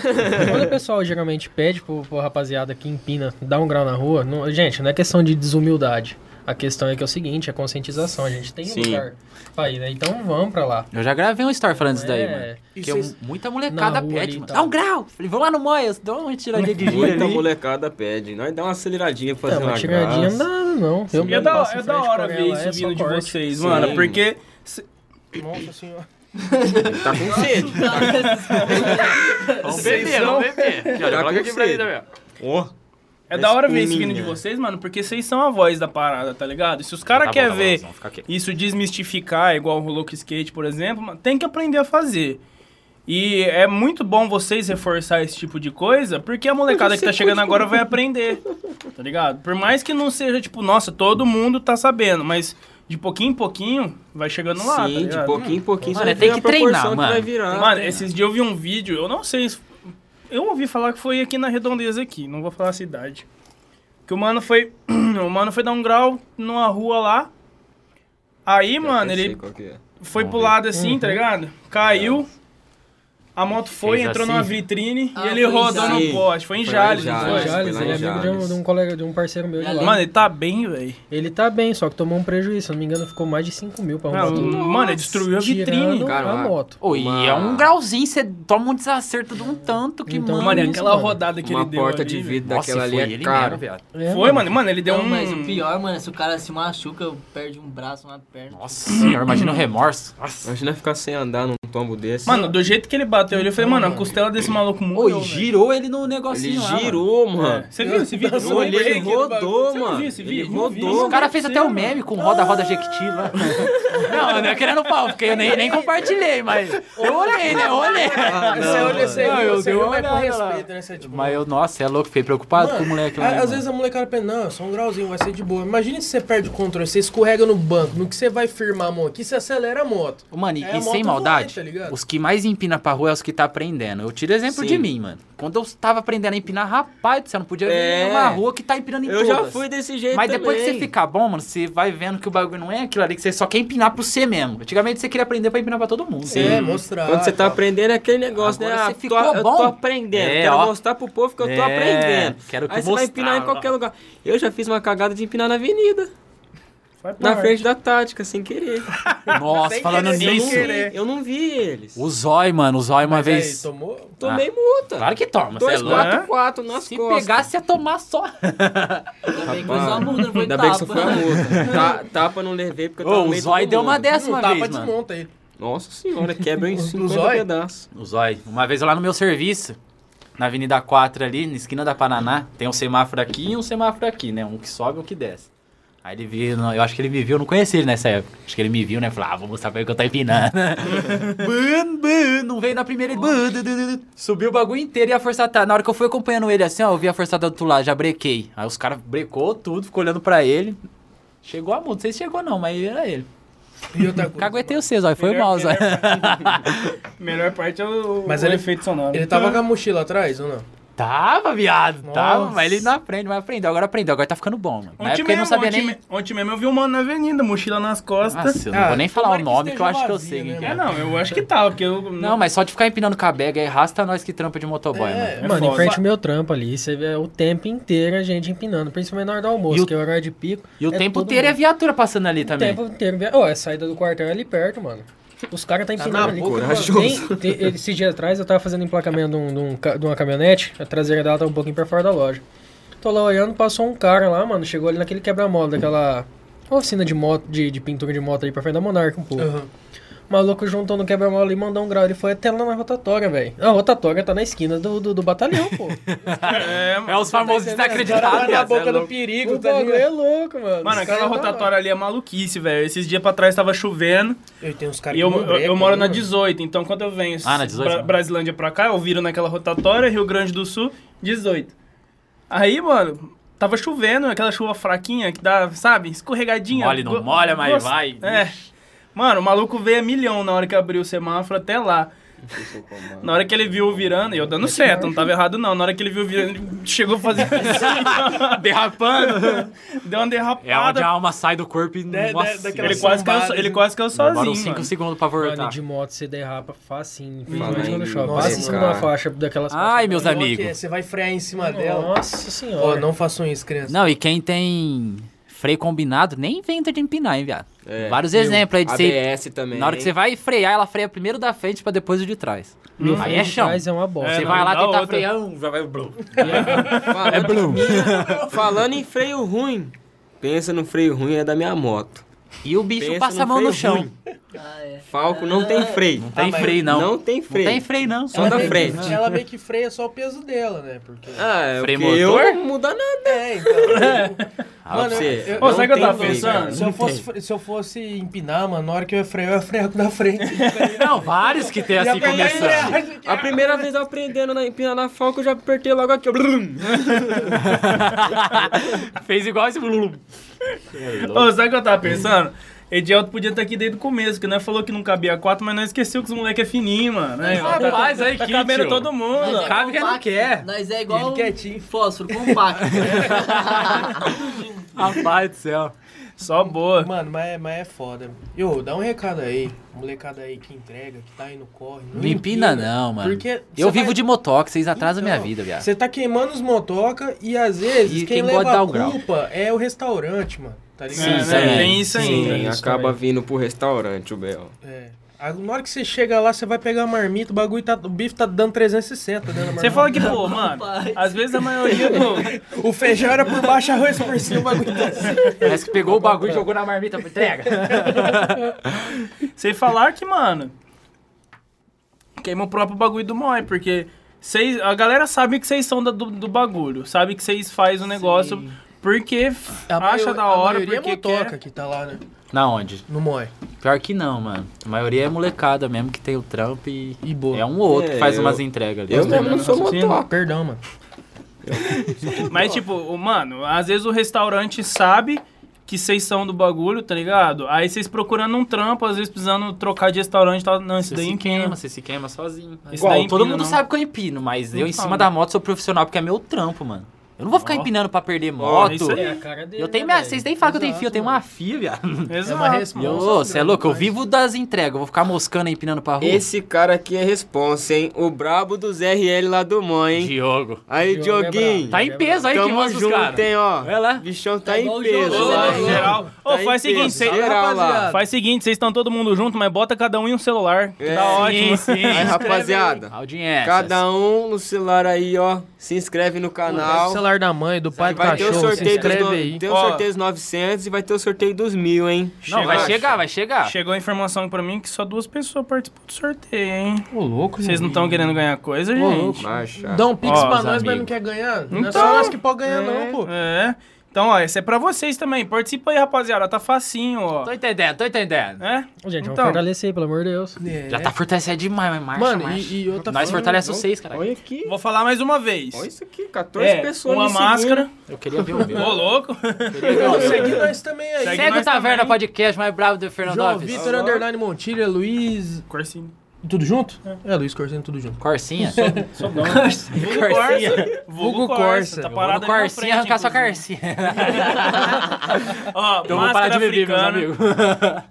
Speaker 13: Quando o pessoal geralmente pede pro, pro rapaziada que empina dar um grau na rua, não- gente, não é questão de desumildade. A questão é que é o seguinte, é conscientização. A gente tem
Speaker 5: Sim.
Speaker 13: um lugar pra ir, né? Então vamos pra lá.
Speaker 5: Eu já gravei um story falando isso daí,
Speaker 13: É.
Speaker 5: mano.
Speaker 13: E
Speaker 5: Porque
Speaker 13: vocês-
Speaker 5: muita
Speaker 13: na
Speaker 5: molecada
Speaker 13: rua ali
Speaker 5: pede,
Speaker 13: e
Speaker 5: mano.
Speaker 13: tal.
Speaker 5: Dá um grau! Falei, vamos lá no Moias, dá uma tiradinha de giro
Speaker 10: Muita
Speaker 5: ali.
Speaker 10: molecada pede. Nós dá uma aceleradinha pra fazer
Speaker 13: Não,
Speaker 10: uma
Speaker 13: é, uma tiradinha
Speaker 10: graça.
Speaker 13: não dá nada, não. Eu
Speaker 10: Sim.
Speaker 13: mesmo
Speaker 10: É da-
Speaker 13: passo em
Speaker 1: da
Speaker 10: é
Speaker 3: tipo,
Speaker 13: frente
Speaker 1: hora
Speaker 13: com
Speaker 1: ver
Speaker 13: ela,
Speaker 1: isso
Speaker 13: é só
Speaker 1: vindo de
Speaker 13: corte.
Speaker 1: vocês,
Speaker 13: Sim.
Speaker 1: mano, porque. cê-
Speaker 3: Nossa senhora.
Speaker 10: Tá com sede.
Speaker 1: Vamos
Speaker 10: beber, vamos beber. Já coloca aqui pra ele,
Speaker 1: Daniel. É
Speaker 10: Mas
Speaker 1: da hora ver isso
Speaker 10: minha.
Speaker 1: vindo de vocês, mano, porque vocês são a voz da parada, tá ligado? E se os caras
Speaker 10: Tá bom,
Speaker 1: querem
Speaker 10: tá bom,
Speaker 1: ver
Speaker 10: vamos ficar quieto.
Speaker 1: isso desmistificar, igual o Look Skate, por exemplo, mano, tem que aprender a fazer. E é muito bom vocês reforçar esse tipo de coisa, porque a molecada que tá chegando agora vai aprender, tá ligado? Por mais que não seja, tipo, nossa, todo mundo tá sabendo, mas de pouquinho em pouquinho vai chegando lá, tá
Speaker 10: Sim, de
Speaker 1: ligado?
Speaker 10: pouquinho em pouquinho você
Speaker 1: Mano,
Speaker 10: vai
Speaker 1: tem
Speaker 10: ver
Speaker 1: que
Speaker 10: a proporção
Speaker 1: treinar,
Speaker 10: que
Speaker 1: mano.
Speaker 10: vai virar. Ah, Tem que
Speaker 1: Mano,
Speaker 10: treinar.
Speaker 1: esses dias eu vi um vídeo, eu não sei se... Eu ouvi falar que foi aqui na Redondeza aqui, não vou falar a cidade. Que o mano foi. <clears throat> o mano foi dar um grau numa rua lá. Aí, mano,
Speaker 10: Eu sei
Speaker 1: ele
Speaker 10: qual que é.
Speaker 1: foi
Speaker 10: Vamos
Speaker 1: pro
Speaker 10: ver.
Speaker 1: lado assim, tá
Speaker 10: Uhum.
Speaker 1: ligado? Caiu. A moto foi,
Speaker 10: Fez
Speaker 1: entrou
Speaker 10: assim.
Speaker 1: numa vitrine
Speaker 13: Ah,
Speaker 1: e ele
Speaker 13: foi em
Speaker 1: rodou no
Speaker 13: Jales.
Speaker 1: poste. Foi em
Speaker 13: Foi
Speaker 1: Jales,
Speaker 13: Jales,
Speaker 1: não foi?
Speaker 13: foi Jales, ele é amigo de um, de um colega, de um parceiro
Speaker 6: é
Speaker 13: meu de lá.
Speaker 1: Mano, ele tá bem, velho.
Speaker 13: Ele tá bem, só que tomou um prejuízo, se não me engano, ficou mais de 5 mil pra arrumar
Speaker 1: Não,
Speaker 13: tudo.
Speaker 1: mano, ele destruiu a vitrine.
Speaker 13: Tirando a moto.
Speaker 5: Ô, e é um grauzinho, você toma um desacerto de um tanto que,
Speaker 13: Então,
Speaker 5: mano...
Speaker 13: mano, é aquela
Speaker 1: rodada que Uma ele deu porta ali, de velho. vidro
Speaker 5: Nossa,
Speaker 1: daquela ali
Speaker 5: foi
Speaker 1: é
Speaker 5: ele
Speaker 1: caro.
Speaker 5: mesmo, viado.
Speaker 1: É, Foi, mano. mano, mano, ele deu
Speaker 6: Não,
Speaker 1: um-
Speaker 6: Mas o pior, mano, é se o cara se machuca, perde um braço, uma perna.
Speaker 5: Nossa senhora, imagina o remorso.
Speaker 10: Imagina ficar sem andar num tombo desse.
Speaker 1: Mano, do jeito que ele bateu, ele foi, mano, a costela desse maluco morreu.
Speaker 5: girou ele no
Speaker 10: ele
Speaker 5: negocinho lá,
Speaker 10: girou, mano.
Speaker 1: É. Você viu esse vídeo?
Speaker 10: Nossa, Ele,
Speaker 1: Você não
Speaker 10: rodou,
Speaker 1: viu
Speaker 10: mano.
Speaker 1: esse
Speaker 10: Ele
Speaker 1: vídeo?
Speaker 10: rodou.
Speaker 5: O cara fez até o meme com roda, roda Jequiti lá. Não, não é querendo pau, porque eu nem, nem compartilhei, mas eu olhei, né? Eu olhei.
Speaker 3: Ah, você olha isso aí,
Speaker 5: Não, eu
Speaker 3: você
Speaker 5: dei
Speaker 3: olha,
Speaker 5: uma
Speaker 3: mas com
Speaker 5: olhada lá.
Speaker 3: respeito, né? Você, tipo,
Speaker 5: Mas eu, nossa, é louco, fiquei preocupado com o moleque lá.
Speaker 3: a-
Speaker 5: né,
Speaker 3: é, Às
Speaker 5: mano?
Speaker 3: vezes a molecada pensa, não, só um grauzinho, vai ser de boa. Imagina se você perde o controle, você escorrega no banco, no que você vai firmar a mão aqui, você acelera a moto.
Speaker 5: Mano, e,
Speaker 3: Aí a
Speaker 5: e
Speaker 3: moto
Speaker 5: sem
Speaker 3: vai,
Speaker 5: maldade,
Speaker 3: tá ligado?
Speaker 5: os que mais empina pra rua é os que tá aprendendo. Eu tiro exemplo
Speaker 10: Sim.
Speaker 5: de mim, mano. Quando eu tava aprendendo a empinar, rapaz do céu, não podia vir
Speaker 10: É.
Speaker 5: numa rua que tá empinando em
Speaker 10: Eu já
Speaker 5: todas.
Speaker 10: fui desse jeito
Speaker 5: Mas depois que
Speaker 10: também.
Speaker 5: você ficar bom, mano, você vai vendo que o bagulho não é aquilo ali, que você só quer empinar pro você mesmo. Antigamente você queria aprender pra empinar pra todo mundo.
Speaker 10: Sim. Quando
Speaker 3: "Ah,
Speaker 10: você tá aprendendo é aquele negócio, né?
Speaker 5: Agora
Speaker 10: Ah,
Speaker 5: você
Speaker 10: tô-
Speaker 5: ficou
Speaker 10: eu
Speaker 5: bom.
Speaker 10: tô aprendendo.
Speaker 5: É,
Speaker 10: quero
Speaker 5: ó.
Speaker 10: mostrar pro povo que eu tô
Speaker 5: É,
Speaker 10: aprendendo.
Speaker 5: quero que
Speaker 10: Aí você vai
Speaker 5: mostrar,
Speaker 10: empinar em
Speaker 5: ó.
Speaker 10: qualquer lugar. Eu já fiz uma cagada de empinar na avenida. Na
Speaker 5: parte.
Speaker 10: frente da tática, sem querer.
Speaker 5: Nossa,
Speaker 10: Sem
Speaker 5: falando
Speaker 10: querer,
Speaker 5: nisso.
Speaker 10: Eu não, vi, eu não vi eles.
Speaker 5: O Zói, mano, o Zói uma vez.
Speaker 3: tomou?
Speaker 10: Tomei multa.
Speaker 5: Claro que toma, você é louco.
Speaker 10: 244 nas
Speaker 5: Se
Speaker 10: costas.
Speaker 5: pegasse, ia tomar só.
Speaker 10: Rapaz, Ainda bem que
Speaker 5: <laughs>
Speaker 10: só foi a
Speaker 6: <laughs>
Speaker 10: multa. Ta- tapa Tá, não levei porque eu tava
Speaker 5: Ô,
Speaker 10: no
Speaker 5: o
Speaker 10: meio do
Speaker 5: Zói deu uma
Speaker 10: mundo.
Speaker 5: dessa uma vez, mano.
Speaker 3: desmonta aí.
Speaker 10: Nossa senhora, quebra em 50
Speaker 3: Zói?
Speaker 10: pedaços.
Speaker 5: O Zói. Uma vez lá no meu serviço, na Avenida 4 ali, na esquina da Paraná, tem um semáforo aqui e um semáforo aqui, né? Um que sobe e um que desce. Aí ele viu, não, eu acho que ele me viu, eu não conhecia ele nessa época. Acho que ele me viu, né? Falou, ah, vou mostrar pra ele que eu tô empinando. Bum, bum, não veio na primeira. ele- bum, du, du, du, du. Subiu o bagulho inteiro e a forçada. Na hora que eu fui acompanhando ele assim, ó, eu vi a forçada do outro lado, já brequei. Aí os caras brecou tudo, ficou olhando pra ele. Chegou a multa, não sei se chegou não, mas era ele.
Speaker 3: E outra
Speaker 5: <laughs>
Speaker 3: coisa.
Speaker 5: Caguetei o Zói, foi
Speaker 1: Melhor-
Speaker 5: mal, Zói.
Speaker 1: Melhor parte é o,
Speaker 3: Mas
Speaker 1: o
Speaker 3: ele-
Speaker 1: efeito sonoro. Então,
Speaker 3: Ele tava com a mochila atrás ou não?
Speaker 5: Tava, viado. Tava,
Speaker 1: Nossa. Um é
Speaker 5: mas ele não aprende, mas aprendeu. Agora aprendeu, agora tá ficando bom, mano. Na
Speaker 1: Ontem
Speaker 5: época
Speaker 1: mesmo,
Speaker 5: ele não sabia
Speaker 1: ontem,
Speaker 5: nem.
Speaker 1: me- ontem mesmo eu vi um mano na avenida, mochila nas costas. Ah,
Speaker 5: Nossa, eu não vou nem falar o nome, que, eu acho que eu sei. quem que
Speaker 1: É, não, eu acho que tava, porque eu.
Speaker 5: Não, mas só de ficar empinando com a bega aí, rasta nós que trampa de motoboy,
Speaker 1: é
Speaker 5: mano.
Speaker 13: Mano, em frente ao meu trampo ali, você vê o tempo inteiro a gente empinando, principalmente na hora do almoço,
Speaker 5: E o-
Speaker 13: que é o horário de pico.
Speaker 5: E o
Speaker 13: é
Speaker 5: tempo
Speaker 13: todo
Speaker 5: inteiro é
Speaker 13: mundo.
Speaker 5: viatura passando ali
Speaker 13: O
Speaker 5: também.
Speaker 13: tempo inteiro. via- Ó, é a saída do quartel é ali perto, mano. Os caras tá empinando
Speaker 10: na
Speaker 13: ali.
Speaker 10: boca,
Speaker 13: Mano,
Speaker 10: corajoso.
Speaker 13: tem- tem- esse dia atrás eu tava fazendo emplacamento de, um- de um ca- de uma caminhonete, a traseira dela tá um pouquinho pra fora da loja. Tô lá olhando, passou um cara lá, mano, chegou ali naquele quebra-mola, daquela oficina de moto, de, de pintura de moto ali pra frente da Monarca um pouco. O maluco juntou no quebra-mola e mandou um grau. Ele foi até lá na rotatória, velho. A rotatória tá na esquina do, do, do batalhão, pô.
Speaker 1: É,
Speaker 5: mano, os famosos
Speaker 1: desacreditados,
Speaker 3: Na
Speaker 1: viado,
Speaker 3: boca
Speaker 1: é
Speaker 3: do
Speaker 1: louco.
Speaker 3: perigo,
Speaker 13: o
Speaker 3: tá
Speaker 13: bagulho
Speaker 3: ligado?
Speaker 13: é louco, mano.
Speaker 1: Mano,
Speaker 13: Os
Speaker 1: aquela
Speaker 13: caras tá-
Speaker 1: rotatória ali é maluquice, velho. Esses dias pra trás tava chovendo.
Speaker 3: Eu tenho uns caras
Speaker 1: E
Speaker 3: que
Speaker 1: eu,
Speaker 3: não
Speaker 1: eu,
Speaker 3: brecam,
Speaker 1: eu moro na
Speaker 3: mano.
Speaker 1: 18, então quando eu venho
Speaker 5: Ah, na 18,
Speaker 1: Bra-
Speaker 5: né?
Speaker 1: Brasilândia pra cá, eu viro naquela rotatória, Rio Grande do Sul, 18. Aí, mano, tava chovendo, aquela chuva fraquinha que dá, sabe, escorregadinha.
Speaker 5: Mole não
Speaker 1: Go-
Speaker 5: molha, mas
Speaker 1: gost-
Speaker 5: vai.
Speaker 1: É. Mano, o maluco veio a milhão na hora que abriu o semáforo até lá. Na hora que ele viu virando, eu dando certo, não tava errado não. Na hora que ele viu virando, ele chegou a
Speaker 5: <laughs>
Speaker 1: fazer assim, derrapando. Deu uma derrapada.
Speaker 5: É onde a alma sai do corpo e...
Speaker 1: Da- da-
Speaker 5: nossa,
Speaker 1: daquela Ele quase caiu so- ele quase caiu sozinho,
Speaker 5: Demora uns 5
Speaker 1: mano.
Speaker 5: segundos pra voltar.
Speaker 13: Mano, de moto você derrapa
Speaker 5: Fala
Speaker 13: facinho. Principalmente
Speaker 5: aí,
Speaker 13: quando chove.
Speaker 5: nossa,
Speaker 13: Passa em cima de uma
Speaker 5: cara.
Speaker 13: faixa daquelas...
Speaker 5: Ai,
Speaker 13: faixas-
Speaker 5: meus amigos.
Speaker 3: Você vai frear em cima dela.
Speaker 13: Nossa senhora.
Speaker 3: Ó, não façam isso, criança.
Speaker 5: Não, e quem tem freio combinado, nem inventa de empinar, hein, viado?
Speaker 10: É,
Speaker 5: Vários
Speaker 10: viu?
Speaker 5: exemplos aí de
Speaker 10: ABS também,
Speaker 5: Na hora que
Speaker 10: hein?
Speaker 5: você vai frear, ela freia primeiro da frente pra depois o de trás.
Speaker 13: Meu
Speaker 5: aí
Speaker 13: freio
Speaker 5: é
Speaker 13: de
Speaker 5: chão.
Speaker 13: trás é uma bosta.
Speaker 5: Você
Speaker 13: É,
Speaker 5: vai
Speaker 13: não,
Speaker 5: lá
Speaker 13: dá
Speaker 5: tentar
Speaker 13: outra.
Speaker 5: frear um, já vai blum.
Speaker 10: É Bloom. <laughs> Falando em freio ruim, pensa no freio ruim é da minha moto.
Speaker 5: E o bicho passa a mão no chão.
Speaker 10: Falco não tem freio. Não
Speaker 5: tem freio, não.
Speaker 10: Não tem
Speaker 5: Não
Speaker 10: freio.
Speaker 5: É, tem freio, não.
Speaker 10: Só da frente.
Speaker 3: Ela meio que freia só o peso dela, né? Porque...
Speaker 10: Ah, é
Speaker 5: Freio
Speaker 10: o que eu
Speaker 5: motor?
Speaker 10: não muda nada.
Speaker 3: É, <laughs> então.
Speaker 10: Ah, você-
Speaker 3: eu-
Speaker 10: Ô,
Speaker 3: eu
Speaker 10: sabe
Speaker 3: não
Speaker 10: o que eu tava
Speaker 3: tenho
Speaker 10: pensando?
Speaker 3: freio, cara. Se eu,
Speaker 10: Não
Speaker 3: fosse, fre- se eu fosse empinar, mano, na hora que eu ia frear, eu ia frear com o da frente.
Speaker 5: Não, vários que tem assim começando.
Speaker 10: A primeira vez eu aprendendo na empina na falco, eu já apertei logo aqui. ó. Brum.
Speaker 5: Fez igual esse blum.
Speaker 1: Ô, sabe o que eu tava pensando? Edialto podia estar aqui desde o começo, que nós falou que não cabia quatro, mas nós esqueceu que os moleque é fininho, mano. Aí, ó.
Speaker 5: Rapaz, aí
Speaker 1: tá
Speaker 5: que,
Speaker 1: cabendo
Speaker 5: tio.
Speaker 1: todo mundo.
Speaker 6: Nós é
Speaker 1: Cabe quem não
Speaker 6: compacto,
Speaker 1: quer.
Speaker 6: Nós é igual
Speaker 1: Ele
Speaker 6: um fósforo compacto.
Speaker 5: Rapaz do céu.
Speaker 1: Só boa.
Speaker 3: Mano, mas é, mas é foda. Yo, dá um recado aí. Molecada aí que entrega, que tá aí no corre.
Speaker 5: Não empina, não, mano.
Speaker 3: Porque
Speaker 5: eu
Speaker 3: cê
Speaker 5: vivo
Speaker 3: vai-
Speaker 5: de motoca, vocês atrasam a minha vida, viado.
Speaker 3: Você tá queimando os motoca e às vezes
Speaker 5: E
Speaker 3: quem,
Speaker 5: quem
Speaker 3: leva
Speaker 5: gosta dá
Speaker 3: a
Speaker 5: o grau.
Speaker 3: culpa é o restaurante, mano. Tá ligado?
Speaker 5: Sim, Uh.
Speaker 1: É, né? Tem isso
Speaker 10: Sim,
Speaker 1: ainda.
Speaker 10: acaba vindo pro restaurante, o Bel.
Speaker 3: É. A- Na hora que você chega lá, você vai pegar a marmita, o bagulho tá. O bife tá dando 360 dentro da marmita.
Speaker 1: Você fala que, pô, mano, às vezes a maioria do.
Speaker 3: O feijão era por baixo, arroz por cima, o bagulho tá <laughs> assim.
Speaker 5: Parece que pegou o
Speaker 10: Tá
Speaker 5: bagulho e jogou na marmita pra entrega.
Speaker 1: Sem falar que, mano, queima o próprio bagulho do Moi, porque cês, a galera sabe que vocês são da- do, do bagulho, sabe que vocês fazem o negócio porque f-
Speaker 3: A
Speaker 1: acha
Speaker 3: maior-
Speaker 1: da hora,
Speaker 3: a maioria
Speaker 1: porque
Speaker 3: é motoca
Speaker 1: quer.
Speaker 3: que tá lá, né?
Speaker 5: <laughs> na onde?
Speaker 3: No Moi.
Speaker 5: Pior que não, mano. A maioria é molecada mesmo que tem o trampo e.
Speaker 3: E boa.
Speaker 5: É um ou outro que
Speaker 10: É,
Speaker 5: faz
Speaker 10: eu-
Speaker 5: umas entregas ali.
Speaker 10: Eu mesmo não sou
Speaker 1: raciocínio?
Speaker 10: motor.
Speaker 3: Perdão, mano.
Speaker 1: Mas, tipo, o- mano, às vezes o restaurante sabe que vocês são do bagulho, tá ligado? Aí vocês procurando um trampo, às vezes precisando trocar de restaurante e tal. Não, isso
Speaker 5: Você
Speaker 1: daí né?
Speaker 5: se
Speaker 1: empina.
Speaker 5: queima, você se queima sozinho.
Speaker 1: Isso
Speaker 5: Igual,
Speaker 1: daí empina,
Speaker 5: todo mundo
Speaker 1: não.
Speaker 5: sabe que eu empino, mas
Speaker 1: Não
Speaker 5: eu em
Speaker 1: fala,
Speaker 5: cima
Speaker 1: né?
Speaker 5: da moto sou profissional porque é meu trampo, mano. Eu não vou ficar
Speaker 1: Ó.
Speaker 5: empinando pra perder
Speaker 1: Ó,
Speaker 5: moto.
Speaker 1: isso aí.
Speaker 13: É a cara dele,
Speaker 5: Eu tenho
Speaker 13: né,
Speaker 5: minha.
Speaker 13: velho?
Speaker 5: Vocês nem falam que eu tenho fio, eu tenho uma FIA, <laughs> viado.
Speaker 1: Exato.
Speaker 3: uma
Speaker 1: mano.
Speaker 3: resposta.
Speaker 5: Eu, você é louco, eu vivo das entregas, eu vou ficar moscando e empinando pra rua.
Speaker 10: Esse cara aqui é responsa, hein? O brabo dos RL lá do mãe, hein?
Speaker 5: Diogo.
Speaker 10: Aí,
Speaker 13: Diogo é
Speaker 10: Dioguinho.
Speaker 13: brabo.
Speaker 5: Tá em peso aí, que
Speaker 10: Tamo
Speaker 5: mostra os caras.
Speaker 10: junto, hein, ó.
Speaker 5: Vai lá.
Speaker 10: Bichão tá,
Speaker 6: Tá igual
Speaker 10: em
Speaker 6: o Diogo,
Speaker 10: peso
Speaker 1: Ô,
Speaker 10: lá,
Speaker 6: né?
Speaker 10: hein?
Speaker 1: geral. Ô,
Speaker 10: Tá em
Speaker 1: faz o seguinte,
Speaker 10: peso.
Speaker 1: cê-
Speaker 10: Geral lá.
Speaker 1: Faz o seguinte, vocês estão todo mundo junto, mas bota cada um em um celular. Que
Speaker 10: É.
Speaker 1: dá ótimo. <laughs>
Speaker 10: Aí, rapaziada.
Speaker 5: Audiência.
Speaker 10: Cada um no celular aí, ó. Se inscreve no
Speaker 3: O
Speaker 10: canal.
Speaker 3: celular da mãe, do pai do
Speaker 10: Vai ter o
Speaker 3: cachorro, se
Speaker 10: sorteio dos
Speaker 3: inscreve
Speaker 10: no...
Speaker 3: aí.
Speaker 10: Tem o
Speaker 1: Ó.
Speaker 10: sorteio dos 900 e vai ter o sorteio dos mil, hein?
Speaker 5: Não, vai
Speaker 10: Relaxa.
Speaker 5: chegar, vai chegar.
Speaker 1: Chegou a informação pra mim que só duas pessoas participam do sorteio, hein?
Speaker 3: Ô, louco,
Speaker 1: Vocês não estão querendo ganhar coisa, gente?
Speaker 10: Baixa.
Speaker 3: Dá um pix
Speaker 1: Ó,
Speaker 3: pra nós,
Speaker 5: os
Speaker 3: mas
Speaker 5: amigos.
Speaker 3: não quer ganhar. Não é
Speaker 1: Então.
Speaker 3: só nós que pode ganhar, não, pô.
Speaker 1: É. Então, ó, esse é pra vocês também. Participa aí, rapaziada. Tá facinho, ó.
Speaker 5: Tô entendendo, tô entendendo.
Speaker 1: É?
Speaker 13: Gente, vamos
Speaker 1: Então.
Speaker 13: fortalecer, pelo amor de Deus.
Speaker 3: É.
Speaker 5: Já tá fortalecendo demais, mas marcha,
Speaker 3: Mano,
Speaker 5: marcha.
Speaker 3: e, tá e outra
Speaker 5: Nós
Speaker 3: forma-
Speaker 5: fortalecemos vocês, cara.
Speaker 10: Olha aqui.
Speaker 1: Vou falar mais uma vez.
Speaker 10: Olha isso aqui, 14
Speaker 1: É,
Speaker 10: pessoas
Speaker 1: uma
Speaker 10: me seguindo.
Speaker 1: máscara.
Speaker 5: Eu queria ver o meu.
Speaker 1: Ô, louco.
Speaker 3: Não, segue nós também aí.
Speaker 1: Segue
Speaker 5: Segue o
Speaker 1: nós
Speaker 5: Taverna
Speaker 1: também.
Speaker 5: Podcast, mais bravo do Fernando
Speaker 3: João
Speaker 5: Alves.
Speaker 3: Vitor Underline Montilha, Luiz.
Speaker 1: Corsinho.
Speaker 3: Tudo junto? É, Luiz Corsino, tudo junto.
Speaker 5: Corsinha.
Speaker 1: Vulgo Corsa. Vulgo
Speaker 3: Vulgo
Speaker 1: Corsa.
Speaker 3: Corsa.
Speaker 1: Tá
Speaker 5: Parado
Speaker 1: parado ali na
Speaker 5: Corsinha,
Speaker 1: frente,
Speaker 5: arrancar sua
Speaker 1: inclusive.
Speaker 5: carcinha.
Speaker 1: Ó,
Speaker 5: Então vamos parar
Speaker 1: máscara
Speaker 5: de beber, meus
Speaker 1: africana.
Speaker 5: amigos.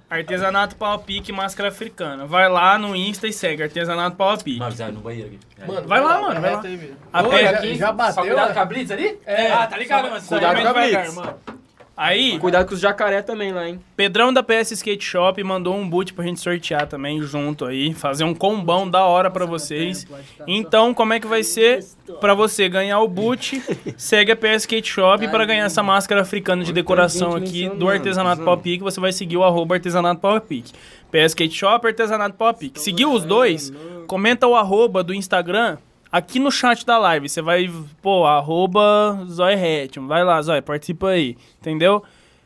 Speaker 1: Artesanato Pau a Pique, máscara africana. Vai lá no Insta e segue Artesanato Pau a Pique.
Speaker 5: Mas no banheiro aqui.
Speaker 3: Mano,
Speaker 1: vai lá, mano, vai lá.
Speaker 3: aí, velho.
Speaker 1: A
Speaker 3: Ô,
Speaker 1: pé
Speaker 3: já-
Speaker 1: aqui,
Speaker 3: Já bateu?
Speaker 5: Cuidado
Speaker 3: né?
Speaker 5: com a Blitz ali? É. Ah, tá ligado, mano.
Speaker 10: Cuidado
Speaker 1: Vai
Speaker 10: com a
Speaker 1: devagar,
Speaker 10: Blitz.
Speaker 1: mano. Aí,
Speaker 10: Cuidado com os jacaré também lá, hein?
Speaker 1: Pedrão da PS Skate Shop mandou um boot pra gente sortear também junto aí, fazer um combão da hora pra vocês. Então, como é que vai ser? Pra você ganhar o boot, segue a PS Skate Shop pra ganhar essa máscara africana de decoração
Speaker 10: gente
Speaker 1: aqui do
Speaker 10: mencionando,
Speaker 1: Artesanato
Speaker 10: Zão.
Speaker 1: Pau Pique, você vai seguir o arroba Artesanato Pau Pique. PS Skate Shop, Artesanato Pau Pique. Seguiu os dois, comenta o arroba do Instagram aqui no chat da live. Você vai, pô, arroba Zói Hatcham. Vai lá, Zói, participa aí, entendeu?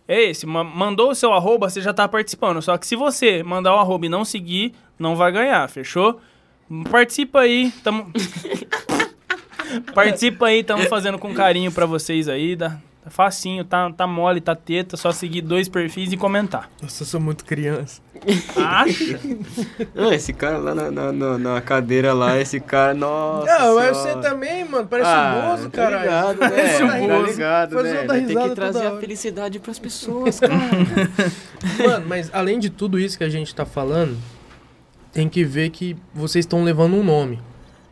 Speaker 1: É esse, ma- mandou o seu arroba, você já tá participando. Só que se você mandar o arroba e não seguir, não vai ganhar, fechou? Participa aí, <laughs> tamo... Participa aí, tamo fazendo com carinho pra vocês aí, da... Tá facinho, tá, tá mole, tá teta, só seguir dois perfis e comentar.
Speaker 3: Nossa, eu sou muito criança.
Speaker 1: Acha?
Speaker 10: Não, esse cara lá na, na- na- na cadeira lá, esse cara, nossa.
Speaker 3: Não, mas
Speaker 10: senhora.
Speaker 3: você também, mano. Parece
Speaker 10: Ah,
Speaker 3: um bozo,
Speaker 10: tá
Speaker 3: caralho.
Speaker 10: ligado, né?
Speaker 3: Parece
Speaker 10: Tá
Speaker 3: um bozo.
Speaker 10: ligado,
Speaker 3: Fazendo
Speaker 10: né?
Speaker 3: dar
Speaker 10: Vai ter que
Speaker 3: risada
Speaker 10: trazer
Speaker 3: toda
Speaker 10: a
Speaker 3: hora.
Speaker 10: felicidade pras pessoas, cara.
Speaker 3: <laughs> Mano, mas além de tudo isso que a gente tá falando, tem que ver que vocês estão levando um nome.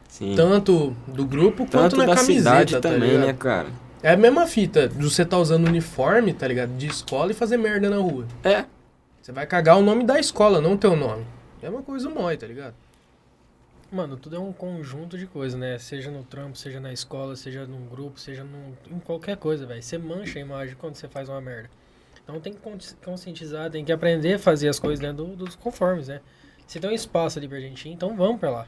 Speaker 10: Sim.
Speaker 3: Tanto do grupo quanto
Speaker 10: Tanto
Speaker 3: na
Speaker 10: da
Speaker 3: camiseta
Speaker 10: cidade
Speaker 3: tá
Speaker 10: também,
Speaker 3: ligado?
Speaker 10: né, cara?
Speaker 3: É a mesma fita de você tá usando uniforme, tá ligado? De escola e fazer merda na rua.
Speaker 10: É.
Speaker 3: Você vai cagar o nome da escola, não o teu nome. É uma coisa mole, tá ligado?
Speaker 13: Mano, tudo é um conjunto de coisas, né? Seja no trampo, seja na escola, seja num grupo, seja num, em qualquer coisa, velho. Você mancha a imagem quando você faz uma merda. Então tem que con- conscientizar, tem que aprender a fazer as coisas dentro do- dos conformes, né? Você tem um espaço ali pra gente ir, então vamos pra lá.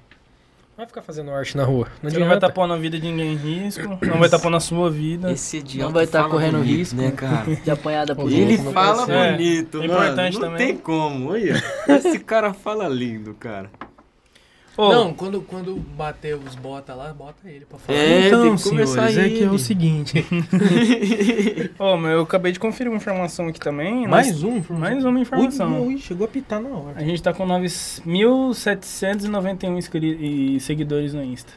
Speaker 13: Não vai ficar fazendo arte na rua. Não
Speaker 1: Você não vai
Speaker 13: adianta.
Speaker 1: estar pondo a vida de ninguém em risco, não vai estar pondo a sua vida.
Speaker 10: Esse idiota
Speaker 1: Não vai estar
Speaker 10: fala
Speaker 1: correndo
Speaker 10: bonito,
Speaker 5: <laughs>
Speaker 1: risco.
Speaker 10: né, cara?
Speaker 6: De apanhada por
Speaker 10: Ele
Speaker 6: louco, não
Speaker 10: fala
Speaker 6: parece? É.
Speaker 10: bonito,
Speaker 1: é
Speaker 10: mano.
Speaker 1: importante
Speaker 10: não
Speaker 1: também.
Speaker 10: tem como, olha. Esse cara fala lindo, cara.
Speaker 3: Não, quando, quando bater os bota lá, bota ele pra falar.
Speaker 10: É, tem que
Speaker 1: conversar
Speaker 3: senhores, é que é
Speaker 1: ele."
Speaker 3: o <laughs> seguinte.
Speaker 1: Ô, meu, eu acabei de conferir uma informação aqui também.
Speaker 3: Mais
Speaker 1: Nós-
Speaker 3: um? informação?
Speaker 1: Mais uma informação.
Speaker 3: Ui, ui, chegou a pitar na hora.
Speaker 1: A gente tá com 9.791 inscri- e seguidores no Insta.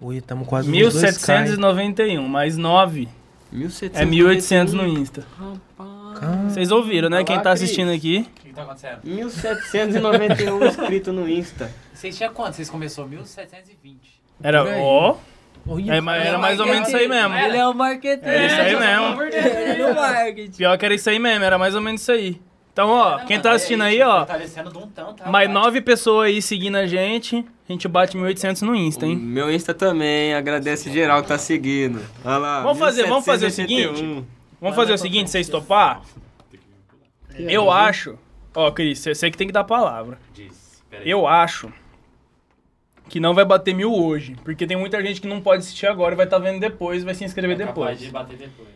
Speaker 3: Ui, estamos quase nos dois K, hein?
Speaker 1: 1791, mais 9. É 1800 no Insta. Vocês ouviram, né?
Speaker 10: Olá,
Speaker 1: Quem tá
Speaker 10: Cris.
Speaker 1: assistindo aqui.
Speaker 4: O que tá acontecendo?
Speaker 10: 1791 inscrito no Insta.
Speaker 4: Vocês tinham quanto? Vocês começou 1720.
Speaker 1: Era,
Speaker 4: Por aí.
Speaker 1: ó.
Speaker 4: Olha,
Speaker 1: É, mas
Speaker 4: ele é
Speaker 1: era mais ou menos isso aí mesmo.
Speaker 6: Ele é o marqueteiro.
Speaker 1: Era isso aí
Speaker 6: já tá
Speaker 1: mesmo.
Speaker 6: convertendo, <laughs> Ele é o marketing.
Speaker 1: Pior que era isso aí mesmo, era mais ou menos isso aí. Então, ó, quem tá assistindo aí, ó.
Speaker 4: Fortalecendo de um tanto.
Speaker 5: tá?
Speaker 1: Mais nove pessoas aí seguindo a gente. A gente bate 1800 no Insta, hein?
Speaker 10: Meu Insta também, agradece geral que tá seguindo. Olha lá.
Speaker 1: Vamos fazer, vamos fazer o
Speaker 10: 1781.
Speaker 1: seguinte. Vamos fazer o seguinte, vocês topar?
Speaker 4: um
Speaker 1: Eu acho. Ó, Cris, você- você que tem que dar a palavra. Eu acho que não vai bater mil hoje. Porque tem muita gente que não pode assistir agora, vai estar vendo depois, vai se inscrever depois.
Speaker 4: É bater depois.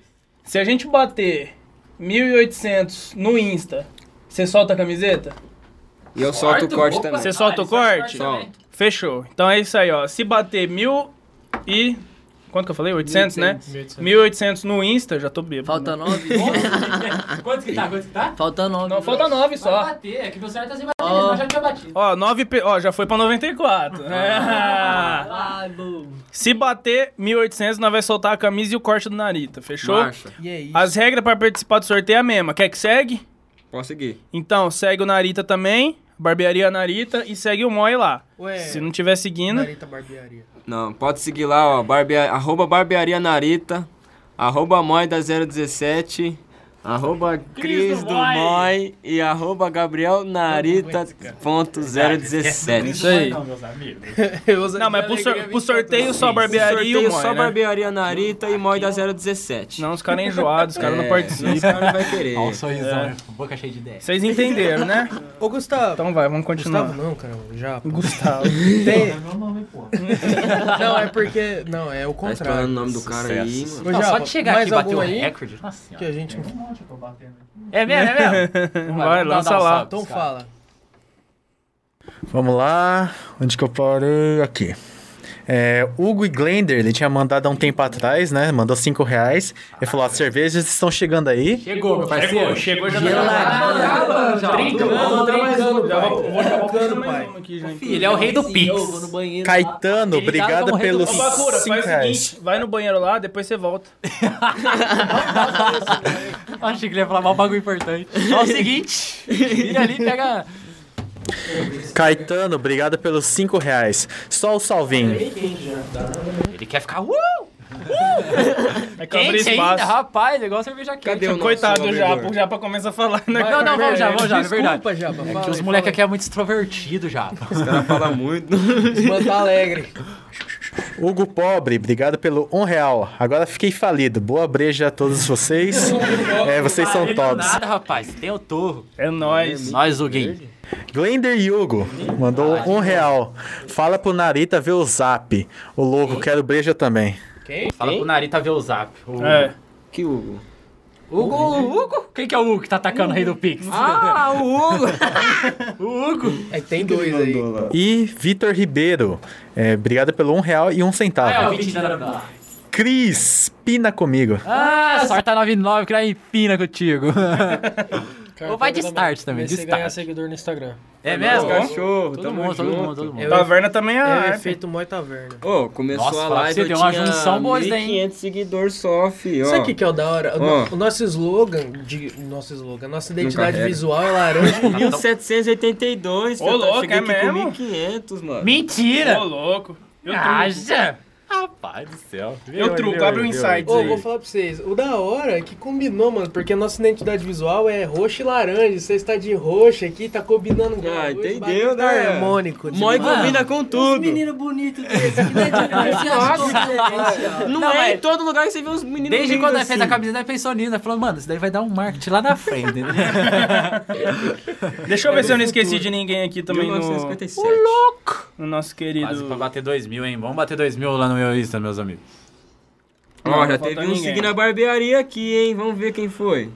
Speaker 1: Se a gente bater 1800 no Insta, você solta a camiseta?
Speaker 10: E eu solto o corte também.
Speaker 1: Você solta o corte?
Speaker 10: Solto.
Speaker 1: Fechou. Então é isso aí, ó. Se bater mil e. Quanto que eu falei? 800, né?
Speaker 13: 1800.
Speaker 1: 1800 no Insta, já tô bêbado.
Speaker 6: Falta
Speaker 1: né?
Speaker 6: nove? <laughs>
Speaker 4: Quanto que tá? Quanto que tá?
Speaker 6: Falta nove.
Speaker 1: Não, falta 9
Speaker 4: Vai
Speaker 1: só.
Speaker 4: bater, é que meu celular tá sem bateria, senão já tinha batido.
Speaker 1: Ó, 9, ó, já foi pra 94. Ah.
Speaker 6: Vai, boom.
Speaker 1: Se bater 1800, nós vai soltar a camisa e o corte do Narita, fechou?
Speaker 10: Marcha.
Speaker 3: E é isso.
Speaker 1: As regras pra participar do sorteio é a mesma. Quer que segue?
Speaker 10: Posso seguir.
Speaker 1: Então, segue o Narita também, barbearia Narita e segue o Moi lá.
Speaker 3: Ué,
Speaker 1: Se não tiver seguindo,
Speaker 3: Narita Barbearia.
Speaker 10: Não, pode seguir lá, ó. Barbea, arroba barbearia Narita. Arroba moida 017. Arroba Cris do Moi e arroba Gabriel Narita ponto 017.
Speaker 1: isso aí.
Speaker 4: meus amigos.
Speaker 1: Não, mas pro, sor- pro sorteio só barbearia e o
Speaker 10: Sorteio
Speaker 1: Moi,
Speaker 10: só
Speaker 1: né?
Speaker 10: barbearia Narita e Moi da 017.
Speaker 1: Não, os caras é enjoados, os caras não
Speaker 10: É,
Speaker 1: participam.
Speaker 10: Os caras vai querer.
Speaker 4: Ó, um sorrisão, boca cheia de ideia.
Speaker 1: Vocês entenderam, né?
Speaker 3: Ô, Gustavo.
Speaker 1: Então vai, vamos continuar.
Speaker 3: Gustavo não, cara. Já.
Speaker 10: <laughs>
Speaker 1: Gustavo.
Speaker 3: Tem...
Speaker 4: Meu nome, pô.
Speaker 3: Não, é porque... Não, é o
Speaker 10: Tá
Speaker 3: contrário.
Speaker 10: esperando o nome do cara aí, mano.
Speaker 3: Ô,
Speaker 4: Não, só
Speaker 3: Japa,
Speaker 4: de chegar
Speaker 3: mais
Speaker 4: aqui e bater
Speaker 3: algum
Speaker 4: o
Speaker 3: aí
Speaker 4: recorde. Nossa senhora.
Speaker 3: Que a gente...
Speaker 4: Tem um monte que eu tô batendo. É mesmo, é mesmo? Vamos lá,
Speaker 1: Vai,
Speaker 4: vamos dar-
Speaker 1: lança
Speaker 4: dar um
Speaker 1: lá.
Speaker 4: salve pros
Speaker 3: Então
Speaker 4: caras.
Speaker 3: fala.
Speaker 11: Vamos lá. Onde que eu paro? Aqui. É, Hugo e Glender, ele tinha mandado há um tempo atrás, né? Mandou 5 reais. Ele falou: as cervejas estão chegando aí.
Speaker 4: Chegou, meu parceiro.
Speaker 1: chegou já
Speaker 4: Trincando, Ele é o rei do Pix.
Speaker 6: Eu vou no banheiro.
Speaker 11: Caetano,
Speaker 4: Ele já
Speaker 11: obrigado
Speaker 4: tomou
Speaker 11: pelos
Speaker 1: Ô, Bakura,
Speaker 11: 5
Speaker 1: faz o
Speaker 11: reais.
Speaker 1: seguinte, vai no banheiro lá, depois você volta.
Speaker 4: Achei que ele ia falar mal um bagulho importante. Ó, o seguinte, vira ali e pega.
Speaker 11: Caetano, obrigado pelos 5 reais. Só o salvinho.
Speaker 4: Ele quer ficar. Uh!
Speaker 1: É que abre
Speaker 4: Quente ainda,
Speaker 1: espaço.
Speaker 4: rapaz, é igual cerveja
Speaker 1: <laughs>
Speaker 4: quente.
Speaker 10: Cadê o nosso
Speaker 1: Coitado já,
Speaker 10: abridor?
Speaker 1: o Japa começa a falar, né?
Speaker 4: Não, não, vamos já, vamos já, é verdade.
Speaker 3: Desculpa, Japa.
Speaker 4: Que os moleques aqui é muito extrovertido já.
Speaker 10: Os caras falam muito.
Speaker 3: Manta Alegre.
Speaker 11: Hugo Pobre, obrigado pelo 1 real. Agora fiquei falido. Boa breja a
Speaker 1: <laughs>
Speaker 11: todos vocês. É, vocês são tops.
Speaker 4: Nada, rapaz, tem o torro.
Speaker 1: É nóis.
Speaker 5: Nós, Huguinho.
Speaker 11: Glender Hugo
Speaker 5: Ah,
Speaker 11: mandou um real. Fala pro Narita ver o zap. O louco, quero breja também.
Speaker 4: Fala pro Narita ver o zap. O...
Speaker 1: É.
Speaker 10: Que Hugo?
Speaker 4: Hugo, Hugo? Quem que é o Hugo que tá atacando o rei do Pix?
Speaker 10: Ah, o Hugo!
Speaker 3: É, tem dois aí.
Speaker 11: E Vitor Ribeiro, é, obrigado pelo um real e um
Speaker 4: é
Speaker 5: Ah,
Speaker 11: centavo.
Speaker 4: o 20 da- da-
Speaker 11: Cris, pina comigo.
Speaker 5: Ah, sorta 99 que lá empina contigo. Ou vai de start também, de
Speaker 13: Comecei a ganhar
Speaker 5: start.
Speaker 13: seguidor no Instagram.
Speaker 5: É mesmo?
Speaker 13: Os cachorro,
Speaker 5: Todo
Speaker 13: tamo
Speaker 5: mundo, todo
Speaker 13: junto.
Speaker 5: mundo, todo mundo.
Speaker 13: É o
Speaker 1: Taverna também é
Speaker 13: é o
Speaker 1: hype.
Speaker 13: efeito Moi Taverna.
Speaker 10: Ô, começou
Speaker 5: Nossa,
Speaker 10: a
Speaker 5: fala pra
Speaker 10: live,
Speaker 5: você,
Speaker 10: eu
Speaker 5: deu uma
Speaker 10: tinha
Speaker 5: junção boa, hein?
Speaker 10: 1500 seguidores só, fi, ó.
Speaker 3: Sabe o que, que é o da hora? O,
Speaker 10: Ó.
Speaker 3: no- o nosso slogan, de, o nosso slogan, a nossa identidade
Speaker 10: carrega.
Speaker 3: visual é
Speaker 10: <laughs>
Speaker 3: laranja.
Speaker 10: 1782,
Speaker 3: Ô,
Speaker 10: cara,
Speaker 3: louco,
Speaker 10: tá, cheguei
Speaker 3: é
Speaker 10: aqui com
Speaker 3: mesmo?
Speaker 10: 1500, mano.
Speaker 5: Mentira! Ah,
Speaker 1: Ô, louco. Eu
Speaker 5: Haja!
Speaker 10: Rapaz do céu.
Speaker 1: Eu truco, abre o insight.
Speaker 3: Ô, vou falar pra vocês, o da hora é que combinou, mano, porque a nossa identidade visual é roxo e laranja. Você está de roxo aqui, tá combinando com
Speaker 10: Ah,
Speaker 3: a luz,
Speaker 10: entendeu,
Speaker 3: bagulho tá
Speaker 10: né?
Speaker 3: harmônico.
Speaker 10: Moi
Speaker 3: demais.
Speaker 10: combina com tudo.
Speaker 6: Menino bonito desse, que dá de
Speaker 10: Não,
Speaker 5: Não,
Speaker 10: é
Speaker 5: mas-
Speaker 10: em todo lugar que você vê uns meninos
Speaker 5: Desde
Speaker 10: lindos
Speaker 5: quando ela
Speaker 10: assim.
Speaker 5: fez a camiseta, ela pensou nisso. Ela falou, mano, isso daí vai dar um marketing lá na frente, <laughs> né?
Speaker 1: Deixa eu ver se eu não esqueci de ninguém aqui também no,
Speaker 10: 1957.
Speaker 1: no nosso querido.
Speaker 5: Quase pra bater 2 mil, hein? Vamos bater 2 mil lá no meu Insta, meus amigos.
Speaker 10: Ó, já
Speaker 1: não
Speaker 10: teve
Speaker 1: falta
Speaker 10: um
Speaker 1: ninguém.
Speaker 10: seguindo a barbearia aqui, hein? Vamos ver quem foi.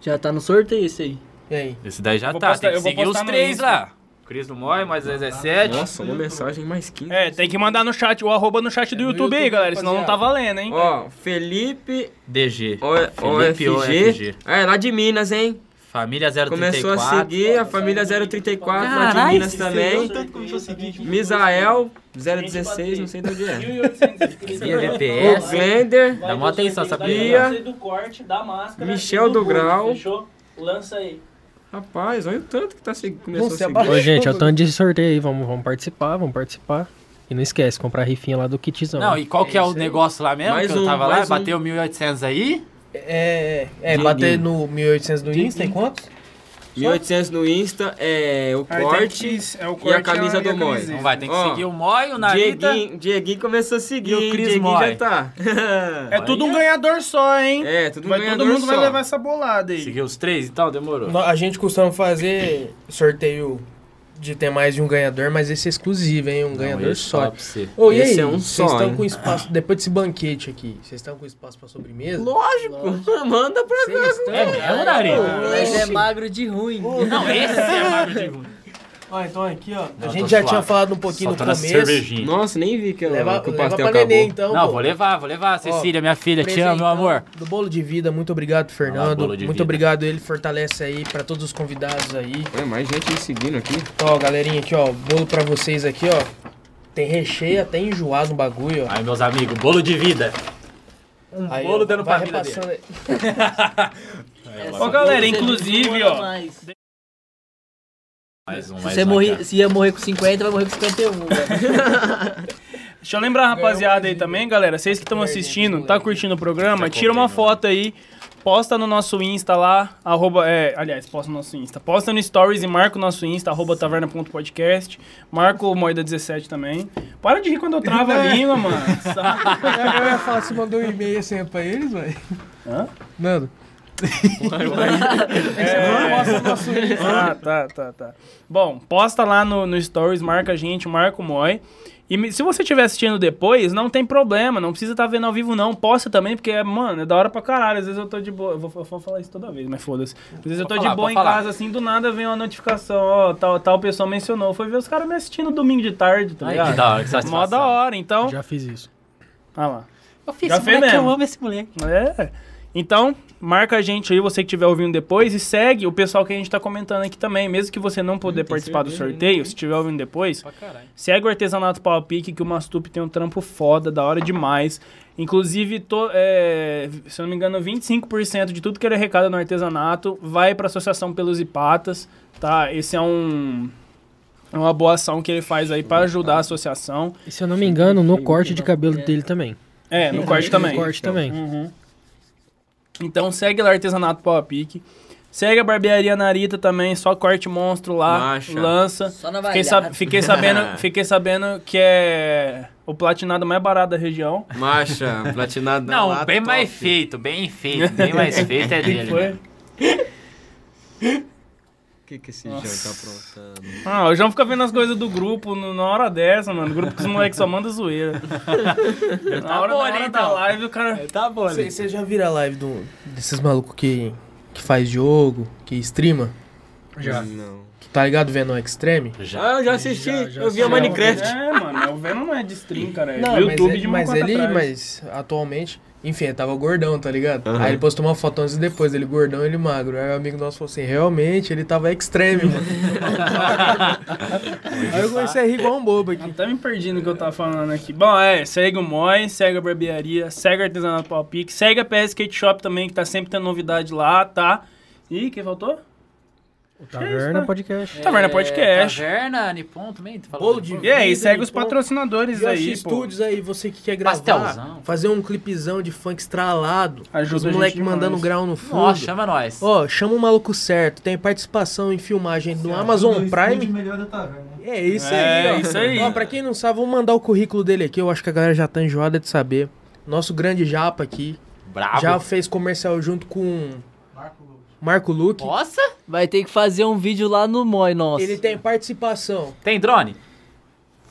Speaker 6: Já tá no sorteio esse aí.
Speaker 3: E aí?
Speaker 5: Esse daí já
Speaker 1: Vou
Speaker 5: tá.
Speaker 1: postar-
Speaker 5: Tem que
Speaker 1: eu vou
Speaker 5: seguir os
Speaker 1: postar no
Speaker 5: três
Speaker 1: Insta.
Speaker 5: lá. Cris do Moi, mais 17.
Speaker 10: Nossa, uma mensagem mais 15.
Speaker 1: É, tem que mandar no chat, o arroba no
Speaker 6: É,
Speaker 1: chat do YouTube, aí,
Speaker 3: YouTube,
Speaker 1: galera, senão não tá valendo, hein?
Speaker 10: Ó, Felipe
Speaker 5: DG.
Speaker 10: O-
Speaker 5: Felipe
Speaker 10: OFG. Ah, É, lá de Minas, hein?
Speaker 5: Família 034.
Speaker 10: Começou a seguir a família 034, lá de
Speaker 5: Caralho,
Speaker 10: Minas
Speaker 5: esse
Speaker 10: também. Misael 016, não sei de onde é.
Speaker 5: Via
Speaker 10: O
Speaker 5: VPS.
Speaker 10: Glender,
Speaker 5: Dá uma atenção, sabia?
Speaker 10: Bia.
Speaker 6: Fazer do corte, da máscara.
Speaker 10: Michel
Speaker 6: e
Speaker 10: do Grau.
Speaker 6: Fechou? Lança aí.
Speaker 10: Rapaz, olha o tanto que tá se... começou a
Speaker 3: Nossa,
Speaker 10: seguir.
Speaker 3: abaixou.
Speaker 13: Ô, gente, é o tanto de sorteio aí. Vamos, vamos participar, vamos participar. E não esquece, comprar a rifinha lá do kitzão.
Speaker 5: Não, e qual que é o negócio lá mesmo?
Speaker 10: Mais
Speaker 5: que eu
Speaker 10: um,
Speaker 5: tava lá,
Speaker 10: mais um.
Speaker 5: bateu 1.800 aí.
Speaker 3: É, é, é bater no 1800 do Insta, em quanto?
Speaker 10: 1800 no Insta, é o
Speaker 1: Aí tem
Speaker 10: corte.
Speaker 1: que- é o
Speaker 10: e a camisa do Moi.
Speaker 5: Então vai, tem que
Speaker 10: Ó,
Speaker 5: seguir o Moi, o Narita.
Speaker 10: Dieguinho, Dieguinho começou a seguir,
Speaker 5: E o
Speaker 10: hein?
Speaker 5: Cris
Speaker 10: Dieguinho
Speaker 5: Moi.
Speaker 10: já tá.
Speaker 1: É tudo um ganhador só, hein?
Speaker 10: É, tudo um
Speaker 1: Mas
Speaker 10: ganhador
Speaker 1: todo mundo vai
Speaker 10: só.
Speaker 1: levar essa bolada aí.
Speaker 5: Seguir os três e tal, demorou.
Speaker 3: No- A gente costuma fazer sorteio de ter mais de um ganhador, mas esse é exclusivo, hein? Um ganhador
Speaker 5: esse
Speaker 3: só.
Speaker 5: fala pra você.
Speaker 3: Ô, e
Speaker 10: Esse
Speaker 3: aí,
Speaker 10: é um
Speaker 3: vocês
Speaker 10: só,
Speaker 3: estão
Speaker 10: hein?
Speaker 3: com espaço, depois desse banquete aqui, vocês estão com espaço pra sobremesa?
Speaker 10: Lógico, manda pra cá.
Speaker 5: É mesmo, Narita?
Speaker 6: Mas é magro de ruim.
Speaker 5: Não, esse é magro de ruim.
Speaker 3: Ó, então aqui, ó. a
Speaker 5: Não, tô
Speaker 3: gente já
Speaker 5: suave.
Speaker 3: tinha falado um pouquinho
Speaker 5: Só
Speaker 3: no
Speaker 5: tô na
Speaker 3: começo.
Speaker 5: cervejinha.
Speaker 10: Nossa, nem vi que, eu-
Speaker 3: Leva,
Speaker 10: que o
Speaker 3: leva
Speaker 10: pastel
Speaker 3: pra
Speaker 10: acabou.
Speaker 3: neném, então.
Speaker 5: Não,
Speaker 3: pô.
Speaker 5: vou levar, vou levar. Cecília, minha filha, te amo, meu
Speaker 3: Presentão
Speaker 5: amor.
Speaker 3: Do bolo de vida, muito obrigado,
Speaker 5: Olha lá,
Speaker 3: Fernando.
Speaker 5: bolo de
Speaker 3: muito
Speaker 5: vida.
Speaker 3: obrigado, ele fortalece aí pra todos os convidados aí.
Speaker 10: Ué, mais gente me seguindo aqui.
Speaker 3: Ó, galerinha, aqui, ó, bolo pra vocês aqui, ó. Tem recheio até enjoado no bagulho, ó.
Speaker 5: Aí, meus amigos, bolo de vida.
Speaker 3: Um
Speaker 5: bolo dando pra vida
Speaker 3: dele.
Speaker 1: Ô, galera, inclusive, ó.
Speaker 6: Se
Speaker 5: Mais um, mais
Speaker 6: você
Speaker 5: um.
Speaker 6: morrer,
Speaker 5: aqui,
Speaker 6: se ia morrer com 50, vai morrer com 51, velho.
Speaker 1: Deixa eu lembrar a rapaziada aí também, galera. Vocês que estão assistindo, tá curtindo o programa, tira uma foto aí. Posta no nosso Insta lá, arroba, é, aliás, posta no nosso Insta. Posta no Stories e marca o nosso Insta, arroba taverna.podcast. Marca o Moeda17 também. Para de rir quando eu travo a língua, mano.
Speaker 3: É, Eu ia falar, você mandou um e-mail assim pra eles, velho?
Speaker 1: Hã?
Speaker 3: Nando.
Speaker 1: Ah, tá, tá, tá. Bom, posta lá no, no Stories, marca a gente, marca o Moi. E me- se você estiver assistindo depois, não tem problema, não precisa estar vendo ao vivo, não. Posta também, porque, é, mano, é da hora pra caralho. Às vezes eu tô de boa. Eu vou, eu vou falar isso toda vez, mas foda-se. Às vezes eu tô
Speaker 5: Pode
Speaker 1: de
Speaker 5: falar,
Speaker 1: boa
Speaker 5: pode
Speaker 1: em
Speaker 5: falar.
Speaker 1: casa, assim, do nada vem uma notificação, ó, tal, tal pessoa mencionou. Foi ver os caras me assistindo domingo de tarde, tá
Speaker 5: Ai,
Speaker 1: ligado?
Speaker 5: que da hora,
Speaker 1: Mó
Speaker 5: que satisfação.
Speaker 1: da hora, então.
Speaker 13: Já fiz isso.
Speaker 1: Ah lá.
Speaker 5: Eu fiz
Speaker 1: Já
Speaker 5: esse
Speaker 1: fez
Speaker 5: moleque,
Speaker 1: mesmo.
Speaker 5: eu amo esse moleque.
Speaker 1: É. Então, marca a gente aí, você que estiver ouvindo depois, e segue o pessoal que a gente tá comentando aqui também. Mesmo que você não puder participar do sorteio, se estiver ouvindo depois, segue o Artesanato Palpique, que o Mastup tem um trampo foda, da hora demais. Inclusive, to- é, se eu não me engano, 25% de tudo que ele arrecada no artesanato vai pra Associação Pelos Ipatas, tá? Esse é um... É uma boa ação que ele faz aí pra ajudar a associação.
Speaker 13: E se eu não me engano, no corte de cabelo dele também.
Speaker 1: É, <laughs> no corte também.
Speaker 13: No corte também.
Speaker 1: Então segue lá Artesanato Pau a Pique. Segue a barbearia Narita também, só corte monstro lá,
Speaker 10: Marcha.
Speaker 1: lança.
Speaker 6: Só na
Speaker 1: Fiquei,
Speaker 6: vaiada.
Speaker 1: sab- fiquei sabendo,
Speaker 2: <laughs>
Speaker 1: fiquei sabendo que é o platinado mais barato da região.
Speaker 10: Marcha, platinado <laughs> na
Speaker 5: Não,
Speaker 10: lata,
Speaker 5: bem mais
Speaker 10: top.
Speaker 5: feito, bem feito,
Speaker 10: <laughs>
Speaker 5: bem mais feito é dele.
Speaker 1: Foi?
Speaker 5: né?
Speaker 10: O que, que esse Jean tá aprontando?
Speaker 1: Ah, o João fica vendo as coisas do grupo no- na hora dessa, mano. O grupo que os moleques só
Speaker 2: <laughs>
Speaker 1: mandam zoeira. na hora,
Speaker 5: bom,
Speaker 1: na
Speaker 5: né,
Speaker 1: hora da
Speaker 5: então?
Speaker 1: live, o cara.
Speaker 5: Tá bom, né?
Speaker 3: Você já viram a live do, desses malucos que, que faz jogo, que streama?
Speaker 13: Já.
Speaker 10: Não.
Speaker 3: Tá ligado Venom Extreme?
Speaker 2: Já. Ah, eu já assisti. eu vi a Minecraft.
Speaker 1: É, mano, o Venom não é de stream, cara. É
Speaker 3: Não,
Speaker 1: do YouTube
Speaker 3: mas,
Speaker 1: de
Speaker 3: ele,
Speaker 1: uma
Speaker 3: mas
Speaker 1: conta
Speaker 3: ele,
Speaker 1: atrás.
Speaker 3: mas atualmente, enfim, ele tava gordão, tá ligado?
Speaker 1: Aham.
Speaker 3: Aí ele postou uma foto antes e depois, ele gordão, ele magro. Aí o amigo nosso falou assim, realmente, ele tava extreme, mano. Aí eu comecei a rir igual um bobo aqui.
Speaker 1: Tá me perdendo o que eu tava falando aqui. Bom, é, segue o Moi, segue a barbearia, segue o artesanato Palpique, segue a PS Skate Shop também, que tá sempre tendo novidade lá, tá? Ih, quem faltou? O
Speaker 13: Taverna Podcast.
Speaker 1: Taverna Podcast.
Speaker 5: É, Taverna, Nippon também? Tu falou
Speaker 1: Bolo
Speaker 5: do
Speaker 1: de
Speaker 5: Nippon?
Speaker 1: E aí, segue os patrocinadores
Speaker 3: E os
Speaker 1: aí, pô.
Speaker 3: estúdios aí, você que quer gravar,
Speaker 5: Pastelzão.
Speaker 3: fazer um clipezão de funk estralado,
Speaker 1: Ajuda a
Speaker 3: os
Speaker 1: gente
Speaker 3: moleque
Speaker 1: demais.
Speaker 3: mandando grau no fundo.
Speaker 5: Nossa, chama nós.
Speaker 3: Ó, chama o maluco certo, tem participação em filmagem do Amazon Prime.
Speaker 20: melhor da taverna.
Speaker 3: É isso
Speaker 1: É,
Speaker 3: aí, ó.
Speaker 1: isso aí.
Speaker 3: Ó, pra quem não sabe, vou mandar o currículo dele aqui. Eu acho que a galera já tá enjoada de saber. Nosso grande japa aqui.
Speaker 5: Brabo.
Speaker 3: Já fez comercial junto com. Marco Luque.
Speaker 5: Nossa!
Speaker 6: Vai ter que fazer um vídeo lá no Moi, nossa.
Speaker 3: Ele tem participação.
Speaker 5: Tem drone?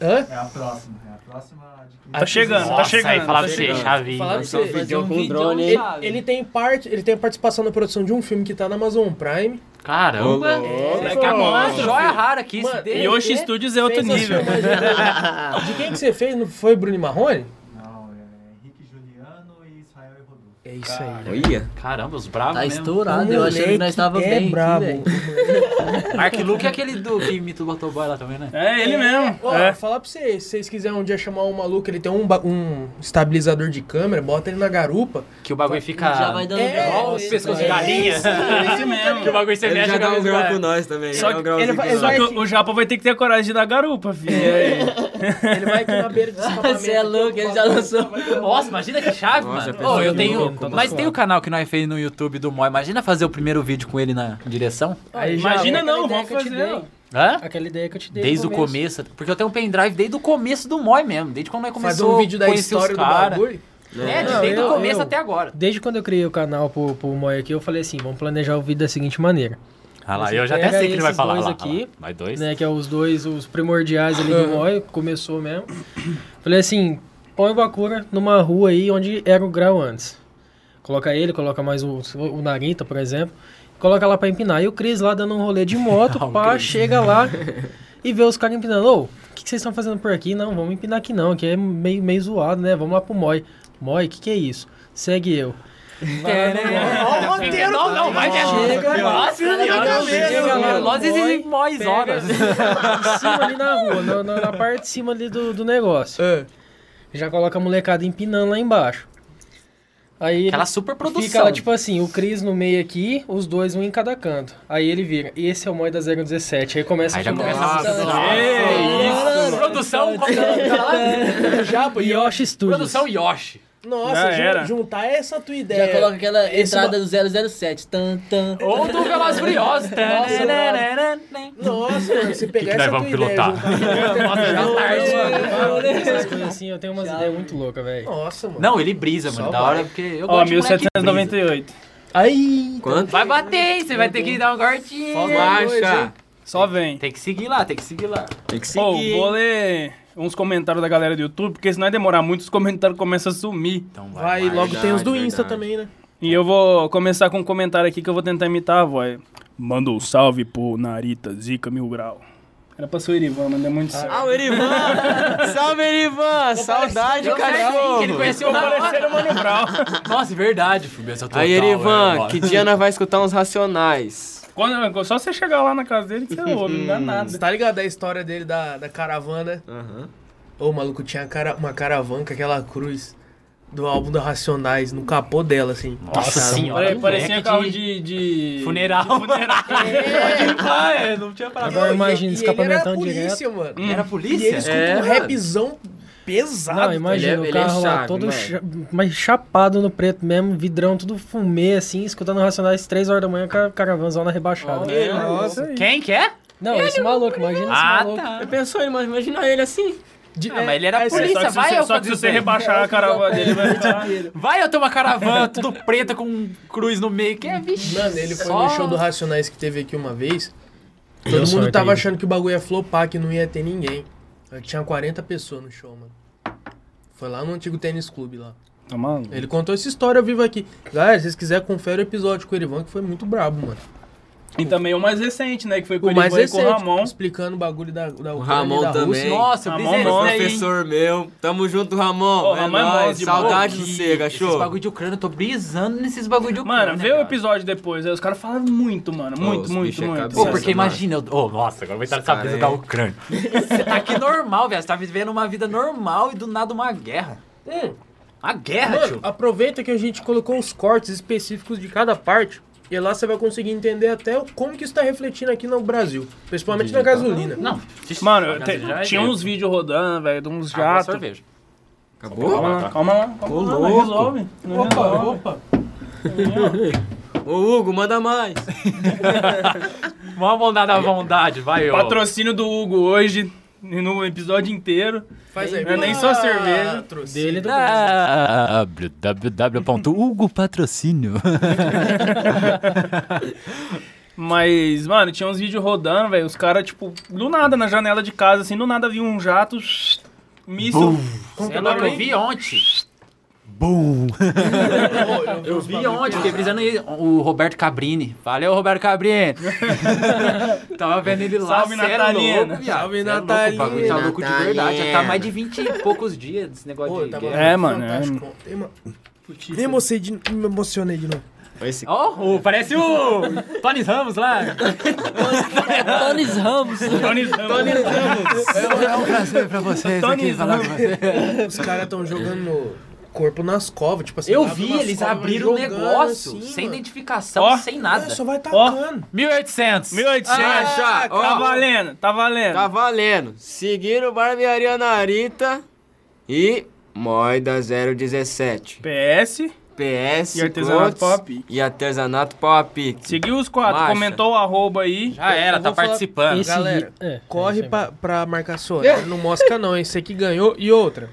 Speaker 3: Hã?
Speaker 20: É a próxima, é a próxima.
Speaker 1: Tá chegando, tá
Speaker 5: Nossa,
Speaker 1: chegando.
Speaker 5: aí, falar
Speaker 1: tá
Speaker 5: pra você,
Speaker 1: chegando.
Speaker 5: Chavinho.
Speaker 3: Falar pra
Speaker 5: Lançou
Speaker 3: você,
Speaker 5: um vídeo
Speaker 3: fazer
Speaker 5: com um drone,
Speaker 3: ele,
Speaker 5: hein?
Speaker 3: ele tem parte, ele tem participação na produção de um filme que tá na Amazon Prime.
Speaker 5: Caramba!
Speaker 1: Moleque
Speaker 5: Pô,
Speaker 1: é
Speaker 5: uma
Speaker 1: monstro.
Speaker 5: joia rara aqui.
Speaker 3: Mano,
Speaker 5: se der-
Speaker 1: E hoje estúdios é outro
Speaker 3: Fez as
Speaker 1: nível.
Speaker 3: filmagens dele. <laughs> De quem que você fez? Não foi Bruno Marrone?
Speaker 20: Não, é Henrique Juliano e Israel e Rodolfo.
Speaker 3: É isso aí.
Speaker 5: Olha. Caramba, os bravos
Speaker 6: Tá
Speaker 5: mesmo.
Speaker 6: estourado, eu achei que nós tava
Speaker 3: Moleque é
Speaker 6: bem
Speaker 3: brabo.
Speaker 6: aqui, velho.
Speaker 5: Mark Luke é aquele do que imita o Botoboy lá também, né?
Speaker 1: É ele mesmo.
Speaker 3: Ó,
Speaker 1: É.
Speaker 3: falar pra vocês, se vocês quiserem um dia chamar um maluco, ele tem um, ba- um estabilizador de câmera, bota ele na garupa.
Speaker 5: Que o bagulho fica...
Speaker 6: Já vai dando
Speaker 3: É,
Speaker 5: igual
Speaker 6: grau.
Speaker 5: os pescoços de
Speaker 3: é
Speaker 5: galinha.
Speaker 3: isso, é
Speaker 13: tá
Speaker 3: isso mesmo.
Speaker 5: Que o bagulho você
Speaker 2: Ele
Speaker 5: mexe
Speaker 2: já dá um
Speaker 5: cabeça
Speaker 2: grau
Speaker 5: pra-
Speaker 2: com nós também.
Speaker 1: Só
Speaker 2: dá um
Speaker 1: que-
Speaker 2: grauzinho
Speaker 3: ele vai-
Speaker 2: com
Speaker 3: ele
Speaker 2: nós.
Speaker 1: Só que o Japa vai ter que ter a coragem de dar garupa, filho.
Speaker 3: Ele vai aqui na beira de escapamento.
Speaker 6: <laughs> <laughs> Você é louco, ele já lançou.
Speaker 5: Nossa, imagina que chave,
Speaker 2: Nossa,
Speaker 5: mano.
Speaker 2: é
Speaker 5: Ô, eu
Speaker 2: pesado,
Speaker 5: tenho.
Speaker 2: louco, tá
Speaker 5: mas
Speaker 2: suado.
Speaker 5: tem o canal que nós fez no YouTube do Moi. Imagina fazer o primeiro vídeo com ele na direção.
Speaker 3: Aí já
Speaker 1: Imagina
Speaker 3: é.
Speaker 1: não,
Speaker 13: aquela
Speaker 1: vamos
Speaker 13: ideia que eu te
Speaker 1: fazer. ó.
Speaker 13: dei.
Speaker 3: um
Speaker 5: Hã?
Speaker 13: Aquela ideia que eu te dei. no
Speaker 5: Desde o começo. Porque eu tenho um pendrive desde o começo do Moi mesmo. Desde quando nós
Speaker 3: Fazer
Speaker 5: começou
Speaker 3: um vídeo da
Speaker 5: conhecer os
Speaker 3: história do
Speaker 5: cara.
Speaker 1: <laughs>
Speaker 3: bagulho.
Speaker 5: É,
Speaker 13: Não,
Speaker 5: desde
Speaker 13: eu-
Speaker 5: o começo
Speaker 13: eu-
Speaker 5: até agora.
Speaker 13: Desde quando eu criei o canal pro, pro Moi aqui, eu falei assim, vamos planejar o vídeo da seguinte maneira.
Speaker 5: Ah lá,
Speaker 13: Você
Speaker 5: eu já até
Speaker 13: pega
Speaker 5: sei o que ele vai
Speaker 13: esses
Speaker 5: falar.
Speaker 13: dois
Speaker 5: lá,
Speaker 13: aqui,
Speaker 5: lá, Nós dois.
Speaker 13: né, que é os dois, os primordiais ali do Moi, começou mesmo. Falei assim, põe o Bakura numa rua aí onde era o grau antes. Coloca ele, coloca mais o, o Narita, por exemplo, coloca lá pra empinar. E o Cris lá dando um rolê de moto,
Speaker 5: <laughs> Ah, o
Speaker 13: pá,
Speaker 5: Cris.
Speaker 13: chega
Speaker 5: <laughs>
Speaker 13: lá e vê os caras empinando. Ô, o que que vocês estão fazendo por aqui? Não, vamos empinar aqui não, que é meio, meio zoado, né? Vamos lá pro Moi. Moi, o que que é isso? Segue eu.
Speaker 5: Ó, o roteiro, não, não, vai
Speaker 13: Chega, chega lá,
Speaker 5: Lozes e
Speaker 13: põe,
Speaker 5: Mois
Speaker 13: pega.
Speaker 5: horas.
Speaker 13: em cima ali na rua, na, na- na parte de cima ali do, do negócio.
Speaker 10: É.
Speaker 13: Já coloca a molecada empinando lá embaixo. Aí ele
Speaker 5: Aquela super
Speaker 13: fica lá,
Speaker 5: produção.
Speaker 13: tipo assim, o Cris no meio aqui, os dois um em cada canto. Aí ele vira, e esse é o Moi da 017. Aí começa
Speaker 5: Aí
Speaker 13: a
Speaker 5: já
Speaker 13: chamar.
Speaker 5: começa a produção.
Speaker 13: Nossa.
Speaker 5: Produção, como que tá lá?
Speaker 3: Japa, e
Speaker 13: Yoshi Studios.
Speaker 5: Produção Yoshi.
Speaker 1: Já
Speaker 3: Nossa, ju-
Speaker 1: era.
Speaker 3: juntar essa tua ideia.
Speaker 6: Já coloca aquela
Speaker 3: Esse
Speaker 6: entrada do 007. Tan, tan.
Speaker 5: Ou do Veloz Furioso.
Speaker 2: <laughs>
Speaker 3: Nossa, mano, se pegar
Speaker 5: nós
Speaker 3: essa tua
Speaker 5: vamos
Speaker 3: ideia,
Speaker 5: pilotar?
Speaker 3: juntar...
Speaker 13: Essas coisas assim, eu tenho umas ideias muito loucas, velho.
Speaker 3: Nossa, mano.
Speaker 5: Não, ele brisa, mano.
Speaker 3: Só
Speaker 5: Da
Speaker 3: vai.
Speaker 5: hora, porque eu
Speaker 1: Ó,
Speaker 13: é
Speaker 5: gosto de moleque que brisa.
Speaker 1: 1798.
Speaker 3: Aí,
Speaker 2: Quanto?
Speaker 5: Vai bater, hein? Você vai ter que dar um
Speaker 3: Só
Speaker 5: cortinho.
Speaker 3: vai.
Speaker 2: Marcha.
Speaker 1: Só vem.
Speaker 5: Tem que seguir lá, tem que seguir lá.
Speaker 2: Tem que seguir.
Speaker 1: Pô,
Speaker 2: hein?
Speaker 1: vou ler uns comentários da galera do YouTube, porque se não é demorar muito, os comentários começam a sumir.
Speaker 5: Então
Speaker 3: vai,
Speaker 5: Marcha.
Speaker 3: logo tem os do
Speaker 2: é verdade.
Speaker 3: Insta também, né?
Speaker 1: E eu vou começar com um comentário aqui que eu vou tentar imitar a voz. Manda um salve pro Narita Zica Mil Grau. Era pra ser o Irivan, mas não é muito certo.
Speaker 2: Ah, o Erivan! Salve, Erivan! Saudade,
Speaker 5: Deu certinho, que ele
Speaker 2: cachorro!
Speaker 5: conheceu o Mano
Speaker 1: é
Speaker 5: Mano Brown.
Speaker 13: um-
Speaker 5: Nossa, verdade, filho. essa total,
Speaker 2: Aí,
Speaker 5: é,
Speaker 2: Erivan,
Speaker 5: mano.
Speaker 2: que dia nós vai escutar uns racionais?
Speaker 1: <laughs> Quando- só você chegar lá na casa dele que você ouve, não dá nada.
Speaker 3: Você tá ligado da história dele da, da caravana? Ô, o maluco tinha cara- uma caravana com aquela cruz do álbum da Racionais no capô dela, assim.
Speaker 5: Nossa
Speaker 3: Cara,
Speaker 5: senhora.
Speaker 1: Pare- Parecia
Speaker 5: moleque
Speaker 1: carro de... de...
Speaker 5: Funeral.
Speaker 13: <laughs>
Speaker 5: Funeral. Ah, é, não tinha parado.
Speaker 13: Agora
Speaker 3: E-
Speaker 13: imagina,
Speaker 3: e ele
Speaker 13: escapamentão
Speaker 3: era polícia,
Speaker 13: direto.
Speaker 3: mano.
Speaker 2: Hum.
Speaker 3: E
Speaker 5: Era
Speaker 3: ele
Speaker 5: polícia?
Speaker 3: escuta
Speaker 2: É,
Speaker 3: um
Speaker 2: mano.
Speaker 3: rapzão pesado.
Speaker 13: Não, imagina
Speaker 2: Ele é-
Speaker 13: o
Speaker 2: ele é
Speaker 13: carro lá
Speaker 2: chave,
Speaker 13: todo
Speaker 2: mano.
Speaker 13: cha- mas chapado no preto mesmo, vidrão tudo fumê assim, escutando Racionais 3 horas da manhã com a caravanzona rebaixada.
Speaker 1: Nossa,
Speaker 5: Quem que é?
Speaker 13: Não, esse maluco, imagina esse
Speaker 5: Ah,
Speaker 13: maluco.
Speaker 5: tá.
Speaker 2: Eu pensou, irmão, imagina ele assim.
Speaker 3: De-
Speaker 5: Ah, mas ele era
Speaker 3: é,
Speaker 5: polícia,
Speaker 1: Só que se
Speaker 5: vai
Speaker 1: você,
Speaker 5: eu
Speaker 1: só que se
Speaker 5: fazer
Speaker 1: você
Speaker 5: isso aí.
Speaker 1: rebaixar a caravana dele, vai ficar...
Speaker 5: Vai eu ter uma caravana tudo preta com um cruz no meio. Que é, vixe.
Speaker 3: Mano, ele foi
Speaker 5: só-
Speaker 3: no show do Racionais que teve aqui uma vez.
Speaker 13: Deu
Speaker 3: Todo mundo
Speaker 13: sorte
Speaker 3: tava
Speaker 13: aí.
Speaker 3: achando que o bagulho ia flopar, que não ia ter ninguém. Tinha 40 pessoas no show, mano. Foi lá no antigo tênis clube lá.
Speaker 1: Tá maluco?
Speaker 3: Ele contou essa história ao vivo aqui. Galera, se vocês quiserem, confere o episódio com o Erivan, que foi muito brabo, mano.
Speaker 1: E também o mais recente, né? Que foi
Speaker 3: O
Speaker 1: Curitiba
Speaker 3: mais recente,
Speaker 1: com o Ramon.
Speaker 3: explicando o bagulho da, da
Speaker 1: O
Speaker 3: Ucrânia
Speaker 1: Ramon
Speaker 3: e da
Speaker 1: também.
Speaker 3: Rússia.
Speaker 1: Nossa, eu
Speaker 3: Ramon
Speaker 1: brisei nesse
Speaker 3: Mon-
Speaker 1: daí, hein?
Speaker 10: Professor meu, tamo junto, Ramon.
Speaker 1: Ô,
Speaker 10: é
Speaker 1: Ramon é bom
Speaker 10: nóis,
Speaker 1: demais.
Speaker 10: saudade
Speaker 1: Ô,
Speaker 10: do
Speaker 1: que-
Speaker 10: Cega,
Speaker 1: esses
Speaker 10: show.
Speaker 5: bagulho de Ucrânia, eu tô brisando nesses bagulho de Ucrânia.
Speaker 1: Mano, vê o episódio depois. Aí os caras falam muito, mano. Muito,
Speaker 10: os
Speaker 1: muito,
Speaker 10: bichos é
Speaker 1: muito.
Speaker 10: cabeça, Ô,
Speaker 5: um.
Speaker 10: porque mano.
Speaker 5: imagina, eu-
Speaker 1: Ô, nossa, agora vai estar
Speaker 5: essa brisa da
Speaker 1: Ucrânia.
Speaker 5: Você tá aqui normal, velho. Você tá vivendo uma vida normal e do nada uma guerra.
Speaker 1: Hum.
Speaker 5: A guerra,
Speaker 3: Mano,
Speaker 5: né, tio.
Speaker 3: aproveita que a gente colocou os cortes específicos de cada parte. E lá você vai conseguir entender até o- como que isso tá refletindo aqui no Brasil. Principalmente na gasolina.
Speaker 5: Não.
Speaker 1: Mano, te-
Speaker 3: Já é
Speaker 1: tinha
Speaker 3: isso.
Speaker 1: uns vídeos rodando, velho, de uns
Speaker 3: Acabou a
Speaker 1: jatos.
Speaker 3: cerveja. tá.
Speaker 10: Acabou?
Speaker 1: Calma lá, calma lá.
Speaker 10: Ô,
Speaker 1: Calma lá,
Speaker 10: louco.
Speaker 1: resolve. Não
Speaker 10: Opa,
Speaker 1: resolve.
Speaker 10: Ô, Hugo, manda mais.
Speaker 5: Uma bondade à vontade, vai, ó.
Speaker 1: Patrocínio do Hugo hoje, no episódio inteiro.
Speaker 3: Faz
Speaker 1: Não é nem
Speaker 3: Ah,
Speaker 1: só cerveja.
Speaker 21: Dele do
Speaker 5: Ah,
Speaker 22: www.hugopatrocínio.
Speaker 1: Mas, mano, tinha uns vídeos rodando, velho. Os caras, tipo, do nada, na janela de casa, assim, do nada viu um jato. <sniffs> shh, Míssil.
Speaker 5: Você é louco, eu vi ontem.
Speaker 22: Bum!
Speaker 5: Eu vi ontem, fiquei brisando ele. O Roberto Cabrini. Valeu, Roberto Cabrini. Tava vendo ele lá.
Speaker 1: Salve,
Speaker 5: cê é
Speaker 1: Natalina.
Speaker 5: louco, viado.
Speaker 3: Salve,
Speaker 5: Cê é louco,
Speaker 3: Natalina.
Speaker 5: O bagulho tá louco de
Speaker 3: Natalina.
Speaker 5: verdade. Já tá mais de 20 e poucos dias desse negócio de
Speaker 3: tava
Speaker 5: guerra.
Speaker 1: É, mano. é-
Speaker 3: Tem uma- Me emocionei de, me emocionei de novo.
Speaker 5: Ó, o- parece o Tony Ramos lá.
Speaker 6: Tony Ramos.
Speaker 1: Tony
Speaker 3: É um
Speaker 22: prazer pra vocês
Speaker 1: Tony aqui falar com <laughs>
Speaker 3: Os caras tão jogando corpo nas covas, tipo assim.
Speaker 5: Eu
Speaker 3: abre
Speaker 5: vi,
Speaker 3: umas
Speaker 5: eles
Speaker 3: covas,
Speaker 5: abriram o
Speaker 3: jogando
Speaker 5: negócio
Speaker 3: assim,
Speaker 5: sem
Speaker 3: mano.
Speaker 5: identificação,
Speaker 1: Ó.
Speaker 5: sem nada.
Speaker 3: É, Só vai
Speaker 1: Ó.
Speaker 3: tacando.
Speaker 23: 1800.
Speaker 1: 1800.
Speaker 10: Acha,
Speaker 1: Tá
Speaker 10: ó,
Speaker 1: valendo, tá valendo.
Speaker 10: Tá valendo. Seguiram Barbearia Narita e Moida 017.
Speaker 1: PS.
Speaker 10: PS
Speaker 1: E artesanato
Speaker 10: Cotes
Speaker 1: Pau a Pique.
Speaker 10: E artesanato pau a pique.
Speaker 1: Seguiu os quatro,
Speaker 10: Marcha.
Speaker 1: comentou o arroba aí.
Speaker 5: Já era,
Speaker 3: Eu
Speaker 5: tá
Speaker 3: vou falar-
Speaker 5: participando.
Speaker 21: Esse
Speaker 3: Galera,
Speaker 21: ri- é,
Speaker 3: corre pra, pra marcar sua hora. Não mosca não, hein? Você que ganhou. E outra.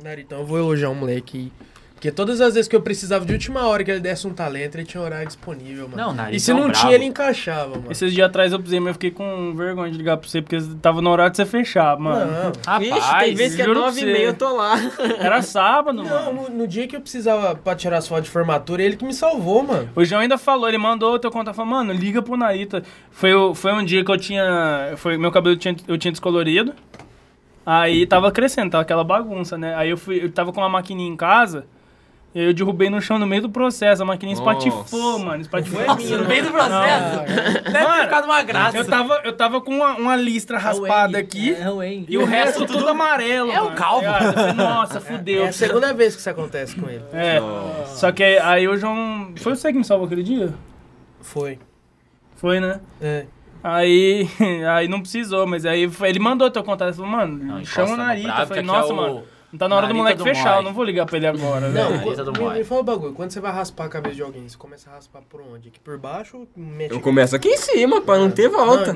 Speaker 3: Naritão, então eu vou elogiar o moleque aí. Porque todas as vezes que eu precisava de última hora que ele desse um talento, ele tinha horário disponível, mano.
Speaker 5: Não, Naritão
Speaker 3: e se não
Speaker 5: brabo.
Speaker 3: tinha, ele encaixava, mano.
Speaker 1: Esses dias atrás eu precisei, mas eu fiquei com vergonha de ligar pra você, porque tava no horário de você fechar, mano.
Speaker 3: Não.
Speaker 5: Rapaz,
Speaker 1: Ixi,
Speaker 10: Tem vezes que é
Speaker 1: juro pra
Speaker 10: 9 e meia,
Speaker 1: você.
Speaker 10: eu tô lá.
Speaker 1: Era sábado,
Speaker 3: Não,
Speaker 1: mano.
Speaker 3: no, no dia que eu precisava pra tirar as fotos de formatura, ele que me salvou, mano.
Speaker 1: O João ainda falou, ele mandou o teu contato, falou, mano, liga pro Narita. Foi, o- foi um dia que eu tinha, foi, meu cabelo tinha, eu tinha descolorido, aí tava crescendo, tava aquela bagunça, né? Aí eu fui, eu tava com uma maquininha em casa, e aí eu derrubei no chão no meio do processo, a maquininha espatifou, mano, espatifou.
Speaker 5: Nossa, no meio do processo. Deve ter ficado uma graça.
Speaker 1: Eu tava, eu tava com uma, uma listra raspada
Speaker 10: é.
Speaker 1: aqui, e o resto tudo amarelo, É
Speaker 5: o calvo.
Speaker 1: Nossa, fudeu.
Speaker 3: É a segunda vez que isso acontece com ele.
Speaker 1: É, só que aí, aí o João, foi você que me salvou aquele dia?
Speaker 3: Foi.
Speaker 1: Foi, né?
Speaker 3: É.
Speaker 1: Aí, <laughs> aí não precisou, mas aí foi- ele mandou teu contato. Ele falou, mano,
Speaker 5: encosta
Speaker 1: chama o
Speaker 5: no
Speaker 1: Narita.
Speaker 5: bravo,
Speaker 1: Eu falei,
Speaker 5: que aqui é
Speaker 1: nossa,
Speaker 5: o
Speaker 1: mano, não tá na hora do
Speaker 5: Narita
Speaker 1: moleque
Speaker 5: do
Speaker 1: fechar,
Speaker 5: Moi.
Speaker 1: eu não vou ligar pra ele agora,
Speaker 3: Não,
Speaker 1: velho.
Speaker 5: Narita do
Speaker 3: me,
Speaker 5: Moi.
Speaker 3: me fala o bagulho. Quando você vai raspar a cabeça de alguém, você começa a raspar por onde? Aqui por baixo ou mexe
Speaker 10: Eu
Speaker 3: aqui?
Speaker 10: começo aqui em cima, pra não ter volta.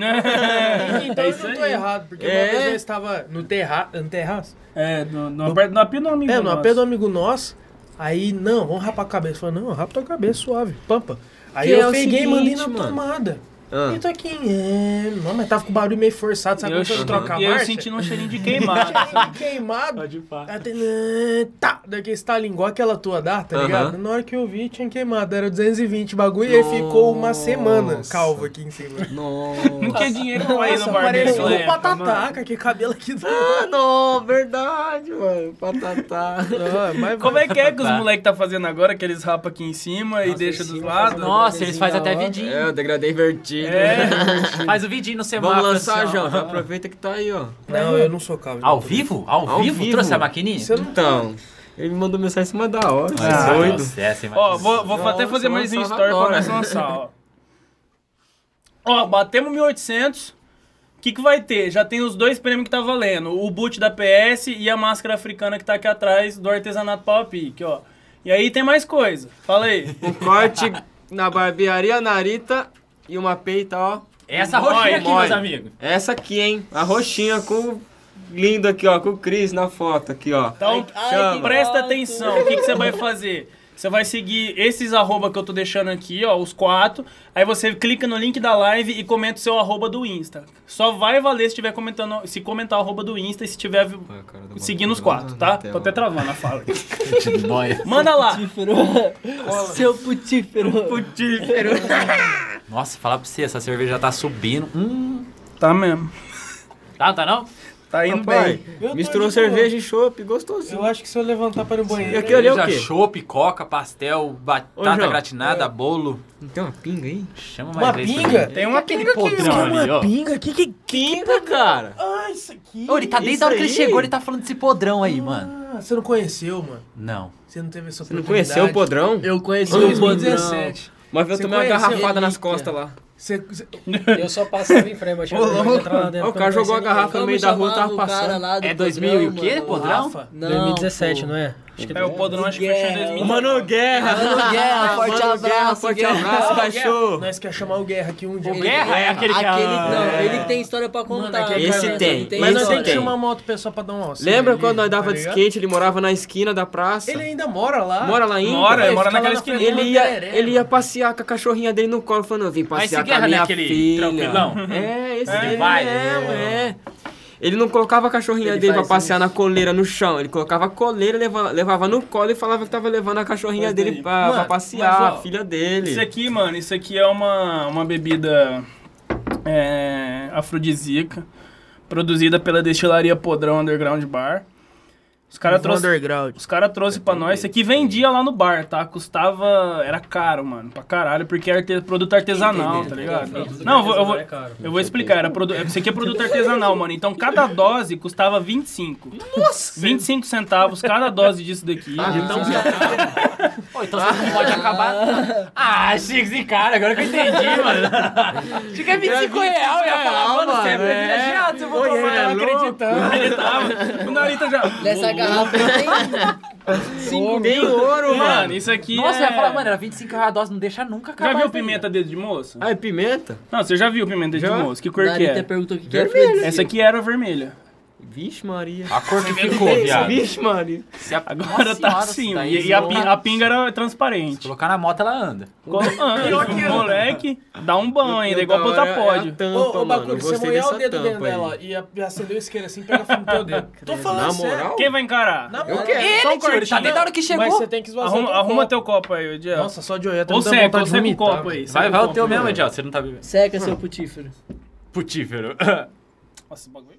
Speaker 3: Então eu não tô errado, porque uma
Speaker 10: É.
Speaker 3: vez eu estava no, terra, no terraço.
Speaker 1: <laughs> É, no, no, no, no AP não, amigo.
Speaker 3: É, no
Speaker 1: nosso.
Speaker 3: AP do amigo nosso. Aí, não, vamos rapar a cabeça. Falei, não, rapa tua cabeça, suave, pampa. Aí
Speaker 10: Que é
Speaker 3: eu
Speaker 10: o
Speaker 3: peguei e mandei na
Speaker 10: seguinte, mano.
Speaker 3: tomada.
Speaker 10: Ah.
Speaker 3: E tô aqui, é, não, mas tava com o barulho meio forçado, sabe
Speaker 1: Eu,
Speaker 3: quando eu trocar a
Speaker 1: e eu
Speaker 3: marcha?
Speaker 1: senti um cheirinho de queimado. assim.
Speaker 3: <laughs> queimado.
Speaker 1: de fato.
Speaker 3: Aí tem, né, Tá, daqui está igual aquela tua dá, tá
Speaker 10: Aham.
Speaker 3: ligado? Na hora que eu vi, tinha queimado, era 220 bagulho e aí ficou uma semana calvo aqui em cima.
Speaker 1: Não tinha dinheiro pra ir no
Speaker 3: Nossa,
Speaker 1: né? barbeiro.
Speaker 3: parecia um
Speaker 1: naquela época, mano.
Speaker 3: patataca, que cabelo aqui do
Speaker 10: Ah, não, verdade, mano. Patatá.
Speaker 3: Ah, mas
Speaker 1: Como é que é que os moleques tá fazendo agora? Que eles rapam aqui em cima e deixam dos lados?
Speaker 5: Nossa, eles fazem até vidinho.
Speaker 10: É, eu degradei invertido.
Speaker 1: É.
Speaker 5: Faz o vidinho no
Speaker 10: Vamos
Speaker 5: semáforo.
Speaker 10: lançar,
Speaker 5: assim, ó.
Speaker 10: João. Aproveita que tá aí, ó.
Speaker 3: Não, eu não sou calvo.
Speaker 5: Ao vivo? Ao,
Speaker 10: Ao
Speaker 5: vivo?
Speaker 10: vivo.
Speaker 5: Trouxe a maquininha?
Speaker 3: Você não
Speaker 10: Então, ele me mandou mensagem em cima da hora. Você
Speaker 1: Ah,
Speaker 10: é doido.
Speaker 5: Nossa, essa é
Speaker 1: Ó, vou, vou
Speaker 10: Nossa,
Speaker 1: até fazer mais um
Speaker 10: lançava
Speaker 1: story pra
Speaker 10: agora.
Speaker 1: nós lançar, ó. Ó, batemos 1800. O que, que vai ter? Já tem os dois prêmios que tá valendo. O boot da PS e a máscara africana que tá aqui atrás do artesanato Pau a Pique, ó. E aí tem mais coisa. Fala aí.
Speaker 10: Um corte na barbearia Narita e uma peita, ó.
Speaker 5: Essa roxinha aqui,
Speaker 10: Moi.
Speaker 5: meus amigos.
Speaker 10: Essa aqui, hein? A roxinha com... Lindo aqui, ó. Com o Cris na foto aqui, ó.
Speaker 1: Então,
Speaker 10: ai, que
Speaker 1: chama. presta atenção. O que, que você vai fazer? Você vai seguir esses arroba que eu tô deixando aqui, ó, os quatro. Aí você clica no link da live e comenta o seu arroba do Insta. Só vai valer se tiver comentando, se comentar o arroba do Insta e se tiver vi- seguindo os quatro, tá? Tô até travando a fala. Manda lá.
Speaker 6: Seu putífero.
Speaker 1: Putífero.
Speaker 5: Nossa, falar pra você, essa cerveja já tá subindo. Hum.
Speaker 1: Tá mesmo.
Speaker 12: Tá, tá não?
Speaker 1: Tá indo
Speaker 10: Papai,
Speaker 1: bem.
Speaker 10: Misturou cerveja e chopp, gostosinho.
Speaker 3: Eu acho que se eu levantar para o banheiro.
Speaker 10: E aquilo ali é o quê?
Speaker 5: Cerveja, chopp, coca, pastel,
Speaker 10: Ô,
Speaker 5: batata
Speaker 10: João, é.
Speaker 5: gratinada, bolo.
Speaker 10: Não tem uma pinga aí?
Speaker 5: Chama
Speaker 3: Uma
Speaker 5: mais
Speaker 3: pinga?
Speaker 5: Tem
Speaker 10: É
Speaker 1: uma
Speaker 5: aquele
Speaker 3: Isso
Speaker 5: podrão
Speaker 3: aqui é
Speaker 5: ali, ó.
Speaker 3: uma pinga? Que que...
Speaker 10: Pinga, cara.
Speaker 3: Ah, isso aqui...
Speaker 5: Ô, ele tá desde
Speaker 10: Isso
Speaker 5: a hora que ele
Speaker 10: aí?
Speaker 5: chegou, ele tá falando desse podrão aí, mano.
Speaker 3: Ah, você não conheceu, mano.
Speaker 5: Não.
Speaker 3: Você não teve essa
Speaker 10: Não
Speaker 3: oportunidade.
Speaker 10: conheceu o podrão?
Speaker 3: Eu conheci em
Speaker 10: Ô,
Speaker 3: 2017.
Speaker 10: podrão. Mas eu
Speaker 3: Você
Speaker 10: tomei uma
Speaker 3: conheceu?
Speaker 10: garrafada nas costas lá.
Speaker 3: Você- você-
Speaker 24: Eu só passava em frente, mas tinha
Speaker 10: Ô,
Speaker 24: vergonha de
Speaker 10: louco.
Speaker 24: entrar lá dentro.
Speaker 10: Ó, o cara jogou a garrafa no meio da rua, tava passando.
Speaker 5: É 2000 e o quê? Podrão?
Speaker 6: Ah, Não,
Speaker 24: 2017, não é? Acho que
Speaker 1: É, o podrão acho que fechou em 2000.
Speaker 10: Mano Guerra! <laughs>
Speaker 6: Mano Guerra, forte
Speaker 10: Mano Guerra,
Speaker 6: abraço,
Speaker 10: forte
Speaker 6: Guerra.
Speaker 10: <laughs> abraço,
Speaker 3: Guerra.
Speaker 10: cachorro!
Speaker 3: Nós quer chamar o Guerra aqui um dia.
Speaker 12: O Guerra é aquele que...
Speaker 6: Aquele, não,
Speaker 12: é.
Speaker 6: ele tem história pra contar.
Speaker 3: aquele
Speaker 6: cara,
Speaker 10: Esse
Speaker 6: ele
Speaker 10: tem,
Speaker 3: Mas nós
Speaker 10: Esse
Speaker 3: temos que
Speaker 10: tem.
Speaker 3: chamar uma outra pessoa pra dar um auxílio.
Speaker 10: Lembra
Speaker 3: ali,
Speaker 10: quando nós dava
Speaker 3: tá
Speaker 10: de
Speaker 3: ligado?
Speaker 10: skate, ele morava na esquina da praça?
Speaker 3: Ele ainda mora lá.
Speaker 10: Mora lá ainda?
Speaker 1: Mora, ele mora
Speaker 3: fica lá
Speaker 1: naquela
Speaker 3: na
Speaker 1: esquina.
Speaker 10: Ele ia,
Speaker 3: Tereré,
Speaker 10: ele ia passear com a cachorrinha dele no colo, falando, eu vim
Speaker 12: Mas esse
Speaker 10: passear com
Speaker 1: né,
Speaker 12: Guerra
Speaker 10: a
Speaker 12: não é
Speaker 10: minha
Speaker 12: aquele
Speaker 10: filha.
Speaker 12: tranquilão?
Speaker 10: É, esse
Speaker 12: É,
Speaker 10: ele
Speaker 12: vai,
Speaker 10: é, é. Ele não colocava a cachorrinha
Speaker 6: Ele
Speaker 10: dele pra
Speaker 6: faz
Speaker 10: passear na coleira no chão. Ele colocava a coleira, leva- levava no colo e falava que tava levando a cachorrinha
Speaker 1: Mas
Speaker 10: dele
Speaker 1: daí-
Speaker 10: pra,
Speaker 1: Mano,
Speaker 10: pra
Speaker 1: mas,
Speaker 10: passear,
Speaker 1: ó,
Speaker 10: a filha dele.
Speaker 1: Isso aqui, mano, isso aqui é uma, uma bebida é, afrodisíaca, produzida pela destilaria Podrão Underground Bar. Os caras
Speaker 3: Vou
Speaker 1: trouxeram.
Speaker 3: underground.
Speaker 1: Os caras trouxeram pra nós. Isso aqui vendia lá no bar, tá? Custava. Era caro, mano. Pra caralho, porque era arte- produto artesanal, tá ligado? Não, eu vou, eu vou, eu vou explicar. Era produ... Isso aqui é produto artesanal, mano. Então cada dose custava 25. Nossa! 25 centavos cada dose disso daqui. então,
Speaker 12: Pô, então você não pode acabar... Ah, Chico, esse cara, agora que eu
Speaker 5: <laughs>
Speaker 12: entendi, mano. Chico é 25 real, eu ia falar, mano, você é privilegiado, eu vou
Speaker 10: Oi,
Speaker 12: tomar,
Speaker 10: é
Speaker 12: eu não
Speaker 10: louco.
Speaker 12: acredito.
Speaker 1: ele tava. O Narita já.
Speaker 6: Nessa garrafa tem
Speaker 10: Tem ouro, mano.
Speaker 1: Mano, isso aqui.
Speaker 12: Nossa,
Speaker 1: é...
Speaker 12: eu ia falar, mano, era 25 reais a dose, não deixa nunca acabar.
Speaker 1: Já viu
Speaker 12: isso aí.
Speaker 1: pimenta dedo de moço?
Speaker 10: Ah, é pimenta?
Speaker 1: Não, você já viu pimenta dedo
Speaker 10: Já.
Speaker 1: de moço? Que cor que
Speaker 6: Narita
Speaker 1: é?
Speaker 6: perguntou o que, que é
Speaker 10: Vermelho.
Speaker 1: Essa aqui era vermelha.
Speaker 10: Vixe Maria.
Speaker 5: A cor que ficou, viado.
Speaker 10: Vixe Maria.
Speaker 5: Se a-
Speaker 1: <laughs> Agora
Speaker 5: Nossa
Speaker 1: tá
Speaker 5: senhora,
Speaker 1: assim.
Speaker 5: isso daí é
Speaker 1: E, e a,
Speaker 5: zoou.
Speaker 1: pin- a pinga era transparente.
Speaker 5: Colocar na moto, ela anda.
Speaker 1: Colo- Ah, o moleque dá um banho ainda, igual
Speaker 10: Da hora
Speaker 1: puta
Speaker 10: é
Speaker 1: pode.
Speaker 10: a tampa,
Speaker 3: Ô, ô
Speaker 10: mano. Eu
Speaker 3: Bacuri, você
Speaker 10: gostei
Speaker 3: molhar
Speaker 10: dessa
Speaker 3: o dedo dentro
Speaker 10: tampa aí.
Speaker 3: dela e a- e acender o isqueiro assim, pega no teu
Speaker 10: <laughs>
Speaker 3: dedo. Tô
Speaker 10: Na
Speaker 3: falando sério.
Speaker 10: moral?
Speaker 1: Quem vai encarar?
Speaker 3: Na moral.
Speaker 12: Ele,
Speaker 1: Só
Speaker 12: tio, ele
Speaker 1: um
Speaker 12: tá
Speaker 1: cortinho.
Speaker 12: desde a hora que
Speaker 3: Mas
Speaker 12: chegou.
Speaker 3: você tem que esvaziar
Speaker 1: Arruma,
Speaker 3: teu
Speaker 1: arruma
Speaker 3: copo.
Speaker 1: teu copo aí, Ediel.
Speaker 3: Nossa, só de olhar. tá
Speaker 1: ou
Speaker 3: me dando
Speaker 1: seca,
Speaker 3: vontade
Speaker 1: ou
Speaker 3: de
Speaker 1: seca o
Speaker 3: vomitar,
Speaker 10: tá?
Speaker 1: copo
Speaker 3: velho.
Speaker 1: aí.
Speaker 5: Vai,
Speaker 1: seca
Speaker 5: vai o
Speaker 1: copo.
Speaker 5: teu mesmo, Ediel. Você não tá bebendo.
Speaker 6: Seca, seu putífero.
Speaker 5: Putífero.
Speaker 1: Nossa, o bagulho.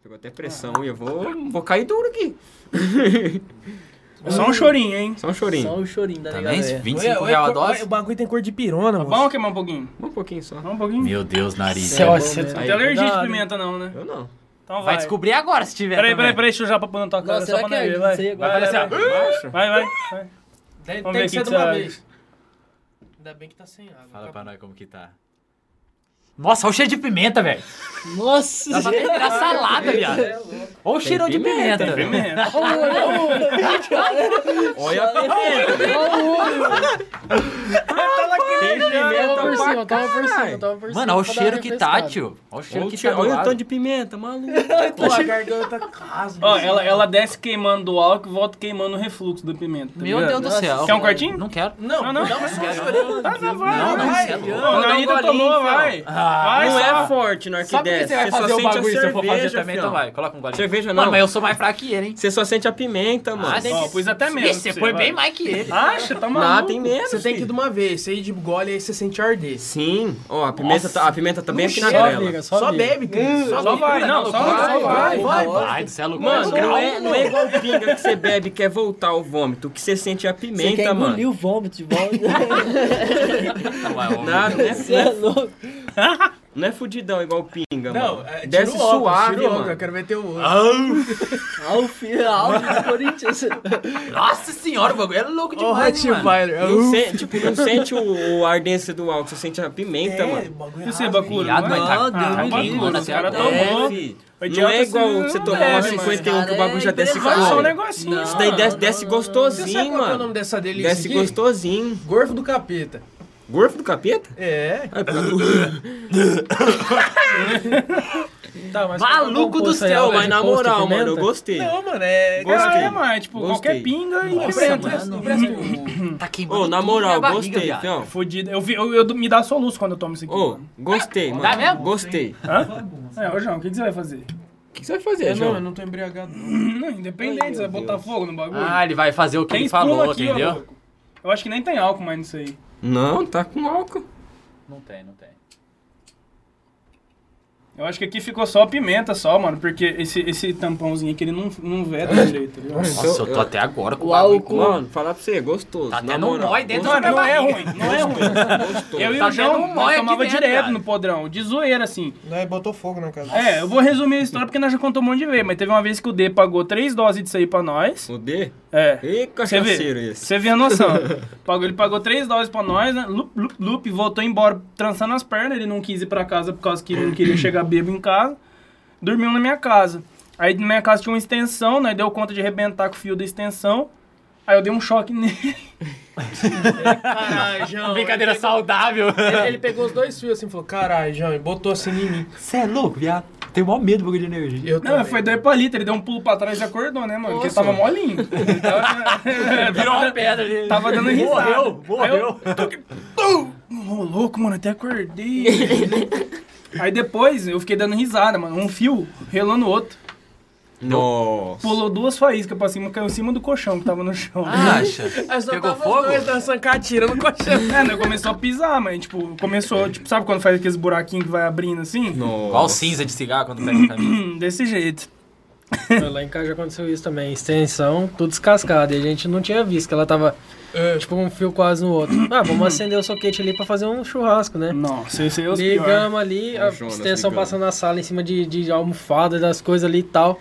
Speaker 10: Pegou até pressão e eu vou, vou cair duro aqui.
Speaker 1: Só um chorinho, hein?
Speaker 10: Só um chorinho.
Speaker 6: Só o chorinho tá É. da
Speaker 5: Também,
Speaker 6: galera.
Speaker 5: 25
Speaker 3: Olha, olha
Speaker 5: reais a
Speaker 3: a cor- olha,
Speaker 5: dose.
Speaker 3: é, O bagulho tem cor de pirona, mano.
Speaker 1: Vamos ou queimar um pouquinho?
Speaker 10: Um pouquinho só.
Speaker 1: Só um pouquinho?
Speaker 5: Meu Deus, nariz.
Speaker 24: Céu,
Speaker 1: Não
Speaker 6: né?
Speaker 24: você-
Speaker 1: tem alergia de
Speaker 3: cuidado,
Speaker 1: pimenta, não, né?
Speaker 10: Eu não.
Speaker 1: Então
Speaker 12: Vai
Speaker 1: vai.
Speaker 12: descobrir agora se tiver.
Speaker 1: Peraí, peraí,
Speaker 12: também.
Speaker 1: peraí, deixa eu já pra pôr na tua cara.
Speaker 6: Nossa,
Speaker 1: só pra
Speaker 6: será que é?
Speaker 1: nariz,
Speaker 6: Não sei
Speaker 1: vai.
Speaker 6: agora.
Speaker 1: Vai, vai, vai.
Speaker 10: Baixa.
Speaker 1: Vai, vai. vai. Vamos ver
Speaker 3: Tem, tem que
Speaker 1: o que
Speaker 3: ser de
Speaker 1: que você
Speaker 3: uma
Speaker 1: acha.
Speaker 3: vez. Ainda bem que tá sem água.
Speaker 5: Fala
Speaker 3: Acabou.
Speaker 5: pra nós como que tá. Nossa, olha o cheiro de pimenta, velho.
Speaker 6: Nossa,
Speaker 12: Dá pra
Speaker 6: gente.
Speaker 12: temperar salada, viado. Olha o cheirão de pimenta. velho.
Speaker 1: Pimenta.
Speaker 10: Olha a pimenta.
Speaker 24: Olha o olho.
Speaker 10: Tem
Speaker 24: Tava por
Speaker 10: pimenta
Speaker 24: cima,
Speaker 10: pra
Speaker 24: tava por cima,
Speaker 10: caralho.
Speaker 24: tava por cima.
Speaker 5: Mano, olha o
Speaker 24: pra dar
Speaker 5: cheiro que tá,
Speaker 24: refrescada.
Speaker 5: tio. Olha o cheiro
Speaker 10: Olha o
Speaker 5: que
Speaker 10: che-
Speaker 5: tá. do
Speaker 10: Olha o
Speaker 5: lado.
Speaker 10: tanto de pimenta, maluco.
Speaker 3: Pô, a garganta rasga.
Speaker 1: Ó, ela, ela desce queimando do álcool e volta queimando o refluxo da pimenta. tá
Speaker 5: Meu
Speaker 1: ligado?
Speaker 5: Deus do céu.
Speaker 1: Quer um cortinho?
Speaker 5: Não quero.
Speaker 1: Não, não.
Speaker 3: Dá um susto,
Speaker 5: Não, não,
Speaker 3: vai.
Speaker 5: você é louco.
Speaker 1: Não, a Anitta tomou, vai. vai,
Speaker 10: Não
Speaker 1: só.
Speaker 10: é forte na hora que
Speaker 12: Sabe o que
Speaker 10: desce.
Speaker 12: você vai
Speaker 10: só
Speaker 12: fazer o
Speaker 10: sente a
Speaker 12: bagulho se eu for fazer
Speaker 10: cerveja,
Speaker 12: também?
Speaker 10: fião.
Speaker 12: Então vai, coloca um golinho.
Speaker 10: Cerveja não.
Speaker 12: Mano, mas eu sou mais fraco que ele, hein?
Speaker 10: Você só sente a pimenta, mano.
Speaker 1: Ó, pus até menos.
Speaker 12: Vixe, você
Speaker 1: pra
Speaker 12: foi
Speaker 1: vai.
Speaker 12: bem mais que ele.
Speaker 1: Acha, tá
Speaker 10: Não,
Speaker 1: maluco.
Speaker 10: tem menos,
Speaker 3: Você tem que ir
Speaker 10: filho.
Speaker 3: de uma vez. Você ir de gole, aí você sente arder.
Speaker 10: Sim. Ó, a pimenta tá, a pimenta tá bem aqui na
Speaker 24: cheira,
Speaker 10: tela.
Speaker 24: amiga.
Speaker 3: Só,
Speaker 24: Só
Speaker 3: bebe,
Speaker 13: Hum,
Speaker 3: Cris.
Speaker 1: Só vai, não, só vai.
Speaker 3: vai, vai, vai.
Speaker 5: Ai, do céu,
Speaker 10: Mano,
Speaker 5: grau.
Speaker 10: não é, não é igual pinga que você bebe e quer voltar o vômito. O que você sente é a
Speaker 6: Você quer
Speaker 10: pimenta, mano.
Speaker 6: engolir o vômito de <laughs> volta.
Speaker 10: Nada, né?
Speaker 6: Você é louco.
Speaker 10: Não é fudidão igual pinga,
Speaker 3: Não,
Speaker 10: mano.
Speaker 3: é, tira
Speaker 10: Desce
Speaker 3: o óculos,
Speaker 10: suave,
Speaker 3: tira o óculos, Ah,
Speaker 10: mano.
Speaker 3: Eu quero ver teu olho.
Speaker 6: Alf, Alf do Corinthians.
Speaker 12: Nossa senhora, o bagulho é louco
Speaker 3: Ô,
Speaker 12: demais, hein, mano.
Speaker 3: Rottweiler.
Speaker 10: Não sente, tipo, não sente o, o ardência do álcool, você sente a pimenta, mano.
Speaker 3: assim,
Speaker 1: E você, Bakura?
Speaker 5: Viado, mas tá-
Speaker 1: Ah,
Speaker 5: tá
Speaker 1: Deus me
Speaker 5: bagulho,
Speaker 1: livre,
Speaker 5: mano,
Speaker 1: os
Speaker 5: até
Speaker 1: caras
Speaker 5: agora.
Speaker 1: tomou.
Speaker 10: fi.
Speaker 1: O
Speaker 10: Não
Speaker 1: Ediel
Speaker 10: é
Speaker 1: tá
Speaker 10: igual
Speaker 1: sendo-
Speaker 10: você tomar uma
Speaker 1: É, mas-
Speaker 10: 51 que o
Speaker 6: cara,
Speaker 10: bagulho já
Speaker 6: é
Speaker 10: desce
Speaker 1: Faz só um
Speaker 10: calor.
Speaker 1: negocinho.
Speaker 10: Isso daí desce, desce
Speaker 3: Você
Speaker 10: gostosinho,
Speaker 3: sabe qual que é o
Speaker 10: mano.
Speaker 3: nome dessa delícia
Speaker 10: Desce
Speaker 3: aqui?
Speaker 10: gostosinho.
Speaker 3: Gorfo do capeta.
Speaker 10: Gorfo do capeta?
Speaker 3: É.
Speaker 10: Ai, pô.
Speaker 3: Tá, mas
Speaker 10: Maluco do céu, mas na moral, mano, eu gostei.
Speaker 3: Não, mano, é...
Speaker 1: É,
Speaker 10: Gostei.
Speaker 1: é, mas, tipo,
Speaker 10: Gostei.
Speaker 1: qualquer pinga e Assim,
Speaker 3: Nossa,
Speaker 1: pimenta.
Speaker 3: mano.
Speaker 12: Tá queimando.
Speaker 10: Ô, na
Speaker 12: tudo
Speaker 10: moral,
Speaker 12: minha barriga,
Speaker 10: gostei,
Speaker 12: viado.
Speaker 10: fião.
Speaker 1: Fudido. Eu, vi- eu, eu- me dá soluço quando eu tomo isso aqui.
Speaker 10: Ô,
Speaker 1: mano.
Speaker 10: gostei,
Speaker 12: Dá
Speaker 10: mano.
Speaker 12: mesmo?
Speaker 10: Gostei.
Speaker 1: É, ô, João, o que, que você vai fazer?
Speaker 10: O que você vai fazer,
Speaker 3: Não, eu
Speaker 10: João?
Speaker 3: não tô embriagado.
Speaker 1: <clears throat>
Speaker 3: não.
Speaker 1: Não, independente, você vai botar fogo no bagulho.
Speaker 12: Ah, ele vai fazer o que
Speaker 1: tem
Speaker 12: ele
Speaker 1: espuma
Speaker 12: falou,
Speaker 1: aqui, ó,
Speaker 12: entendeu?
Speaker 1: louco. Eu acho que nem tem álcool mais nisso aí.
Speaker 10: Não, tá com álcool.
Speaker 5: Não tem, não tem.
Speaker 1: Eu acho que aqui ficou só a pimenta, só, mano, porque esse, esse tampãozinho aqui ele não, não veta direito. tá ligado?
Speaker 5: Nossa, eu tô até agora com
Speaker 10: o
Speaker 5: bagulho com-
Speaker 10: álcool. Mano, falar pra você, é gostoso.
Speaker 5: Tá
Speaker 10: na
Speaker 5: até no
Speaker 10: moral.
Speaker 5: mói dentro
Speaker 10: Gostoso.
Speaker 1: Mano, não é ruim, não é ruim. Eu e
Speaker 5: Tá
Speaker 1: o João
Speaker 5: tendo um
Speaker 1: nós
Speaker 5: mói
Speaker 1: tomava
Speaker 5: aqui dentro,
Speaker 1: direto
Speaker 5: cara.
Speaker 1: no podrão, de zoeira, assim.
Speaker 3: é,
Speaker 25: Nós botou fogo na casa.
Speaker 1: É, eu vou resumir a história porque nós já contamos um monte de vez, mas teve uma vez que o D pagou três doses disso aí pra nós.
Speaker 10: O D?
Speaker 1: É.
Speaker 10: E
Speaker 1: Você
Speaker 10: cachaceiro
Speaker 1: vê,
Speaker 10: esse.
Speaker 1: você vê a
Speaker 10: <laughs>
Speaker 1: noção. Pagou, ele pagou três doses pra nós, né? Lup, lup, lup, voltou embora trançando as pernas. Ele não quis ir pra casa por causa que ele não
Speaker 10: <coughs>
Speaker 1: queria chegar bêbado em casa. Dormiu na minha casa. Aí na minha casa tinha uma extensão, né? Deu conta de arrebentar com o fio da extensão. Aí eu dei um choque <laughs> nele.
Speaker 3: Caralho, João.
Speaker 4: Brincadeira saudável.
Speaker 3: Ele, ele pegou os dois fios assim e falou, caralho, João, e botou assim em mim.
Speaker 25: Você é louco, viado. Tenho maior medo do bagulho de energia.
Speaker 3: Eu
Speaker 1: Não, foi dois palitos. Ele deu um pulo pra trás e acordou, né, mano? Porque
Speaker 25: Nossa.
Speaker 1: tava molinho. Ele
Speaker 4: <laughs>
Speaker 1: tava-
Speaker 4: Virou uma pedra ali.
Speaker 1: Tava dando risada.
Speaker 4: Morreu, morreu.
Speaker 1: Aí eu- Tum! Ô, louco, mano, até <laughs> acordei. Aí depois eu fiquei dando risada, mano. Um fio relando o outro.
Speaker 10: Nossa.
Speaker 1: Pulou duas faíscas pra cima, caiu em cima do colchão que tava no chão.
Speaker 10: Acha?
Speaker 3: Aí só
Speaker 1: Pegou
Speaker 3: tava
Speaker 1: fogo?
Speaker 3: os dois dando sancatira no colchão.
Speaker 1: <laughs> É, né, começou a pisar, mas tipo, começou, tipo, sabe quando faz aqueles buraquinhos que vai abrindo assim? Hum,
Speaker 5: Igual cinza de cigarro quando pega a camisa.
Speaker 1: Desse jeito.
Speaker 13: Lá em casa já aconteceu isso também. Extensão, tudo descascado. E a gente não tinha visto que ela tava,
Speaker 3: É.
Speaker 13: tipo, um fio quase no outro. Ah,
Speaker 3: <clears throat>
Speaker 13: vamos acender o soquete ali pra fazer um churrasco, né?
Speaker 1: Nossa, esse é os pior.
Speaker 13: Ligamos ali, a
Speaker 1: Ô, Jonas,
Speaker 13: extensão
Speaker 1: ligamos.
Speaker 13: passando na sala em cima de, de almofada, das coisas ali e tal.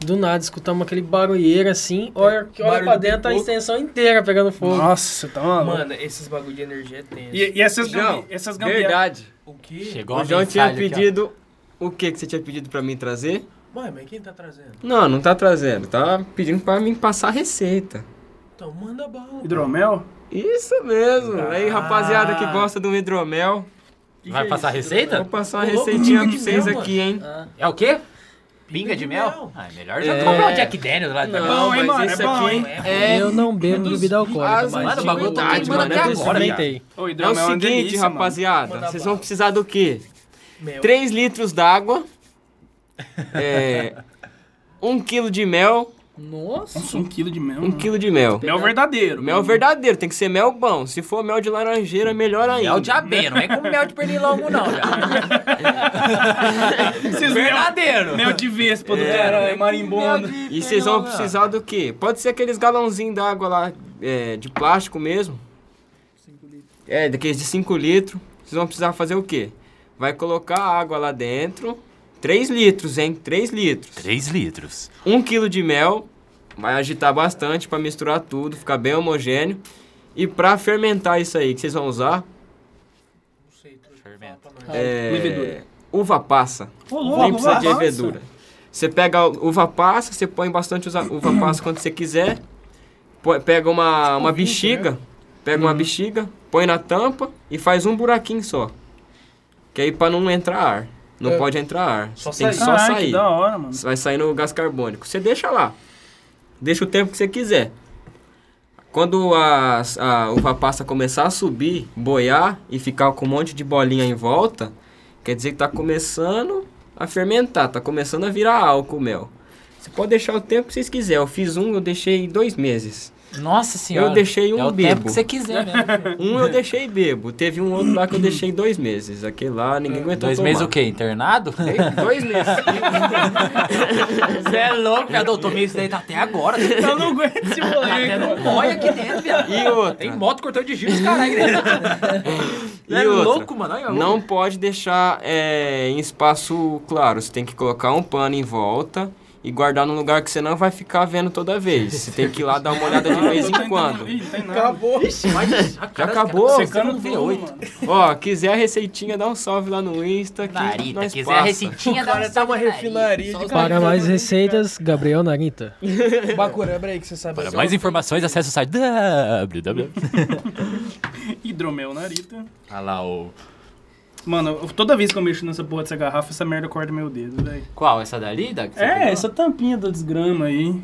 Speaker 13: Do nada, escutamos aquele barulheiro assim. Olha, que olha
Speaker 3: Barulho
Speaker 13: pra
Speaker 3: de
Speaker 13: dentro a
Speaker 3: fogo.
Speaker 13: extensão inteira pegando fogo.
Speaker 1: Nossa, tá maluco.
Speaker 3: Mano, esses bagulho de energia é tenso.
Speaker 1: E, e essas,
Speaker 10: João,
Speaker 1: gambi, essas gambiarra-
Speaker 10: verdade.
Speaker 3: O quê?
Speaker 1: Chegou
Speaker 10: o
Speaker 1: uma
Speaker 10: João tinha
Speaker 1: mensagem aqui, ó.
Speaker 10: pedido... o que que você tinha pedido pra mim trazer?
Speaker 3: Mano, mas quem tá trazendo?
Speaker 10: Não, não tá trazendo. Tá pedindo pra mim passar a receita.
Speaker 3: Então manda bala.
Speaker 1: Hidromel?
Speaker 10: Isso mesmo. Aí, rapaziada que gosta do hidromel...
Speaker 5: Vai passar a receita?
Speaker 10: Vou passar uma receitinha pra vocês aqui, hein?
Speaker 5: É o quê? Pinga de mel? Ah, é melhor já
Speaker 10: É.
Speaker 5: comprar o Jack Daniels lá. tá
Speaker 10: Não,
Speaker 5: também.
Speaker 10: Bom, hein, mas mano? É esse bom, aqui hein? é-
Speaker 13: Eu não bebo bebida alcoólica,
Speaker 10: As
Speaker 13: mas...
Speaker 5: mano, o bagulho tá
Speaker 10: antiguidades,
Speaker 5: queimando
Speaker 10: mano,
Speaker 5: até
Speaker 10: é eu
Speaker 5: agora,
Speaker 10: experimentei.
Speaker 5: cara. Ô,
Speaker 10: É o
Speaker 5: hidromel é uma
Speaker 10: seguinte,
Speaker 5: delícia, mano.
Speaker 10: rapaziada,
Speaker 5: Manda
Speaker 10: vocês
Speaker 5: bala.
Speaker 10: vão precisar do quê? 3
Speaker 5: <laughs>
Speaker 10: litros d'água, é, 1 quilo de mel,
Speaker 1: Nossa, um quilo de mel.
Speaker 10: 1 quilo de mel.
Speaker 1: Mel verdadeiro.
Speaker 10: Mel verdadeiro, tem que ser mel bom. Se for mel de laranjeira, melhor ainda.
Speaker 5: Mel de abelha, não é com mel de pernilongo, não.
Speaker 10: <laughs>
Speaker 1: Esses mel-
Speaker 5: Verdadeiro.
Speaker 1: Mel de vespa do
Speaker 10: É.
Speaker 1: cara, é marimbondo.
Speaker 10: E vocês vão precisar do quê? Pode ser aqueles galãozinhos d'água lá, é, de plástico mesmo. É, daqueles de 5 litros. Vocês vão precisar fazer o quê? Vai colocar a água lá dentro. 3 litros, hein? 3 litros.
Speaker 5: 3 litros.
Speaker 10: 1 quilo de mel. Vai agitar bastante pra misturar tudo, ficar bem homogêneo. E pra fermentar isso aí que vocês vão usar, é,
Speaker 5: Levedura.
Speaker 10: uva passa.
Speaker 1: Ô, louco,
Speaker 10: Nem precisa
Speaker 1: uva
Speaker 10: de
Speaker 1: passa.
Speaker 10: levedura. Você pega a uva passa, você põe bastante usa-
Speaker 1: <clears throat>
Speaker 10: uva passa quando você quiser. põe- pega
Speaker 1: Tipo
Speaker 10: uma, uma
Speaker 1: né?
Speaker 10: bexiga, pega
Speaker 1: Uhum.
Speaker 10: uma bexiga, põe na tampa e faz um buraquinho só. Que aí pra não entrar ar. Não
Speaker 1: É.
Speaker 10: pode entrar ar.
Speaker 1: Só
Speaker 10: Você tem que
Speaker 1: sair.
Speaker 10: só
Speaker 1: Caralho, que
Speaker 10: sair.
Speaker 1: da hora, mano.
Speaker 10: Vai sair no gás carbônico. Você deixa lá. Deixa o tempo que você quiser. Quando a, a uva passa começar a subir, boiar e ficar com um monte de bolinha em volta, quer dizer que tá começando a fermentar, tá começando a virar álcool o mel. Você pode deixar o tempo que vocês quiser. Eu fiz um, eu deixei dois meses.
Speaker 5: Nossa senhora.
Speaker 10: Eu deixei um
Speaker 5: É o
Speaker 10: bebo.
Speaker 5: tempo que você quiser mesmo.
Speaker 10: Um <laughs> eu deixei bebo. Teve um outro lá que eu deixei dois meses. Aquele lá ninguém aguentou
Speaker 5: Dois
Speaker 10: tomar.
Speaker 5: meses o quê? Internado?
Speaker 10: Dois meses.
Speaker 5: Você é louco, viado. Eu tomei isso daí tá até agora.
Speaker 1: Eu não aguento esse
Speaker 5: Tá
Speaker 1: moleque.
Speaker 5: até no mói aqui dentro, viado.
Speaker 10: E outra.
Speaker 5: Tem moto cortando de giro,
Speaker 10: <laughs>
Speaker 5: caralho.
Speaker 10: E
Speaker 5: É
Speaker 10: outra,
Speaker 5: louco, mano, olha,
Speaker 10: Não
Speaker 5: louco.
Speaker 10: pode deixar é, em espaço claro. Você tem que colocar um pano em volta e guardar num lugar que você não vai ficar vendo toda vez. Você tem que ir lá dar uma olhada de
Speaker 5: <laughs>
Speaker 10: vez em quando.
Speaker 1: Acabou.
Speaker 3: <laughs>
Speaker 10: Já acabou?
Speaker 5: Secando V8.
Speaker 10: Ó, quiser a receitinha, dá um salve lá no Insta. Que
Speaker 5: Narita,
Speaker 10: nós
Speaker 5: quiser
Speaker 10: passa.
Speaker 5: a receitinha, dá um
Speaker 3: Tá uma refinaria de
Speaker 13: Para mais receitas, Gabriel Narita.
Speaker 3: Bacurã, peraí que você sabe.
Speaker 5: Para
Speaker 3: Só-
Speaker 5: mais informações, acesse o site www.
Speaker 1: Hidromel narita.
Speaker 5: Olha Ah lá o...
Speaker 1: Mano, eu- toda vez que eu mexo nessa porra dessa garrafa, essa merda corta meu dedo, velho.
Speaker 5: Qual? Essa dali? Da que você
Speaker 1: É,
Speaker 5: pegou?
Speaker 1: essa tampinha do desgrama aí.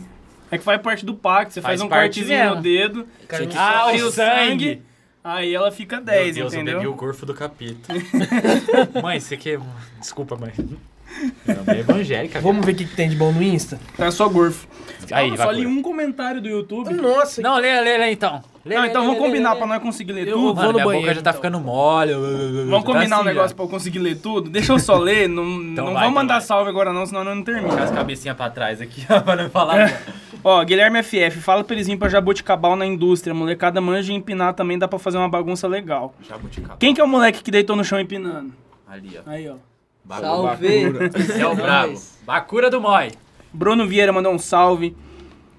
Speaker 1: É que faz parte do pacto, você faz,
Speaker 5: Faz
Speaker 1: um
Speaker 5: parte
Speaker 1: cortezinho
Speaker 5: dela.
Speaker 1: no dedo.
Speaker 5: Tinha que-
Speaker 1: Ah,
Speaker 5: Ah,
Speaker 1: o sangue.
Speaker 5: o sangue.
Speaker 1: Aí ela fica
Speaker 5: Meu
Speaker 1: 10,
Speaker 5: Deus, eu
Speaker 1: entendeu?
Speaker 5: bebi o gorfo do capeta. mãe, você que... Desculpa, mãe. Também evangélica.
Speaker 3: Vamos ver o que, que tem de bom no Insta?
Speaker 1: Tá só gorfo.
Speaker 5: Aí,
Speaker 1: Não,
Speaker 5: vai
Speaker 1: só
Speaker 5: por
Speaker 1: li
Speaker 5: aí.
Speaker 1: um comentário do YouTube.
Speaker 3: Nossa.
Speaker 1: Não, lê, lê, lê então. não, então vamos combinar pra nós conseguir ler tudo.
Speaker 5: Mano, minha boca já tá ficando mole. Tá
Speaker 1: Vamos combinar
Speaker 5: o
Speaker 1: um negócio pra eu conseguir ler tudo? Deixa eu só ler, não,
Speaker 5: assim, Então
Speaker 1: não vamos
Speaker 5: vai, então
Speaker 1: mandar salve agora não, senão nós não
Speaker 5: Com
Speaker 1: termina.
Speaker 5: as cabecinhas pra trás aqui, ó, <laughs> pra não falar.
Speaker 1: Ó, Guilherme FF, fala pra eles virem pra Jabuticabal na indústria. Molecada manja e empinar também dá pra fazer uma bagunça legal.
Speaker 5: Jabuticabal.
Speaker 1: Quem que é o moleque que deitou no chão empinando?
Speaker 5: Ali, ó.
Speaker 1: Aí, ó.
Speaker 5: Bacu- Bacura. Esse é o brabo. Bacura do Moi.
Speaker 1: Bruno Vieira mandou um salve.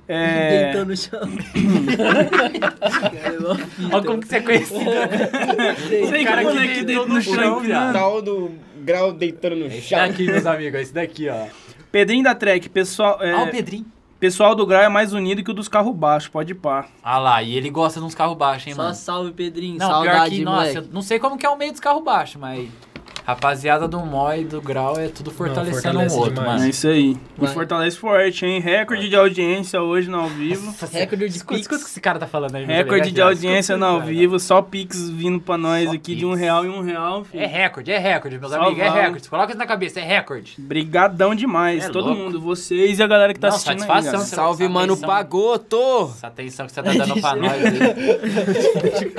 Speaker 1: É...
Speaker 5: Deitou no
Speaker 1: chão.
Speaker 5: Olha como que você é conhecido.
Speaker 1: <laughs> Sei que é o moleque deitou no chão empinando.
Speaker 10: Tal do grau deitando no
Speaker 5: Esse
Speaker 10: chão.
Speaker 5: daqui, meus amigos, esse daqui, ó.
Speaker 1: Pedrinho da Trek, pessoal. É,
Speaker 5: Ah, o Pedrinho.
Speaker 1: Pessoal do Grau é mais unido que o dos carros baixos, pode pá.
Speaker 5: Ah lá, e ele gosta de uns carros baixos, hein,
Speaker 6: Só salve, Pedrinho.
Speaker 5: Não, pior
Speaker 6: Saudade,
Speaker 5: que,
Speaker 6: moleque.
Speaker 5: nossa, eu não sei como que é o meio dos carros baixos, mas... Rapaziada do Moi e do Grau é tudo fortalecendo
Speaker 1: fortalece
Speaker 5: um outro,
Speaker 1: demais.
Speaker 5: mano.
Speaker 1: É isso aí. E
Speaker 5: Vai.
Speaker 1: fortalece forte, hein? Recorde de audiência hoje no ao vivo.
Speaker 5: Recorde de escuta, escuta o que esse cara tá falando aí.
Speaker 1: Recorde de audiência no
Speaker 5: não
Speaker 1: ao vivo, só Pix vindo pra nós aqui de um real e um real, filho.
Speaker 5: É recorde, é recorde, meus
Speaker 1: Salvão.
Speaker 5: amigos, é recorde. Coloca isso na cabeça, é recorde.
Speaker 1: Brigadão demais,
Speaker 5: É
Speaker 1: todo
Speaker 5: louco.
Speaker 1: mundo, vocês e a galera que tá
Speaker 5: Não,
Speaker 1: assistindo
Speaker 5: satisfação,
Speaker 1: aí.
Speaker 5: seu- Salve, essa mano, atenção.
Speaker 1: Pagoto!
Speaker 5: Essa atenção que você tá dando <laughs> pra nós aí.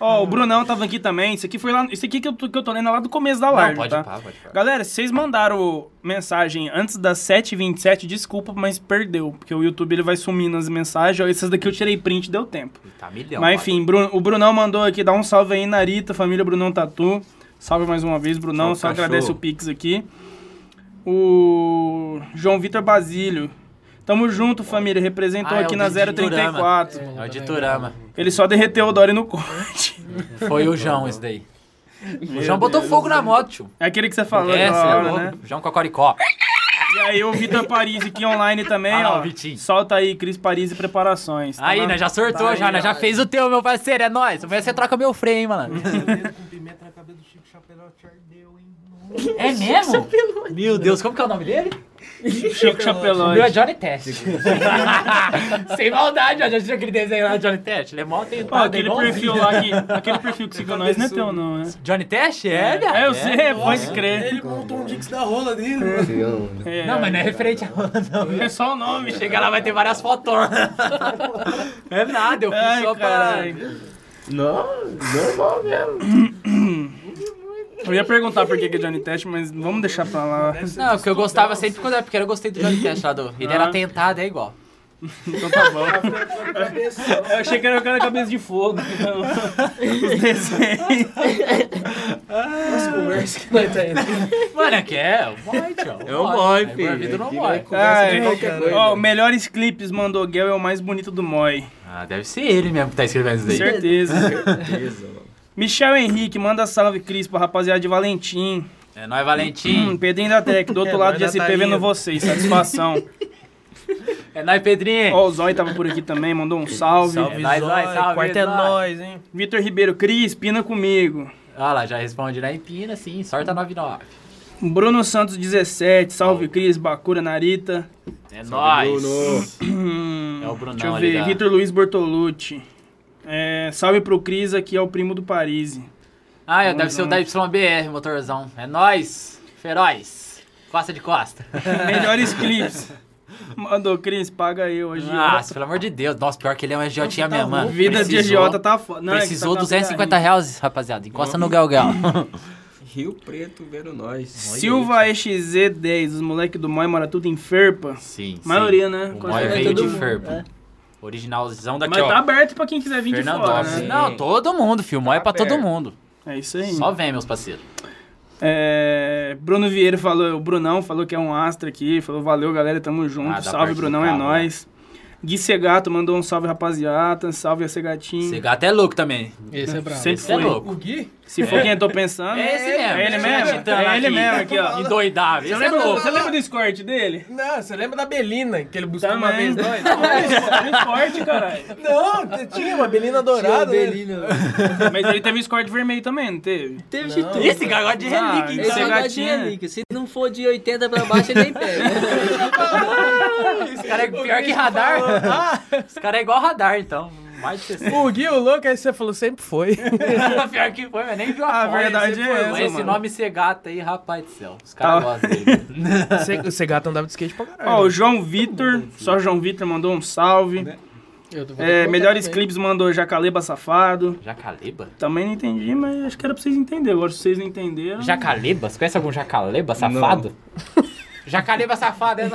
Speaker 1: Ó, o Brunão tava aqui também. Isso aqui foi lá. Isso aqui que eu tô, que eu tô lendo é lá do começo da live.
Speaker 5: pode
Speaker 1: tá?
Speaker 5: pá, pode pá.
Speaker 1: Galera, se vocês mandaram mensagem antes das 7h27, desculpa, mas perdeu. Porque o YouTube ele vai sumindo as mensagens. Ó, Essas daqui eu tirei print, deu tempo.
Speaker 5: Tá milhão.
Speaker 1: mas enfim, Bruno- o Brunão mandou aqui, dá um salve aí, Narita, família Brunão Tatu. Salve mais uma vez, Brunão.
Speaker 5: Salve,
Speaker 1: Só agradece o
Speaker 5: cachorro.
Speaker 1: Pix aqui. O João Vitor Basílio. Tamo junto, família. Representou
Speaker 5: Ah, é
Speaker 1: aqui
Speaker 5: o
Speaker 1: na
Speaker 5: do
Speaker 1: 034.
Speaker 5: Ditorama. É o Ditorama.
Speaker 1: Ele só derreteu o Dory no corte.
Speaker 5: Foi o João esse daí. O João botou fogo na moto, tio.
Speaker 1: <laughs> É aquele que você falou
Speaker 5: é,
Speaker 1: na
Speaker 5: cê é
Speaker 1: hora,
Speaker 5: louco.
Speaker 1: né?
Speaker 5: João Cocoricó.
Speaker 1: E aí o Vitor Paris aqui online também,
Speaker 5: Ah, lá,
Speaker 1: ó.
Speaker 5: o Vitinho.
Speaker 1: Solta aí, Cris Paris e preparações. tá
Speaker 5: Aí,
Speaker 1: na-
Speaker 5: né? Já sortou,
Speaker 1: tá
Speaker 5: já,
Speaker 1: aí,
Speaker 5: né?
Speaker 1: ó.
Speaker 5: Já fez o teu, meu parceiro. É nóis. Amanhã você troca meu freio, hein, mano. É mesmo? Meu Deus, como que é o nome dele?
Speaker 1: Chico Chapelão.
Speaker 5: Meu é Johnny Test. <laughs> Sem maldade, ó. Já assistiu aquele desenho lá do Johnny Test? Ele é mó
Speaker 1: Ó,
Speaker 5: tentado.
Speaker 1: aquele
Speaker 5: é
Speaker 1: perfil
Speaker 5: igualzinho.
Speaker 1: lá que. Aquele perfil
Speaker 5: <laughs>
Speaker 1: que siga nós não é teu, não, né?
Speaker 5: Johnny Test? É, viado.
Speaker 1: É, eu sei, pode crer.
Speaker 5: Ele montou um Dix da rola dele,
Speaker 1: É.
Speaker 5: Não, mas não é referente a rola, não.
Speaker 1: É só o nome.
Speaker 5: Chega lá, vai ter várias fotonas. <laughs> É nada, eu fiz
Speaker 1: Ai,
Speaker 5: só
Speaker 1: caralho.
Speaker 10: Não, normal mesmo.
Speaker 1: Eu ia perguntar por que que é Johnny Test, mas vamos deixar pra lá.
Speaker 5: pra... Não, é porque eu gostava sempre quando era pequeno, eu gostei do Johnny Test lá do... Ele
Speaker 1: Ah.
Speaker 5: era tentado, é igual.
Speaker 1: Então tá bom. Eu achei que era o cara da cabeça de fogo. então. Os desenhos.
Speaker 3: Nossa, conversa que nós tá indo.
Speaker 5: Mano, é que é, o boy, tio.
Speaker 1: É o boy,
Speaker 5: Aí,
Speaker 1: filho.
Speaker 5: Vida não
Speaker 1: Aqui
Speaker 5: boy.
Speaker 1: Ai, Ó, melhores clipes mandou Gel é o mais bonito do Moi.
Speaker 5: Ah, deve ser ele mesmo que tá escrevendo isso daí.
Speaker 1: Certeza. Certeza, Michel Henrique, manda salve, Cris, pra rapaziada de Valentim.
Speaker 5: É nóis, Valentim.
Speaker 1: Hum, Pedrinho da Tec, do outro
Speaker 5: É,
Speaker 1: lado de
Speaker 5: nós da
Speaker 1: SP vendo
Speaker 5: Tainha.
Speaker 1: vocês, satisfação.
Speaker 5: É nóis, Pedrinho.
Speaker 1: Ó, o Zói tava por aqui também, mandou um salve.
Speaker 5: Salve, É nóis, Zói, Zói, salve, quarto é Zói. nóis,
Speaker 1: hein? Vitor Ribeiro, Cris, pina comigo.
Speaker 5: Ah lá, já responde lá em Pina, sim. Sorta 99.
Speaker 1: Bruno Santos, 17, salve, Cris, Bacura, Narita.
Speaker 5: É nóis.
Speaker 1: Bruno.
Speaker 5: É o Brunão
Speaker 1: Deixa eu
Speaker 5: ali
Speaker 1: ver,
Speaker 5: da-
Speaker 1: Vitor Luiz Bortolucci. É, salve pro Cris, aqui é o primo do Parise.
Speaker 5: Ah, é,
Speaker 1: Vamos
Speaker 5: deve ser o da YBR, motorzão. É nóis. Feroz. Costa de costa.
Speaker 1: Melhores clipes. Mandou, Cris, paga eu hoje.
Speaker 5: Nossa, pelo amor de Deus. Nossa, pior que ele é um agiotinha mesmo, mano.
Speaker 1: Vida de agiota tá foda. Não, é que
Speaker 5: Precisou
Speaker 1: tá na
Speaker 5: 250
Speaker 1: ferraria.
Speaker 5: reais, rapaziada. Encosta no <laughs> Galgal.
Speaker 10: Rio Preto vendo nós.
Speaker 1: Silva XZ10, os moleque do Moi mora tudo em Ferpa.
Speaker 5: Sim,
Speaker 1: Maioria, né?
Speaker 5: O
Speaker 1: Quase
Speaker 5: Moi
Speaker 1: todo
Speaker 5: veio de
Speaker 1: mundo.
Speaker 5: Ferpa.
Speaker 1: É.
Speaker 5: Originalzão daqui,
Speaker 1: Mas
Speaker 5: ó.
Speaker 1: tá aberto pra quem quiser vir de fora,
Speaker 5: Fernandópolis.
Speaker 1: né?
Speaker 5: Não, todo mundo, filho. Moi é pra todo
Speaker 1: aberto.
Speaker 5: mundo.
Speaker 1: É isso aí.
Speaker 5: Só vem, meus parceiros.
Speaker 1: É, Bruno Vieira falou, o Brunão falou que é um astro aqui, falou valeu galera, tamo junto,
Speaker 5: Ah, da
Speaker 1: salve
Speaker 5: parte do
Speaker 1: Brunão, é
Speaker 5: carro, né?
Speaker 1: nóis. Gui Segato mandou um salve rapaziada, salve a Segatinho.
Speaker 5: Esse gato é louco também.
Speaker 1: Esse é brabo.
Speaker 5: Sempre
Speaker 1: Esse é
Speaker 5: foi.
Speaker 1: louco. O Se for
Speaker 5: É.
Speaker 1: quem eu tô pensando,
Speaker 5: É esse mesmo.
Speaker 1: É ele mesmo,
Speaker 5: Titã
Speaker 1: é
Speaker 5: aqui.
Speaker 1: ele mesmo aqui, ó.
Speaker 5: Endoidável.
Speaker 1: Você
Speaker 5: Esse é
Speaker 1: lembra,
Speaker 5: louco.
Speaker 1: você lembra do escort dele?
Speaker 3: Não, você lembra da Belina, que ele buscou uma
Speaker 1: Também. é
Speaker 3: vez nós?
Speaker 1: Escort, caralho.
Speaker 3: Não, tinha uma Belina dourada.
Speaker 1: Tinha
Speaker 3: né?
Speaker 1: uma Mas ele teve escort vermelho também, não teve?
Speaker 6: Teve
Speaker 1: de
Speaker 6: tudo. Esse cara
Speaker 1: gosta
Speaker 6: gosta de relíquia, então. Esse cara gosta de
Speaker 5: é.
Speaker 6: relíquia. Se não for de 80 pra baixo, ele nem
Speaker 5: <laughs>
Speaker 6: pega.
Speaker 5: <laughs> Esse cara é pior que radar. Esse cara é igual radar, então.
Speaker 3: Mais de 60. O Gui, o louco, aí você falou, sempre foi.
Speaker 5: <laughs> Pior que foi, mas nem viu
Speaker 3: A
Speaker 1: Ah,
Speaker 5: a foto,
Speaker 3: verdade
Speaker 5: sempre
Speaker 3: é
Speaker 5: foi.
Speaker 3: essa,
Speaker 5: Mas Esse
Speaker 3: mano.
Speaker 5: nome Segata aí, rapaz do céu. Os caras gostam dele.
Speaker 3: <laughs> Você- Você gato andava de skate pra caralho.
Speaker 1: Ó, o João Vitor, só João Vitor mandou um salve. É, melhores clipes mandou Jacaleba Safado.
Speaker 5: Jacaleba?
Speaker 1: Também não entendi, mas acho que era pra vocês entenderem. Agora, se vocês não entenderam.
Speaker 5: Jacaleba? Você conhece algum jacaleba safado? <laughs> Jacaleba safado, é.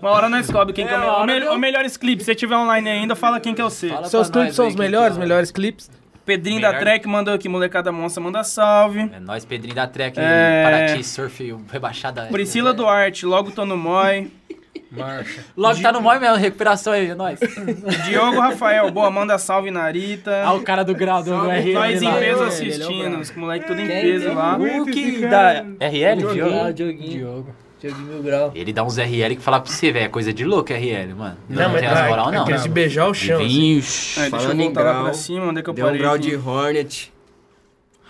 Speaker 1: Uma hora nós descobre quem que é o
Speaker 5: É, uma
Speaker 1: melhor.
Speaker 5: hora
Speaker 1: Melhor- Ou melhores clipes, se você tiver online ainda, fala quem que é o seu.
Speaker 3: Seus clipes são os melhores,
Speaker 5: é?
Speaker 3: melhores clipes.
Speaker 1: Pedrinho da Trek mandou aqui, molecada monstro manda salve.
Speaker 5: É nóis, Pedrinho da Trek,
Speaker 1: É.
Speaker 5: Paraty, surf, rebaixada.
Speaker 1: Priscila Duarte, logo tô no Moi.
Speaker 13: Marcha.
Speaker 5: Logo tá no mói mesmo, recuperação aí,
Speaker 1: <laughs>
Speaker 5: é nóis.
Speaker 1: Diogo Rafael, boa, manda salve Narita.
Speaker 5: Ah, o cara do grau do RL.
Speaker 1: Nós em peso
Speaker 5: lá. Ele, ele é o
Speaker 1: assistindo,
Speaker 5: brabo.
Speaker 1: os moleque tudo em
Speaker 5: Quem
Speaker 1: peso
Speaker 5: tem um
Speaker 1: lá. É,
Speaker 5: o que dá- RL, Diogo?
Speaker 6: Dioguinho. Diogo. Dioguinho Mil Grau.
Speaker 5: Ele dá uns RL que fala pra você, velho, é coisa de louco RL, mano. Eu não, tem as moral, não.
Speaker 3: Aqueles de beijar o chão.
Speaker 1: Aí,
Speaker 5: Vinho,
Speaker 1: deixa eu
Speaker 10: Falando em
Speaker 1: voltar lá
Speaker 10: grau,
Speaker 1: pra cima, onde é que eu
Speaker 10: Deu um
Speaker 1: parei
Speaker 10: grau
Speaker 1: aqui?
Speaker 10: de Hornet.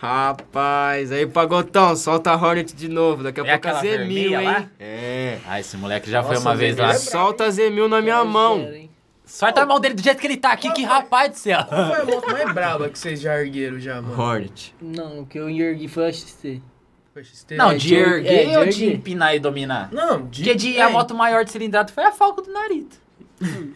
Speaker 10: Rapaz, aí pagotão, solta a Hornet de novo. Daqui a
Speaker 5: É
Speaker 10: pouco a
Speaker 5: aquela
Speaker 10: Z1000,
Speaker 5: vermelha
Speaker 10: hein?
Speaker 5: lá?
Speaker 10: É.
Speaker 5: Ah, esse moleque já foi
Speaker 10: Nossa,
Speaker 5: uma vez
Speaker 10: vermelha.
Speaker 5: lá.
Speaker 10: Solta a Z1000 na minha mão.
Speaker 5: Solta a mão dele do jeito que ele tá aqui, que rapaz do céu.
Speaker 3: Qual assim. foi a moto mais braba que vocês já ergueram já, mano?
Speaker 10: Hornet.
Speaker 6: Não, o que eu ergui foi a XT.
Speaker 3: Foi XT?
Speaker 5: Não, de
Speaker 6: É, de
Speaker 5: erguer
Speaker 6: erguer.
Speaker 5: ou de empinar e dominar?
Speaker 3: Não, de... é,
Speaker 5: Porque de, a moto maior de cilindrada foi a Falco do Narito.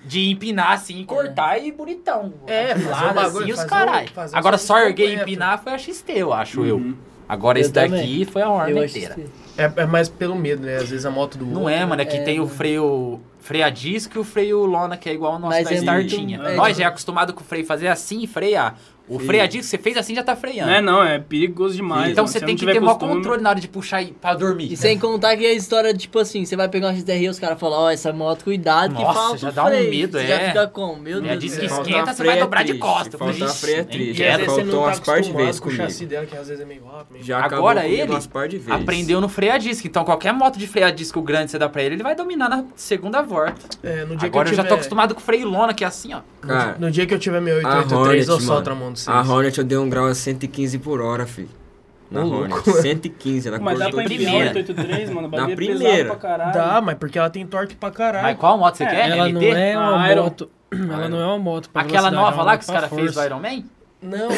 Speaker 5: De empinar assim, cortar e bonitão.
Speaker 3: É, fazer um
Speaker 5: lá
Speaker 3: bagulho,
Speaker 5: assim, os
Speaker 3: fazer um-
Speaker 5: caralho.
Speaker 3: fazer um
Speaker 5: Agora só
Speaker 3: serviço
Speaker 5: erguer e
Speaker 3: completo.
Speaker 5: empinar foi a XT, eu acho
Speaker 1: Uhum.
Speaker 5: eu. Agora
Speaker 6: Eu
Speaker 5: esse daqui
Speaker 6: também.
Speaker 5: foi a Hornet
Speaker 6: Eu acho
Speaker 5: inteira.
Speaker 6: XT.
Speaker 3: É, é mais pelo medo, né? Às vezes a moto do
Speaker 5: Não
Speaker 3: outro,
Speaker 5: é, mano, é que
Speaker 6: É,
Speaker 5: tem o
Speaker 6: mano.
Speaker 5: freio... Freio a disco e o freio lona, que é igual o nosso
Speaker 6: Mas
Speaker 5: da
Speaker 6: é
Speaker 5: startinha.
Speaker 6: muito- é,
Speaker 5: Nós
Speaker 6: tipo-
Speaker 5: já é acostumado com o freio fazer assim e frear. O
Speaker 1: Sim.
Speaker 5: freio a disco, você fez assim, já tá freando.
Speaker 1: Não é não, é perigoso demais.
Speaker 5: Então
Speaker 1: mano.
Speaker 5: você
Speaker 1: Se
Speaker 5: tem
Speaker 1: não
Speaker 5: que
Speaker 1: tiver
Speaker 5: ter o maior
Speaker 1: costume-
Speaker 5: controle na hora de puxar e- pra dormir.
Speaker 6: E sem contar que a história, tipo assim, você vai pegar uma XDR e os caras falam, ó, essa moto, cuidado que
Speaker 5: Nossa,
Speaker 6: falta
Speaker 5: já
Speaker 6: o
Speaker 5: dá um
Speaker 6: freio.
Speaker 5: medo,
Speaker 6: Você
Speaker 5: é.
Speaker 6: Já fica como? Meu
Speaker 5: Já
Speaker 6: Deus
Speaker 5: diz
Speaker 6: do
Speaker 5: que
Speaker 6: céu.
Speaker 5: esquenta,
Speaker 10: Falta
Speaker 5: você vai
Speaker 10: freio é
Speaker 5: dobrar de
Speaker 10: triste,
Speaker 5: costas.
Speaker 10: falta
Speaker 5: Ixi,
Speaker 10: freio é
Speaker 5: nem
Speaker 10: triste.
Speaker 5: quero.
Speaker 10: Às vezes você não
Speaker 3: tá
Speaker 10: Faltou umas partes de
Speaker 3: acostumado
Speaker 10: vez
Speaker 3: com o
Speaker 10: comigo.
Speaker 3: chassi dela, que às vezes é meio rápido. meio-
Speaker 10: Já acabou
Speaker 5: Agora
Speaker 10: comigo
Speaker 5: ele
Speaker 10: umas par de vezes.
Speaker 5: aprendeu no freio a disco. Então qualquer moto de freio a disco grande que você dá pra ele, ele vai dominar na segunda volta.
Speaker 3: É, no dia
Speaker 5: Agora
Speaker 3: que
Speaker 5: eu,
Speaker 3: eu,
Speaker 5: já
Speaker 3: tiver...
Speaker 5: tô acostumado com freio lona, que é assim, ó.
Speaker 10: Cara,
Speaker 3: No dia que eu tiver meu
Speaker 10: a
Speaker 3: 883,
Speaker 10: Hornet,
Speaker 3: eu solto a mão do
Speaker 10: mano. A Hornet eu dei um grau a 115 por hora, filho. Na
Speaker 3: Ô,
Speaker 10: Hornet.
Speaker 3: louco.
Speaker 10: 115, ela
Speaker 1: Mas dá
Speaker 10: cortou
Speaker 1: pra né?
Speaker 10: tudo.
Speaker 1: empinar 883, mano, o
Speaker 10: Na
Speaker 1: bagulho é pesado
Speaker 10: primeira.
Speaker 1: pra caralho.
Speaker 3: Dá, mas porque ela tem torque pra caralho.
Speaker 5: Mas qual moto você quer?
Speaker 13: Ela
Speaker 5: LT?
Speaker 13: não é uma
Speaker 5: Ah, Iron.
Speaker 13: moto. <clears throat> Ela não é uma moto pra
Speaker 5: Aquela
Speaker 13: velocidade, é
Speaker 5: nova
Speaker 13: uma
Speaker 5: lá
Speaker 13: moto
Speaker 5: que os
Speaker 13: pra
Speaker 5: caras fez do
Speaker 13: força.
Speaker 5: Iron Man?
Speaker 3: Não,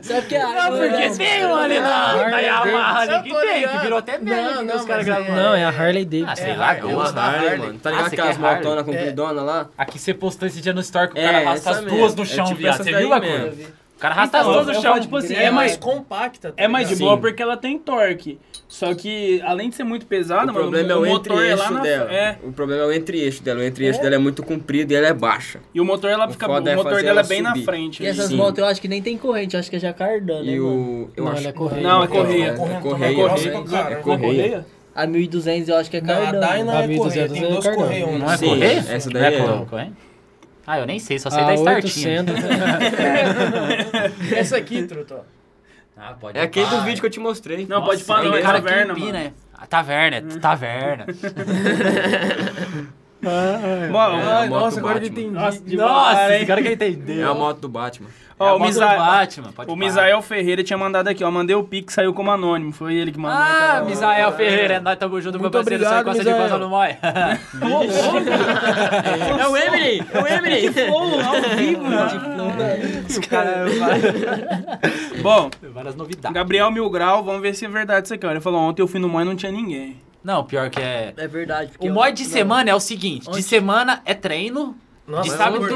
Speaker 6: Sabe que é
Speaker 5: Não,
Speaker 6: árvore,
Speaker 5: porque
Speaker 6: não.
Speaker 5: tem um ali na, na
Speaker 13: Harley
Speaker 5: Yamaha
Speaker 3: Davidson.
Speaker 5: ali que tem, que virou até
Speaker 3: Não,
Speaker 5: meme
Speaker 3: não,
Speaker 5: dos caras
Speaker 3: mas é-
Speaker 5: gravando.
Speaker 13: Não, é a Harley Davidson.
Speaker 5: Ah, sei lá,
Speaker 10: É uma
Speaker 5: gosto da
Speaker 10: Harley,
Speaker 5: Harley.
Speaker 10: mano. Tá
Speaker 5: Ah,
Speaker 10: ligado
Speaker 5: você
Speaker 10: aquelas
Speaker 5: quer Harley?
Speaker 10: motonas compridona lá?
Speaker 5: Aqui você postou esse dia no story que o
Speaker 10: É,
Speaker 5: cara arrasta
Speaker 10: essa
Speaker 5: as duas
Speaker 10: mesmo.
Speaker 5: no
Speaker 10: É
Speaker 5: chão,
Speaker 10: tipo
Speaker 5: viado.
Speaker 10: essa
Speaker 5: Você
Speaker 10: daí
Speaker 5: viu, Acu?
Speaker 10: mesmo.
Speaker 5: O cara arrasta as
Speaker 1: Então,
Speaker 5: duas
Speaker 1: eu
Speaker 5: no chão.
Speaker 1: falo, tipo assim,
Speaker 3: é
Speaker 1: é
Speaker 3: mais
Speaker 1: mais
Speaker 3: compacta.
Speaker 1: É mais de
Speaker 10: Sim.
Speaker 1: boa porque ela tem torque. Só que, além de ser muito pesada,
Speaker 10: o
Speaker 1: mano,
Speaker 10: problema é o
Speaker 1: motor é lá
Speaker 10: entre-eixo
Speaker 1: na
Speaker 10: dela.
Speaker 1: É.
Speaker 10: O problema é o entre-eixo dela. O entre-eixo dela é muito comprido e ela é baixa.
Speaker 1: E o motor ela fica. O
Speaker 10: foda é
Speaker 1: motor
Speaker 10: fazer
Speaker 1: dela é
Speaker 10: ela
Speaker 1: bem na
Speaker 10: subir.
Speaker 1: frente.
Speaker 6: E essas
Speaker 10: Sim.
Speaker 6: motos eu acho que nem tem corrente, eu acho que é jacardã, né,
Speaker 10: E
Speaker 6: mano?
Speaker 10: o. Eu
Speaker 13: Não,
Speaker 10: acho
Speaker 13: ela é correia.
Speaker 1: Não, é correia. É
Speaker 10: correia. É
Speaker 1: correia.
Speaker 10: correia. É
Speaker 1: Não é
Speaker 10: correia.
Speaker 1: correia?
Speaker 6: A 1200 eu acho que é
Speaker 26: Não, a
Speaker 6: cardão.
Speaker 26: Dyna é
Speaker 13: 9.200
Speaker 26: correia,
Speaker 13: é
Speaker 26: tem dois
Speaker 13: cardão.
Speaker 26: correios. um
Speaker 5: Não é
Speaker 10: Sim,
Speaker 5: correia?
Speaker 10: essa
Speaker 5: Não
Speaker 10: daí é.
Speaker 5: é correia. Ah, eu nem sei, só sei da
Speaker 13: A
Speaker 5: startinha. <laughs>
Speaker 13: 800.
Speaker 3: Essa aqui, truta.
Speaker 5: Ah, pode
Speaker 10: É aquele do
Speaker 5: pá.
Speaker 10: vídeo que eu te mostrei.
Speaker 1: Não, pode parar, não,
Speaker 5: Tem
Speaker 1: é
Speaker 5: cara que
Speaker 1: taverna,
Speaker 5: empina,
Speaker 1: mano.
Speaker 5: é. A taverna, é <laughs> taverna.
Speaker 1: Bom,
Speaker 10: moto
Speaker 3: Nossa,
Speaker 10: do
Speaker 3: agora eu
Speaker 10: Batman.
Speaker 3: entendi.
Speaker 1: Nossa, de
Speaker 5: Nossa,
Speaker 1: barato,
Speaker 5: esse
Speaker 1: hein?
Speaker 5: cara que
Speaker 10: É
Speaker 5: entendeu.
Speaker 10: a moto do Batman.
Speaker 5: É a
Speaker 1: Ó, o
Speaker 5: moto do
Speaker 1: Misael,
Speaker 5: Batman, pode
Speaker 1: o
Speaker 5: parar.
Speaker 1: Misael Ferreira tinha mandado aqui, ó. Mandei o Pix, saiu como anônimo. Foi ele que mandou. né,
Speaker 5: Ah,
Speaker 1: aquela-
Speaker 5: Misael Ferreira, nós tamo junto, meu
Speaker 3: Muito
Speaker 5: parceiro.
Speaker 3: obrigado,
Speaker 5: Sai com essa de
Speaker 3: Misael.
Speaker 5: coisa no Moi.
Speaker 10: É o Emily! É o Emily!
Speaker 5: Os caras. Ah!
Speaker 1: Bom,
Speaker 5: <laughs> Várias novidades.
Speaker 1: Gabriel Mil Grau, vamos ver se é verdade isso aqui. ó. Ele falou: ontem eu fui no mãe e não tinha ninguém.
Speaker 5: Não, pior que é.
Speaker 6: É verdade. porque
Speaker 5: O
Speaker 6: eu-
Speaker 5: mod de
Speaker 6: não.
Speaker 5: semana é o seguinte: de semana é treino. de sábado e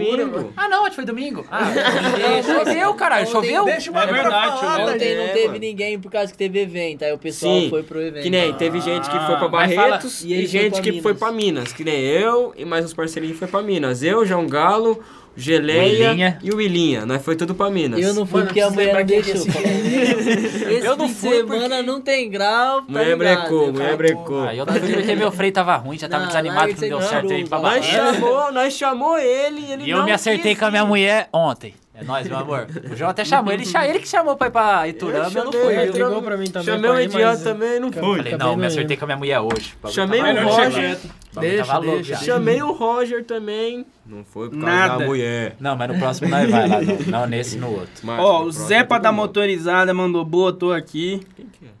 Speaker 5: domingo. Ah, não, ontem foi domingo. Ah, <laughs> choveu, caralho,
Speaker 6: Ontem-
Speaker 5: choveu?
Speaker 3: Deixa o bagulho
Speaker 1: É verdade,
Speaker 3: pra falar,
Speaker 1: eu-
Speaker 3: tá
Speaker 6: Ontem não
Speaker 10: É,
Speaker 6: teve
Speaker 10: mano.
Speaker 6: ninguém por causa que teve evento, aí o pessoal
Speaker 10: Sim,
Speaker 6: foi pro evento.
Speaker 10: Que nem, teve gente que foi pra
Speaker 5: mas fala-
Speaker 10: Barretos
Speaker 6: e
Speaker 10: e,
Speaker 6: ele foi
Speaker 10: gente
Speaker 6: pra
Speaker 10: que
Speaker 6: Minas.
Speaker 10: foi pra Minas. Que nem eu e mais uns parceirinhos que foi pra Minas. Eu, João Galo, Geleia
Speaker 5: Willinha.
Speaker 10: e o Ilinha. Nós foi tudo pra Minas.
Speaker 6: Eu não fui
Speaker 3: Mano,
Speaker 6: porque a
Speaker 3: preciso
Speaker 6: mulher não
Speaker 3: lembrar quem que é
Speaker 6: deixou. <laughs>
Speaker 3: esse
Speaker 6: falar.
Speaker 5: <laughs>
Speaker 6: Esse
Speaker 5: Eu não
Speaker 6: fim de
Speaker 5: fui é
Speaker 6: semana não tem grau. tá ligado?
Speaker 10: Mulher brecou, mulher
Speaker 6: Vai,
Speaker 10: brecou.
Speaker 5: Aí eu tava porque meu freio tava ruim, já tava
Speaker 6: Não,
Speaker 5: desanimado
Speaker 6: larga
Speaker 5: que
Speaker 6: isso
Speaker 5: não
Speaker 6: aí,
Speaker 5: deu
Speaker 6: não,
Speaker 5: certo aí pra
Speaker 6: vai
Speaker 10: Nós
Speaker 5: baixo.
Speaker 10: chamou, nós chamou ele ele
Speaker 5: É. E eu
Speaker 10: não
Speaker 5: me acertei
Speaker 10: quis
Speaker 5: com a minha
Speaker 10: ir.
Speaker 5: mulher ontem. É nóis, meu amor. O João até chamou. Ele, cha- ele que chamou pra ir pra Iturama, eu, não
Speaker 10: chamei,
Speaker 5: fui.
Speaker 13: Ele
Speaker 10: eu
Speaker 5: Eu
Speaker 13: ligou
Speaker 10: chamo-
Speaker 13: pra mim também
Speaker 10: Chamei um. o
Speaker 13: pra ir,
Speaker 10: idiota
Speaker 13: mas-
Speaker 10: também, não
Speaker 13: Eu
Speaker 10: foi.
Speaker 5: falei,
Speaker 13: Acabei
Speaker 5: não,
Speaker 13: não
Speaker 5: me acertei
Speaker 13: indo.
Speaker 5: com a minha mulher hoje. O bagulho
Speaker 10: Chamei
Speaker 5: tava
Speaker 10: o
Speaker 5: ruim.
Speaker 10: Roger.
Speaker 27: Deixa,
Speaker 10: tava louco
Speaker 27: deixa.
Speaker 10: já.
Speaker 27: Chamei o Roger também.
Speaker 10: Não foi por causa
Speaker 1: Nada.
Speaker 10: da mulher. né,
Speaker 5: Não, mas no próximo nós
Speaker 1: <laughs>
Speaker 5: vai lá. Não, não nesse no outro.
Speaker 1: Ó, o Zepa da Motorizada mandou boa, tô aqui.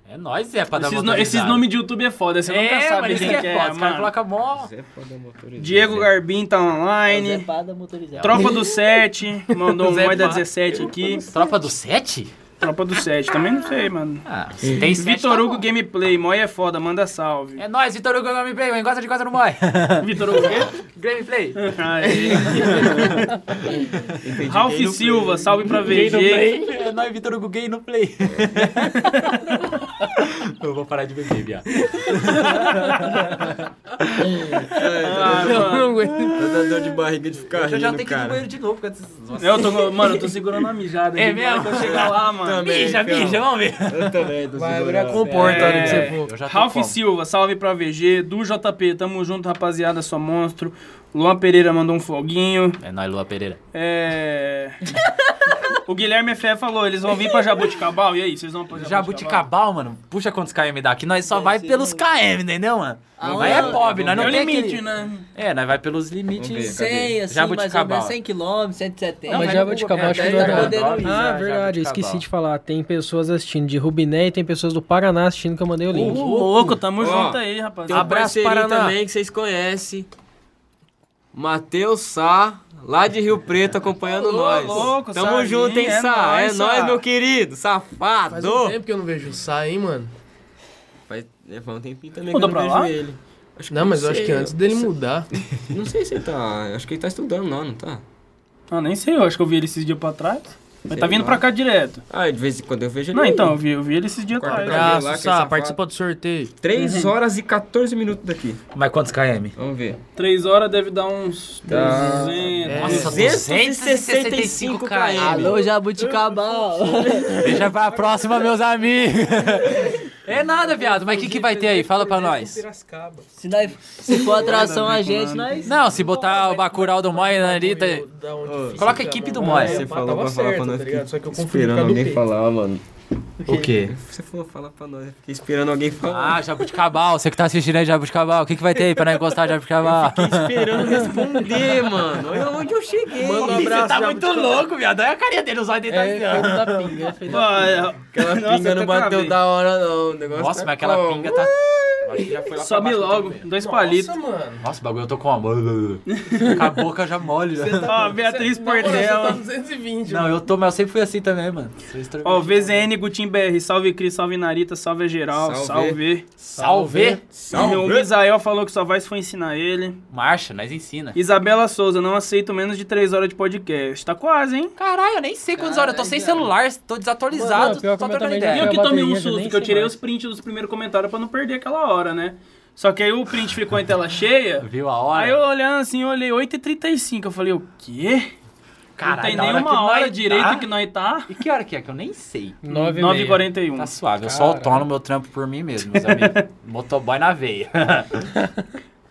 Speaker 5: É nós, Zepa da
Speaker 10: Tá
Speaker 1: esses, no-
Speaker 5: Motorizada.
Speaker 1: esses nomes de YouTube é foda, você nunca
Speaker 5: É,
Speaker 1: sabe
Speaker 5: mas isso
Speaker 1: quem
Speaker 5: que é
Speaker 1: que é,
Speaker 5: foda, os caras
Speaker 1: mano. é
Speaker 5: colocam mó...
Speaker 1: Diego Garbim tá
Speaker 6: É o
Speaker 1: online.
Speaker 6: Zepada motorizada.
Speaker 1: Tropa do 7, mandou um
Speaker 5: Zé
Speaker 1: Moeda
Speaker 5: Pá.
Speaker 1: 17 aqui.
Speaker 5: Tropa do 7?
Speaker 1: Tropa do 7, também não sei, mano.
Speaker 5: Ah, se tem sete,
Speaker 1: Vitor
Speaker 5: tá
Speaker 1: Hugo Gameplay, Moi é foda, manda salve.
Speaker 5: É nóis, Vitor Hugo Game Play, mãe. Gosta de coisa, não morre. <laughs>
Speaker 1: Vitor Hugo o <laughs> quê?
Speaker 5: Game Play.
Speaker 1: Aê. Ralf
Speaker 5: Gay no
Speaker 1: Silva, salve pra
Speaker 5: Gay no
Speaker 1: VG.
Speaker 5: play. É nóis, Vitor Hugo Gay no Play. Eu vou parar de beber, viado.
Speaker 1: Ah, mano.
Speaker 10: Toda dor de barriga de ficar
Speaker 5: Eu já tenho
Speaker 10: rindo,
Speaker 5: que ir no
Speaker 10: cara.
Speaker 5: banheiro de novo. com essas- Nossa.
Speaker 1: Eu tô, mano, eu tô segurando a mijada.
Speaker 5: É
Speaker 1: aqui,
Speaker 5: mesmo?
Speaker 1: Quando eu chegar lá, mano.
Speaker 5: Também, Mija, então. mija, vamos ver.
Speaker 10: Eu também, tô
Speaker 1: Vai
Speaker 10: segurando.
Speaker 1: abrir a comporta
Speaker 10: É.
Speaker 1: a hora que você
Speaker 10: Eu
Speaker 1: for.
Speaker 10: já tô
Speaker 1: Ralf
Speaker 10: como?
Speaker 1: Silva, salve pra VG. Du JP, tamo junto, rapaziada, só monstro. Luan Pereira mandou um foguinho.
Speaker 5: É nóis, Lua Pereira.
Speaker 1: É.
Speaker 10: <laughs>
Speaker 1: o Guilherme Fé falou, eles vão vir pra Jabuticabal. E aí, vocês vão pra Jabuticabal?
Speaker 5: Jabuticabal, mano, puxa quantos KM dá aqui. Nós só vai pelos KM, entendeu, mano?
Speaker 1: é. Ah,
Speaker 5: Não vai é
Speaker 1: não,
Speaker 5: pobre, nós não
Speaker 1: é o
Speaker 5: tem
Speaker 1: limite,
Speaker 5: aquele-
Speaker 1: né?
Speaker 5: É, nós vai pelos limites.
Speaker 6: 100, assim, mais ou menos 100 km, 170.
Speaker 5: Não,
Speaker 13: Mas
Speaker 5: mas
Speaker 13: já vou te acabar, acho que não
Speaker 6: Tá
Speaker 13: era.
Speaker 5: É,
Speaker 6: podendo ir.
Speaker 13: Ah,
Speaker 6: Já,
Speaker 13: verdade,
Speaker 6: Jabuticabal.
Speaker 13: esqueci de falar. Tem pessoas assistindo de Rubiné e tem pessoas do Paraná assistindo que eu mandei o
Speaker 5: um.
Speaker 13: link.
Speaker 1: Ô, louco, tamo junto aí, rapaz.
Speaker 13: tem um
Speaker 10: Abraço
Speaker 13: parceria
Speaker 10: para
Speaker 13: também
Speaker 10: também que vocês conhecem. Matheus Sá, lá de Rio Preto, acompanhando
Speaker 3: Ô,
Speaker 10: nós.
Speaker 3: louco,
Speaker 10: Tamo
Speaker 3: Sazinho,
Speaker 10: junto, hein,
Speaker 3: é
Speaker 10: Sá?
Speaker 3: nóis,
Speaker 10: é
Speaker 3: Sá.
Speaker 10: nóis, meu querido, safado.
Speaker 3: Faz um tempo que eu não vejo o Sai, hein, mano?
Speaker 10: Faz, é, faz um tempinho também
Speaker 3: Mudou
Speaker 10: que eu não
Speaker 3: pra lá?
Speaker 10: vejo ele. que
Speaker 3: Não, mas eu acho
Speaker 10: sei,
Speaker 3: que antes dele
Speaker 10: sei-
Speaker 3: mudar.
Speaker 10: Não sei se ele tá... Acho que ele tá estudando lá, não tá?
Speaker 1: Ah, nem sei, eu acho que eu vi ele esses dias pra trás. Mas
Speaker 10: Sei
Speaker 1: tá vindo
Speaker 10: lá.
Speaker 1: pra cá direto.
Speaker 10: Ah, de vez em quando eu vejo ele.
Speaker 1: Não, então, eu vi, eu vi ele esses dias
Speaker 10: Corta o
Speaker 1: atrás.
Speaker 10: cabelo lá, que é safado.
Speaker 1: Ah, do sorteio.
Speaker 10: 3
Speaker 1: Uhum.
Speaker 10: horas e 14 minutos daqui.
Speaker 5: Mas quantos KM?
Speaker 10: Vamos ver.
Speaker 1: 3 horas deve dar uns
Speaker 5: Tá.
Speaker 10: Dá-
Speaker 1: 300.
Speaker 5: É.
Speaker 10: Nossa, 265 km.
Speaker 6: Alô, Jabuticabal.
Speaker 5: Deixa pra próxima,
Speaker 1: <laughs>
Speaker 5: meus amigos. É nada, viado. Mas o que, que vai ter aí? Fala pra nós.
Speaker 6: Se, nós, se for atração a gente, nós...
Speaker 5: Não, se botar é tá o Bacurau do Moi na Narita. Coloca a equipe do Moi.
Speaker 10: Você falou pra falar pra nós. fiquei
Speaker 3: Só que eu confundi
Speaker 10: esperando
Speaker 3: com a do
Speaker 10: alguém
Speaker 3: peito.
Speaker 10: falar, mano.
Speaker 5: O quê?
Speaker 10: Você falou falar pra nós. eu Fiquei esperando alguém falar.
Speaker 5: Ah, Jabuticabal. Você que tá assistindo aí, Jabuticabal. O que, que vai ter aí pra nós gostar de Jabuticabal? <laughs>
Speaker 10: esperando responder, mano. Olha onde eu cheguei.
Speaker 5: Manda um abraço, Você tá muito Jabuticabal. louco, viado. Olha a carinha dele, os olhos dele tá
Speaker 1: É,
Speaker 5: assim, ó.
Speaker 10: Aquela
Speaker 1: Nossa,
Speaker 10: pinga
Speaker 1: até
Speaker 10: não bateu
Speaker 1: travei.
Speaker 10: da hora, não. O negócio
Speaker 5: Nossa,
Speaker 10: tá
Speaker 5: mas aquela
Speaker 10: como?
Speaker 5: pinga tá. Acho que já foi lá pra
Speaker 1: Sobe
Speaker 5: baixo do
Speaker 1: logo,
Speaker 5: cabelo.
Speaker 1: dois palitos.
Speaker 5: Nossa, o bagulho eu tô com a mão. <laughs> Com a boca já mole. já.
Speaker 1: Ó, Beatriz Portela.
Speaker 3: tá 220.
Speaker 5: Não, eu tô, mas eu sempre fui assim também, mano.
Speaker 1: Ó, VZN Gutim BR, salve Cris, salve Narita, salve geral,
Speaker 5: Salve.
Speaker 1: salve.
Speaker 5: Salve. Salve.
Speaker 1: O Misael falou que só vai se for ensinar ele.
Speaker 5: Marcha, nós ensina.
Speaker 1: Isabela Souza, não aceito menos de 3 horas de podcast. Tá quase, hein?
Speaker 5: Caralho, eu nem sei quantas horas. Eu tô sem celular, tô
Speaker 1: Mano,
Speaker 5: desatualizado,
Speaker 1: pior
Speaker 5: só
Speaker 1: que o meu
Speaker 5: trocando
Speaker 1: também
Speaker 5: ideia.
Speaker 1: já Eu que tomei um susto, que eu tirei os prints dos primeiros comentários pra não perder aquela hora, né? Só que aí o print ficou em tela cheia.
Speaker 5: Viu a hora?
Speaker 1: Aí eu olhando assim, eu olhei 8h35. Eu falei, o quê?
Speaker 5: Caralho,
Speaker 1: não
Speaker 5: na
Speaker 1: tem
Speaker 5: hora que
Speaker 1: nenhuma hora,
Speaker 5: nós
Speaker 1: direito
Speaker 5: tá?
Speaker 1: que nós tá.
Speaker 5: E que hora que é? Que eu nem sei.
Speaker 1: 9 e 9h41.
Speaker 5: Tá suave, eu sou autônomo, eu trampo por mim mesmo, meus amigos.
Speaker 1: <laughs>
Speaker 5: Motoboy na veia.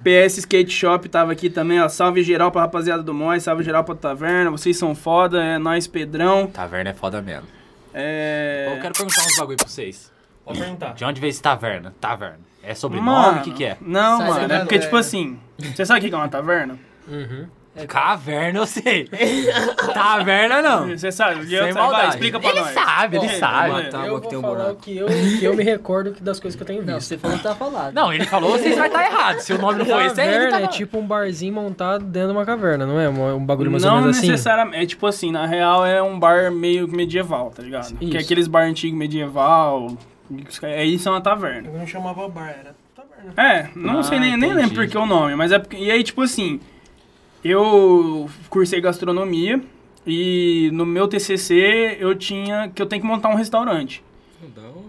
Speaker 1: PS Skate Shop tava aqui também, ó. Salve geral pra rapaziada do Moi, salve geral pra Taverna. Vocês são foda, é nóis, Pedrão.
Speaker 5: Taverna é foda mesmo.
Speaker 1: É.
Speaker 5: Eu quero perguntar uns bagulho pra vocês.
Speaker 1: Pode perguntar.
Speaker 5: De onde veio esse taverna? Taverna. É sobrenome?
Speaker 1: Mano,
Speaker 5: O que, que é?
Speaker 1: Não,
Speaker 5: Sai
Speaker 1: mano, é
Speaker 5: jogando,
Speaker 1: porque, tipo
Speaker 5: é.
Speaker 1: assim, você sabe o que que é uma taverna? é-
Speaker 5: Caverna eu
Speaker 1: <laughs>
Speaker 5: sei. Taverna não.
Speaker 1: Você sabe,
Speaker 5: Sem
Speaker 1: eu sei, vai,
Speaker 5: maldade.
Speaker 1: explica pra
Speaker 5: ele
Speaker 1: nós.
Speaker 5: sabe, ele
Speaker 1: Bom,
Speaker 5: sabe. Tá
Speaker 1: vamos lá.
Speaker 13: Eu vou falar o que eu, o que eu me recordo que- das coisas que eu tenho visto. Não,
Speaker 6: você falou que tá falado.
Speaker 5: Não, ele falou, vocês vai estar errado. Se o nome não for esse, é ele que tá
Speaker 13: é
Speaker 5: errado.
Speaker 13: tipo um barzinho montado dentro de uma caverna, não é? Um um bagulho mais ou
Speaker 1: Não
Speaker 13: menos assim.
Speaker 1: necessariamente. É tipo assim, na real é um bar meio que medieval, tá ligado? Que
Speaker 13: Isso.
Speaker 1: é aqueles bar antigo medieval. É isso, é uma taverna.
Speaker 3: Eu não chamava bar, era taverna.
Speaker 1: É, não
Speaker 3: Ah,
Speaker 1: sei nem, nem
Speaker 3: entendi.
Speaker 1: lembro porque o nome, mas é porque. E aí, tipo assim, eu cursei gastronomia e no meu TCC eu tinha que eu tenho que montar um restaurante.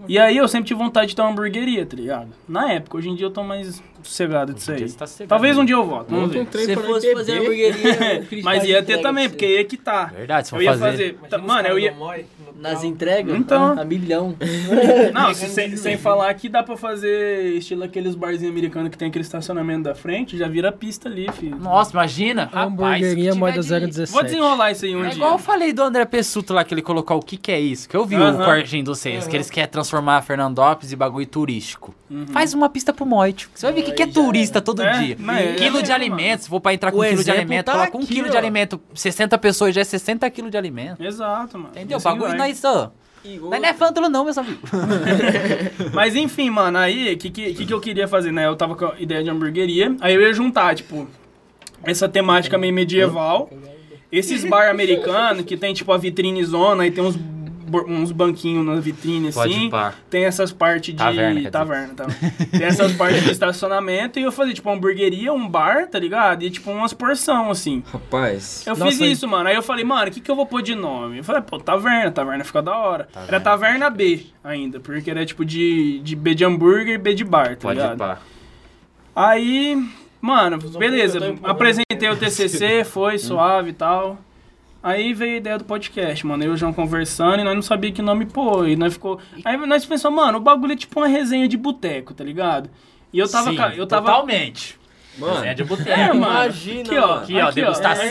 Speaker 1: E aí eu sempre tive vontade de ter uma hamburgueria, tá ligado? Na época, hoje em dia eu tô mais sossegado disso
Speaker 5: Tipo,
Speaker 1: aí.
Speaker 5: tá
Speaker 1: Talvez
Speaker 5: né?
Speaker 1: um dia eu volte, vamos
Speaker 6: Monta um
Speaker 1: ver.
Speaker 6: trem Se pra fosse nós fazer beber. hamburgueria, o Cris
Speaker 1: mas
Speaker 6: faz
Speaker 1: ia
Speaker 6: entrega assim.
Speaker 1: ter
Speaker 6: pra
Speaker 1: também,
Speaker 6: você.
Speaker 1: porque ia que tá.
Speaker 5: Verdade, se
Speaker 1: eu
Speaker 5: for
Speaker 1: ia
Speaker 5: É. fazer-
Speaker 1: fazer. Mano, eu ia.
Speaker 6: Nas entregas?
Speaker 1: Então.
Speaker 6: A milhão.
Speaker 1: Não, se- sem, sem falar que dá pra fazer estilo aqueles barzinhos americanos que tem aquele estacionamento da frente, já vira pista ali, filho.
Speaker 5: Nossa, imagina.
Speaker 13: Hamburgueria moeda 017.
Speaker 1: Vou desenrolar isso aí um
Speaker 5: é
Speaker 1: dia.
Speaker 5: igual eu falei do André Pessuto lá, que ele colocou o que que é isso. Que eu vi o
Speaker 1: Aham.
Speaker 5: cortinho de vocês, que eles querem transformar Fernandópolis e bagulho turístico. Faz uma pista pro Moite. Você vai ver o que, que é turista todo
Speaker 1: Uhum. É,
Speaker 5: dia.
Speaker 1: mas-
Speaker 5: quilo de
Speaker 1: é,
Speaker 5: alimento, se for pra entrar com
Speaker 1: O
Speaker 5: um quilo de
Speaker 1: exemplo
Speaker 5: alimento,
Speaker 1: tá
Speaker 5: coloca um
Speaker 1: aqui,
Speaker 5: quilo
Speaker 1: ó.
Speaker 5: de alimento, 60 pessoas já é 60 quilos de alimento.
Speaker 1: Exato, mano.
Speaker 5: Entendeu?
Speaker 1: Assim
Speaker 5: bagulho
Speaker 1: vai.
Speaker 5: não é isso, ó. Mas não é fântalo não, meus amigos.
Speaker 1: Mas enfim, mano, aí o que, que, que que eu queria fazer, né? Eu tava com a ideia de hamburgueria, aí eu ia juntar, tipo, essa temática meio medieval, esses bar americanos que tem, tipo, a vitrine zona, aí tem uns, bo- uns banquinhos na vitrine,
Speaker 5: Pode
Speaker 1: assim.
Speaker 5: pá.
Speaker 1: Tem essas partes de.
Speaker 5: Taverna, quer dizer.
Speaker 1: taverna, taverna. Tem essas
Speaker 5: <laughs>
Speaker 1: partes de estacionamento e eu fazia, tipo, uma hamburgueria, um bar, tá ligado? E, tipo, umas porção, assim.
Speaker 10: Rapaz.
Speaker 1: Eu fiz isso, mano. Aí eu falei, mano, o que, que eu vou pôr de nome? Eu falei, pô, taverna, taverna fica da hora. Era taverna B ainda, porque era tipo de, de B de hambúrguer e B de bar, tá ligado?
Speaker 5: pá.
Speaker 1: Aí, mano, beleza. Apresentei o TCC, foi suave e tal. Aí veio a ideia do podcast, mano. Eu e o João conversando e nós não sabia que nome pôr. E nós ficou. Aí nós pensamos, mano, o bagulho é tipo uma resenha de boteco, tá ligado? E eu tava.
Speaker 28: Sim,
Speaker 1: ca- eu tava...
Speaker 28: totalmente.
Speaker 1: Mano.
Speaker 28: Resenha de
Speaker 5: <laughs>
Speaker 28: boteco.
Speaker 1: É, mano.
Speaker 10: Imagina,
Speaker 1: Aqui, ó.
Speaker 10: mano.
Speaker 28: Aqui, ó, degustação,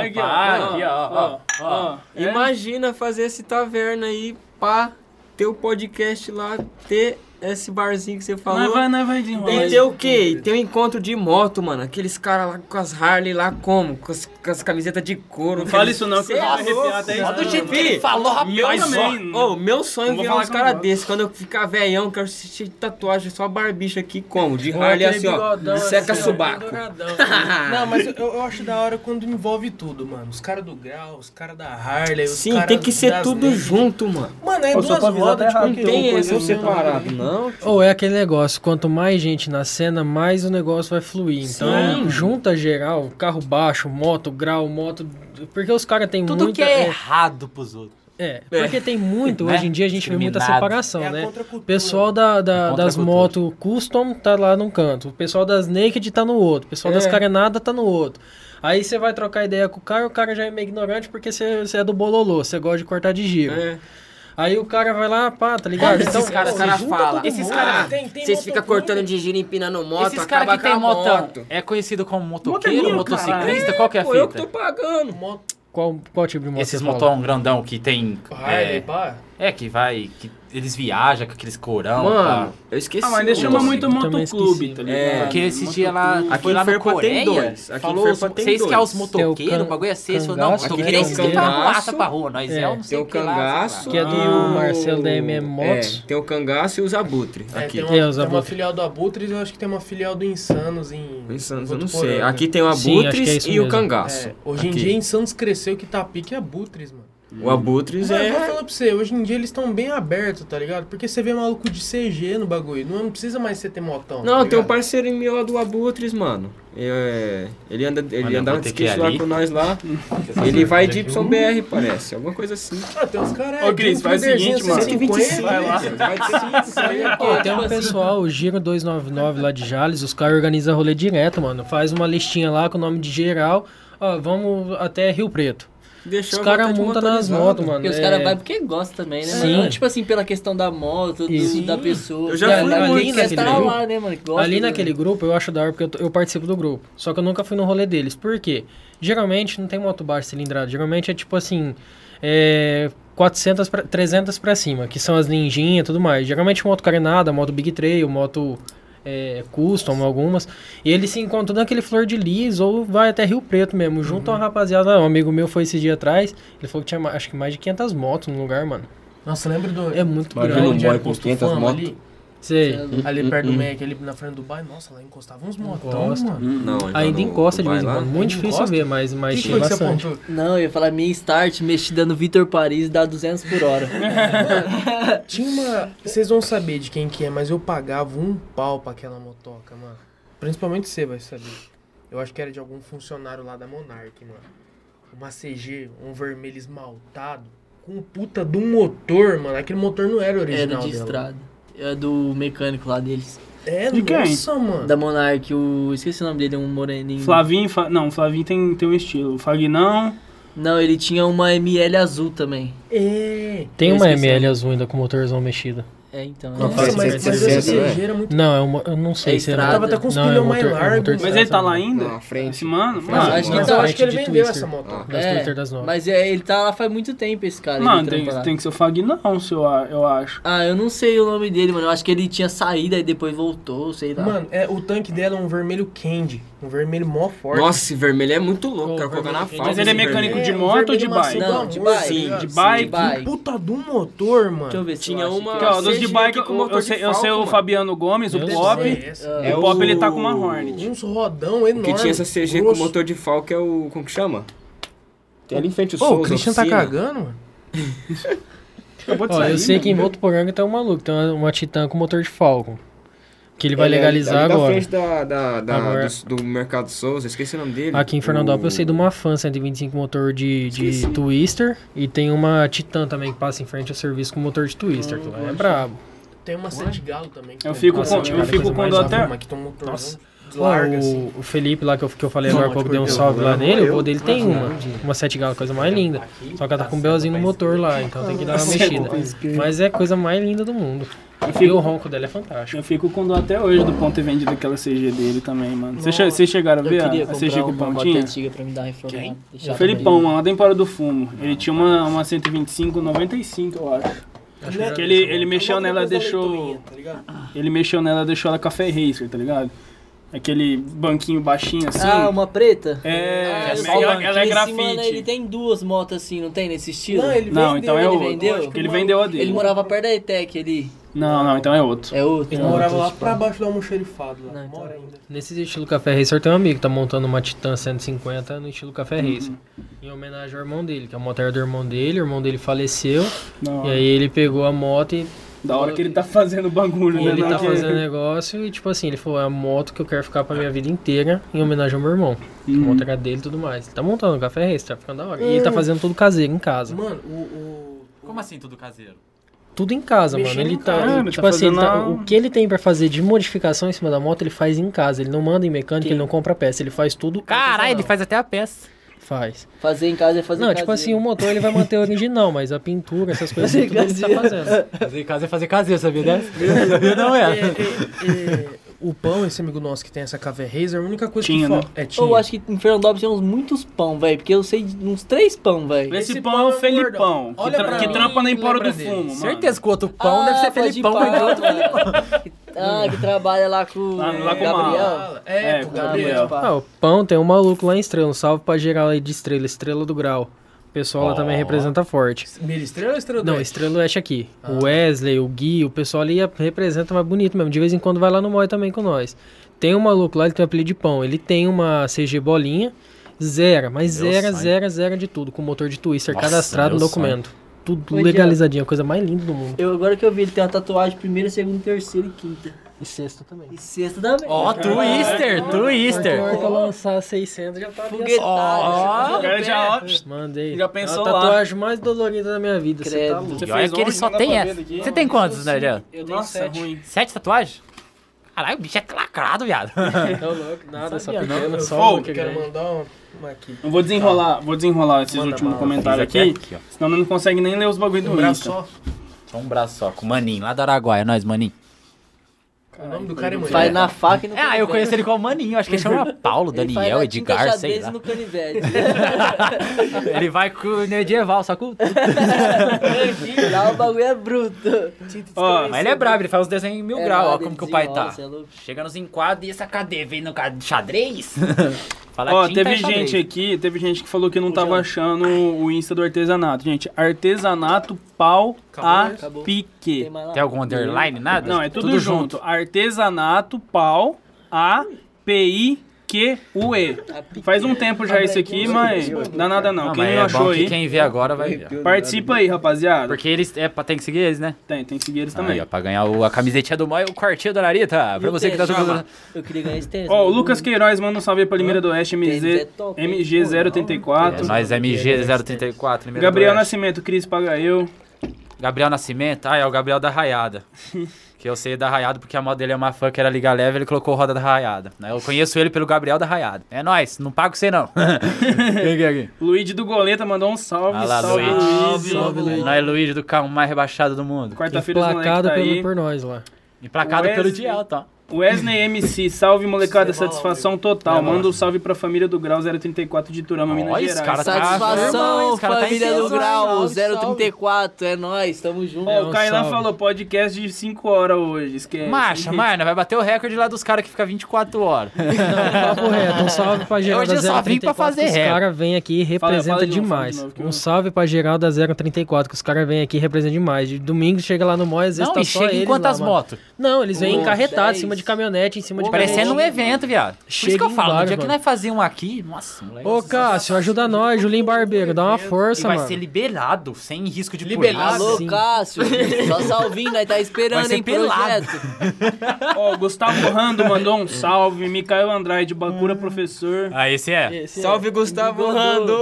Speaker 1: Aqui, ó.
Speaker 28: pá,
Speaker 1: Aqui, ó.
Speaker 28: aqui, ó, ó, ó.
Speaker 10: Imagina fazer esse taverna aí, pá, ter o podcast lá, ter esse barzinho que você falou.
Speaker 1: Nós vai, nós vai desenrolar.
Speaker 10: E tem o quê? E Tem um encontro de moto, mano. Aqueles caras lá com as Harley lá como? Com as, com as camisetas de couro. é
Speaker 1: Não fala isso não, que eu vou arrepiar até isso.
Speaker 10: isso.
Speaker 1: Olha o jeito que ele falou, rapaz,
Speaker 10: Meu
Speaker 1: também.
Speaker 10: sonho, Ô, meu sonho é
Speaker 1: Não vou
Speaker 10: virar
Speaker 1: falar
Speaker 10: uns
Speaker 1: que eu
Speaker 10: caras
Speaker 1: não
Speaker 10: desses. Quando eu ficar velhão, quero assistir tatuagem só barbicha aqui como? De Harley assim, ó. Seca subaco. <laughs>
Speaker 1: né?
Speaker 3: Não, mas eu, eu acho da hora quando envolve tudo, mano. Os caras do grau, os caras da Harley, os
Speaker 10: Sim,
Speaker 3: caras
Speaker 10: tem que ser
Speaker 3: das
Speaker 10: tudo
Speaker 3: negras.
Speaker 10: junto, mano.
Speaker 3: Mano, é duas rodas de
Speaker 10: Não tem essa
Speaker 3: conteúdo.
Speaker 10: separado, não.
Speaker 13: Ou é aquele negócio, quanto mais gente na cena, mais o negócio vai fluir. Então,
Speaker 10: Sim.
Speaker 13: junta geral, carro baixo, moto, grau, moto. Porque os caras têm
Speaker 5: Tudo
Speaker 13: muita...
Speaker 5: que é errado pros outros.
Speaker 13: É, porque tem muito,
Speaker 5: Né?
Speaker 13: hoje em dia a gente vê muita
Speaker 5: Discriminado. É
Speaker 13: separação, né? O pessoal da, da- das motos custom tá lá num canto, o pessoal das naked tá no outro, o pessoal das
Speaker 3: É.
Speaker 13: carenadas tá no outro. Aí você vai trocar ideia com o cara, o cara já é meio ignorante porque você você é do bololô, você gosta de cortar de giro. Aí o cara vai lá, pá, tá ligado?
Speaker 5: Então,
Speaker 10: Esses caras
Speaker 13: pô,
Speaker 10: cara
Speaker 13: junta
Speaker 10: falam.
Speaker 13: todo
Speaker 10: Esses
Speaker 13: mundo.
Speaker 10: caras.
Speaker 13: Tem- tem
Speaker 10: Vocês
Speaker 13: moto
Speaker 10: ficam cortando de giro, empinando moto.
Speaker 5: Esses caras
Speaker 10: acaba
Speaker 5: que
Speaker 10: com
Speaker 5: tem
Speaker 10: a
Speaker 5: motão
Speaker 10: moto.
Speaker 5: é conhecido como
Speaker 10: É
Speaker 5: motoqueiro,
Speaker 10: meu,
Speaker 5: motociclista,
Speaker 10: caralho.
Speaker 5: qual que é a
Speaker 10: Pô, eu que
Speaker 5: fita?
Speaker 10: tô pagando.
Speaker 13: Qual, qual tipo de moto
Speaker 5: Esses
Speaker 13: você fala?
Speaker 5: motão grandão que tem...
Speaker 13: Harley,
Speaker 5: é,
Speaker 13: pá.
Speaker 5: é, que vai... que eles viajam com aqueles corão,
Speaker 10: Mano,
Speaker 5: pá.
Speaker 10: eu esqueci.
Speaker 1: Ah, mas ele chama muito
Speaker 5: Eu também
Speaker 1: motoclube, tá ligado?
Speaker 5: É, porque esse dia lá,
Speaker 10: Aqui
Speaker 5: foi lá
Speaker 10: em
Speaker 5: no
Speaker 10: Ferpa tem
Speaker 5: Coreia,
Speaker 10: dois. Aqui em
Speaker 5: falou,
Speaker 10: Ferpa tem
Speaker 5: vocês que é
Speaker 10: dois.
Speaker 5: os motoqueiros,
Speaker 13: Tem o
Speaker 5: o bagulho é vocês,
Speaker 13: can-
Speaker 5: falou, não,
Speaker 13: cangaço,
Speaker 5: motoqueiro é esses
Speaker 10: tem
Speaker 5: que
Speaker 10: o
Speaker 5: vai
Speaker 10: cangaço,
Speaker 5: raça pra rua, nós é,
Speaker 13: é,
Speaker 5: eu não sei
Speaker 10: Tem o
Speaker 5: o que lá, sei lá.
Speaker 10: cangaço.
Speaker 13: Que é do Marcelo da MM Motos.
Speaker 10: É, tem o cangaço e os abutre.
Speaker 3: É,
Speaker 10: aqui.
Speaker 3: tem uma,
Speaker 13: Tem os
Speaker 3: tem uma
Speaker 13: abutres.
Speaker 3: filial do Abutres e eu acho que tem uma filial do Insanos em.
Speaker 10: Em Santos, eu
Speaker 3: Votuporanga.
Speaker 10: não sei. Aqui tem o
Speaker 13: Sim, acho que é
Speaker 10: abutres
Speaker 13: isso
Speaker 10: e o
Speaker 13: mesmo.
Speaker 10: cangaço.
Speaker 3: né? É, hoje
Speaker 10: Aqui.
Speaker 3: em dia, Insanos cresceu que tá pique é Abutres, mano.
Speaker 10: O abutres
Speaker 3: Mas eu vou
Speaker 10: é.
Speaker 3: falar pra você, hoje em dia eles estão bem abertos, tá ligado? Porque você vê maluco de CG no bagulho, não, não precisa mais você ter motão. tá
Speaker 10: Não, tem um
Speaker 3: ligado?
Speaker 10: parceiro meu lá do Abutres, mano. É, ele anda,
Speaker 5: Olha,
Speaker 10: ele
Speaker 5: eu
Speaker 10: andava
Speaker 5: vou
Speaker 10: de
Speaker 5: ter que ir
Speaker 10: skate lá
Speaker 5: ali.
Speaker 10: com nós
Speaker 13: <laughs>
Speaker 10: lá. ele vai
Speaker 13: é
Speaker 10: de
Speaker 13: um
Speaker 10: YBR, parece. Alguma coisa assim.
Speaker 3: Ah, tem uns caras
Speaker 1: Ô, Cris, faz o seguinte, mano.
Speaker 10: 125,
Speaker 1: Vai lá.
Speaker 13: Pô, tem um pessoal, o Giro 299 lá de Jales, os caras organizam rolê direto, mano. Faz uma listinha lá com o nome de geral. Ó, vamos até Rio Preto.
Speaker 10: Deixou
Speaker 13: Os
Speaker 10: a
Speaker 13: caras
Speaker 10: vontade né?
Speaker 13: montam nas
Speaker 10: motorizada.
Speaker 13: motos, mano.
Speaker 6: Porque os
Speaker 13: é-
Speaker 6: caras vão porque gostam também, né, mano?
Speaker 13: Sim.
Speaker 6: Não, tipo assim, pela questão da moto, do-
Speaker 13: Sim.
Speaker 6: da pessoa.
Speaker 10: Eu já
Speaker 6: Cara,
Speaker 10: fui
Speaker 6: cara,
Speaker 10: muito
Speaker 6: quem quer
Speaker 10: naquele
Speaker 6: tá lá,
Speaker 13: grupo.
Speaker 6: né, mano? que Gosta
Speaker 13: Ali
Speaker 6: do-
Speaker 13: naquele
Speaker 3: um?
Speaker 13: grupo eu acho da hora porque eu, tô- eu participo do grupo. Só que eu nunca fui no rolê deles. Por quê? Geralmente não tem moto baixa cilindrada. Geralmente é tipo assim. É, 400 pra, 300 pra cima, que são as ninjinha e tudo mais. Geralmente moto carenada, moto Big Trail, moto é, custom, algumas. E eles se encontram naquele Flor de Lis ou vai até Rio Preto mesmo. Junto
Speaker 3: Uhum.
Speaker 13: a uma rapaziada, um amigo meu foi esse dia atrás. Ele falou que tinha ma- acho que mais de 500 motos no lugar, mano.
Speaker 3: Nossa, lembra do. um
Speaker 13: É muito
Speaker 10: Bagulho
Speaker 13: grande.
Speaker 10: no
Speaker 3: Onde era
Speaker 10: um boy com
Speaker 3: posto
Speaker 10: 500
Speaker 3: fama
Speaker 10: moto.
Speaker 3: Ali, é
Speaker 13: Sei.
Speaker 3: ali
Speaker 10: <laughs>
Speaker 3: perto do
Speaker 10: Hum, hum.
Speaker 3: MEC, ali na frente do bairro, nossa, lá encostava uns motão,
Speaker 13: Encosta.
Speaker 3: mano.
Speaker 10: Não,
Speaker 13: Ainda
Speaker 10: no-
Speaker 13: encosta de
Speaker 10: vai
Speaker 13: vez em
Speaker 10: lá.
Speaker 13: quando. Muito difícil
Speaker 3: Encosta?
Speaker 13: ver, mas, mas
Speaker 3: Que
Speaker 13: tinha
Speaker 3: que você
Speaker 13: bastante.
Speaker 3: apontou?
Speaker 6: Não, eu ia falar minha start mexida no Vitor Paris dá 200
Speaker 1: <laughs>
Speaker 6: por hora.
Speaker 3: Tinha uma. Vocês vão saber de quem que é, mas eu pagava um pau pra aquela motoca, mano. Principalmente você vai saber. Eu acho que era de algum funcionário lá da Monarch, mano. Uma CG, um vermelho esmaltado, com um puta de um motor, mano. Aquele motor não era original.
Speaker 6: Era É de
Speaker 3: dela.
Speaker 6: estrada. Era do mecânico lá deles.
Speaker 3: É,
Speaker 1: De quem?
Speaker 3: nossa, mano.
Speaker 6: Da Monark, o. Esqueci o nome dele, é um moreninho.
Speaker 1: Flavinho, Fa- não, Flavinho tem, tem um estilo. O Fagnão,
Speaker 6: Não, ele tinha uma ML azul também.
Speaker 3: É.
Speaker 13: Tem
Speaker 6: Eu
Speaker 13: uma
Speaker 6: esqueci.
Speaker 13: ML azul ainda com motorzão mexido.
Speaker 6: É, então.
Speaker 13: Não,
Speaker 6: é.
Speaker 13: faz Nossa, mas-
Speaker 3: 760, mas esse né? ligeiro é muito-
Speaker 13: Não, é uma, eu não sei
Speaker 6: É
Speaker 13: se era.
Speaker 6: estrada. Tava até com os
Speaker 13: não,
Speaker 6: pneus
Speaker 13: é
Speaker 6: mais
Speaker 13: motor- é
Speaker 6: largos.
Speaker 13: motor de
Speaker 1: Mas ele
Speaker 13: estrada.
Speaker 1: tá lá ainda?
Speaker 6: Não,
Speaker 1: frente. Esse mano?
Speaker 13: Frente,
Speaker 1: mano.
Speaker 13: acho que
Speaker 6: Então, acho que ele
Speaker 13: de
Speaker 6: vendeu
Speaker 13: Twister.
Speaker 6: essa moto.
Speaker 13: Das Twister das nove.
Speaker 6: É, Mas é, ele tá lá faz muito tempo, esse cara. ele
Speaker 1: Mano, tem,
Speaker 6: trampa lá.
Speaker 1: tem que ser o Fagnão, se eu, a- eu acho.
Speaker 6: Ah, eu não sei o nome dele, mano. Eu acho que ele tinha saído e depois voltou, sei lá.
Speaker 3: Mano, é, o tanque dela é um vermelho candy. Um vermelho mó forte.
Speaker 6: Nossa,
Speaker 29: esse vermelho é muito louco, cara. Colocar na
Speaker 3: vermelho.
Speaker 29: falda.
Speaker 3: Mas ele é
Speaker 29: esse
Speaker 3: mecânico
Speaker 29: vermelho.
Speaker 3: de É, um moto ou de vermelho bike? macio,
Speaker 29: Não,
Speaker 3: pelo
Speaker 29: de
Speaker 3: amor de
Speaker 29: bike.
Speaker 3: Deus.
Speaker 1: De bike?
Speaker 3: Que Puta do motor, mano.
Speaker 6: Deixa eu é ver se
Speaker 29: Tinha uma.
Speaker 1: Aqui, ó, dos de bike,
Speaker 29: com
Speaker 1: eu,
Speaker 29: motor
Speaker 1: eu
Speaker 29: de
Speaker 1: sei, eu sei
Speaker 29: falco,
Speaker 1: o
Speaker 29: mano.
Speaker 1: Fabiano Gomes, o
Speaker 29: Deve
Speaker 1: Pop.
Speaker 29: ser essa.
Speaker 1: O
Speaker 29: É
Speaker 1: Pop, ele tá
Speaker 29: o-
Speaker 1: com uma Hornet.
Speaker 3: Uns um rodão enorme.
Speaker 29: Que tinha essa CG com motor de falco é o. Como que chama? Tem ali em frente o
Speaker 3: Ô,
Speaker 29: Souza.
Speaker 3: o Christian tá
Speaker 29: oficina.
Speaker 3: cagando,
Speaker 29: <laughs>
Speaker 3: mano.
Speaker 1: Acabou de
Speaker 13: Ó,
Speaker 1: sair,
Speaker 13: eu sei
Speaker 1: né?
Speaker 13: que em Votuporanga tem um maluco, tem uma, uma Titan com motor de Falcon. Que ele vai
Speaker 29: é
Speaker 13: legalizar
Speaker 29: ali Da
Speaker 13: agora.
Speaker 29: frente da, da, da-
Speaker 13: Agora-
Speaker 29: do, do Mercado Souza, esqueci o nome dele.
Speaker 13: Aqui em Fernandópolis eu sei de uma fan 125 motor de, de Twister. E tem uma Titan também que passa em frente ao serviço com motor de Twister. que lá é brabo.
Speaker 3: Tem uma Sete Galo também. que
Speaker 1: Eu
Speaker 3: tem-
Speaker 1: fico
Speaker 3: Nossa,
Speaker 1: com-
Speaker 3: cara,
Speaker 1: eu
Speaker 3: coisa
Speaker 1: fico com
Speaker 3: mais
Speaker 1: dó
Speaker 3: avulsa,
Speaker 1: até-
Speaker 3: mas que tem um motor
Speaker 1: Nossa.
Speaker 13: Ó,
Speaker 3: Larga,
Speaker 13: o,
Speaker 3: assim.
Speaker 13: o Felipe lá que eu, que eu falei
Speaker 3: Não,
Speaker 13: agora
Speaker 3: mas
Speaker 13: há pouco,
Speaker 3: foi
Speaker 13: deu um
Speaker 3: eu,
Speaker 13: salve
Speaker 3: não,
Speaker 13: lá
Speaker 3: não,
Speaker 13: nele, o
Speaker 3: eu.
Speaker 13: pô dele tem
Speaker 3: Não,
Speaker 13: uma. Uma sete galo, coisa mais linda. Só que ela tá com um belzinho no motor lá, então tem que dar uma mexida. Mas é a coisa mais linda do mundo. E o ronco dela é fantástico.
Speaker 1: Eu fico com dó até hoje do ponto e vendido daquela CG dele também, mano. Vocês che- vocês chegaram a
Speaker 6: Eu
Speaker 1: ver a,
Speaker 6: queria
Speaker 1: a
Speaker 6: comprar um
Speaker 1: CG com
Speaker 6: uma moto
Speaker 1: pontinha?
Speaker 6: antiga pra me dar uma reflorada, deixar
Speaker 1: O
Speaker 6: também.
Speaker 1: Felipão, mano, lá da Empora do Fumo. Ele tinha uma, uma 125, 95, eu acho. Né?
Speaker 3: Acho que eu já
Speaker 1: que
Speaker 3: vi
Speaker 1: ele,
Speaker 3: essa moto.
Speaker 1: ele mexeu
Speaker 3: Alguma
Speaker 1: nela,
Speaker 3: coisa da
Speaker 1: deixou.
Speaker 3: leitoinha, tá ligado?
Speaker 1: Ele mexeu nela, deixou ela café racer, tá ligado? Aquele banquinho baixinho assim.
Speaker 6: Ah, uma preta?
Speaker 1: É,
Speaker 6: Ah,
Speaker 1: é
Speaker 6: eu sei.
Speaker 1: ela- ela é
Speaker 6: Esse
Speaker 1: grafite.
Speaker 6: mano, né, ele tem duas motos assim, não tem? Nesse estilo?
Speaker 1: Não, ele Não, vendeu, então é ele outro. vendeu. Acho que Ele vendeu a dele.
Speaker 6: Ele morava perto da ETEC ali.
Speaker 1: Não, não, então é outro.
Speaker 6: É outro.
Speaker 3: Ele
Speaker 1: É
Speaker 3: morava
Speaker 1: outro,
Speaker 3: lá
Speaker 1: tipo.
Speaker 3: pra baixo do almoxerifado. Lá.
Speaker 1: então
Speaker 3: Mora
Speaker 1: é
Speaker 3: ainda.
Speaker 13: Nesse estilo Café Racer tem um amigo que tá montando uma Titan 150 no estilo Café
Speaker 3: Uhum.
Speaker 13: Racer. Em homenagem ao irmão dele, que a moto era do irmão dele, o irmão dele faleceu.
Speaker 1: Da
Speaker 13: E
Speaker 1: hora.
Speaker 13: aí ele pegou a moto e.
Speaker 1: Da hora que ele tá fazendo bagulho,
Speaker 13: Ele
Speaker 1: né?
Speaker 13: tá
Speaker 1: Porque-
Speaker 13: fazendo negócio e, tipo assim, ele falou: é a moto que eu quero ficar pra minha vida inteira em homenagem ao meu irmão. A moto era dele e tudo mais. Ele tá montando um café racer, tá ficando da hora. E ele tá
Speaker 3: Hum.
Speaker 13: fazendo tudo caseiro em casa.
Speaker 3: Mano, o.
Speaker 28: Como assim tudo caseiro?
Speaker 13: Tudo em casa,
Speaker 28: Mexendo
Speaker 13: mano.
Speaker 28: em
Speaker 13: Ele tá.
Speaker 28: casa, ele
Speaker 13: tipo
Speaker 28: tá
Speaker 13: assim, ele tá-
Speaker 28: fazendo a-
Speaker 13: o que ele tem pra fazer de modificação em cima da moto, ele faz em casa. Ele não manda em mecânica, ele não compra peça, ele faz tudo.
Speaker 5: Caralho, ele faz até a peça.
Speaker 13: Faz.
Speaker 6: Fazer em casa é fazer
Speaker 13: Não,
Speaker 6: em
Speaker 13: tipo
Speaker 6: casa.
Speaker 13: assim, o motor ele vai manter original, mas a pintura, essas coisas, tudo ele tá fazendo.
Speaker 28: Fazer em casa é fazer caseiro, sabia dessa? Sabia não é.
Speaker 3: é, O pão, esse amigo nosso que tem essa café Razer, a única coisa
Speaker 6: Tinha,
Speaker 3: que
Speaker 6: né?
Speaker 3: falta. É, tinha.
Speaker 6: Eu acho que em Fernandópolis tem uns muitos pão, velho. Porque eu sei de uns três pão, velho.
Speaker 1: Esse, pão é o Felipão, que,
Speaker 6: Olha
Speaker 1: tra-
Speaker 6: pra
Speaker 1: que
Speaker 6: mim,
Speaker 1: trampa na Empora do
Speaker 6: lembra
Speaker 1: Fumo,
Speaker 6: dele.
Speaker 1: mano.
Speaker 28: Certeza que o outro pão deve ser Felipão,
Speaker 6: Ah, pode
Speaker 28: mas
Speaker 6: pá,
Speaker 28: outro
Speaker 6: mano. <laughs> Ah, que trabalha lá com
Speaker 1: então. Lá- lá com o
Speaker 6: Gabriel. Ah,
Speaker 1: Mala. É, com o Gabriel.
Speaker 13: Ah, o Pão tem um maluco lá em Estrela. Um salve pra geral aí de Estrela, Estrela do Grau. O pessoal lá também representa forte.
Speaker 3: Mira Estrela ou Estrela do
Speaker 13: Não,
Speaker 3: Oeste?
Speaker 13: Estrela do Oeste aqui. O Wesley, o Gui, o pessoal ali é- representa mais bonito mesmo. De vez em quando vai lá no Moi também com nós. Tem um maluco lá, ele tem um apelido de Pão. Ele tem uma CG bolinha, zera, mas
Speaker 28: Meu
Speaker 13: zera,
Speaker 28: sonho.
Speaker 13: zera, zera de tudo. Com motor de Twister
Speaker 28: Nossa,
Speaker 13: cadastrado no
Speaker 28: meu
Speaker 13: documento. Tudo
Speaker 6: Ô,
Speaker 13: legalizadinho, a coisa mais linda do mundo.
Speaker 6: Eu, agora que eu vi, ele tem uma tatuagem primeira, segunda, terceira e quinta.
Speaker 13: E sexta também.
Speaker 6: E sexta também.
Speaker 28: Ó, Twister, Twister.
Speaker 13: Quando eu lançar 600 já tá ali,
Speaker 6: Foguetado.
Speaker 28: Ó,
Speaker 13: ó.
Speaker 28: o cara já-
Speaker 13: Mandei.
Speaker 28: já pensou
Speaker 13: É a
Speaker 28: lá.
Speaker 13: tatuagem mais dolorida da minha vida. Você tá
Speaker 28: Credo.
Speaker 13: louco.
Speaker 28: Você
Speaker 5: E olha que ele só tem essa. Você tem quantos, né, Adriano?
Speaker 1: Eu tenho Nossa, sete. ruim.
Speaker 5: Sete tatuagens? Caralho, o bicho é lacrado, viado.
Speaker 13: Tô louco, nada, só
Speaker 5: Sabia, não.
Speaker 13: pequeno,
Speaker 5: Eu
Speaker 13: só
Speaker 5: vou,
Speaker 13: o
Speaker 5: que
Speaker 13: que
Speaker 5: quero
Speaker 13: grande.
Speaker 3: Mandar uma, uma aqui.
Speaker 1: Eu Então vou desenrolar, vou desenrolar esses últimos
Speaker 5: Tá. bala.
Speaker 1: comentários
Speaker 5: Fiz até
Speaker 1: aqui,
Speaker 5: aqui, ó.
Speaker 1: senão não consegue nem ler os bagulho do Insta.
Speaker 5: Só um braço só, com o Maninho, lá do Araguaia. É nóis, Maninho.
Speaker 3: O nome do cara é
Speaker 5: Vai
Speaker 3: mulher.
Speaker 5: na
Speaker 6: faca e no
Speaker 5: Ah, eu conheço ele como Maninho. Acho que ele
Speaker 6: <laughs>
Speaker 5: chama Paulo, Daniel, Edgar, sei lá.
Speaker 6: no
Speaker 5: <laughs>
Speaker 6: canivete. <laughs>
Speaker 5: Ele vai com o medieval, só com...
Speaker 6: lá o bagulho é bruto.
Speaker 5: Ó, mas ele é brabo, ele faz os desenhos em mil
Speaker 6: É,
Speaker 5: graus. Ó
Speaker 6: ele
Speaker 5: como que o pai
Speaker 6: desenrola,
Speaker 5: tá.
Speaker 6: cê é louco.
Speaker 5: Chega nos enquadros e essa cadeia vem no ca-
Speaker 6: <laughs>
Speaker 5: xadrez? Fala
Speaker 1: Ó,
Speaker 5: tinta é
Speaker 1: teve
Speaker 5: e xadrez.
Speaker 1: gente aqui, teve gente que falou que não tava achando o Insta do artesanato. Gente, artesanato pau a
Speaker 5: Acabou.
Speaker 1: pique. Tem,
Speaker 5: Tem algum underline, nada?
Speaker 1: Não, é tudo,
Speaker 5: Tudo
Speaker 1: junto. Artesanato pau a p i q u e. Faz um tempo já isso aqui, mas dá nada não. Quem
Speaker 5: mas
Speaker 1: não
Speaker 5: é
Speaker 1: achou
Speaker 5: bom que
Speaker 1: aí?
Speaker 5: Quem vê agora vai ver.
Speaker 1: Participa aí, rapaziada.
Speaker 5: Porque eles é, pra- tem que seguir eles, né?
Speaker 1: Tem, tem que seguir eles
Speaker 5: também. Aí, ó, pra ganhar o- a camisetinha do Moi e o quartinho da Narita. Pra você que tá jogando.
Speaker 6: Eu queria ganhar esse tênis.
Speaker 1: Ó, o Lucas Queiroz manda um salve aí pra Limeira do Oeste, MZ,
Speaker 5: É,
Speaker 1: MG034.
Speaker 5: nós é MG034.
Speaker 1: Gabriel Nascimento, Cris Paga eu.
Speaker 5: Gabriel Nascimento? Ah, é o Gabriel da
Speaker 13: <laughs>
Speaker 5: Raiada. que eu sei da Raiada porque a moda dele é uma fã que era Liga Leve ele colocou roda da Raiada. né? Eu conheço ele pelo Gabriel da Raiada. É nóis, não pago você
Speaker 13: <laughs>
Speaker 5: não. Quem que é aqui?
Speaker 1: Luigi do Goleta mandou um salve.
Speaker 5: Ah lá,
Speaker 1: salve,
Speaker 5: Luigi.
Speaker 1: Luigi.
Speaker 5: Salve, Luigi. Nós, Luigi, do carro mais rebaixado do mundo.
Speaker 1: Quarta-feira os moleques tá aí.
Speaker 13: nós lá. é
Speaker 5: Emplacado pelo Diel, tá?
Speaker 1: Wesley MC, salve molecada,
Speaker 5: é
Speaker 1: satisfação total. Manda um salve pra família do Grau 034 de Turama, Minas
Speaker 5: Olha,
Speaker 1: Gerais.
Speaker 5: esse cara tá-
Speaker 1: Irmão,
Speaker 6: Satisfação,
Speaker 1: esse cara tá
Speaker 6: família do
Speaker 1: intenso,
Speaker 6: Grau,
Speaker 1: salve, salve.
Speaker 6: 034, é nóis, tamo junto.
Speaker 1: Ó, o Kainan falou podcast de 5 horas hoje,
Speaker 13: É
Speaker 1: esquece.
Speaker 5: Marcha, Marna, vai bater o recorde lá dos caras que fica 24
Speaker 13: <laughs>
Speaker 5: horas. <laughs>
Speaker 13: <laughs> Papo reto, um salve pra geral
Speaker 5: Hoje
Speaker 13: da
Speaker 5: eu só vim
Speaker 13: 034.
Speaker 5: pra fazer
Speaker 13: que os
Speaker 5: rap.
Speaker 13: caras vêm aqui e representa
Speaker 5: Fala- fala de novo,
Speaker 13: demais.
Speaker 5: fala de
Speaker 13: um salve pra geral da 034, que os caras vêm aqui e representam demais. De domingo chega lá no Mói, às vezes
Speaker 5: Não,
Speaker 13: tá
Speaker 5: e
Speaker 13: só
Speaker 5: chega em
Speaker 13: eles
Speaker 5: quantas
Speaker 13: lá, mano.
Speaker 5: motos?
Speaker 13: Não, eles vêm
Speaker 5: Um,
Speaker 13: encarretados,
Speaker 5: dez.
Speaker 13: em cima de caminhonete, em cima de
Speaker 5: Parecendo um
Speaker 13: caminhonete.
Speaker 5: evento, viado. Por isso
Speaker 13: Chega
Speaker 5: que eu falo,
Speaker 13: em
Speaker 5: no dia
Speaker 13: vários,
Speaker 5: que nós fazíamos um aqui, nossa, moleque.
Speaker 13: Ô, Cássio, ajuda nós, Julinho Barbeiro, dá uma
Speaker 5: um E
Speaker 13: força,
Speaker 5: vai
Speaker 13: mano.
Speaker 5: ser liberado, sem risco de
Speaker 13: Liberado.
Speaker 5: polícia.
Speaker 6: Alô, Cássio, só salvinho, nós tá
Speaker 5: Vai
Speaker 6: esperando,
Speaker 5: ser
Speaker 6: hein,
Speaker 5: pelado.
Speaker 6: projeto.
Speaker 1: Ó, o Gustavo Rando mandou um salve. Micael Andrade, Bacura, professor.
Speaker 5: Ah, esse é.
Speaker 1: Salve, Gustavo
Speaker 5: Rando.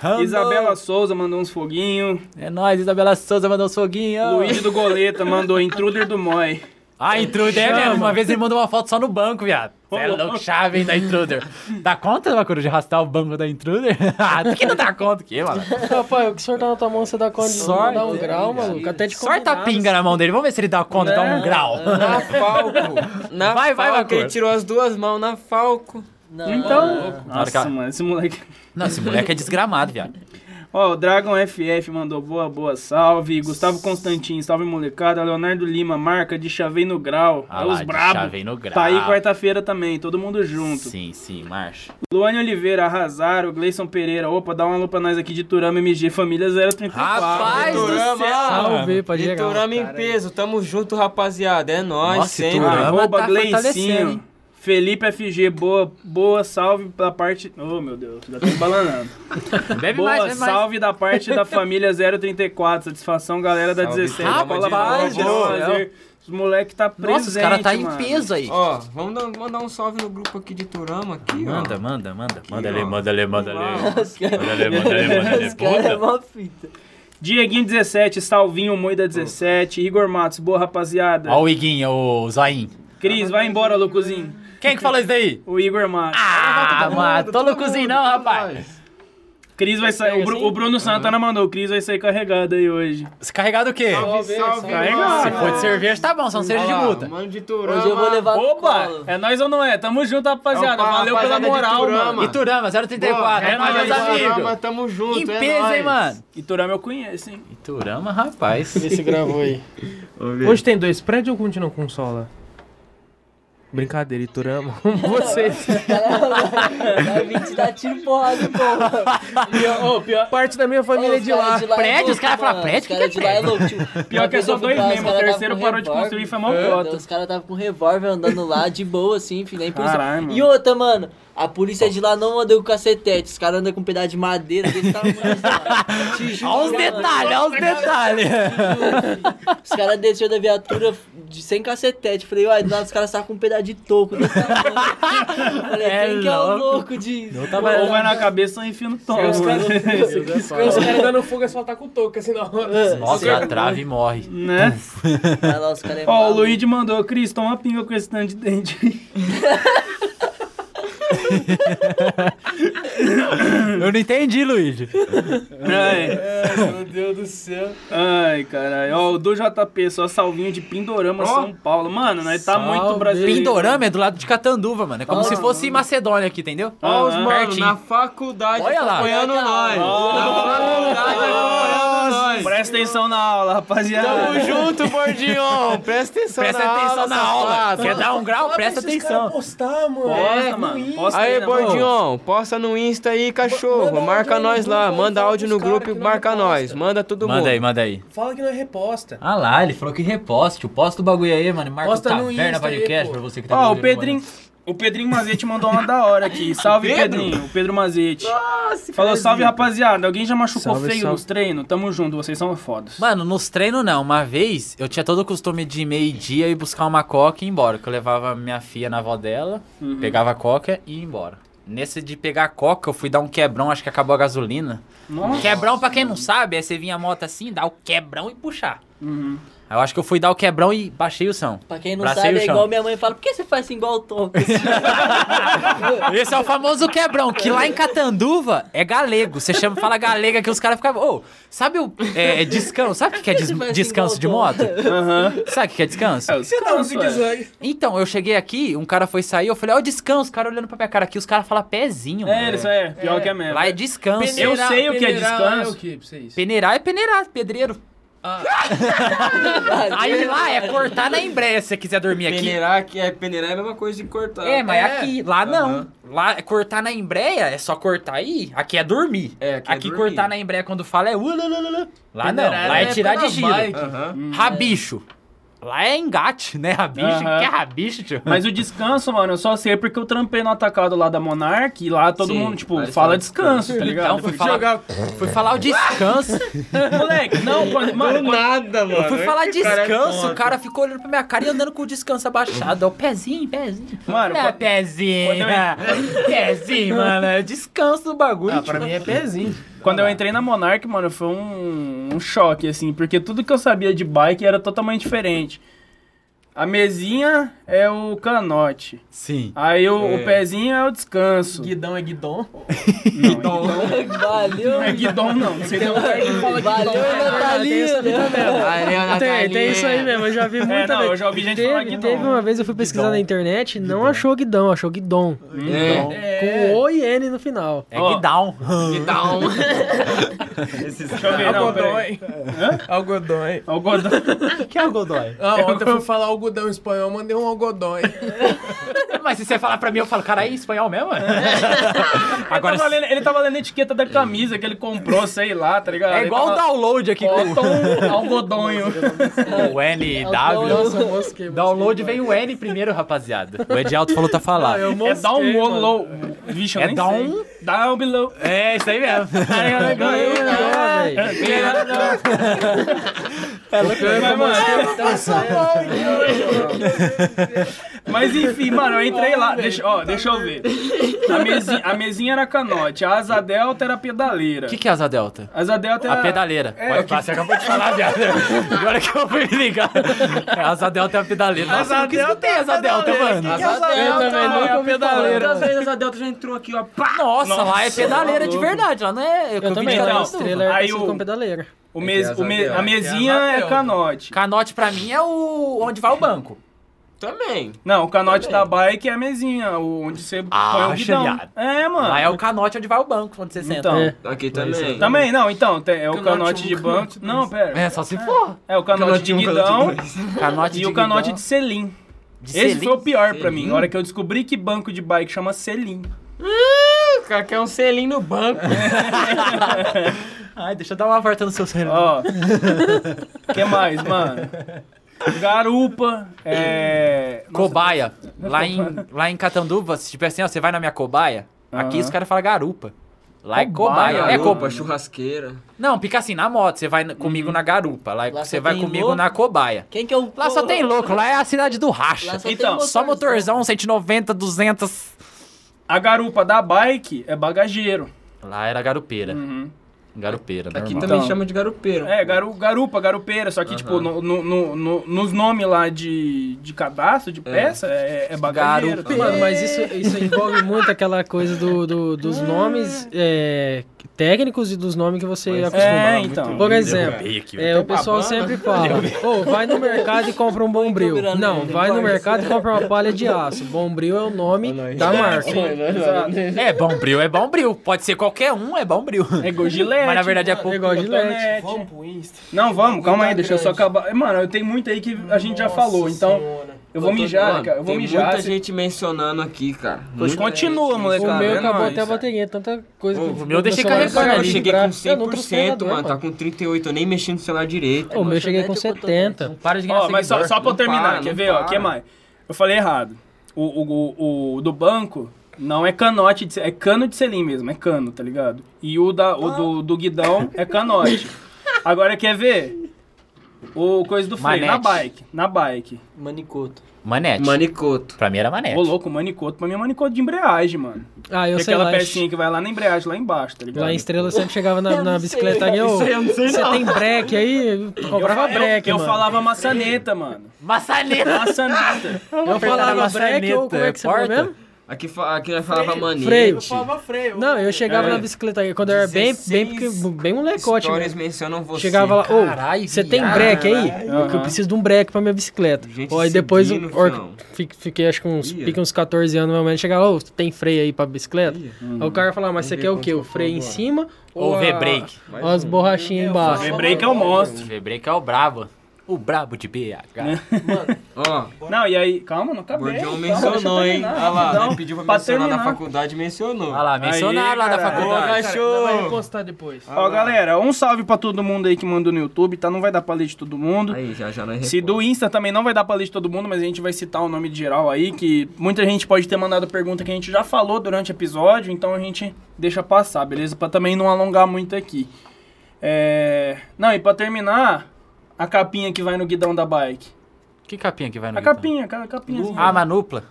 Speaker 5: Rando.
Speaker 1: Isabela Souza mandou uns foguinhos.
Speaker 5: É nóis, Isabela Souza mandou um uns foguinhos.
Speaker 1: Luiz do Goleta mandou Intruder do Moi.
Speaker 5: Ah, Intruder é
Speaker 1: Chama.
Speaker 5: mesmo. Uma vez ele mandou uma foto só no banco, viado. Cê é
Speaker 1: Ô,
Speaker 5: louco, chave, hein, da Intruder. Dá conta, Bacuru, de arrastar o banco da Intruder? <laughs> Ah, tu que não dá conta, o quê, mano?
Speaker 13: Rapaz, o que o senhor tá na tua mão, você dá conta de
Speaker 5: Sorte,
Speaker 13: dar um grau, maluco. Até de
Speaker 5: Sorta a pinga na mão dele, vamos ver se ele dá conta, dá um grau. <laughs>
Speaker 10: Na Falco. Na
Speaker 5: Vai, vai,
Speaker 10: Falco. Ele
Speaker 5: Bacor.
Speaker 10: tirou as duas mãos na Falco.
Speaker 1: Então.
Speaker 5: Na hora que ela-
Speaker 1: Nossa, mano, esse moleque.
Speaker 5: Não, esse moleque é desgramado, viado.
Speaker 1: Ó, o Dragon FF mandou boa, boa, salve. Gustavo Constantin, salve molecada. Leonardo Lima, marca de Chavei no Grau.
Speaker 5: Ah
Speaker 1: é
Speaker 5: lá,
Speaker 1: os
Speaker 5: de
Speaker 1: brabo.
Speaker 5: Chavei no Grau.
Speaker 1: Tá aí quarta-feira também, todo mundo junto.
Speaker 5: Sim, sim, marcha.
Speaker 1: Luane Oliveira, arrasaram. Gleison Pereira, opa, dá uma lupa nós aqui de Turama MG, família 034.
Speaker 10: Rapaz do céu.
Speaker 13: Salve pra geral.
Speaker 10: Iturama em peso, tamo junto, rapaziada. É nóis,
Speaker 1: Nossa,
Speaker 10: sempre.
Speaker 1: Arroba
Speaker 5: tá
Speaker 1: Gleicinho. Felipe FG, boa, boa salve da parte. Oh, meu Deus, já tô embalanando.
Speaker 5: Bebe
Speaker 1: boa
Speaker 5: É mais, bebe mais.
Speaker 1: salve da parte da família 034. Satisfação, galera da
Speaker 10: Salve,
Speaker 1: 17.
Speaker 10: Turma
Speaker 1: Cola
Speaker 10: de
Speaker 1: pra
Speaker 10: novo.
Speaker 1: nós, prazer. Os moleque tá presente. mano.
Speaker 10: Ó, vamos dar- mandar um salve no grupo aqui de Turama aqui, ó.
Speaker 5: Manda, manda, manda. Manda
Speaker 10: ó.
Speaker 5: ali, manda ali, manda ali.
Speaker 10: Nossa, cara.
Speaker 5: Manda ali, manda ali, manda ali.
Speaker 10: Os caras é
Speaker 5: Puta.
Speaker 10: mó
Speaker 1: Dieguinho 17, Salvinho Moida 17, Igor Matos, boa rapaziada.
Speaker 5: Ó o Iguinha, o Zain.
Speaker 1: Cris, vai embora, Lucuzinho.
Speaker 5: Quem que falou isso daí?
Speaker 1: O Igor Matos.
Speaker 5: Ah, mano, tô loucozinho não, rapaz.
Speaker 1: Cris vai sair. O, Bru- o Bruno
Speaker 10: Uhum.
Speaker 1: Santana mandou. O Cris vai sair carregado aí hoje.
Speaker 5: Carregado o quê?
Speaker 1: Carregado.
Speaker 5: Se for de cerveja, tá bom, são cerveja de multa.
Speaker 10: Mano de
Speaker 1: Hoje eu vou levar Opa! É nós ou não é? Tamo junto, rapaziada.
Speaker 10: Opa,
Speaker 1: Valeu
Speaker 10: rapaziada
Speaker 1: pela
Speaker 10: de
Speaker 1: moral,
Speaker 10: Iturama.
Speaker 1: mano.
Speaker 5: Iturama, 034.
Speaker 1: Boa,
Speaker 5: É nóis, meus amigos.
Speaker 10: tamo junto,
Speaker 5: Em peso, hein, mano.
Speaker 1: Iturama eu conheço, hein?
Speaker 5: Iturama, rapaz.
Speaker 13: Vê se gravou aí.
Speaker 3: Hoje tem dois prédios ou continua com sola? Brincadeira, Iturama. Vocês.
Speaker 6: Vai vir tá te dar tiro e porrada, pô. Pior, ô, pior.
Speaker 3: Parte da minha família é de lá.
Speaker 6: Prédios, os caras falam prédio? Os caras de lá é louco, tio.
Speaker 1: Pior
Speaker 6: Uma
Speaker 1: que é
Speaker 6: vez eu
Speaker 1: só dois
Speaker 6: fui pra lá, os
Speaker 1: mesmo. O
Speaker 6: caras tava
Speaker 1: terceiro
Speaker 6: com
Speaker 1: parou de
Speaker 6: revólver.
Speaker 1: construir e foi mal
Speaker 6: É,
Speaker 1: cota.
Speaker 6: Os caras estavam com revólver andando lá de boa, assim, filho, da impulsão.
Speaker 1: Caralho, mano.
Speaker 6: E outra, mano, a polícia de lá não anda com cacetete, os caras andam com um pedaço de madeira desse tamanho. assim, ó. Te juro,
Speaker 5: Olha os
Speaker 6: mano.
Speaker 5: detalhes, olha os detalhes.
Speaker 6: Os caras desceram da viatura de, sem cacetete. Falei, uai, do nada os caras estavam com um pedaço de toco desse tamanho. Falei, quem que é o louco de.
Speaker 1: Ou vai na cabeça ou enfia no né? tom.
Speaker 3: Os caras os caras- os caras dando fogo é só tá com touca, assim, na hora.
Speaker 5: Nossa, já trava e morre.
Speaker 1: <laughs> Né?
Speaker 6: Vai lá, os caras é
Speaker 1: Ó, o
Speaker 6: maluco.
Speaker 1: Luigi mandou, Cris, toma pinga com esse tanto de dente.
Speaker 5: Eu não entendi, Luigi.
Speaker 1: Ai,
Speaker 3: Meu Deus do céu.
Speaker 1: ai caralho. Ó, o do JP, só salvinho de Pindorama,
Speaker 5: Ó.
Speaker 1: São Paulo. Mano, nós tá muito brasileiro.
Speaker 5: Pindorama é do lado de Catanduva, mano. É como
Speaker 1: Ah,
Speaker 5: se fosse Macedônia aqui, entendeu?
Speaker 1: Ó, os
Speaker 5: Aham.
Speaker 1: mano
Speaker 5: Pertinho.
Speaker 10: Na faculdade
Speaker 5: Olha lá.
Speaker 10: acompanhando nós. Tá Na faculdade acompanhando nós.
Speaker 1: Presta atenção na aula, rapaziada.
Speaker 10: Tamo junto, Bordion. Presta atenção
Speaker 5: Presta
Speaker 10: na
Speaker 5: atenção
Speaker 10: aula,
Speaker 5: na aula.
Speaker 10: safado.
Speaker 5: Quer dar um grau?
Speaker 3: Fala pra
Speaker 5: Presta
Speaker 3: esses
Speaker 5: atenção.
Speaker 3: caras postar, mano. É
Speaker 1: Posta,
Speaker 3: no
Speaker 1: mano,
Speaker 3: Insta.
Speaker 1: posta
Speaker 10: Aí,
Speaker 1: né,
Speaker 10: Bordion, posta no Insta aí, cachorro. Marca nós lá. Manda áudio no grupo e marca nós. Manda todo mundo.
Speaker 5: Manda aí, manda aí.
Speaker 3: Fala que não é reposta.
Speaker 5: Ah lá, ele falou que reposte. Posta o bagulho aí, mano. e Marca
Speaker 3: Posta
Speaker 5: o
Speaker 3: no
Speaker 5: Taverna
Speaker 3: Insta aí,
Speaker 5: Podcast
Speaker 3: pô.
Speaker 5: pra você que tá
Speaker 1: Ó, o
Speaker 5: ouvindo no
Speaker 1: Pedrinho. O Pedrinho Mazete mandou uma da hora
Speaker 5: <laughs>
Speaker 1: aqui. Salve,
Speaker 5: Pedro?
Speaker 1: Pedrinho. O Pedro Mazete. Falou, salve, rapaziada. Alguém já machucou
Speaker 5: Salve,
Speaker 1: feio
Speaker 5: salve.
Speaker 1: nos treinos? Tamo junto, vocês são fodas.
Speaker 5: Mano, nos treinos não. Uma vez eu tinha todo o costume de meio-dia ir buscar uma coca e ir embora. Que eu levava minha filha na avó dela,
Speaker 1: Uhum.
Speaker 5: pegava a coca e ia embora. Nesse de pegar coca, eu fui dar um quebrão, acho que acabou a gasolina.
Speaker 28: Nossa.
Speaker 5: Quebrão, pra quem não sabe, é você vir a moto assim, dar o quebrão e puxar. Aí Eu acho que eu fui dar o quebrão e baixei o som.
Speaker 6: Pra quem não
Speaker 5: Bracei
Speaker 6: sabe,
Speaker 5: o
Speaker 6: é
Speaker 5: chão.
Speaker 6: igual minha mãe fala, por que você faz assim igual o Tom? <laughs>
Speaker 5: Esse é o famoso quebrão, que lá em Catanduva é galego. Você chama, fala galega que os caras ficam. Ô, sabe o. É, é descanso? Sabe o que que é des- descanso de moto? <laughs> Sabe o que é descanso?
Speaker 1: Você dá um zigue-zague.
Speaker 5: Então, eu cheguei aqui, um cara foi sair, eu falei, ó, descanso, o cara olhando pra minha cara aqui, os caras falam pezinho.
Speaker 1: É, isso é, pior que é mesmo.
Speaker 5: Lá é descanso.
Speaker 1: Eu sei o que é descanso.
Speaker 5: Peneirar é peneirar, pedreiro. Aí lá é cortar na embreia se você quiser dormir aqui.
Speaker 29: Peneirar, que é, peneirar é a mesma coisa de cortar.
Speaker 5: É, mas aqui, lá não. Lá, é cortar na embreia é só cortar aí. Aqui é dormir. aqui
Speaker 29: dormir.
Speaker 5: cortar na embreia quando fala é... ulalala. Lá não,
Speaker 29: Peneirar
Speaker 5: lá é
Speaker 29: é
Speaker 5: tirar de giro.
Speaker 29: Panamá, hein?
Speaker 5: Aham. Rabicho. Lá é engate, né? Rabicho,
Speaker 1: Aham.
Speaker 5: que é rabicho, tio?
Speaker 1: Mas o descanso, mano, eu só sei porque eu trampei no atacado lá da Monark e lá todo
Speaker 5: Sim,
Speaker 1: mundo, tipo,
Speaker 5: lá eles
Speaker 1: fala
Speaker 5: falam
Speaker 1: descanso, tá
Speaker 5: descanso.
Speaker 1: ligado?
Speaker 5: Então, fui falar- fui falar o descanso.
Speaker 1: Moleque, não, quando, mano, quando-
Speaker 5: Eu
Speaker 6: é
Speaker 5: fui
Speaker 6: um
Speaker 5: falar descanso,
Speaker 1: cara.
Speaker 5: o
Speaker 6: assim.
Speaker 5: cara ficou olhando pra minha cara e andando com o descanso abaixado. Ó, pezinho, pezinho.
Speaker 1: Mano,
Speaker 5: Não,
Speaker 1: quando-
Speaker 5: pezinho. <laughs> Pezinho, mano. é Descanso do bagulho.
Speaker 6: tipo.
Speaker 1: Ah, pra mim é pezinho. Quando eu entrei na Monark, mano, foi um, um choque, assim, porque tudo que eu sabia de bike era totalmente diferente. A mesinha é o canote.
Speaker 5: Sim.
Speaker 1: Aí o, o
Speaker 5: É.
Speaker 1: pezinho é o descanso.
Speaker 3: Guidão é guidon.
Speaker 1: Guidon.
Speaker 6: Valeu.
Speaker 1: Não é guidon, não. Não sei de onde é que fala guidon.
Speaker 6: Valeu, Natalina.
Speaker 13: Tem, tem isso aí mesmo, eu já vi muita
Speaker 1: É, não,
Speaker 13: vez.
Speaker 1: eu já ouvi gente
Speaker 13: teve,
Speaker 1: falar guidon. né?
Speaker 13: Teve uma vez, eu fui pesquisar na internet, não achou guidão, achou guidom.
Speaker 1: Guidom. É.
Speaker 13: Com O e N no final.
Speaker 5: É guidão.
Speaker 13: Guidão.
Speaker 1: Deixa eu ver, não, peraí.
Speaker 3: Algodói.
Speaker 1: Algodói.
Speaker 3: O que é algodói? Ah, ontem eu fui falar algodão em espanhol, mandei um
Speaker 5: <laughs>
Speaker 3: algodói.
Speaker 5: Mas se você falar pra mim, eu falo, cara, é espanhol mesmo?
Speaker 1: Agora... Ele, tava lendo, ele tava lendo a etiqueta da camisa que ele comprou, sei lá, tá ligado?
Speaker 5: É igual o download aqui.
Speaker 1: Cotton algodonho.
Speaker 5: O NW. Download vem o N primeiro, rapaziada. O Ed Alto falou tá falado.
Speaker 1: é down low, low. Vixe, eu
Speaker 5: É
Speaker 1: nem
Speaker 5: down-
Speaker 1: sei. Down below.
Speaker 5: É, isso
Speaker 1: <laughs>
Speaker 5: aí mesmo.
Speaker 1: <laughs> Mas, mano, Mas enfim, mano, eu entrei lá. Deixa, ó, deixa eu ver. A mesinha, a mesinha era canote, a asa delta era pedaleira.
Speaker 5: O que, que é asa delta?
Speaker 1: Asa delta era...
Speaker 5: A pedaleira.
Speaker 1: É,
Speaker 5: Pode
Speaker 1: o que-
Speaker 5: falar, você acabou de falar, viado. Agora que eu fui me ligar. É, asa delta é a pedaleira. Nossa,
Speaker 1: Asa
Speaker 5: eu nunca escutei asa delta, mano.
Speaker 1: é
Speaker 29: Quantas vezes a Delta já entrou aqui, ó. Pá!
Speaker 5: Nossa,
Speaker 1: Nossa,
Speaker 5: lá é pedaleira de
Speaker 1: louco.
Speaker 5: verdade. Lá não é... Eu,
Speaker 1: também,
Speaker 5: vi de
Speaker 1: não.
Speaker 5: cada
Speaker 1: Estrela
Speaker 5: um.
Speaker 1: é Aí o-
Speaker 13: Com pedaleira.
Speaker 1: O mes,
Speaker 5: É que é
Speaker 1: o me-
Speaker 5: asa delta.
Speaker 1: a mesinha é,
Speaker 5: É que é asa delta.
Speaker 1: canote.
Speaker 5: Canote pra mim é o onde vai o banco. Também.
Speaker 1: Não, o canote da bike é a mesinha, o- onde você põe o
Speaker 5: Acha,
Speaker 1: guidão.
Speaker 5: viado.
Speaker 1: É, mano.
Speaker 5: Lá é o canote onde vai o banco, quando você senta.
Speaker 1: Então.
Speaker 5: É.
Speaker 29: Tá Aqui
Speaker 1: Também.
Speaker 29: também.
Speaker 1: não, então, tem- é o
Speaker 29: Canote
Speaker 1: canote
Speaker 29: um,
Speaker 1: de banco.
Speaker 29: canote dois.
Speaker 1: Não, pera.
Speaker 5: É, só se for.
Speaker 1: É o canote,
Speaker 29: Canote
Speaker 1: de
Speaker 29: um,
Speaker 1: guidão
Speaker 29: canote dois.
Speaker 5: Canote
Speaker 1: e
Speaker 5: de
Speaker 1: o canote
Speaker 5: guidão.
Speaker 1: de selim.
Speaker 5: De
Speaker 1: Esse
Speaker 5: selim?
Speaker 1: foi o pior pra mim.
Speaker 5: Selim?
Speaker 1: Na hora que eu descobri que banco de bike chama selim.
Speaker 5: O cara quer um selinho no banco. Ai, deixa eu dar uma volta no seu selinho. <laughs>
Speaker 1: Ó. que mais, mano? Garupa, é... Nossa,
Speaker 5: Cobaia. Lá em, lá em Catanduva, se tipo assim, ó, você vai na minha cobaia, aqui
Speaker 29: Aham.
Speaker 5: os caras falam garupa. Lá é cobaia. É
Speaker 29: roupa,
Speaker 5: cobaia.
Speaker 29: churrasqueira.
Speaker 5: Não, fica assim, na moto, você vai comigo na garupa. Lá,
Speaker 29: Lá
Speaker 5: você
Speaker 29: só
Speaker 5: vai
Speaker 29: tem
Speaker 5: comigo
Speaker 29: louco.
Speaker 5: na cobaia.
Speaker 6: Quem que é o
Speaker 5: Lá só tem louco, lá é a cidade do
Speaker 1: Lá
Speaker 5: racha.
Speaker 1: só tem
Speaker 5: então, só motorzão, 190, 200.
Speaker 1: A garupa da bike é bagageiro.
Speaker 5: Lá era garupeira. Garupeira,
Speaker 29: Aqui
Speaker 5: normal.
Speaker 29: também chama de garupeiro.
Speaker 1: É, garu, garupa, garupeira, só que,
Speaker 29: Aham.
Speaker 1: tipo, no- no- no- no- nos nomes lá de, de cadastro, de peça, é, é bagageiro.
Speaker 13: Mano, mas isso, isso envolve muito aquela coisa do, do- dos nomes é, técnicos e dos nomes que você acostuma.
Speaker 1: É, então.
Speaker 13: Por exemplo,
Speaker 1: Derrubei aqui,
Speaker 13: é,
Speaker 1: tá
Speaker 13: o pessoal
Speaker 1: babando.
Speaker 13: sempre fala:
Speaker 1: Derrubei.
Speaker 13: "Ô, vai no mercado e compra um bombril. Não, vai no mercado e compra uma palha de aço. Bombril é o nome
Speaker 5: Tá,
Speaker 13: da marca.
Speaker 1: tipo,
Speaker 5: É, bombril é bombril. Pode ser qualquer um, é bombril.
Speaker 1: É igual gilete.
Speaker 5: Mas na verdade é
Speaker 1: mano,
Speaker 5: pouco.
Speaker 1: é igual gilete. Vamos Não, vamos, calma aí, deixa eu só acabar. Mano, eu tenho muito aí que a gente já falou, então eu vou mijar,
Speaker 29: Mano,
Speaker 1: cara, eu vou
Speaker 29: tem
Speaker 1: mijar.
Speaker 29: muita
Speaker 1: se-
Speaker 29: gente mencionando aqui, cara.
Speaker 1: Poxa, continua, molecada,
Speaker 13: O meu
Speaker 1: é
Speaker 13: acabou
Speaker 1: nóis.
Speaker 13: até a bateria, tanta coisa que
Speaker 29: O meu deixei
Speaker 13: deixei carregando
Speaker 29: carregando. Eu
Speaker 13: ali.
Speaker 29: cheguei com
Speaker 13: Eu não trouxe
Speaker 29: 100%,
Speaker 13: carregador,
Speaker 29: mano. Tá com 38, eu nem mexi no celular direito.
Speaker 13: O meu eu cheguei com 70.
Speaker 5: para de
Speaker 1: Ó, mas só, só pra eu
Speaker 29: Não
Speaker 1: terminar,
Speaker 29: para,
Speaker 1: quer
Speaker 29: não
Speaker 1: ver, ó,
Speaker 29: para.
Speaker 1: o que mais? Eu falei errado. O, o, o, o do banco não é canote, de, se- é cano de selim mesmo, é cano, tá ligado? E o, da, o do, do guidão é canote. Agora, quer ver? O coisa do freio, na
Speaker 5: Manete.
Speaker 1: bike. Na bike.
Speaker 6: Manicoto.
Speaker 5: Manete.
Speaker 6: Manicoto.
Speaker 5: Pra mim era manete.
Speaker 1: Ô, louco, manicoto pra mim é manicoto de embreagem, mano.
Speaker 13: Ah, eu
Speaker 1: que
Speaker 13: sei
Speaker 1: aquela
Speaker 13: lá,
Speaker 1: pecinha que vai lá na embreagem, lá embaixo, tá ligado?
Speaker 13: Lá em Estrela eu sempre chegava na, na bicicleta e eu.
Speaker 1: Isso aí eu não sei
Speaker 13: Você
Speaker 1: não."
Speaker 13: tem breque aí? Eu Cobrava
Speaker 1: eu,
Speaker 13: breque,
Speaker 1: eu,
Speaker 13: mano.
Speaker 1: falava maçaneta, mano.
Speaker 5: Maçaneta?
Speaker 13: <laughs>
Speaker 1: Maçaneta.
Speaker 13: Eu falava breque ou como é
Speaker 5: tá
Speaker 13: que você falou mesmo?
Speaker 29: Aqui, fa- aqui nós falava manete.
Speaker 13: Freio. Não, eu chegava na bicicleta aí, quando eu era bem, bem,
Speaker 29: 16
Speaker 13: pequeno, bem molecote.
Speaker 29: Stories
Speaker 13: mesmo.
Speaker 29: mencionam você.
Speaker 13: Chegava lá, ô,
Speaker 29: Caralho,
Speaker 13: você tem
Speaker 29: viado.
Speaker 13: breque aí?
Speaker 29: Caralho.
Speaker 13: Que eu preciso de um breque pra minha bicicleta. Ó, aí depois, eu,
Speaker 29: seguindo,
Speaker 13: or-
Speaker 29: fião.
Speaker 13: fi- fiquei acho que uns, pique uns 14 anos, meu mano chegava, ô, você tem freio aí pra bicicleta? Aí o cara falava, "Ah, mas você quer o quê? O freio em cima
Speaker 5: Ou
Speaker 13: a-
Speaker 5: V-brake?
Speaker 13: Ou as borrachinhas embaixo?
Speaker 1: V-brake é o monstro.
Speaker 5: V-brake é o brabo. O brabo de BH.
Speaker 29: Ó,
Speaker 1: Não, e aí, calma, não acabei.
Speaker 29: Bordião
Speaker 1: calma, deixa eu
Speaker 29: mencionou, hein?
Speaker 1: terminar,
Speaker 29: Olha lá,
Speaker 1: rapidão,
Speaker 29: né, pediu pra Ah, mencionar na
Speaker 1: terminar.
Speaker 29: faculdade, mencionou. Olha
Speaker 5: lá,
Speaker 1: mencionaram lá da faculdade.
Speaker 3: Vai
Speaker 29: Cachorro!
Speaker 3: postar depois.
Speaker 1: Ó, galera, um salve pra todo mundo aí que mandou no YouTube, tá? Não vai dar pra ler de todo mundo.
Speaker 29: Aí, já, é já nós
Speaker 1: Se do Insta também não vai dar pra ler de todo mundo, mas a gente vai citar o nome de geral aí, que muita gente pode ter mandado pergunta que a gente já falou durante o episódio, então a gente deixa passar, beleza? Pra também não alongar muito aqui. É... Não, e pra terminar, a capinha que vai no guidão da bike.
Speaker 5: Que capinha que vai no
Speaker 1: A
Speaker 5: guidão?
Speaker 1: capinha, cara, a capinha. assim.
Speaker 5: Ah, manopla.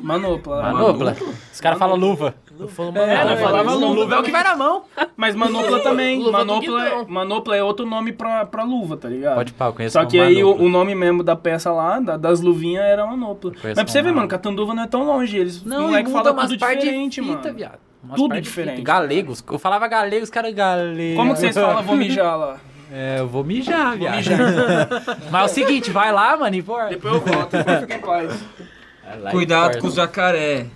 Speaker 1: Manopla.
Speaker 5: Manopla. Os caras falam luva. Eu falo
Speaker 1: É, não, falava luva.
Speaker 5: luva é o que vai na
Speaker 1: mão. Mas manopla <laughs> também.
Speaker 5: Luva do
Speaker 1: manopla, é,
Speaker 5: guidão.
Speaker 1: manopla é outro nome pra, pra luva, tá ligado?
Speaker 5: Pode pau, eu conheço um
Speaker 1: Só
Speaker 5: como
Speaker 1: que aí um o,
Speaker 5: manopla.
Speaker 1: o nome mesmo da peça lá, da- das luvinhas, era manopla. Mas
Speaker 5: conheço
Speaker 1: pra você
Speaker 5: como
Speaker 1: ver, mano, Catanduva não é tão longe. Eles
Speaker 5: Não,
Speaker 1: não é que
Speaker 5: e muda
Speaker 1: fala
Speaker 5: umas
Speaker 1: tudo
Speaker 5: par de
Speaker 1: diferente,
Speaker 5: fita,
Speaker 1: mano.
Speaker 5: viado. Umas
Speaker 1: Tudo
Speaker 5: par de
Speaker 1: diferente.
Speaker 5: fita. Galegos. Eu falava galegos, cara, galegos.
Speaker 1: Como que
Speaker 5: <laughs>
Speaker 1: vocês falam vou mijar lá?
Speaker 5: É, eu vou mijar, viado. <laughs> Mas é o seguinte, vai lá, mano, e bora.
Speaker 1: Depois eu volto, depois fica em <laughs> paz.
Speaker 29: Cuidado com o jacaré.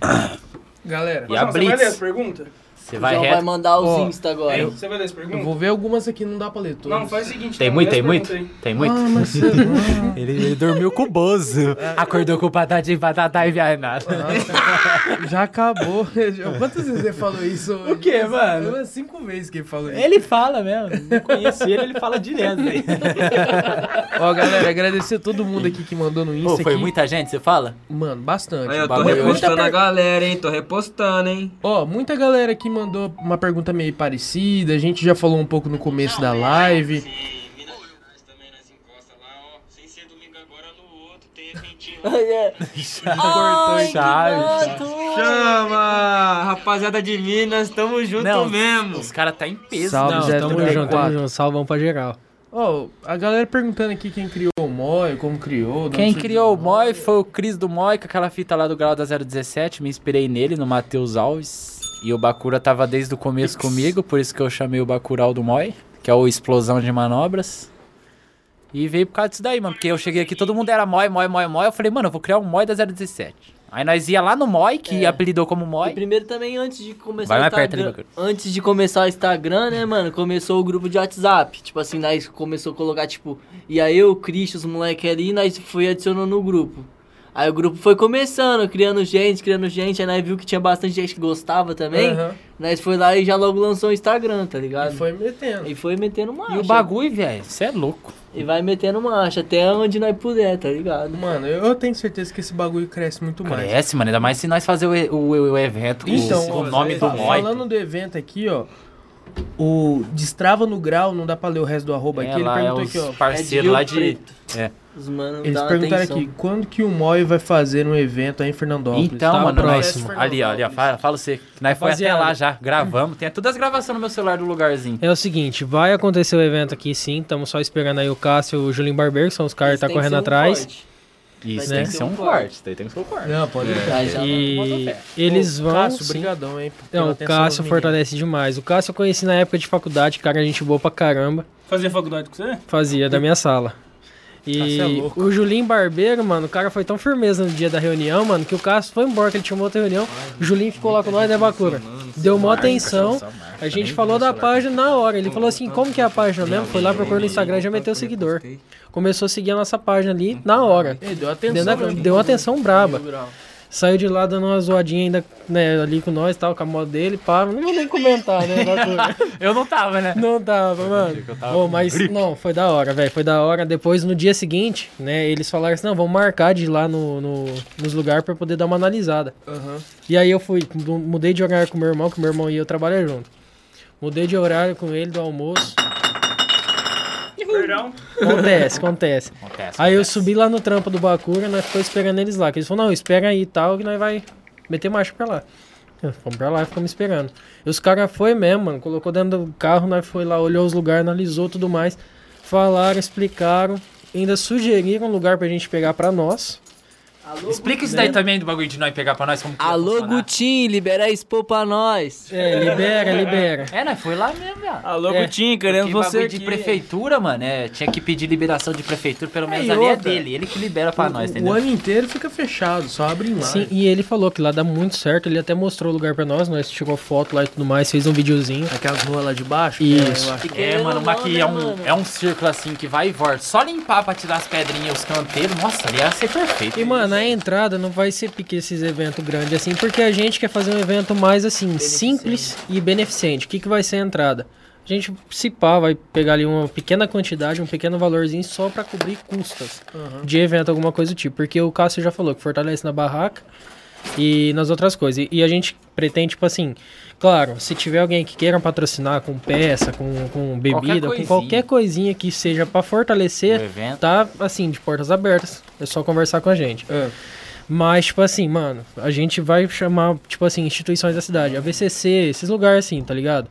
Speaker 3: Galera,
Speaker 29: E a
Speaker 1: Você vai ler
Speaker 29: Blitz?
Speaker 1: as perguntas?
Speaker 5: Você
Speaker 3: vai reto?
Speaker 6: mandar os
Speaker 3: Ó,
Speaker 6: Insta agora.
Speaker 3: eu-
Speaker 1: Você vai ler as
Speaker 3: Eu
Speaker 1: perguntas?
Speaker 3: vou ver algumas aqui, não dá pra ler todas.
Speaker 1: Não, faz o seguinte.
Speaker 5: Tem
Speaker 1: então,
Speaker 5: muito,
Speaker 1: lê
Speaker 5: tem
Speaker 1: as
Speaker 5: muito?
Speaker 1: perguntas aí.
Speaker 5: Tem muito?
Speaker 3: Ah,
Speaker 5: <laughs>
Speaker 3: mas você-
Speaker 5: ele, ele dormiu com o Bozo. Acordou com o patati, patata e vianada.
Speaker 3: Já acabou. Quantas vezes ele falou isso? O
Speaker 28: quê, mano?
Speaker 3: Umas cinco vezes que ele falou isso.
Speaker 28: Ele fala mesmo. Eu conheço ele, ele fala direto. Né?
Speaker 3: <laughs> Ó, galera, agradecer todo mundo aqui que mandou no Insta.
Speaker 5: Pô, foi
Speaker 3: aqui.
Speaker 5: muita gente, você fala?
Speaker 3: Mano, bastante.
Speaker 29: Aí, eu tô
Speaker 3: Bagulho.
Speaker 29: repostando a
Speaker 3: Muita per-
Speaker 29: galera, hein? Tô repostando, hein?
Speaker 3: Ó, muita galera aqui mandou uma pergunta meio parecida. A gente já falou um pouco no começo da live.
Speaker 29: Ai,
Speaker 5: Chaves.
Speaker 29: Chama! Rapaziada de Minas, tamo junto
Speaker 5: Não,
Speaker 29: mesmo.
Speaker 5: Os caras tá em peso.
Speaker 13: Salve,
Speaker 5: não,
Speaker 13: Zé,
Speaker 5: tão
Speaker 13: tamo
Speaker 5: bem.
Speaker 13: junto, tamo junto. Salvão pra geral.
Speaker 3: Ó, a galera perguntando aqui quem criou o Moi, como criou. né? de
Speaker 5: Quem
Speaker 3: onde surgiu.
Speaker 5: criou o Moi foi o Cris do Moi, com aquela fita lá do grau da 017. Me inspirei nele, no Matheus Alves. E o Bakura tava desde o começo comigo, por isso que eu chamei o Bacural do Moi, que é o Explosão de Manobras. E veio por causa disso daí, mano. Porque eu cheguei aqui, todo mundo era Moi, Moi, Moi, Moi. Eu falei, mano, eu vou criar um Moi da 017. Aí nós ia lá no Moi, que apelidou como
Speaker 6: E
Speaker 5: Moi.
Speaker 6: primeiro também, antes de começar
Speaker 5: Vai
Speaker 6: o
Speaker 5: mais perto
Speaker 6: Instagram,
Speaker 5: ali,
Speaker 6: antes de começar o Instagram, né, mano, começou o grupo de WhatsApp. Tipo assim, nós começou a colocar, tipo, e aí eu, Cristo, os moleque ali, nós foi adicionando no grupo. Aí o grupo foi começando, criando gente, criando gente, aí nós viu que tinha bastante gente que gostava também.
Speaker 3: Aham.
Speaker 6: Nós foi lá e já logo lançou o Instagram, tá ligado?
Speaker 3: Foi metendo.
Speaker 6: E foi metendo marcha.
Speaker 5: E o bagulho, velho, você é louco.
Speaker 6: E vai metendo marcha até onde nós puder, tá ligado?
Speaker 3: Mano, eu eu tenho certeza que esse bagulho cresce muito mais.
Speaker 5: Cresce, mano. Ainda mais se nós fazer o, e- o, o- o evento com
Speaker 3: Então,
Speaker 5: o nome do
Speaker 3: fa-
Speaker 5: Moi.
Speaker 3: Falando do evento aqui, ó. O Destrava no Grau, não dá pra ler o resto do arroba
Speaker 5: É,
Speaker 3: aqui. Ele
Speaker 5: lá
Speaker 3: perguntou
Speaker 5: é os
Speaker 3: aqui, ó.
Speaker 5: parceiros lá de... É.
Speaker 6: Os mano
Speaker 3: Eles
Speaker 6: dá
Speaker 3: perguntaram
Speaker 6: atenção.
Speaker 3: aqui, quando que o Moi vai fazer um evento aí em Fernandópolis?
Speaker 5: Então,
Speaker 3: Tá
Speaker 5: mano, nós,
Speaker 3: próximo.
Speaker 5: ali, ó, ali, ó, fala, fala você. que Nós foi até
Speaker 3: Rapaziada.
Speaker 5: lá já, gravamos. Tem todas as gravações no meu celular do lugarzinho.
Speaker 13: É o seguinte, vai acontecer o evento aqui sim, estamos só esperando aí o Cássio e o Julinho Barbeiro, que são os caras que tá
Speaker 5: tem que
Speaker 13: correndo
Speaker 5: ser um
Speaker 13: atrás.
Speaker 5: corte. Isso,
Speaker 13: Vai
Speaker 5: tem
Speaker 13: ter
Speaker 5: que
Speaker 13: que
Speaker 5: ser
Speaker 13: ter
Speaker 5: um
Speaker 13: um
Speaker 5: corte. Isso daí tem que ser um corte.
Speaker 3: Não, pode deixar.
Speaker 13: É.
Speaker 5: tá
Speaker 3: Já
Speaker 13: E
Speaker 3: bota fé.
Speaker 13: eles
Speaker 3: Ô,
Speaker 13: vão.
Speaker 3: Cássio,
Speaker 13: sim.
Speaker 3: brigadão, hein, pela
Speaker 13: Não, o
Speaker 3: atenção
Speaker 13: Cássio
Speaker 3: aos
Speaker 13: fortalece demais. O Cássio eu conheci na época de faculdade, cara, gente boa pra caramba.
Speaker 1: Fazia faculdade com você?
Speaker 13: Fazia, da minha sala. E
Speaker 1: Cássio é louco.
Speaker 13: o Julinho Barbeiro, mano, o cara foi tão firmeza no dia da reunião, mano, que o Cássio foi embora, que ele tinha uma outra reunião. O Julinho ficou lá com nós, né, Bacura? Deu mó atenção. A gente falou da página na hora. Ele falou assim, como que é a página mesmo? Foi lá, procurou no Instagram, já meteu o seguidor. Começou a seguir a nossa página ali na hora.
Speaker 3: Ele deu atenção
Speaker 13: Deu,
Speaker 3: mesmo.
Speaker 13: deu uma atenção braba.
Speaker 3: Grau.
Speaker 13: Saiu de lá dando uma zoadinha ainda, né, ali com nós, tal, com a moto dele, pá. Não vou nem comentar, né? Bacura?
Speaker 5: Eu não tava, né?
Speaker 13: Não dava, mano.
Speaker 5: tava
Speaker 13: Ô,
Speaker 5: com
Speaker 13: mas não, foi da hora, velho. Foi da hora. Depois, no dia seguinte, né, eles falaram assim: não, vamos marcar de ir lá no, no- nos lugares pra poder dar uma analisada.
Speaker 3: Aham.
Speaker 13: E aí eu fui, mu- mudei de horário com meu irmão, que meu irmão e eu trabalhamos junto. Mudei de horário com ele do almoço.
Speaker 1: Perdão?
Speaker 13: Acontece, acontece.
Speaker 28: Acontece,
Speaker 13: Aí eu subi lá no trampo do Bakura, nós ficamos esperando eles lá. Que eles falaram, não, espera aí e tal, que nós vai meter marcha pra lá. Eu, Fomos pra lá e ficamos esperando. E os caras foi mesmo, mano. Colocou dentro do carro, nós foi lá, olhou os lugares, analisou tudo mais. Falaram, explicaram. Ainda sugeriram um lugar pra gente pegar pra nós.
Speaker 28: Explica isso daí também do bagulho de nós pegar pra nós como que ia
Speaker 6: Alô,
Speaker 28: funcionar.
Speaker 6: Gutim, libera a Expo pra nós.
Speaker 13: É, libera, libera.
Speaker 28: É, nós foi lá mesmo, velho.
Speaker 1: Alô,
Speaker 5: É,
Speaker 1: Gutinho, queremos
Speaker 28: Porque
Speaker 1: você
Speaker 28: bagulho de
Speaker 1: aqui.
Speaker 28: prefeitura, mano, é, tinha que pedir liberação de prefeitura, pelo menos
Speaker 13: e
Speaker 28: ali é
Speaker 13: outra.
Speaker 28: dele, ele que libera pra nós,
Speaker 13: O
Speaker 28: entendeu?
Speaker 3: né?
Speaker 13: ano
Speaker 3: inteiro fica fechado, só abre em
Speaker 13: Sim, e ele falou que lá dá muito certo, ele até mostrou o lugar pra nós, nós tirou foto lá e tudo mais, fez um videozinho.
Speaker 3: Aquelas ruas lá de baixo?
Speaker 13: Isso.
Speaker 28: É, mano, uma que é um, é um círculo assim que vai e volta. Só limpar pra tirar as pedrinhas, os canteiros, nossa, ali ia ser perfeito.
Speaker 13: E, mano, a entrada não vai ser pique esses eventos grandes assim, porque a gente quer fazer um evento mais, assim, simples e beneficente. O que, que vai ser a entrada? A gente, se pá, vai pegar ali uma pequena quantidade, um pequeno valorzinho só pra cobrir custas
Speaker 3: Aham.
Speaker 13: de evento, alguma coisa do tipo. Porque o Cássio já falou que fortalece na barraca e nas outras coisas. E- E a gente pretende, tipo assim, claro, se tiver alguém que queira patrocinar com peça, com, com bebida, com
Speaker 28: coisinha.
Speaker 13: qualquer coisinha que seja pra fortalecer,
Speaker 28: O evento.
Speaker 13: tá, assim, de portas abertas. É só conversar com a gente. Mas, tipo assim, mano, a gente vai chamar, tipo assim, instituições da cidade, a VCC, esses lugares assim, tá ligado?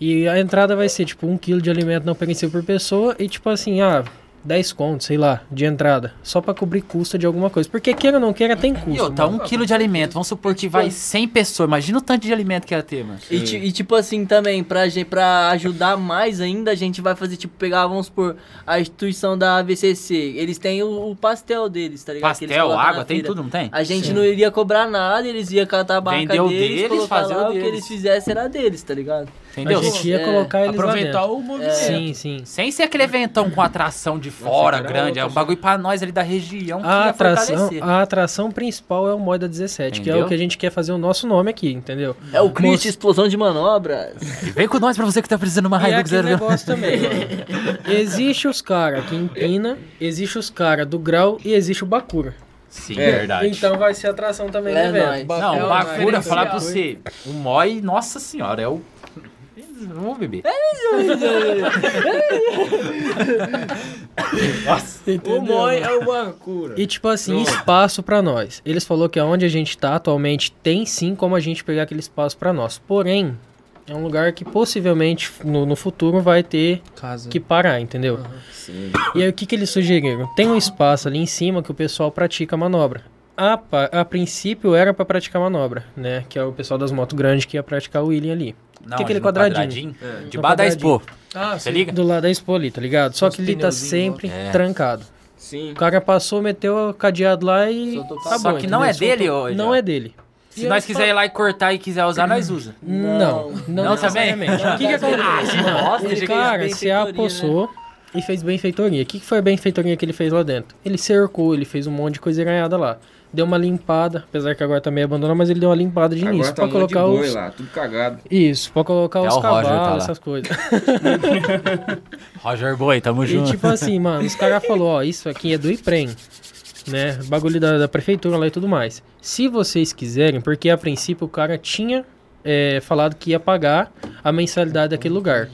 Speaker 13: E a entrada vai ser, tipo, um quilo de alimento não perecível por pessoa e, tipo assim, ah, 10 contos, sei lá, de entrada. Só pra cobrir custo de alguma coisa. Porque queira ou não queira, tem custo.
Speaker 28: E outra,
Speaker 13: mano.
Speaker 28: um
Speaker 5: tá quilo de alimento, vamos
Speaker 13: É
Speaker 5: supor que vai 100 pessoas. Imagina o tanto de alimento que ia ter, mano.
Speaker 6: E, ti- e, tipo assim, também, pra, gen- pra ajudar mais ainda, a gente vai fazer, tipo, pegar, vamos supor, a instituição da VCC. Eles têm o, o pastel deles, tá ligado? Que eles
Speaker 5: Pastel,
Speaker 6: colocam na
Speaker 5: água, tem
Speaker 6: feira.
Speaker 5: tudo, não tem?
Speaker 6: A gente
Speaker 5: Sim.
Speaker 6: não iria cobrar nada, eles iam catar a barraca
Speaker 5: Vender o
Speaker 6: deles,
Speaker 5: deles,
Speaker 6: colocar
Speaker 5: fazer
Speaker 6: lá,
Speaker 5: o
Speaker 6: o que
Speaker 5: deles.
Speaker 6: eles fizessem era deles, tá ligado?
Speaker 5: Entendeu?
Speaker 13: A gente ia
Speaker 6: É.
Speaker 13: colocar eles
Speaker 5: Aproveitar
Speaker 13: lá
Speaker 5: o
Speaker 13: dentro.
Speaker 5: movimento.
Speaker 13: Sim, sim.
Speaker 5: Sem ser aquele eventão com atração de fora,
Speaker 13: que era
Speaker 5: grande.
Speaker 13: outra,
Speaker 5: é um bagulho pra nós ali da região que
Speaker 13: A
Speaker 5: ia
Speaker 13: atração,
Speaker 5: fortalecer.
Speaker 13: a atração principal é o Moida 17, que é
Speaker 5: Entendeu?
Speaker 13: o que a gente quer fazer o nosso nome aqui, entendeu?
Speaker 6: É o Crit, explosão de manobras.
Speaker 5: Vem com nós pra você que tá precisando de uma
Speaker 13: E é
Speaker 5: Hilux
Speaker 13: aquele
Speaker 5: zero.
Speaker 13: negócio também, mano. <laughs> Existe os caras que empina, existe os caras do grau e existe o Bakura.
Speaker 5: Sim, verdade.
Speaker 13: Então vai ser atração também
Speaker 6: É
Speaker 13: do evento.
Speaker 6: nóis.
Speaker 13: Bakura
Speaker 5: Não,
Speaker 13: é
Speaker 5: o
Speaker 13: o
Speaker 5: Bakura,
Speaker 13: diferencial.
Speaker 5: falar pra você. O Moi, nossa senhora, é o. Vamos beber.
Speaker 13: É? Nossa,
Speaker 29: O Moi é o Bakura.
Speaker 13: E tipo assim, espaço pra nós. Eles falou que aonde a gente tá atualmente tem sim como a gente pegar aquele espaço pra nós. Porém, é um lugar que possivelmente no, no futuro vai ter
Speaker 3: Casa.
Speaker 13: que parar, entendeu? E aí o que, que eles sugeriram? Tem um espaço ali em cima que o pessoal pratica manobra. A, pa- a princípio era pra praticar manobra, né? Que é o pessoal das motos grandes que ia praticar o William ali.
Speaker 5: Não,
Speaker 13: que é aquele
Speaker 5: ali no
Speaker 13: quadradinho.
Speaker 5: quadradinho, é.
Speaker 13: No
Speaker 5: De bar da
Speaker 13: quadradinho.
Speaker 5: Expo. Ah, Você sim. liga?
Speaker 13: Do lado da Expo ali, tá ligado? Só
Speaker 5: Os
Speaker 13: que ele tá
Speaker 5: pneuzinhos
Speaker 13: sempre
Speaker 5: lá. É.
Speaker 13: trancado.
Speaker 29: Sim.
Speaker 13: O cara passou, meteu o cadeado lá e. Tá
Speaker 5: Só
Speaker 13: bom,
Speaker 5: que não é
Speaker 13: entendeu?
Speaker 5: dele,
Speaker 13: Soltou-
Speaker 5: ô,
Speaker 13: Não
Speaker 5: Jorge.
Speaker 13: é dele.
Speaker 5: Se nós quiser ir lá e cortar e quiser usar, <clears throat> nós usa.
Speaker 13: Não, não,
Speaker 5: Não também?
Speaker 13: necessariamente. O que, que acontece?
Speaker 5: Ah,
Speaker 13: mano?
Speaker 5: nossa,
Speaker 13: o
Speaker 5: achei que
Speaker 13: cara
Speaker 5: ele é fez
Speaker 13: se apossou
Speaker 5: né?
Speaker 13: e fez benfeitoria. O que, que foi a benfeitoria que ele fez lá dentro? Ele cercou, ele fez um monte de coisa ganhada lá. Deu uma limpada, apesar que agora tá meio abandonado, mas ele deu uma limpada de
Speaker 29: Agora
Speaker 13: início
Speaker 29: tá um
Speaker 13: pra
Speaker 29: monte de
Speaker 13: colocar
Speaker 29: boi
Speaker 13: os.
Speaker 29: lá, tudo cagado.
Speaker 13: Isso, pra colocar
Speaker 5: Até
Speaker 13: os
Speaker 5: o Roger tá
Speaker 13: cavalos,
Speaker 5: lá.
Speaker 13: essas coisas.
Speaker 5: Roger Boi, tamo
Speaker 13: E
Speaker 5: junto.
Speaker 13: tipo
Speaker 5: <laughs>
Speaker 13: assim, mano, os caras falaram, ó, isso aqui é do IPREM, né? Bagulho da, da prefeitura lá e tudo mais. Se vocês quiserem, porque a princípio o cara tinha é, falado que ia pagar a mensalidade daquele lugar.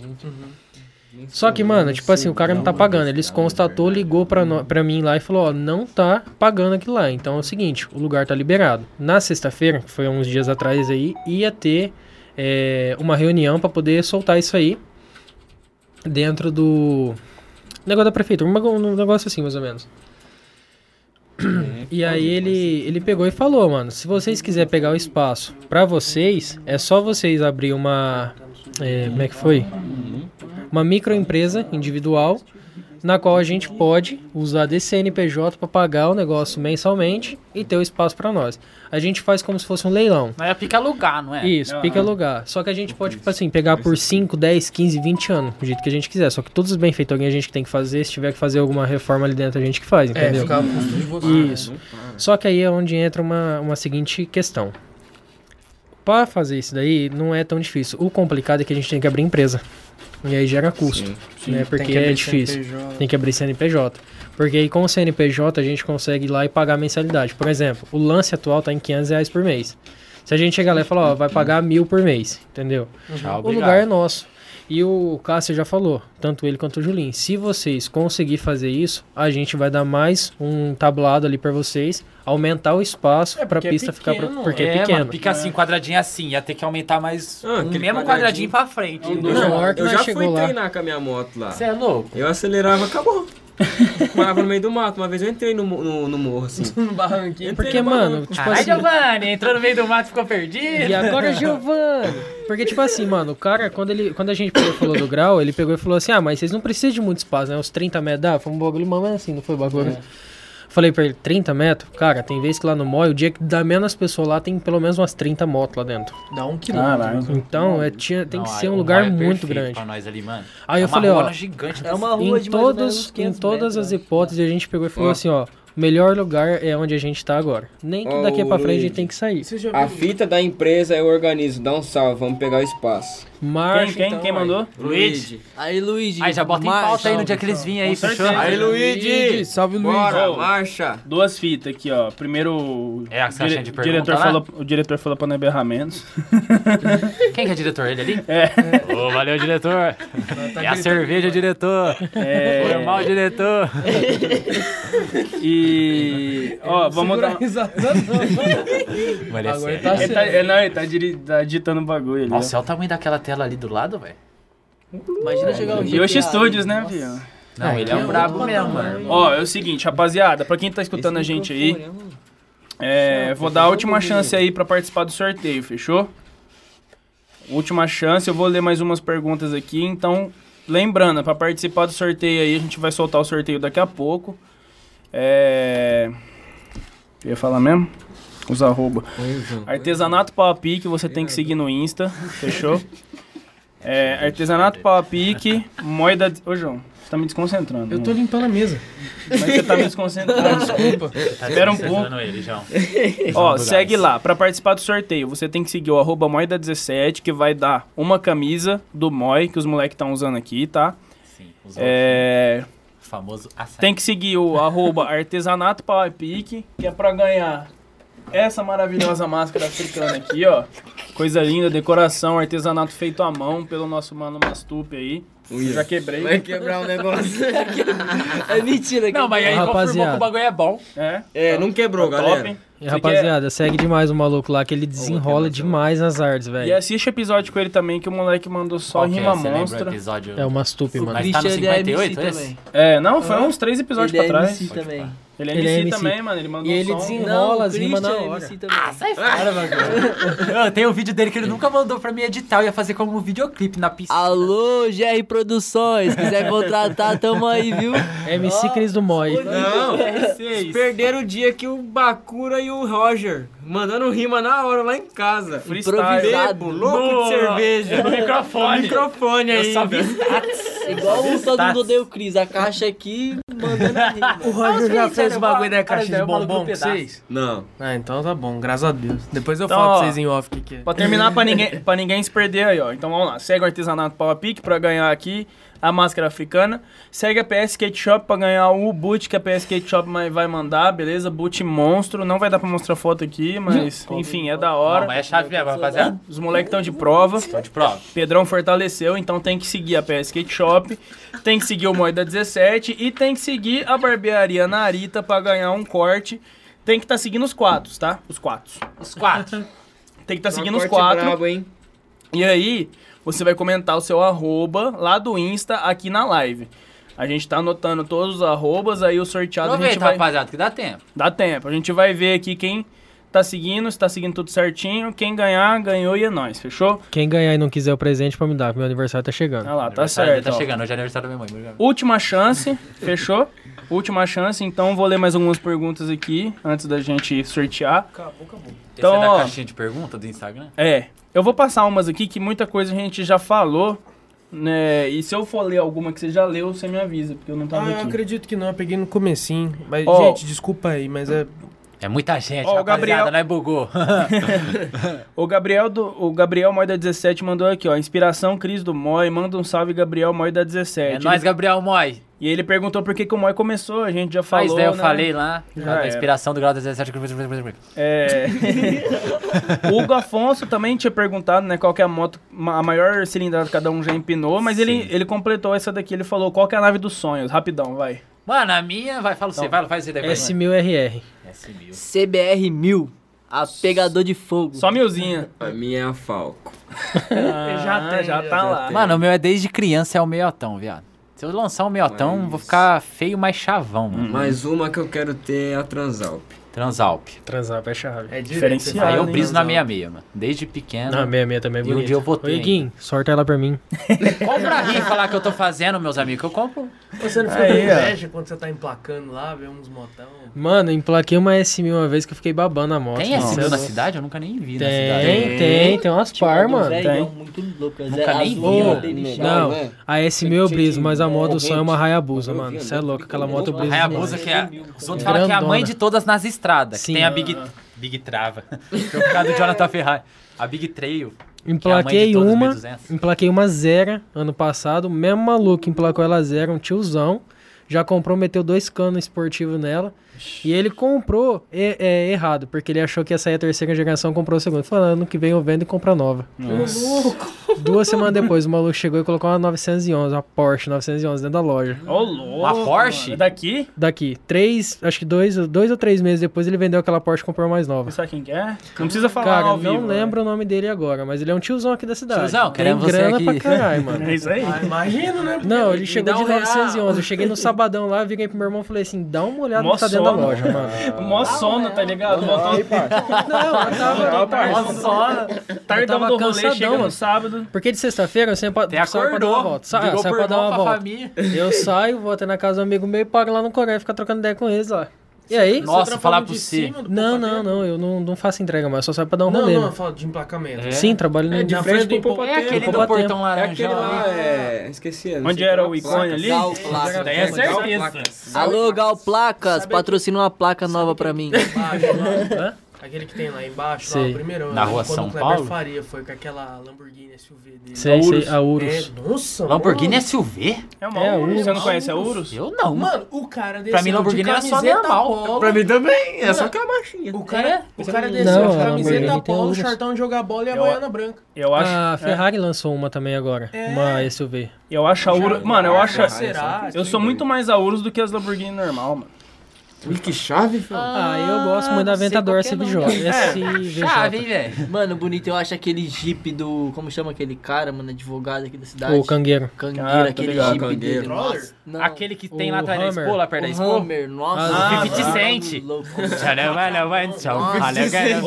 Speaker 13: Só que, mano, tipo assim, o cara não tá pagando. Eles constatou, ligou pra, nó- pra mim lá e falou, ó, não tá pagando aquilo lá. Então é o seguinte, o lugar tá liberado. Na sexta-feira, que foi uns dias atrás aí, ia ter é, uma reunião pra poder soltar isso aí dentro do negócio da prefeitura, um bagu- um negócio assim, mais ou menos. E aí ele, ele pegou e falou, mano, se vocês quiserem pegar o espaço pra vocês, é só vocês abrir uma, é, como é que foi? Uma microempresa individual, na qual a gente pode usar desse CNPJ pra pagar o negócio mensalmente e ter o espaço pra nós. A gente faz como se fosse um leilão.
Speaker 5: Mas é pica alugar, não é?
Speaker 13: Isso, pica alugar. Só que a gente pode, tipo assim, pegar por 5, 10, 15, 20 anos, do jeito que a gente quiser. Só que todos os benfeitorinhos a gente que tem que fazer, se tiver que fazer alguma reforma ali dentro, a gente que faz, entendeu?
Speaker 3: É, fica a custo de você.
Speaker 13: Isso. Só que aí é onde entra uma, uma seguinte questão. Pra fazer isso daí, não é tão difícil. O complicado é que a gente tem que abrir empresa. E aí gera custo,
Speaker 3: sim.
Speaker 13: né?
Speaker 3: Tem
Speaker 13: Porque
Speaker 3: que abrir
Speaker 13: é difícil.
Speaker 3: CNPJ.
Speaker 13: Tem que abrir CNPJ. Porque aí com o CNPJ a gente consegue ir lá e pagar a mensalidade. Por exemplo, o lance atual tá em 500 reais por mês. Se a gente chegar lá e falar, ó, vai pagar mil por mês, entendeu?
Speaker 5: Tchau,
Speaker 13: o
Speaker 5: obrigado.
Speaker 13: lugar é nosso. E o Cássio já falou, tanto ele quanto o Julinho. Se vocês conseguir fazer isso, a gente vai dar mais um tablado ali pra vocês, aumentar o espaço pra
Speaker 28: porque é
Speaker 13: pista ficar
Speaker 28: pequeno.
Speaker 13: pro- porque é,
Speaker 28: mano,
Speaker 13: pequeno.
Speaker 28: fica assim, quadradinho assim. Ia ter que aumentar mais
Speaker 5: um
Speaker 28: o mesmo Ah, quadradinho, pra frente.
Speaker 10: Não, eu já fui
Speaker 28: lá.
Speaker 10: treinar com a minha moto lá.
Speaker 28: Cê é louco?
Speaker 10: Eu acelerava, acabou. Morava no meio do mato. Uma vez eu entrei no, mo- no, no
Speaker 29: <laughs>
Speaker 10: morro, assim.
Speaker 13: no barranquinho. Porque,
Speaker 10: no
Speaker 13: mano,
Speaker 10: barranco.
Speaker 13: tipo
Speaker 10: Caralho,
Speaker 13: assim.
Speaker 4: Giovanni, entrou no meio do mato e ficou perdido.
Speaker 13: E agora, Giovanni? Porque, tipo assim, mano, o cara, quando, ele, quando a gente pegou, e falou do grau, ele pegou e falou assim: ah, mas vocês não precisam de muito espaço, né? Uns 30 metros dá? Foi um bagulho, mas assim, não foi o bagulho.
Speaker 1: É.
Speaker 13: Falei pra ele: 30 metros? Cara, tem vez que lá no MOI, o dia que dá menos pessoa lá, tem pelo menos umas 30 motos lá dentro.
Speaker 3: Dá um
Speaker 13: quilômetro.
Speaker 3: Caralho.
Speaker 13: Então, é, tinha, tem
Speaker 28: Não,
Speaker 13: que
Speaker 28: aí
Speaker 13: ser um
Speaker 28: o
Speaker 13: lugar
Speaker 28: maior é
Speaker 13: muito
Speaker 28: perfeito
Speaker 13: grande.
Speaker 28: Pra nós ali, mano.
Speaker 13: Aí
Speaker 28: É
Speaker 13: eu
Speaker 28: uma
Speaker 13: falei, ó,
Speaker 28: rola gigante.
Speaker 6: É uma rua
Speaker 13: em
Speaker 6: de mais ou menos
Speaker 13: todos,
Speaker 6: uns
Speaker 13: em
Speaker 6: 500
Speaker 13: todas
Speaker 6: metros, né?
Speaker 13: as hipóteses, a gente pegou e falou
Speaker 10: Ó.
Speaker 13: assim, ó, o melhor lugar é onde a gente tá agora. Nem que
Speaker 10: Ó,
Speaker 13: daqui pra
Speaker 10: o
Speaker 13: frente a gente
Speaker 10: Luigi.
Speaker 13: tem que sair.
Speaker 10: A fita da empresa eu organizo. Dá um salve, vamos pegar o espaço.
Speaker 13: Marcha,
Speaker 1: Quem- quem- quem mandou?
Speaker 10: Luigi.
Speaker 6: Aí, Luigi.
Speaker 10: Aí, já bota em
Speaker 6: marcha.
Speaker 5: né?
Speaker 10: pauta aí no
Speaker 1: dia que eles vinham aí,
Speaker 6: Com
Speaker 1: fechou?
Speaker 6: certeza.
Speaker 10: Aí, Luigi.
Speaker 1: Salve,
Speaker 10: Luigi. Bora,
Speaker 1: marcha! Duas fitas aqui, ó. Primeiro, o,
Speaker 28: a que você
Speaker 1: dire-
Speaker 28: acha de pergunta
Speaker 1: diretor
Speaker 28: lá?
Speaker 1: falou, o diretor falou pra não berrar menos.
Speaker 28: Quem que é diretor? Ele ali?
Speaker 1: É.
Speaker 28: Ô, valeu, diretor.
Speaker 13: Tá
Speaker 28: é a cerveja, diretor.
Speaker 1: É.
Speaker 28: Foi mal, diretor.
Speaker 1: E. Ó, vamos dar.
Speaker 28: Mas é sério.
Speaker 1: ele tá, é, não, ele tá, diri- tá ditando o bagulho ali.
Speaker 28: Nossa, olha o tamanho daquela tela ali do lado, velho.
Speaker 6: Imagina chegar um dia.
Speaker 1: Yoshi
Speaker 6: que-
Speaker 1: Studios, né, filho?
Speaker 28: Não, ele é um brabo mesmo, mano.
Speaker 1: Ó, é o seguinte, rapaziada, pra quem tá escutando a gente aí, é, vou dar a última chance aí pra participar do sorteio, fechou? Última chance, eu vou ler mais umas perguntas aqui, então, lembrando, pra participar do sorteio aí, a gente vai soltar o sorteio daqui a pouco. É. Eu ia falar mesmo? Os arroba. Artesanato Pau a Pique, você tem que seguir no
Speaker 3: <laughs>
Speaker 1: Insta, fechou? É, artesanato Pau a Pique, moeda... Ô, João, você tá me desconcentrando.
Speaker 3: Eu tô
Speaker 1: mano.
Speaker 3: limpando a mesa.
Speaker 1: Mas você tá me
Speaker 3: <laughs>
Speaker 1: desconcentrando, desculpa.
Speaker 3: Tá
Speaker 1: Espera um pouco.
Speaker 28: desconcentrando ele, é João.
Speaker 1: Ó,
Speaker 28: Vamos
Speaker 1: segue lá. Pra participar do sorteio, você tem que seguir o arroba moeda17, que vai dar uma camisa do Moi, que os moleques estão usando aqui, tá? Sim,
Speaker 28: os
Speaker 1: é...
Speaker 28: Famoso açaí.
Speaker 1: Tem que seguir o arroba artesanato Pau a Pique, que é pra ganhar essa maravilhosa máscara africana aqui, ó. Coisa linda, decoração, artesanato feito à mão pelo nosso mano Mastupe aí. Eu já quebrei.
Speaker 6: Vai quebrar o negócio.
Speaker 1: é mentira.
Speaker 6: Não, mas
Speaker 13: aí confirmou Rapaziada. que o
Speaker 1: bagulho é bom. É,
Speaker 10: É, não quebrou,
Speaker 1: Tá
Speaker 10: galera.
Speaker 1: top, hein?
Speaker 13: E, rapaziada, segue demais o maluco lá, que ele desenrola demais nas artes,
Speaker 1: E é
Speaker 13: velho.
Speaker 1: assiste o episódio com ele também, que o moleque mandou só
Speaker 13: Qual que é?
Speaker 1: rima
Speaker 13: Você lembra o
Speaker 1: monstra.
Speaker 13: episódio? É uma stupe, mano.
Speaker 28: Mas tá no
Speaker 1: Christian, ele é
Speaker 28: 58
Speaker 1: MC
Speaker 28: esse?
Speaker 1: É, não, foi
Speaker 28: Ah.
Speaker 1: uns três episódios
Speaker 28: Ele é
Speaker 1: pra trás.
Speaker 28: MC também.
Speaker 1: Pode pá. Ele é
Speaker 28: Ele
Speaker 1: MC,
Speaker 28: é MC.
Speaker 1: também, mano. Ele mandou
Speaker 28: E ele
Speaker 1: um som.
Speaker 28: desenrola as rimas na
Speaker 6: Christian, é
Speaker 28: hora.
Speaker 6: MC também.
Speaker 28: Ah, sai fora, mano. Tem o um vídeo dele que ele nunca mandou pra mim editar. Eu ia fazer como um videoclipe na piscina.
Speaker 6: Alô, GR Produções, quiser contratar, tamo aí, viu? É,
Speaker 13: MC Cris do Moi.
Speaker 10: Não, vocês perderam o dia que o Bakura e o Roger mandando rima na hora lá em casa.
Speaker 6: Freestyle.
Speaker 29: Tá
Speaker 10: Bebo, louco de
Speaker 6: No-
Speaker 29: <laughs>
Speaker 10: cerveja.
Speaker 6: no microfone.
Speaker 10: No microfone
Speaker 6: Eu
Speaker 10: aí.
Speaker 6: só vi é Igual o todo mundo odeia o Cris, a caixa aqui mandando a rima.
Speaker 3: O Roger já fez o bagulho da caixa de bombom pra vocês?
Speaker 10: Não.
Speaker 3: Ah, então tá bom, graças a Deus. Depois eu
Speaker 1: Então,
Speaker 3: falo
Speaker 1: ó,
Speaker 3: pra vocês em off o que, que é.
Speaker 1: Pra terminar, pra ninguém, pra ninguém se perder aí, ó. Então vamos lá. Segue o Artesanato Power Pick pra ganhar aqui a máscara africana. Segue a PS Skate Shop pra ganhar o boot que a PS Skate Shop ma- vai mandar, beleza? Boot monstro. Não vai dar pra mostrar foto aqui, mas enfim, é da hora.
Speaker 28: Não, mas é chave mesmo, rapaziada.
Speaker 1: Os moleques estão de prova. Estão
Speaker 28: de prova.
Speaker 1: Pedrão fortaleceu, então tem que seguir a PS Skate Shop, tem que seguir o Moeda 17 e tem que seguir a barbearia Narita pra ganhar um corte. Tem que estar seguindo os quatro, tá? Os quatro. Os quatro. tem que estar seguindo os
Speaker 10: Um corte
Speaker 1: quatro.
Speaker 10: brabo, hein?
Speaker 1: E aí, você vai comentar o seu arroba lá do Insta aqui na live. A gente tá anotando todos os arrobas, aí o sorteado a gente
Speaker 28: Aproveita,
Speaker 1: vai...
Speaker 28: rapaziada, que dá tempo.
Speaker 1: Dá tempo. A gente vai ver aqui quem tá seguindo, se tá seguindo tudo certinho. Quem ganhar, ganhou e é nóis, fechou?
Speaker 13: Quem ganhar e não quiser o presente pra me dar, que meu aniversário tá chegando.
Speaker 1: Ah lá, tá
Speaker 28: Aniversário dele
Speaker 1: certo.
Speaker 28: Tá
Speaker 1: ó.
Speaker 28: chegando, hoje é aniversário da minha mãe.
Speaker 1: Última chance, fechou? Última chance, então vou ler mais algumas perguntas aqui antes da gente sortear.
Speaker 28: Acabou, acabou.
Speaker 1: Então,
Speaker 28: Essa é
Speaker 1: ó.
Speaker 28: da caixinha de pergunta do Instagram?
Speaker 1: É, eu vou passar umas aqui que muita coisa a gente já falou, né? E se eu for ler alguma que você já leu, você me avisa, porque eu não tava
Speaker 3: Ah, eu
Speaker 1: aqui.
Speaker 3: acredito que não, eu peguei no comecinho. Mas,
Speaker 1: Ó.
Speaker 3: gente, desculpa aí, mas é
Speaker 28: É muita gente,
Speaker 1: Ó, o
Speaker 28: rapaziada,
Speaker 1: Gabriel-
Speaker 28: nós bugou.
Speaker 1: o Gabriel do o Gabriel Moi da 17 mandou aqui, ó. Inspiração Cris do Moi, manda um salve Gabriel Moi da 17.
Speaker 28: É nóis, Gabriel Moi.
Speaker 1: E ele perguntou por que, que o Moi começou, a gente já falou,
Speaker 28: Mas daí é, eu
Speaker 1: né?
Speaker 28: falei lá,
Speaker 1: Já
Speaker 28: a
Speaker 1: era.
Speaker 28: inspiração do grau 17.
Speaker 1: É. o Hugo Afonso também tinha perguntado, né, qual que é a moto, ma- a maior cilindrada que cada um já empinou, mas ele, ele completou essa daqui, ele falou qual que é a nave dos sonhos, rapidão, vai.
Speaker 28: Mano, a minha, vai, fala você,
Speaker 1: Então,
Speaker 28: vai, faz você daí. mano.
Speaker 13: S1000RR.
Speaker 6: CBR 1000, a pegador de fogo.
Speaker 1: Só milzinha.
Speaker 29: A minha é a Falco.
Speaker 1: já tem, já tá lá.
Speaker 5: Mano, o meu é desde criança, é o meiotão, viado. Se eu lançar um meiotão, vou ficar feio, mas chavão. Mano.
Speaker 29: Mais uma que eu quero ter é a Transalp.
Speaker 5: Transalp.
Speaker 13: Transalp é chave. É
Speaker 5: Diferenciado. Aí eu briso na 66, mano. Desde pequeno.
Speaker 13: Não, a 66 também
Speaker 5: E
Speaker 13: é bonita.
Speaker 5: um dia eu votei.
Speaker 13: Ô, Iguinho, sorta ela pra mim.
Speaker 5: Compra aí falar que eu tô fazendo, meus amigos. Eu compro.
Speaker 3: Você não fica com inveja quando você tá emplacando lá, vê uns motão.
Speaker 13: Mano, emplaquei uma S1000 uma vez que eu fiquei babando a moto.
Speaker 5: Tem S1000
Speaker 13: Nossa.
Speaker 5: na cidade? Eu nunca nem vi na
Speaker 13: Tem, Tipo, um
Speaker 5: cidade.
Speaker 13: tem, tem, umas par, mano.
Speaker 6: é um Muito louco,
Speaker 5: Nunca
Speaker 6: zero
Speaker 5: nem
Speaker 6: azul,
Speaker 5: vi,
Speaker 6: ó,
Speaker 5: ó.
Speaker 6: dele
Speaker 13: Não,
Speaker 6: chave, né?
Speaker 13: a S1000 eu briso, mas a moto do
Speaker 5: corrente.
Speaker 13: sonho é uma Hayabusa, mano. Você é louco, aquela moto eu briso.
Speaker 5: A Hayabusa,
Speaker 13: demais.
Speaker 5: que é. Os outros falam que é a mãe
Speaker 13: Grandona.
Speaker 5: de todas nas estradas. Que
Speaker 13: Sim. Ah.
Speaker 5: tem a Big. Big Trava. <laughs> Que é o cara do Jonathan Ferrari. A Big Trail. que é a mãe de
Speaker 13: Emplaquei
Speaker 5: todas,
Speaker 13: uma,
Speaker 5: 1200.
Speaker 13: emplaquei uma zero ano passado, mesmo maluco, emplacou ela zero, um tiozão, já comprou, meteu dois canos esportivos nela, e ele comprou e- é, errado, porque ele achou que ia sair a terceira geração, comprou a segunda, falando ano que vem eu vendo e compro a nova.
Speaker 1: Nossa.
Speaker 13: Duas semanas depois, o maluco chegou e colocou uma 911, uma Porsche 911 dentro da loja.
Speaker 1: Ô, louco.
Speaker 13: Uma Porsche?
Speaker 1: mano. É Daqui?
Speaker 13: Daqui, três, acho que dois, dois ou três meses depois, ele vendeu aquela Porsche e comprou mais nova.
Speaker 1: Sabe quem que é? Não precisa falar
Speaker 13: Cara,
Speaker 1: ao
Speaker 13: não
Speaker 1: vivo. né?
Speaker 13: lembro o nome dele agora, mas ele é um tiozão aqui da cidade.
Speaker 1: Tiozão,
Speaker 13: Tem
Speaker 1: queremos você
Speaker 13: grana
Speaker 1: aqui.
Speaker 13: pra caralho, mano.
Speaker 1: É isso aí. Ah, imagino, né?
Speaker 13: Não,
Speaker 1: Me
Speaker 13: ele chegou
Speaker 1: dá
Speaker 13: de
Speaker 1: um real.
Speaker 13: 911. Eu cheguei
Speaker 1: <laughs>
Speaker 13: no sabadão lá, virei pro meu irmão e falei assim, dá uma olhada no
Speaker 1: Mó
Speaker 13: que tá dentro da
Speaker 1: sono.
Speaker 13: loja, mano.
Speaker 1: <laughs> Mó sono, tá ligado? Voltou aí,
Speaker 13: Não, eu tava-
Speaker 1: Mó sono.
Speaker 13: Eu
Speaker 1: Tardão
Speaker 13: tava
Speaker 1: do rolê,
Speaker 13: cansadão,
Speaker 1: chega no
Speaker 13: mano.
Speaker 1: sábado.
Speaker 13: Porque de sexta-feira eu sempre Até saio pra dar uma
Speaker 1: acordou,
Speaker 13: volta. Sa-
Speaker 1: ligou
Speaker 13: saio
Speaker 1: pro
Speaker 13: pra dar
Speaker 1: irmão,
Speaker 13: uma
Speaker 1: pra
Speaker 13: volta.
Speaker 1: família.
Speaker 13: Eu saio, vou até na casa do amigo meu e pago lá no Coreia, ficar trocando ideia com eles lá. E aí?
Speaker 5: Nossa, falar
Speaker 13: Você trabalha
Speaker 5: pra
Speaker 13: de
Speaker 5: você.
Speaker 13: cima do Não, não, não, eu não, não faço entrega mais, eu só saio pra dar um
Speaker 3: Não,
Speaker 13: rolê.
Speaker 3: não,
Speaker 13: né?
Speaker 3: eu falo de emplacamento.
Speaker 13: Sim, trabalho
Speaker 3: É,
Speaker 13: na
Speaker 3: de
Speaker 13: na
Speaker 3: frente
Speaker 13: frente
Speaker 3: do
Speaker 13: do
Speaker 3: Poupatempo.
Speaker 13: Poupatempo.
Speaker 3: É aquele do
Speaker 13: Poupatempo.
Speaker 3: portão
Speaker 29: É aquele lá, é... Esqueci. não
Speaker 1: Onde
Speaker 29: sei
Speaker 1: era
Speaker 29: qual
Speaker 1: o
Speaker 10: é
Speaker 29: a
Speaker 1: ícone
Speaker 29: placa.
Speaker 1: ali?
Speaker 29: Gal
Speaker 1: Esse
Speaker 29: Placa.
Speaker 1: daí é
Speaker 29: Gal
Speaker 1: certeza.
Speaker 29: Placa.
Speaker 6: Alô, Gal Placas, patrocina uma placa nova pra mim.
Speaker 3: Aquele que tem lá embaixo, lá,
Speaker 6: Sei.
Speaker 3: o primeiro.
Speaker 6: Na
Speaker 3: eu lembro
Speaker 6: rua
Speaker 3: quando
Speaker 6: São
Speaker 3: o Kleber
Speaker 6: Paulo?
Speaker 3: Faria foi com aquela Lamborghini SUV dele.
Speaker 13: Sei, sei, a Urus.
Speaker 3: É, nossa,
Speaker 5: é Lamborghini
Speaker 3: mano.
Speaker 5: SUV?
Speaker 3: É uma É, Urus. Urus.
Speaker 1: Você não conhece a Urus?
Speaker 5: Eu não.
Speaker 3: Mano, o cara desceu
Speaker 5: Pra mim, Lamborghini
Speaker 3: de
Speaker 5: era só
Speaker 3: camiseta
Speaker 5: normal.
Speaker 3: polo.
Speaker 5: Pra mim também, é só
Speaker 3: Mano,
Speaker 5: que é
Speaker 3: O cara, o cara
Speaker 5: Não,
Speaker 3: desceu
Speaker 13: a
Speaker 3: de camiseta
Speaker 13: Lamborghini tem
Speaker 3: polo,
Speaker 13: Urus.
Speaker 3: shortão de jogar bola e a baiana branca.
Speaker 1: Eu acho. é, Ah,
Speaker 13: A Ah, Ferrari lançou uma também agora, uma SUV.
Speaker 1: Eu acho a Urus. Mano, eu acho.
Speaker 3: Será?
Speaker 1: Eu sou muito mais a Urus do que as Lamborghini normal, mano.
Speaker 29: Que chave, filho?
Speaker 13: Ah, eu gosto muito da Aventador
Speaker 1: é,
Speaker 13: SVJ. SVJ.
Speaker 6: velho? Mano, bonito, eu acho aquele jeep do. Como chama aquele cara, mano? Advogado aqui da cidade.
Speaker 13: O Cangueiro.
Speaker 6: Cangueiro,
Speaker 13: Ah, tô
Speaker 6: aquele
Speaker 13: ligado,
Speaker 6: jeep
Speaker 13: Cangueiro.
Speaker 6: dele.
Speaker 13: Brother?
Speaker 6: Nossa, não.
Speaker 28: Aquele que tem lá
Speaker 6: O
Speaker 28: atrás da
Speaker 6: Hammer.
Speaker 28: Expo, lá perto da
Speaker 5: é
Speaker 6: O
Speaker 28: Expo.
Speaker 6: Hammer, nossa.
Speaker 28: Ah,
Speaker 6: Ah,
Speaker 28: 50 Cent.
Speaker 6: louco.
Speaker 28: Tchalá, valá, valá, tchau.
Speaker 6: Nossa,
Speaker 28: Valeu, galera.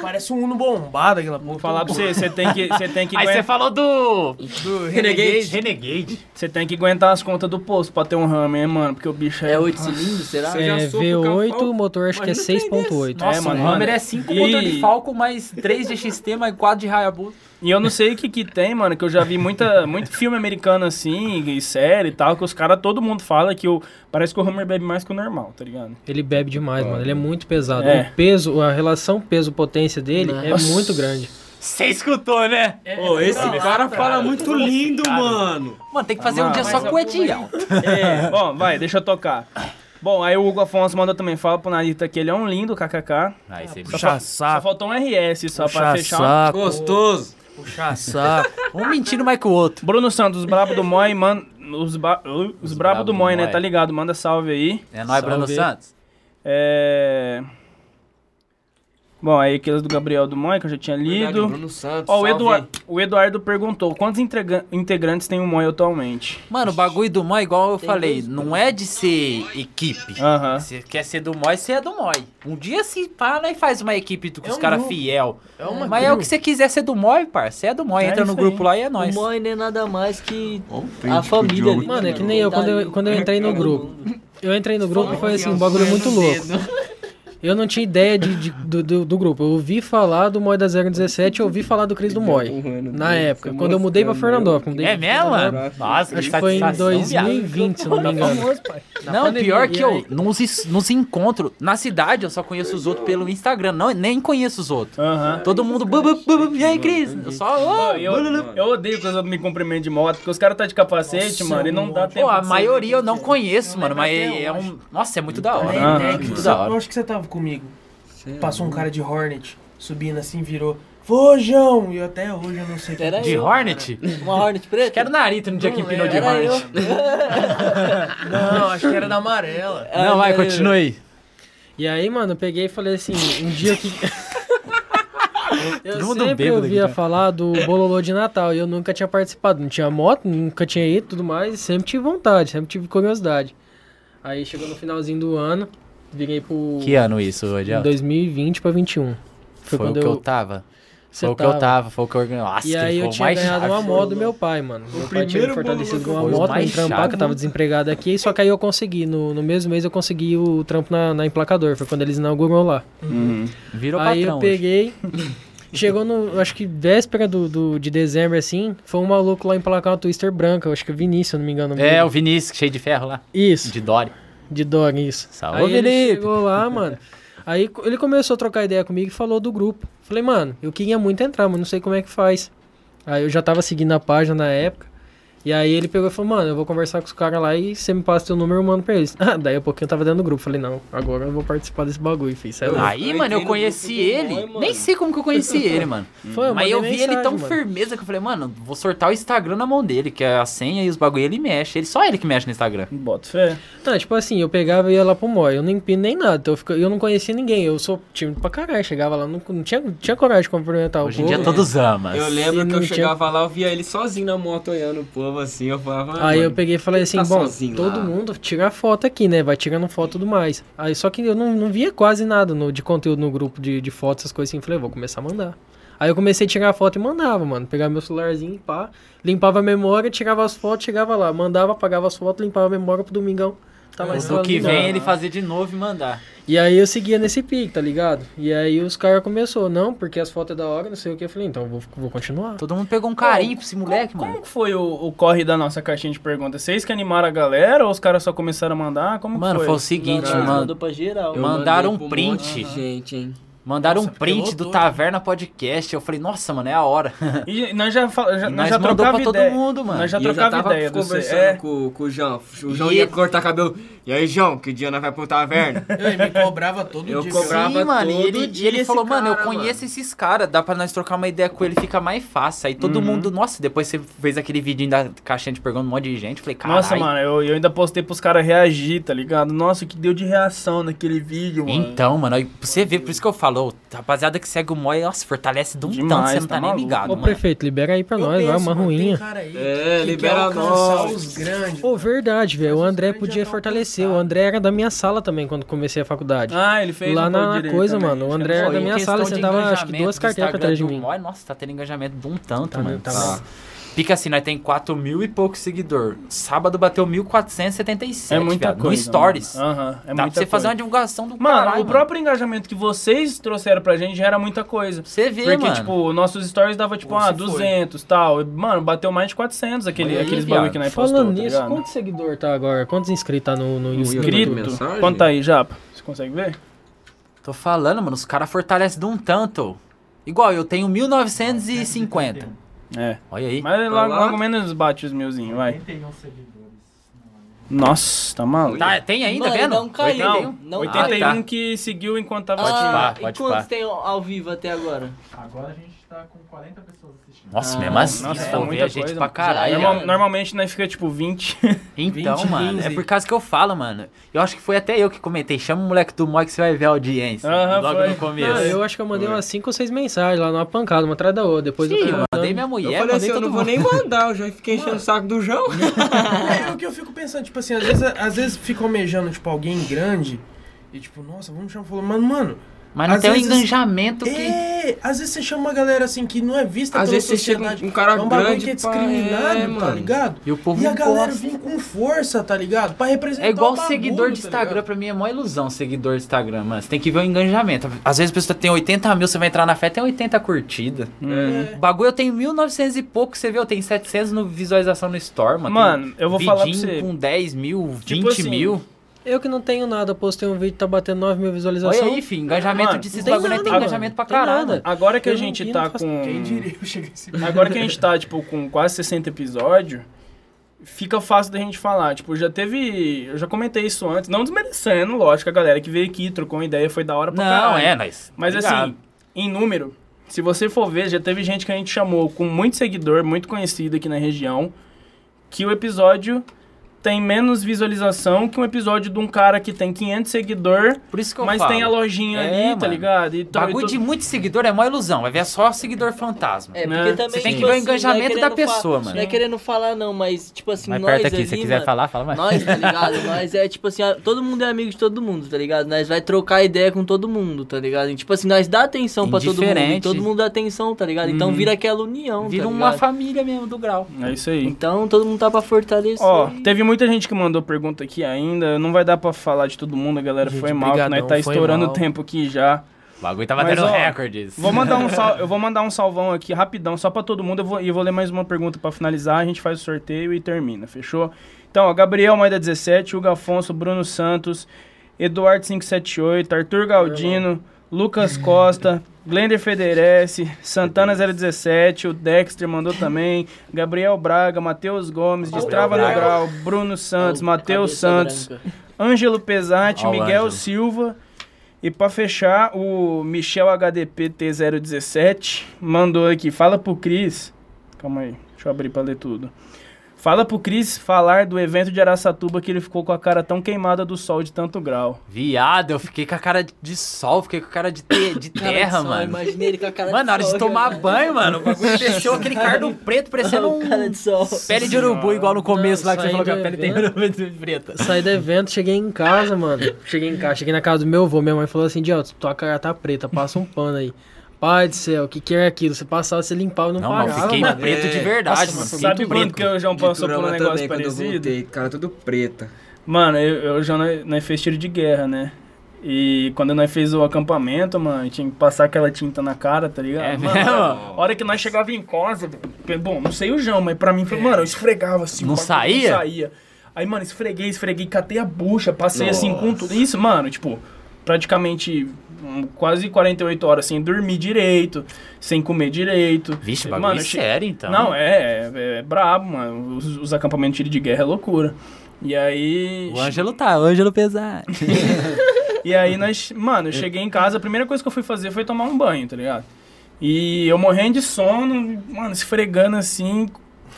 Speaker 3: Parece um Uno bombado aquela porra.
Speaker 1: Falar pra você, você tem que. Você tem que
Speaker 28: Aí você falou do.
Speaker 1: do
Speaker 28: Renegade.
Speaker 1: Renegade. Você tem que aguentar as contas do poço pra ter um Hammer, hein, mano, porque o bicho é. É
Speaker 6: 8 cilindros, será?
Speaker 13: É, V8, o motor acho que é 6.8.
Speaker 1: Nossa,
Speaker 13: É,
Speaker 1: mano, Hammer
Speaker 13: mano.
Speaker 5: Hammer
Speaker 1: é
Speaker 5: é
Speaker 1: cinco
Speaker 5: 5
Speaker 1: motor
Speaker 5: motor
Speaker 1: de
Speaker 5: de Falco, mais 3 de XT, mais 4 de Hayabusa.
Speaker 1: E eu não sei o que que tem, mano, que eu já vi muita, muito filme americano assim, e série e tal, que os caras, todo mundo fala que o, parece que o Hammer bebe mais que o normal, tá ligado?
Speaker 13: Ele bebe demais, mano. Ele é muito pesado.
Speaker 1: É.
Speaker 13: O peso, a relação peso-potência dele
Speaker 1: Nossa.
Speaker 13: é muito grande.
Speaker 28: Você escutou, né?
Speaker 29: Ô, esse cara fala muito lindo, mano.
Speaker 5: Mano, tem que fazer um dia só com o Ediel.
Speaker 1: É, bom, vai, deixa eu tocar. Bom, aí o Hugo Afonso mandou também, fala pro Narita que ele é um lindo, kkk.
Speaker 5: Aí você
Speaker 1: Só, fa- só faltou um RS só pra
Speaker 5: Ah. Puxa
Speaker 1: fechar.
Speaker 5: saco.
Speaker 1: Gostoso. Puxa
Speaker 5: saco. Um mentindo mais que o outro.
Speaker 1: Bruno Santos, os brabo do Moi, mano. Os, ba... uh, os, brabo do Moi, né? Tá ligado? Manda salve aí.
Speaker 5: É nóis, Bruno
Speaker 1: Salve.
Speaker 5: Santos.
Speaker 1: É. Bom, aí aqueles do Gabriel do Moi, que eu já tinha lido.
Speaker 29: Verdade, Bruno Santos,
Speaker 1: Ó, o,
Speaker 29: salve.
Speaker 1: Eduard, o Eduardo perguntou: quantos integra- integrantes tem o Moi atualmente?
Speaker 5: Mano, o bagulho do Moi, igual eu falei, não é de ser equipe. Você quer ser do Moi, você é do Moi. Um dia se pá, nós faz uma equipe com os
Speaker 6: um
Speaker 5: caras
Speaker 6: grupo.
Speaker 5: fiel.
Speaker 6: É uma
Speaker 5: Mas é
Speaker 6: crew.
Speaker 5: o que você quiser ser do Moi, parça. Você é do Moi,
Speaker 6: É
Speaker 5: entra
Speaker 6: isso
Speaker 5: no grupo
Speaker 6: aí.
Speaker 5: lá e é nóis.
Speaker 6: O Moi não é nada mais que
Speaker 5: que
Speaker 6: a
Speaker 5: o
Speaker 6: família
Speaker 5: Diogo
Speaker 6: ali. né?
Speaker 13: Mano, é que nem eu, quando eu, quando eu entrei no grupo. Eu entrei no grupo e foi assim, um bagulho muito louco. Eu não tinha ideia de, de- do, do- do grupo. Eu ouvi falar do Moi da 017 eu ouvi falar do Cris do Moi. Na época, quando eu mudei pra Fernandópolis. mudei
Speaker 28: É
Speaker 13: pra
Speaker 28: mesmo?
Speaker 13: Fernandópolis.
Speaker 28: Nossa, que
Speaker 13: acho que
Speaker 5: É,
Speaker 13: foi
Speaker 5: tá
Speaker 13: em
Speaker 28: satisfação,
Speaker 13: 2020, se não me engano. Na
Speaker 5: Não,
Speaker 13: pandemia,
Speaker 5: pior que
Speaker 13: e
Speaker 5: eu
Speaker 13: aí-
Speaker 5: nos, es- nos encontro. Na cidade eu só conheço os outros pelo Instagram. Não, nem conheço os outros. Todo mundo. bu, bu, bu, bu, E aí, Cris? Eu só.
Speaker 1: Mano, eu, eu odeio quando eu me cumprimento de moto, porque os caras tá de capacete, mano, e não dá tempo.
Speaker 5: Pô, a
Speaker 1: de-
Speaker 5: maioria eu não conheço, mano, mas é, é um. Nossa, é muito da hora.
Speaker 1: Aham.
Speaker 5: É muito da hora.
Speaker 3: Eu acho que você tava comigo. Passou um cara de Hornet subindo assim, virou. Vô, João! E eu até hoje eu não sei
Speaker 6: Era
Speaker 5: De
Speaker 6: eu,
Speaker 5: Hornet?
Speaker 6: cara. Uma Hornet é. preta?
Speaker 28: Quero Narita no dia que empinou de
Speaker 6: Era
Speaker 28: Hornet.
Speaker 6: <laughs>
Speaker 3: Não, acho que era da amarela.
Speaker 6: É, né?
Speaker 13: Não, vai, continua aí. E aí, mano, eu peguei e falei assim, um dia
Speaker 5: <laughs>
Speaker 13: que. eu
Speaker 3: Todo mundo
Speaker 5: um
Speaker 13: sempre
Speaker 3: bêbado
Speaker 13: ouvia
Speaker 5: né?
Speaker 3: aqui já.
Speaker 13: falar do Bololô de Natal e eu nunca tinha participado. Não tinha moto, nunca tinha ido e tudo mais. e Sempre tive vontade, sempre tive curiosidade. Aí chegou no finalzinho do ano, virei pro.
Speaker 5: Que ano isso, Rodiel?
Speaker 13: 2020 pra 21.
Speaker 5: Foi, o
Speaker 13: quando
Speaker 5: que eu,
Speaker 13: eu-
Speaker 5: tava.
Speaker 13: Você
Speaker 5: Foi o que eu
Speaker 13: tava.
Speaker 5: tava, foi o que eu organizei. Nossa,
Speaker 13: e
Speaker 5: que
Speaker 13: aí
Speaker 5: foi
Speaker 13: eu
Speaker 5: o
Speaker 13: tinha
Speaker 5: mais
Speaker 13: ganhado
Speaker 5: chave.
Speaker 13: uma moto do meu pai, mano. Meu pai tinha me
Speaker 5: primeiro
Speaker 13: fortalecido com uma
Speaker 5: Foi o
Speaker 13: moto pra
Speaker 5: mais
Speaker 13: me trampar,
Speaker 5: chave,
Speaker 13: que eu tava
Speaker 5: mano.
Speaker 13: desempregado aqui, só que aí eu consegui. No, no mesmo mês eu consegui o trampo na, na emplacador, foi quando eles inaugurou lá.
Speaker 5: Uhum. Virou
Speaker 13: aí
Speaker 5: patrão
Speaker 13: eu
Speaker 5: hoje.
Speaker 13: peguei. <laughs> Chegou no, eu acho que véspera do, do- de dezembro, assim, foi um maluco lá emplacar uma Twister branca, eu acho que é o Vinícius, se eu não me engano. o nome
Speaker 5: É,
Speaker 13: dele.
Speaker 5: o Vinícius, cheio de ferro lá.
Speaker 13: Isso.
Speaker 5: De Dory.
Speaker 13: De Dog, isso.
Speaker 5: Salve,
Speaker 13: aí ele
Speaker 5: Felipe.
Speaker 13: chegou lá, mano. Aí co- ele começou a trocar ideia comigo e falou do grupo. Falei, mano, eu queria muito entrar, mas não sei como é que faz. Aí eu já tava seguindo a página na época. E aí ele pegou e falou, mano, eu vou conversar com os caras lá e você me passa teu número, eu mando pra eles. <laughs> Ah, daí a pouquinho eu tava dentro do grupo. Falei, não, agora eu vou participar desse bagulho, filho. Cê é louco.
Speaker 5: Aí, mano, eu conheci ele. Nem sei como que eu conheci ele, mano.
Speaker 13: Foi, eu
Speaker 5: Mas eu vi
Speaker 13: mandei
Speaker 5: ele tão
Speaker 13: mensagem, mano.
Speaker 5: firmeza que eu falei, mano, vou sortar o Instagram na mão dele, que é a senha e os bagulho ele mexe. Ele, só ele que mexe no
Speaker 13: Tá
Speaker 5: Instagram.
Speaker 1: Bota fé.
Speaker 13: Não, tipo assim, eu pegava e ia lá pro Moi, eu não empino nem nada, então eu, fica- eu não conhecia ninguém, eu sou tímido pra caralho, chegava lá, não, não tinha, não tinha coragem de cumprimentar o
Speaker 5: Hoje em
Speaker 13: povo.
Speaker 5: dia todos amam.
Speaker 10: Eu lembro
Speaker 13: Se
Speaker 10: que eu
Speaker 13: não tinha-
Speaker 10: chegava lá, eu via ele sozinho na moto olhando o povo assim, eu falava. "Ah,
Speaker 13: Aí eu
Speaker 10: mano,
Speaker 13: peguei e falei
Speaker 10: por que
Speaker 13: assim,
Speaker 10: tá
Speaker 13: bom,
Speaker 10: sozinho
Speaker 13: todo
Speaker 10: lá?"
Speaker 13: mundo tira foto aqui, né? Vai tirando foto e tudo mais. Aí só que eu não, não via quase nada no- de conteúdo no grupo de, de fotos, essas coisas assim. Falei, vou começar a mandar. Aí eu comecei a tirar foto e mandava, mano. Pegava meu celularzinho, pá, limpava a memória, tirava as fotos, chegava lá, mandava, apagava as fotos, limpava a memória pro domingão. Tá mais
Speaker 5: Do É. que
Speaker 13: sozinho,
Speaker 5: vem
Speaker 13: né?
Speaker 5: ele fazer de novo e mandar.
Speaker 13: E aí eu seguia nesse pique, tá ligado? E aí os caras começou, não, porque as fotos é da hora, não sei o que. Eu falei, então eu vou, vou continuar.
Speaker 5: Todo mundo pegou um
Speaker 1: carinho
Speaker 5: pra esse moleque,
Speaker 1: mano. Como que foi o, o corre da nossa caixinha de perguntas? Vocês que animaram a galera ou os caras só começaram a mandar? Como que
Speaker 5: Mano, foi o seguinte,
Speaker 1: Não, não,
Speaker 5: mano.
Speaker 6: mandou pra geral.
Speaker 5: Eu
Speaker 6: Eu mandei
Speaker 5: mandaram um
Speaker 6: pra um
Speaker 5: print.
Speaker 6: monte de gente, hein?
Speaker 5: Mandaram
Speaker 6: Nossa,
Speaker 5: um
Speaker 6: porque
Speaker 5: print
Speaker 6: lotou,
Speaker 5: do Taverna Podcast. Eu falei, nossa, mano, é a hora.
Speaker 1: E nós já, fal- já,
Speaker 5: E
Speaker 1: nós
Speaker 5: nós
Speaker 1: já
Speaker 5: mandou
Speaker 1: trocava
Speaker 5: pra todo
Speaker 1: ideia.
Speaker 5: mundo, mano.
Speaker 1: Nós já
Speaker 10: E eu
Speaker 1: trocava
Speaker 10: tava
Speaker 1: ideia do C.
Speaker 10: conversando
Speaker 1: É.
Speaker 10: com, com o João. O João
Speaker 1: E
Speaker 10: ia
Speaker 1: ele-
Speaker 10: cortar cabelo. E aí, João, que dia nós vai pro taverna?
Speaker 3: Ele me cobrava todo
Speaker 10: Eu
Speaker 3: dia.
Speaker 10: cobrava
Speaker 5: Sim, mano, e
Speaker 10: todo
Speaker 5: ele, e
Speaker 10: dia
Speaker 5: ele
Speaker 10: esse
Speaker 5: falou, mano, eu
Speaker 10: cara,
Speaker 5: conheço esses caras, dá pra nós trocar uma ideia com ele, fica mais fácil. Aí todo
Speaker 1: Uhum.
Speaker 5: mundo, nossa, depois você fez aquele vídeo da caixinha de pergunta, um monte de gente, eu falei, caralho.
Speaker 1: Nossa, mano, eu, eu ainda postei pros caras reagir, tá ligado? Nossa, o que deu de reação naquele vídeo, mano.
Speaker 5: Então, mano, aí pra você vê, por isso que eu falo, ô, rapaziada que segue o Moi, nossa, fortalece de um
Speaker 1: Demais,
Speaker 5: tanto, você não
Speaker 1: tá
Speaker 5: tá, nem
Speaker 1: maluco.
Speaker 5: ligado,
Speaker 13: Ô,
Speaker 5: mano.
Speaker 13: prefeito, libera aí pra nós, vai um uma ruinha.
Speaker 10: É,
Speaker 3: que
Speaker 10: libera
Speaker 3: quer alcançar
Speaker 10: nós.
Speaker 3: os grandes.
Speaker 13: Pô, verdade, velho. O André podia fortalecer. O André era da minha sala também quando comecei a faculdade.
Speaker 1: Ah, ele fez
Speaker 13: Lá
Speaker 1: um pouco
Speaker 13: na
Speaker 1: direito
Speaker 13: coisa,
Speaker 1: também,
Speaker 13: mano. O
Speaker 1: acho que
Speaker 13: André
Speaker 1: é
Speaker 13: era
Speaker 1: bom.
Speaker 13: da
Speaker 1: Em
Speaker 13: minha
Speaker 1: questão
Speaker 13: sala,
Speaker 1: de
Speaker 13: você tava acho que
Speaker 5: engajamento
Speaker 13: duas
Speaker 5: do
Speaker 13: carteiras pra trás de
Speaker 5: Instagram
Speaker 13: mim.
Speaker 5: do Moi, nossa, tá tendo engajamento de um tanto,
Speaker 13: Tá,
Speaker 5: mano.
Speaker 13: tá.
Speaker 5: Nossa. Pica assim, nós tem 4 mil e pouco seguidor. Sábado bateu 1.477,
Speaker 1: É muita
Speaker 5: viado,
Speaker 1: coisa,
Speaker 5: No Stories.
Speaker 1: mano. Aham, é
Speaker 5: Dá pra
Speaker 1: muita
Speaker 5: você fazer
Speaker 1: coisa.
Speaker 5: uma divulgação do
Speaker 1: Mano,
Speaker 5: caralho,
Speaker 1: o próprio engajamento que vocês trouxeram pra gente já era muita coisa.
Speaker 5: Você vê,
Speaker 1: Porque,
Speaker 5: mano.
Speaker 1: tipo, nossos stories dava, tipo, ah, 200 e tal. E, Mano, bateu mais de 400 aquele,
Speaker 5: Olha aí,
Speaker 1: aqueles
Speaker 5: viado.
Speaker 1: bagulho que nós postou,
Speaker 13: Falando
Speaker 1: tá
Speaker 13: nisso,
Speaker 1: ligado?
Speaker 13: quantos seguidor tá agora? Quantos inscritos tá no, no YouTube?
Speaker 5: Inscrito?
Speaker 1: Quanto tá aí, Japa? Você consegue ver?
Speaker 5: Tô falando, mano, os caras fortalecem de um tanto. Igual, eu tenho 1950.
Speaker 1: É.
Speaker 5: Olha aí.
Speaker 1: Mas logo,
Speaker 5: Tá lá.
Speaker 1: logo menos bate os meuzinhos, vai. Nossa, tá maluco.
Speaker 5: Tá, tem ainda,
Speaker 6: Mano,
Speaker 5: vendo? um.
Speaker 6: não caiu, não
Speaker 1: 81
Speaker 6: caiu.
Speaker 1: que seguiu enquanto tava
Speaker 6: Ah,
Speaker 1: ativa.
Speaker 6: e quantos tem ao- ao vivo até agora? Agora a gente tá com 40 pessoas assistindo.
Speaker 5: Nossa, mesmo assim,
Speaker 1: nossa,
Speaker 5: se
Speaker 1: tá
Speaker 5: for ver,
Speaker 1: muita
Speaker 5: a gente
Speaker 1: coisa,
Speaker 5: pra
Speaker 1: mano. é
Speaker 5: caralho,
Speaker 1: Normal-
Speaker 5: mano.
Speaker 1: normalmente nós fica tipo 20.
Speaker 5: Então,
Speaker 1: 20,
Speaker 5: mano,
Speaker 1: 15.
Speaker 5: é por causa que eu falo, mano. Eu acho que foi até eu que comentei. Chama o moleque do Moi que você vai ver a audiência.
Speaker 1: Aham,
Speaker 5: logo
Speaker 1: foi.
Speaker 5: no começo.
Speaker 13: Ah, eu acho que eu mandei umas 5 ou 6 mensagens lá numa pancada, uma atrás da outra. Depois eu
Speaker 5: Sim,
Speaker 13: fui
Speaker 5: eu mandei
Speaker 13: mandando.
Speaker 5: minha mulher,
Speaker 10: Eu falei assim, eu não vou nem mandar, eu já fiquei enchendo o saco do João.
Speaker 3: É o que eu fico pensando, tipo assim, às vezes, às vezes fica almejando, tipo, alguém grande e tipo, nossa, vamos chamar. Falou, mano, mano,
Speaker 5: <laughs> Mas não
Speaker 3: Às
Speaker 5: tem o
Speaker 3: vezes-
Speaker 5: enganjamento que.
Speaker 3: É, às vezes você chama uma galera assim que não é vista
Speaker 5: Às
Speaker 3: pela
Speaker 5: vezes você chega
Speaker 3: sociedade.
Speaker 5: um cara
Speaker 3: é um bagulho
Speaker 5: grande,
Speaker 3: que é
Speaker 5: pá,
Speaker 3: discriminado,
Speaker 5: é,
Speaker 3: tá
Speaker 5: mano.
Speaker 3: ligado?
Speaker 5: E o povo
Speaker 3: a galera
Speaker 5: gosta.
Speaker 3: vem com força, tá ligado? Pra representar
Speaker 5: É igual
Speaker 3: o bagulho,
Speaker 5: seguidor de
Speaker 3: tá
Speaker 5: Instagram, pra mim é uma ilusão seguidor de Instagram, mano. Você tem que ver o engajamento. Às vezes a pessoa tem 80 mil, você vai entrar na festa, tem 80 curtidas.
Speaker 1: É.
Speaker 5: O bagulho eu tenho 1900 e pouco, você vê, eu tenho 700 no visualização no Store, mano.
Speaker 1: Mano,
Speaker 5: Tem
Speaker 1: eu vou falar pra
Speaker 5: vidinho
Speaker 1: você.
Speaker 5: com 10 mil, 20
Speaker 1: Tipo assim,
Speaker 5: mil.
Speaker 13: Eu que não tenho nada, postei um vídeo que tá batendo 9 mil visualizações.
Speaker 5: Olha aí, filho, engajamento
Speaker 13: Mano,
Speaker 5: desses
Speaker 13: não tem
Speaker 5: bagulho aí
Speaker 13: nada,
Speaker 5: tem
Speaker 13: mano.
Speaker 5: engajamento pra
Speaker 13: Tem nada.
Speaker 5: caralho.
Speaker 1: Agora que
Speaker 13: Eu
Speaker 1: a gente
Speaker 13: não- eu
Speaker 1: tá
Speaker 13: não faço-
Speaker 1: com.
Speaker 13: Quem diria,
Speaker 3: eu cheguei a esse
Speaker 1: Agora que a gente tá, tipo, com quase 60 episódios, fica fácil da gente falar. Tipo, já teve. Eu já comentei isso antes, não desmerecendo, lógico, a galera que veio aqui, trocou uma ideia, foi da hora pra
Speaker 5: Não,
Speaker 1: caralho.
Speaker 5: é, nós-
Speaker 1: Mas
Speaker 5: obrigado.
Speaker 1: assim, em número, se você for ver, já teve gente que a gente chamou com muito seguidor, muito conhecido aqui na região, que o episódio tem menos visualização que um episódio de um cara que tem 500 seguidor,
Speaker 5: Por isso que eu
Speaker 1: mas
Speaker 5: falo.
Speaker 1: tem a lojinha
Speaker 5: É,
Speaker 1: ali, tá
Speaker 5: mano.
Speaker 1: ligado? E tal, e
Speaker 5: Bagulho
Speaker 1: tu-
Speaker 5: de muito seguidor é uma ilusão, vai ver só seguidor fantasma.
Speaker 6: É, porque
Speaker 5: Né?
Speaker 6: também.
Speaker 5: Você tem que
Speaker 6: tipo
Speaker 5: ver o
Speaker 6: assim, não é
Speaker 5: engajamento da
Speaker 6: querendo
Speaker 5: pessoa,
Speaker 6: fa-
Speaker 5: mano.
Speaker 6: Não é querendo falar, não, mas, tipo assim,
Speaker 5: Mais
Speaker 6: nós.
Speaker 5: perto aqui,
Speaker 6: ali,
Speaker 5: se você quiser
Speaker 6: mano,
Speaker 5: falar, fala mais.
Speaker 6: Nós, tá ligado? Nós é, tipo assim, a- todo mundo é amigo de todo mundo, tá ligado? Nós vai trocar ideia com todo mundo, tá ligado? E, tipo assim, nós dá atenção pra todo mundo. E
Speaker 5: Indiferente.
Speaker 6: todo mundo dá atenção, tá ligado? Então
Speaker 5: Uhum.
Speaker 6: vira aquela união,
Speaker 5: Vira
Speaker 6: tá
Speaker 5: uma
Speaker 6: ligado?
Speaker 5: família mesmo do grau.
Speaker 1: É isso aí.
Speaker 6: Então todo mundo tá pra fortalecer.
Speaker 1: Ó, teve muita gente que mandou pergunta aqui ainda. Não vai dar pra falar de todo mundo, a galera.
Speaker 6: Gente,
Speaker 1: foi mal, que nós
Speaker 6: brigadão,
Speaker 1: tá
Speaker 6: foi
Speaker 1: estourando o
Speaker 6: mal.
Speaker 1: tempo aqui já.
Speaker 5: O bagulho tá batendo
Speaker 1: Mas, ó,
Speaker 5: recordes.
Speaker 1: Vou mandar um sal, eu vou mandar um salvão aqui rapidão, só pra todo mundo. Eu vou, e eu vou ler mais uma pergunta pra finalizar. A gente faz o sorteio e termina, fechou? Então, ó, Gabriel Maida 17, Hugo Afonso, Bruno Santos, Eduardo 578, Arthur Galdino,
Speaker 5: <laughs>
Speaker 1: Lucas Costa, Glender Federesse, Santana 017, o Dexter
Speaker 5: <laughs>
Speaker 1: mandou também, Gabriel Braga, Matheus Gomes, Destrava no
Speaker 5: Braga.
Speaker 1: Grau, Bruno Santos, Matheus
Speaker 5: cabeça
Speaker 1: Santos, Ângelo Pesati,
Speaker 5: Ó o
Speaker 1: Miguel
Speaker 5: Ângelo.
Speaker 1: Silva. E pra fechar, o Michel HDP T017 mandou aqui, fala pro Cris. Calma aí, deixa eu abrir pra ler tudo. Fala pro Cris falar do evento de Araçatuba que ele ficou com a cara tão queimada do sol de tanto grau.
Speaker 5: Viado, eu fiquei com a cara de sol, fiquei com a cara de, te- de
Speaker 6: Cara de
Speaker 5: terra,
Speaker 6: sol,
Speaker 5: mano.
Speaker 6: Imaginei ele com a cara
Speaker 5: Mano, na hora
Speaker 6: sol,
Speaker 5: de
Speaker 6: <laughs>
Speaker 5: tomar
Speaker 6: cara.
Speaker 5: banho, mano, o bagulho desceu aquele cardo preto, parecendo um...
Speaker 6: cara de sol.
Speaker 5: Pele de urubu, igual no começo lá que você
Speaker 13: saí
Speaker 5: falou que a
Speaker 6: é
Speaker 13: do
Speaker 5: pele tem
Speaker 13: evento.
Speaker 5: urubu preta.
Speaker 13: Saí do evento, cheguei em casa, mano. Cheguei em casa, cheguei na casa do meu avô. Minha mãe falou assim: Diogo, tua cara tá preta, passa um pano aí. Pai do céu, o que, que é aquilo? Você passava, você limpava, não,
Speaker 5: Não, mas
Speaker 13: parava.
Speaker 5: eu fiquei
Speaker 13: mano.
Speaker 5: preto
Speaker 6: né?
Speaker 5: de verdade,
Speaker 13: Nossa,
Speaker 5: mano.
Speaker 1: Sabe
Speaker 5: Pinto
Speaker 1: quando
Speaker 5: branco.
Speaker 1: que o João passou por um
Speaker 29: Turama
Speaker 1: negócio
Speaker 29: também, quando eu
Speaker 1: parecido?
Speaker 29: voltei, cara tudo preta.
Speaker 1: Mano, eu, eu já nós, nós fez tiro de guerra, né? E quando nós fez o acampamento, mano, tinha que passar aquela tinta na cara, tá ligado?
Speaker 5: É
Speaker 1: mano,
Speaker 5: mesmo?
Speaker 1: a hora que nós chegava em casa, bom, não sei o João, mas pra mim foi, mano, eu esfregava assim.
Speaker 5: Não
Speaker 1: o bagulho
Speaker 5: saía?
Speaker 1: Não saía. Aí, mano, esfreguei, esfreguei, catei a bucha, passei assim com tudo. Isso, mano, tipo, praticamente hum, quase 48 horas sem dormir direito, sem comer direito.
Speaker 5: Vixe,
Speaker 1: Mano,
Speaker 5: bagulho
Speaker 1: eu che-
Speaker 5: sério, então.
Speaker 1: Não, é, é, é brabo, mano. Os, os acampamentos de tiro de guerra é loucura. E aí.
Speaker 5: O Ângelo tá, o Ângelo pesado.
Speaker 1: E aí nós, mano, eu cheguei em casa, a primeira coisa que eu fui fazer foi tomar um banho, tá ligado? E eu morrendo de sono, mano, esfregando
Speaker 3: <laughs>
Speaker 1: assim,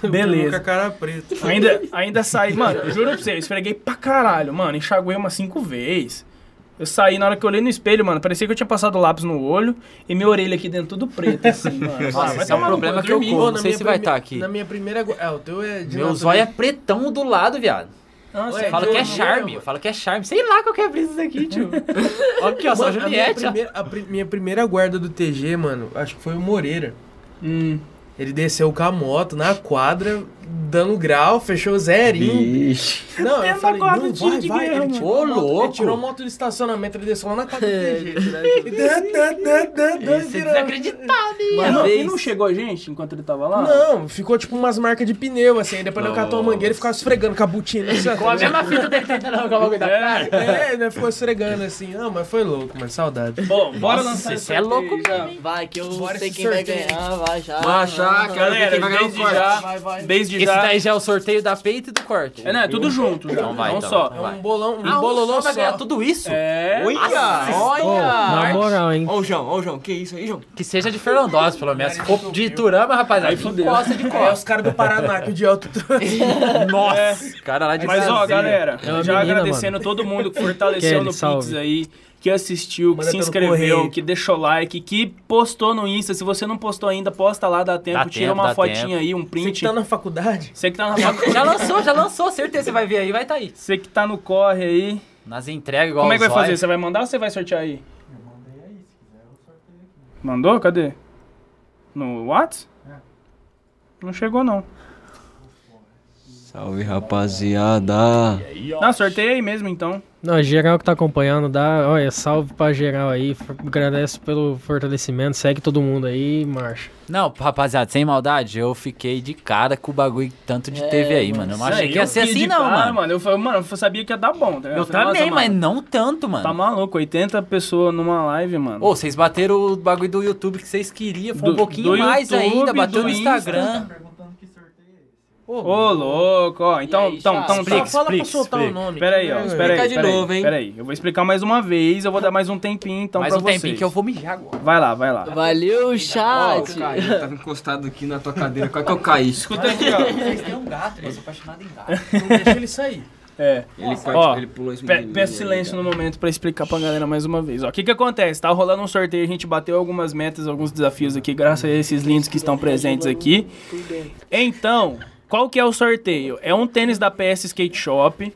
Speaker 3: Com
Speaker 1: beleza.
Speaker 3: a cara preta.
Speaker 1: Ainda, ainda saí, mano, eu juro pra você, eu esfreguei pra caralho, mano, enxaguei umas cinco vezes. Eu saí, na hora que eu olhei no espelho, mano, parecia que eu tinha passado lápis no olho e minha orelha aqui dentro tudo preta, assim, mano.
Speaker 5: Nossa,
Speaker 1: Ah, vai
Speaker 5: esse é um
Speaker 1: tomar no
Speaker 5: problema
Speaker 1: cu,
Speaker 5: que eu
Speaker 1: dormi.
Speaker 5: corro,
Speaker 1: Pô,
Speaker 5: não
Speaker 1: na
Speaker 5: sei
Speaker 1: minha
Speaker 5: se vai
Speaker 1: prime-
Speaker 5: tá aqui.
Speaker 3: Na minha primeira. go- É, o teu é de
Speaker 5: Meu
Speaker 3: lá
Speaker 5: zóio é
Speaker 3: também.
Speaker 5: pretão do lado, viado.
Speaker 1: Nossa,
Speaker 5: Eu falo que é charme, eu falo que é charme. Sei lá qual que é a brisa disso aqui,
Speaker 1: <laughs>
Speaker 5: tio. Olha aqui, ó, só
Speaker 3: Mano, a minha,
Speaker 5: Juliette. ó.
Speaker 3: primeira, a pri- minha primeira guarda do TG, mano, acho que foi o Moreira. Ele desceu com a moto na quadra, dando grau, fechou zerinho. Não, eu
Speaker 1: Dentro da
Speaker 3: falei,
Speaker 1: quadra
Speaker 3: não,
Speaker 1: de
Speaker 3: vai,
Speaker 1: de
Speaker 3: vai.
Speaker 1: guerra,
Speaker 3: Ele
Speaker 1: mano.
Speaker 3: tirou,
Speaker 1: Ô,
Speaker 3: a moto,
Speaker 1: louco.
Speaker 3: ele tirou a moto do estacionamento, ele desceu lá na quadra do tá TG.
Speaker 5: Isso é desacreditável.
Speaker 1: Mano,
Speaker 3: Uma
Speaker 1: e
Speaker 3: vez-
Speaker 1: não chegou a gente enquanto ele tava lá?
Speaker 3: Não, ficou tipo umas marcas de pneu, assim. Aí depois eu catou a mangueira e ficava esfregando com a botina. assim, ó,
Speaker 5: Com a
Speaker 3: tá ligado?
Speaker 5: mesma fita dele tentando arrancar o bagulho da cara.
Speaker 3: É, né, ficou esfregando assim. Não, mas foi louco, mano, saudade.
Speaker 1: Bom, bora
Speaker 5: Nossa,
Speaker 1: lançar
Speaker 5: esse é louco mesmo. hein?
Speaker 6: Vai, que eu
Speaker 3: Bora
Speaker 6: sei
Speaker 3: esse
Speaker 6: quem vai
Speaker 3: sorteio.
Speaker 6: ganhar, vai já.
Speaker 5: Vai já,
Speaker 6: Vai,
Speaker 5: quero ver
Speaker 6: vai,
Speaker 5: quem
Speaker 6: vai,
Speaker 5: vai ganhar o
Speaker 1: um
Speaker 6: vai,
Speaker 5: corte.
Speaker 6: Vai, vai.
Speaker 1: Desde
Speaker 5: Esse
Speaker 1: já.
Speaker 5: daí já é o sorteio da peita e do corte.
Speaker 1: É, não, é tudo junto.
Speaker 5: Então vai,
Speaker 1: não
Speaker 5: então,
Speaker 1: só.
Speaker 5: vai.
Speaker 3: Um bolão, um
Speaker 5: Ah, o
Speaker 3: bololô
Speaker 5: Sol vai ganhar
Speaker 3: só.
Speaker 5: tudo isso?
Speaker 1: É.
Speaker 5: Nossa,
Speaker 13: Na
Speaker 5: Olha!
Speaker 13: moral, hein?
Speaker 29: Ô, João, ô, João, que isso aí, João?
Speaker 5: Que seja de Fernandópolis, pelo menos. Se for de Iturama, rapaziada, encosta de
Speaker 3: É, os
Speaker 5: costa.
Speaker 3: caras do Paraná que o Dialto trouxe.
Speaker 5: Nossa, cara lá de
Speaker 1: É. Mas ó,
Speaker 5: Brasília.
Speaker 1: galera,
Speaker 13: É uma
Speaker 1: já
Speaker 13: menina,
Speaker 1: agradecendo todo mundo que fortaleceu
Speaker 13: Kelly,
Speaker 1: no Pix
Speaker 13: salve.
Speaker 1: aí, que assistiu, que
Speaker 3: Manda
Speaker 1: se
Speaker 3: pelo
Speaker 1: inscreveu,
Speaker 3: correio.
Speaker 1: que deixou like, que postou no Insta. Se você não postou ainda, posta lá, dá tempo, tira
Speaker 5: tempo,
Speaker 1: uma
Speaker 5: dá
Speaker 1: fotinha
Speaker 5: tempo.
Speaker 1: aí, um
Speaker 3: Você
Speaker 1: print.
Speaker 3: que tá na faculdade?
Speaker 1: Você que tá na faculdade,
Speaker 5: Já lançou, já lançou, certeza. Você vai ver aí, vai tá aí.
Speaker 1: <laughs> você que tá no corre aí.
Speaker 5: Nas entregas, igual
Speaker 1: Como é que vai
Speaker 5: o Zóio.
Speaker 1: fazer? Você vai mandar ou você vai sortear aí? Mandou? Cadê? No Whats? Não chegou, não.
Speaker 10: Salve, rapaziada.
Speaker 1: Não, sorteia aí mesmo, então.
Speaker 13: Não, geral que tá acompanhando, dá, olha, salve pra geral aí, f- agradece pelo fortalecimento, segue todo mundo aí e marcha.
Speaker 5: Não, rapaziada, sem maldade, eu fiquei de cara com o bagulho que tanto
Speaker 1: É,
Speaker 5: de teve aí, mano. Eu não achei que ia
Speaker 1: eu
Speaker 5: ser
Speaker 1: fiquei
Speaker 5: assim,
Speaker 1: de
Speaker 5: não,
Speaker 1: cara,
Speaker 5: mano.
Speaker 1: Eu, falei, mano, eu sabia que ia dar bom. Tá ligado?
Speaker 5: Eu
Speaker 1: falei, nossa,
Speaker 5: também, mas
Speaker 1: mano,
Speaker 5: não tanto, mano.
Speaker 1: Tá maluco, 80 pessoas numa live, mano.
Speaker 5: Ô, vocês bateram o bagulho do YouTube que vocês queriam, foi um
Speaker 1: Do-
Speaker 5: pouquinho
Speaker 1: do
Speaker 5: mais
Speaker 1: YouTube,
Speaker 5: ainda, bateu
Speaker 1: do
Speaker 5: no
Speaker 1: Insta.
Speaker 5: Instagram.
Speaker 1: Ô, louco, ó. Então, então, então,
Speaker 28: Só fala pra
Speaker 1: explica,
Speaker 28: soltar o
Speaker 1: explica.
Speaker 28: nome.
Speaker 1: Pera aí, ó.
Speaker 28: É,
Speaker 1: Espera aí,
Speaker 28: explicar de
Speaker 1: pera aí,
Speaker 28: novo, hein?
Speaker 1: Pera aí, eu vou explicar mais uma vez, eu vou dar mais um tempinho, então,
Speaker 28: Mais
Speaker 1: pra
Speaker 28: um
Speaker 1: vocês.
Speaker 28: tempinho que eu
Speaker 5: vou mijar agora.
Speaker 1: Vai lá, vai lá.
Speaker 6: Valeu, chat!
Speaker 10: Ó, o Caio <laughs> tava encostado aqui na tua cadeira, quase que eu caí.
Speaker 1: Escuta aqui, ó.
Speaker 25: Vocês têm um gato, eu sou apaixonado em gato.
Speaker 3: Deixa ele sair.
Speaker 1: É.
Speaker 10: Ele
Speaker 1: Nossa.
Speaker 10: pode-
Speaker 1: Ó,
Speaker 10: ele pulou esse
Speaker 1: pe-
Speaker 10: mimimi
Speaker 1: Peço
Speaker 10: aí,
Speaker 1: silêncio no momento pra explicar pra galera mais uma vez. Ó, o que que acontece? Tá rolando um sorteio, a gente bateu algumas metas, alguns desafios aqui, graças a esses lindos que estão presentes aqui. Então, qual que é o sorteio? É um tênis da PS Skate Shop,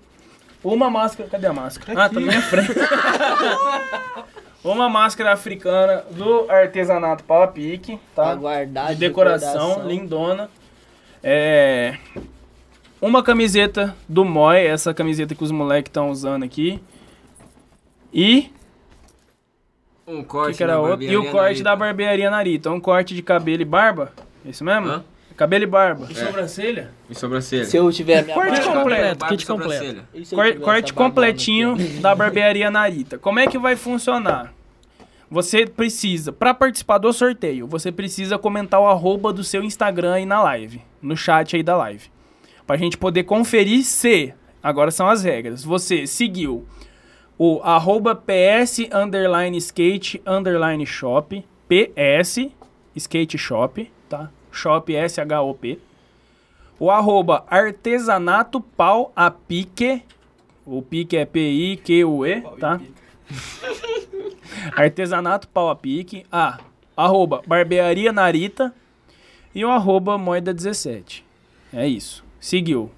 Speaker 1: uma máscara... Cadê a máscara? Ah, tá na minha <laughs> frente. Uma máscara africana do artesanato Palapique, tá?
Speaker 6: Aguardar
Speaker 1: de decoração,
Speaker 6: decoração.
Speaker 1: lindona. É... Uma camiseta do Moi, essa camiseta que os moleques estão usando aqui. E
Speaker 10: Um
Speaker 1: o
Speaker 10: corte
Speaker 1: que, que era
Speaker 10: na
Speaker 1: outro? E
Speaker 10: barbearia
Speaker 1: o corte
Speaker 10: na-
Speaker 1: da barbearia Narita. Um corte de cabelo e barba. É Isso mesmo? Cabelo e barba.
Speaker 10: É.
Speaker 1: sobrancelha?
Speaker 10: E sobrancelha.
Speaker 1: Se eu tiver a minha Corte barba- completo,
Speaker 10: Barba e
Speaker 1: kit
Speaker 10: sobrancelha.
Speaker 1: Cor- corte completinho da barbearia Narita. Como é que vai funcionar? Você precisa, para participar do sorteio, você precisa comentar o arroba do seu Instagram aí na live, no chat aí da live. Pra gente poder conferir se, agora são as regras, você seguiu o arroba PS underline skate underline shop, PS skate shop, tá? Shop S-H-O-P. O arroba artesanato pau a pique. O pique é P-I-Q-U-E, tá? <laughs> artesanato pau a pique. A. Arroba barbearia narita. E o arroba moeda 17. É isso. Seguiu.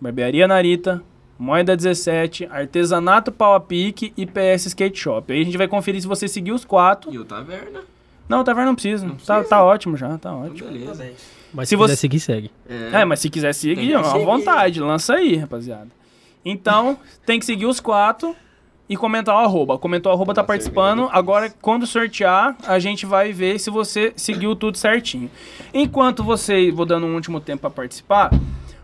Speaker 1: Barbearia narita. Moeda 17, Artesanato Pau a Pique e PS Skate Shop. Aí a gente vai conferir se você seguiu os quatro.
Speaker 10: E o Taverna.
Speaker 1: Não, Taverna não precisa. Tá, tá ótimo já, tá ótimo.
Speaker 10: Beleza.
Speaker 13: Mas
Speaker 1: Se
Speaker 13: se,
Speaker 1: você-
Speaker 13: você seguir, segue.
Speaker 1: É, mas se quiser
Speaker 13: Tem
Speaker 1: seguir,
Speaker 13: que
Speaker 1: é uma
Speaker 13: seguir.
Speaker 1: vontade, lança aí, rapaziada. Então, tem que seguir os quatro e comentar o arroba. Comentou o arroba, tá participando. Agora, quando sortear, a gente vai ver se você seguiu tudo certinho. Enquanto você, vou dando um último tempo pra participar,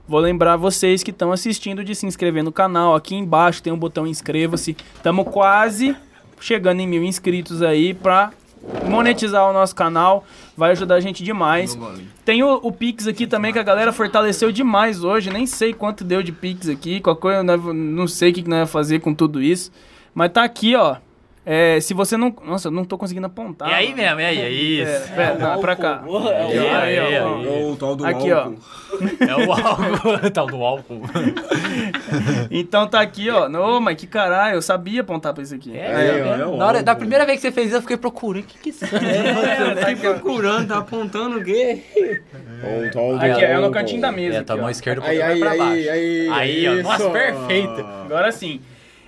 Speaker 1: vou lembrar vocês que estão assistindo de se inscrever no canal. Aqui embaixo tem um botão inscreva-se. Tamo quase chegando em mil inscritos aí pra monetizar o nosso canal. Vai ajudar a gente demais. Tem o, o Pix aqui também, que a galera fortaleceu demais hoje. Nem sei quanto deu de Pix aqui. Qualquer coisa, nós- não sei o que que nós ia fazer com tudo isso. Mas tá aqui, ó. É, se você não. Nossa, eu não tô conseguindo apontar.
Speaker 28: É aí
Speaker 1: mano.
Speaker 28: mesmo, é aí, é isso.
Speaker 1: Pera, pera, não, pra cá.
Speaker 28: É, é, é, é.
Speaker 10: O tal do
Speaker 1: Aqui, ó.
Speaker 28: É o álcool, <laughs> tal do álcool.
Speaker 1: Então tá aqui, ó. Ô, mas que caralho, eu sabia apontar pra isso aqui.
Speaker 10: É, ó, é o
Speaker 5: né? Na hora, da primeira vez que você fez isso, eu fiquei procurando. O que que é isso?
Speaker 10: É, tá
Speaker 6: né?
Speaker 10: procurando, tá apontando o quê?
Speaker 1: Aqui, é no cantinho da mesa.
Speaker 5: É, tá a mão esquerda um
Speaker 1: Aí,
Speaker 5: pouquinho
Speaker 1: aí,
Speaker 5: mais pra
Speaker 1: aí,
Speaker 5: baixo.
Speaker 1: aí,
Speaker 5: Aí, ó.
Speaker 1: isso.
Speaker 5: Nossa, perfeito.
Speaker 1: Agora sim.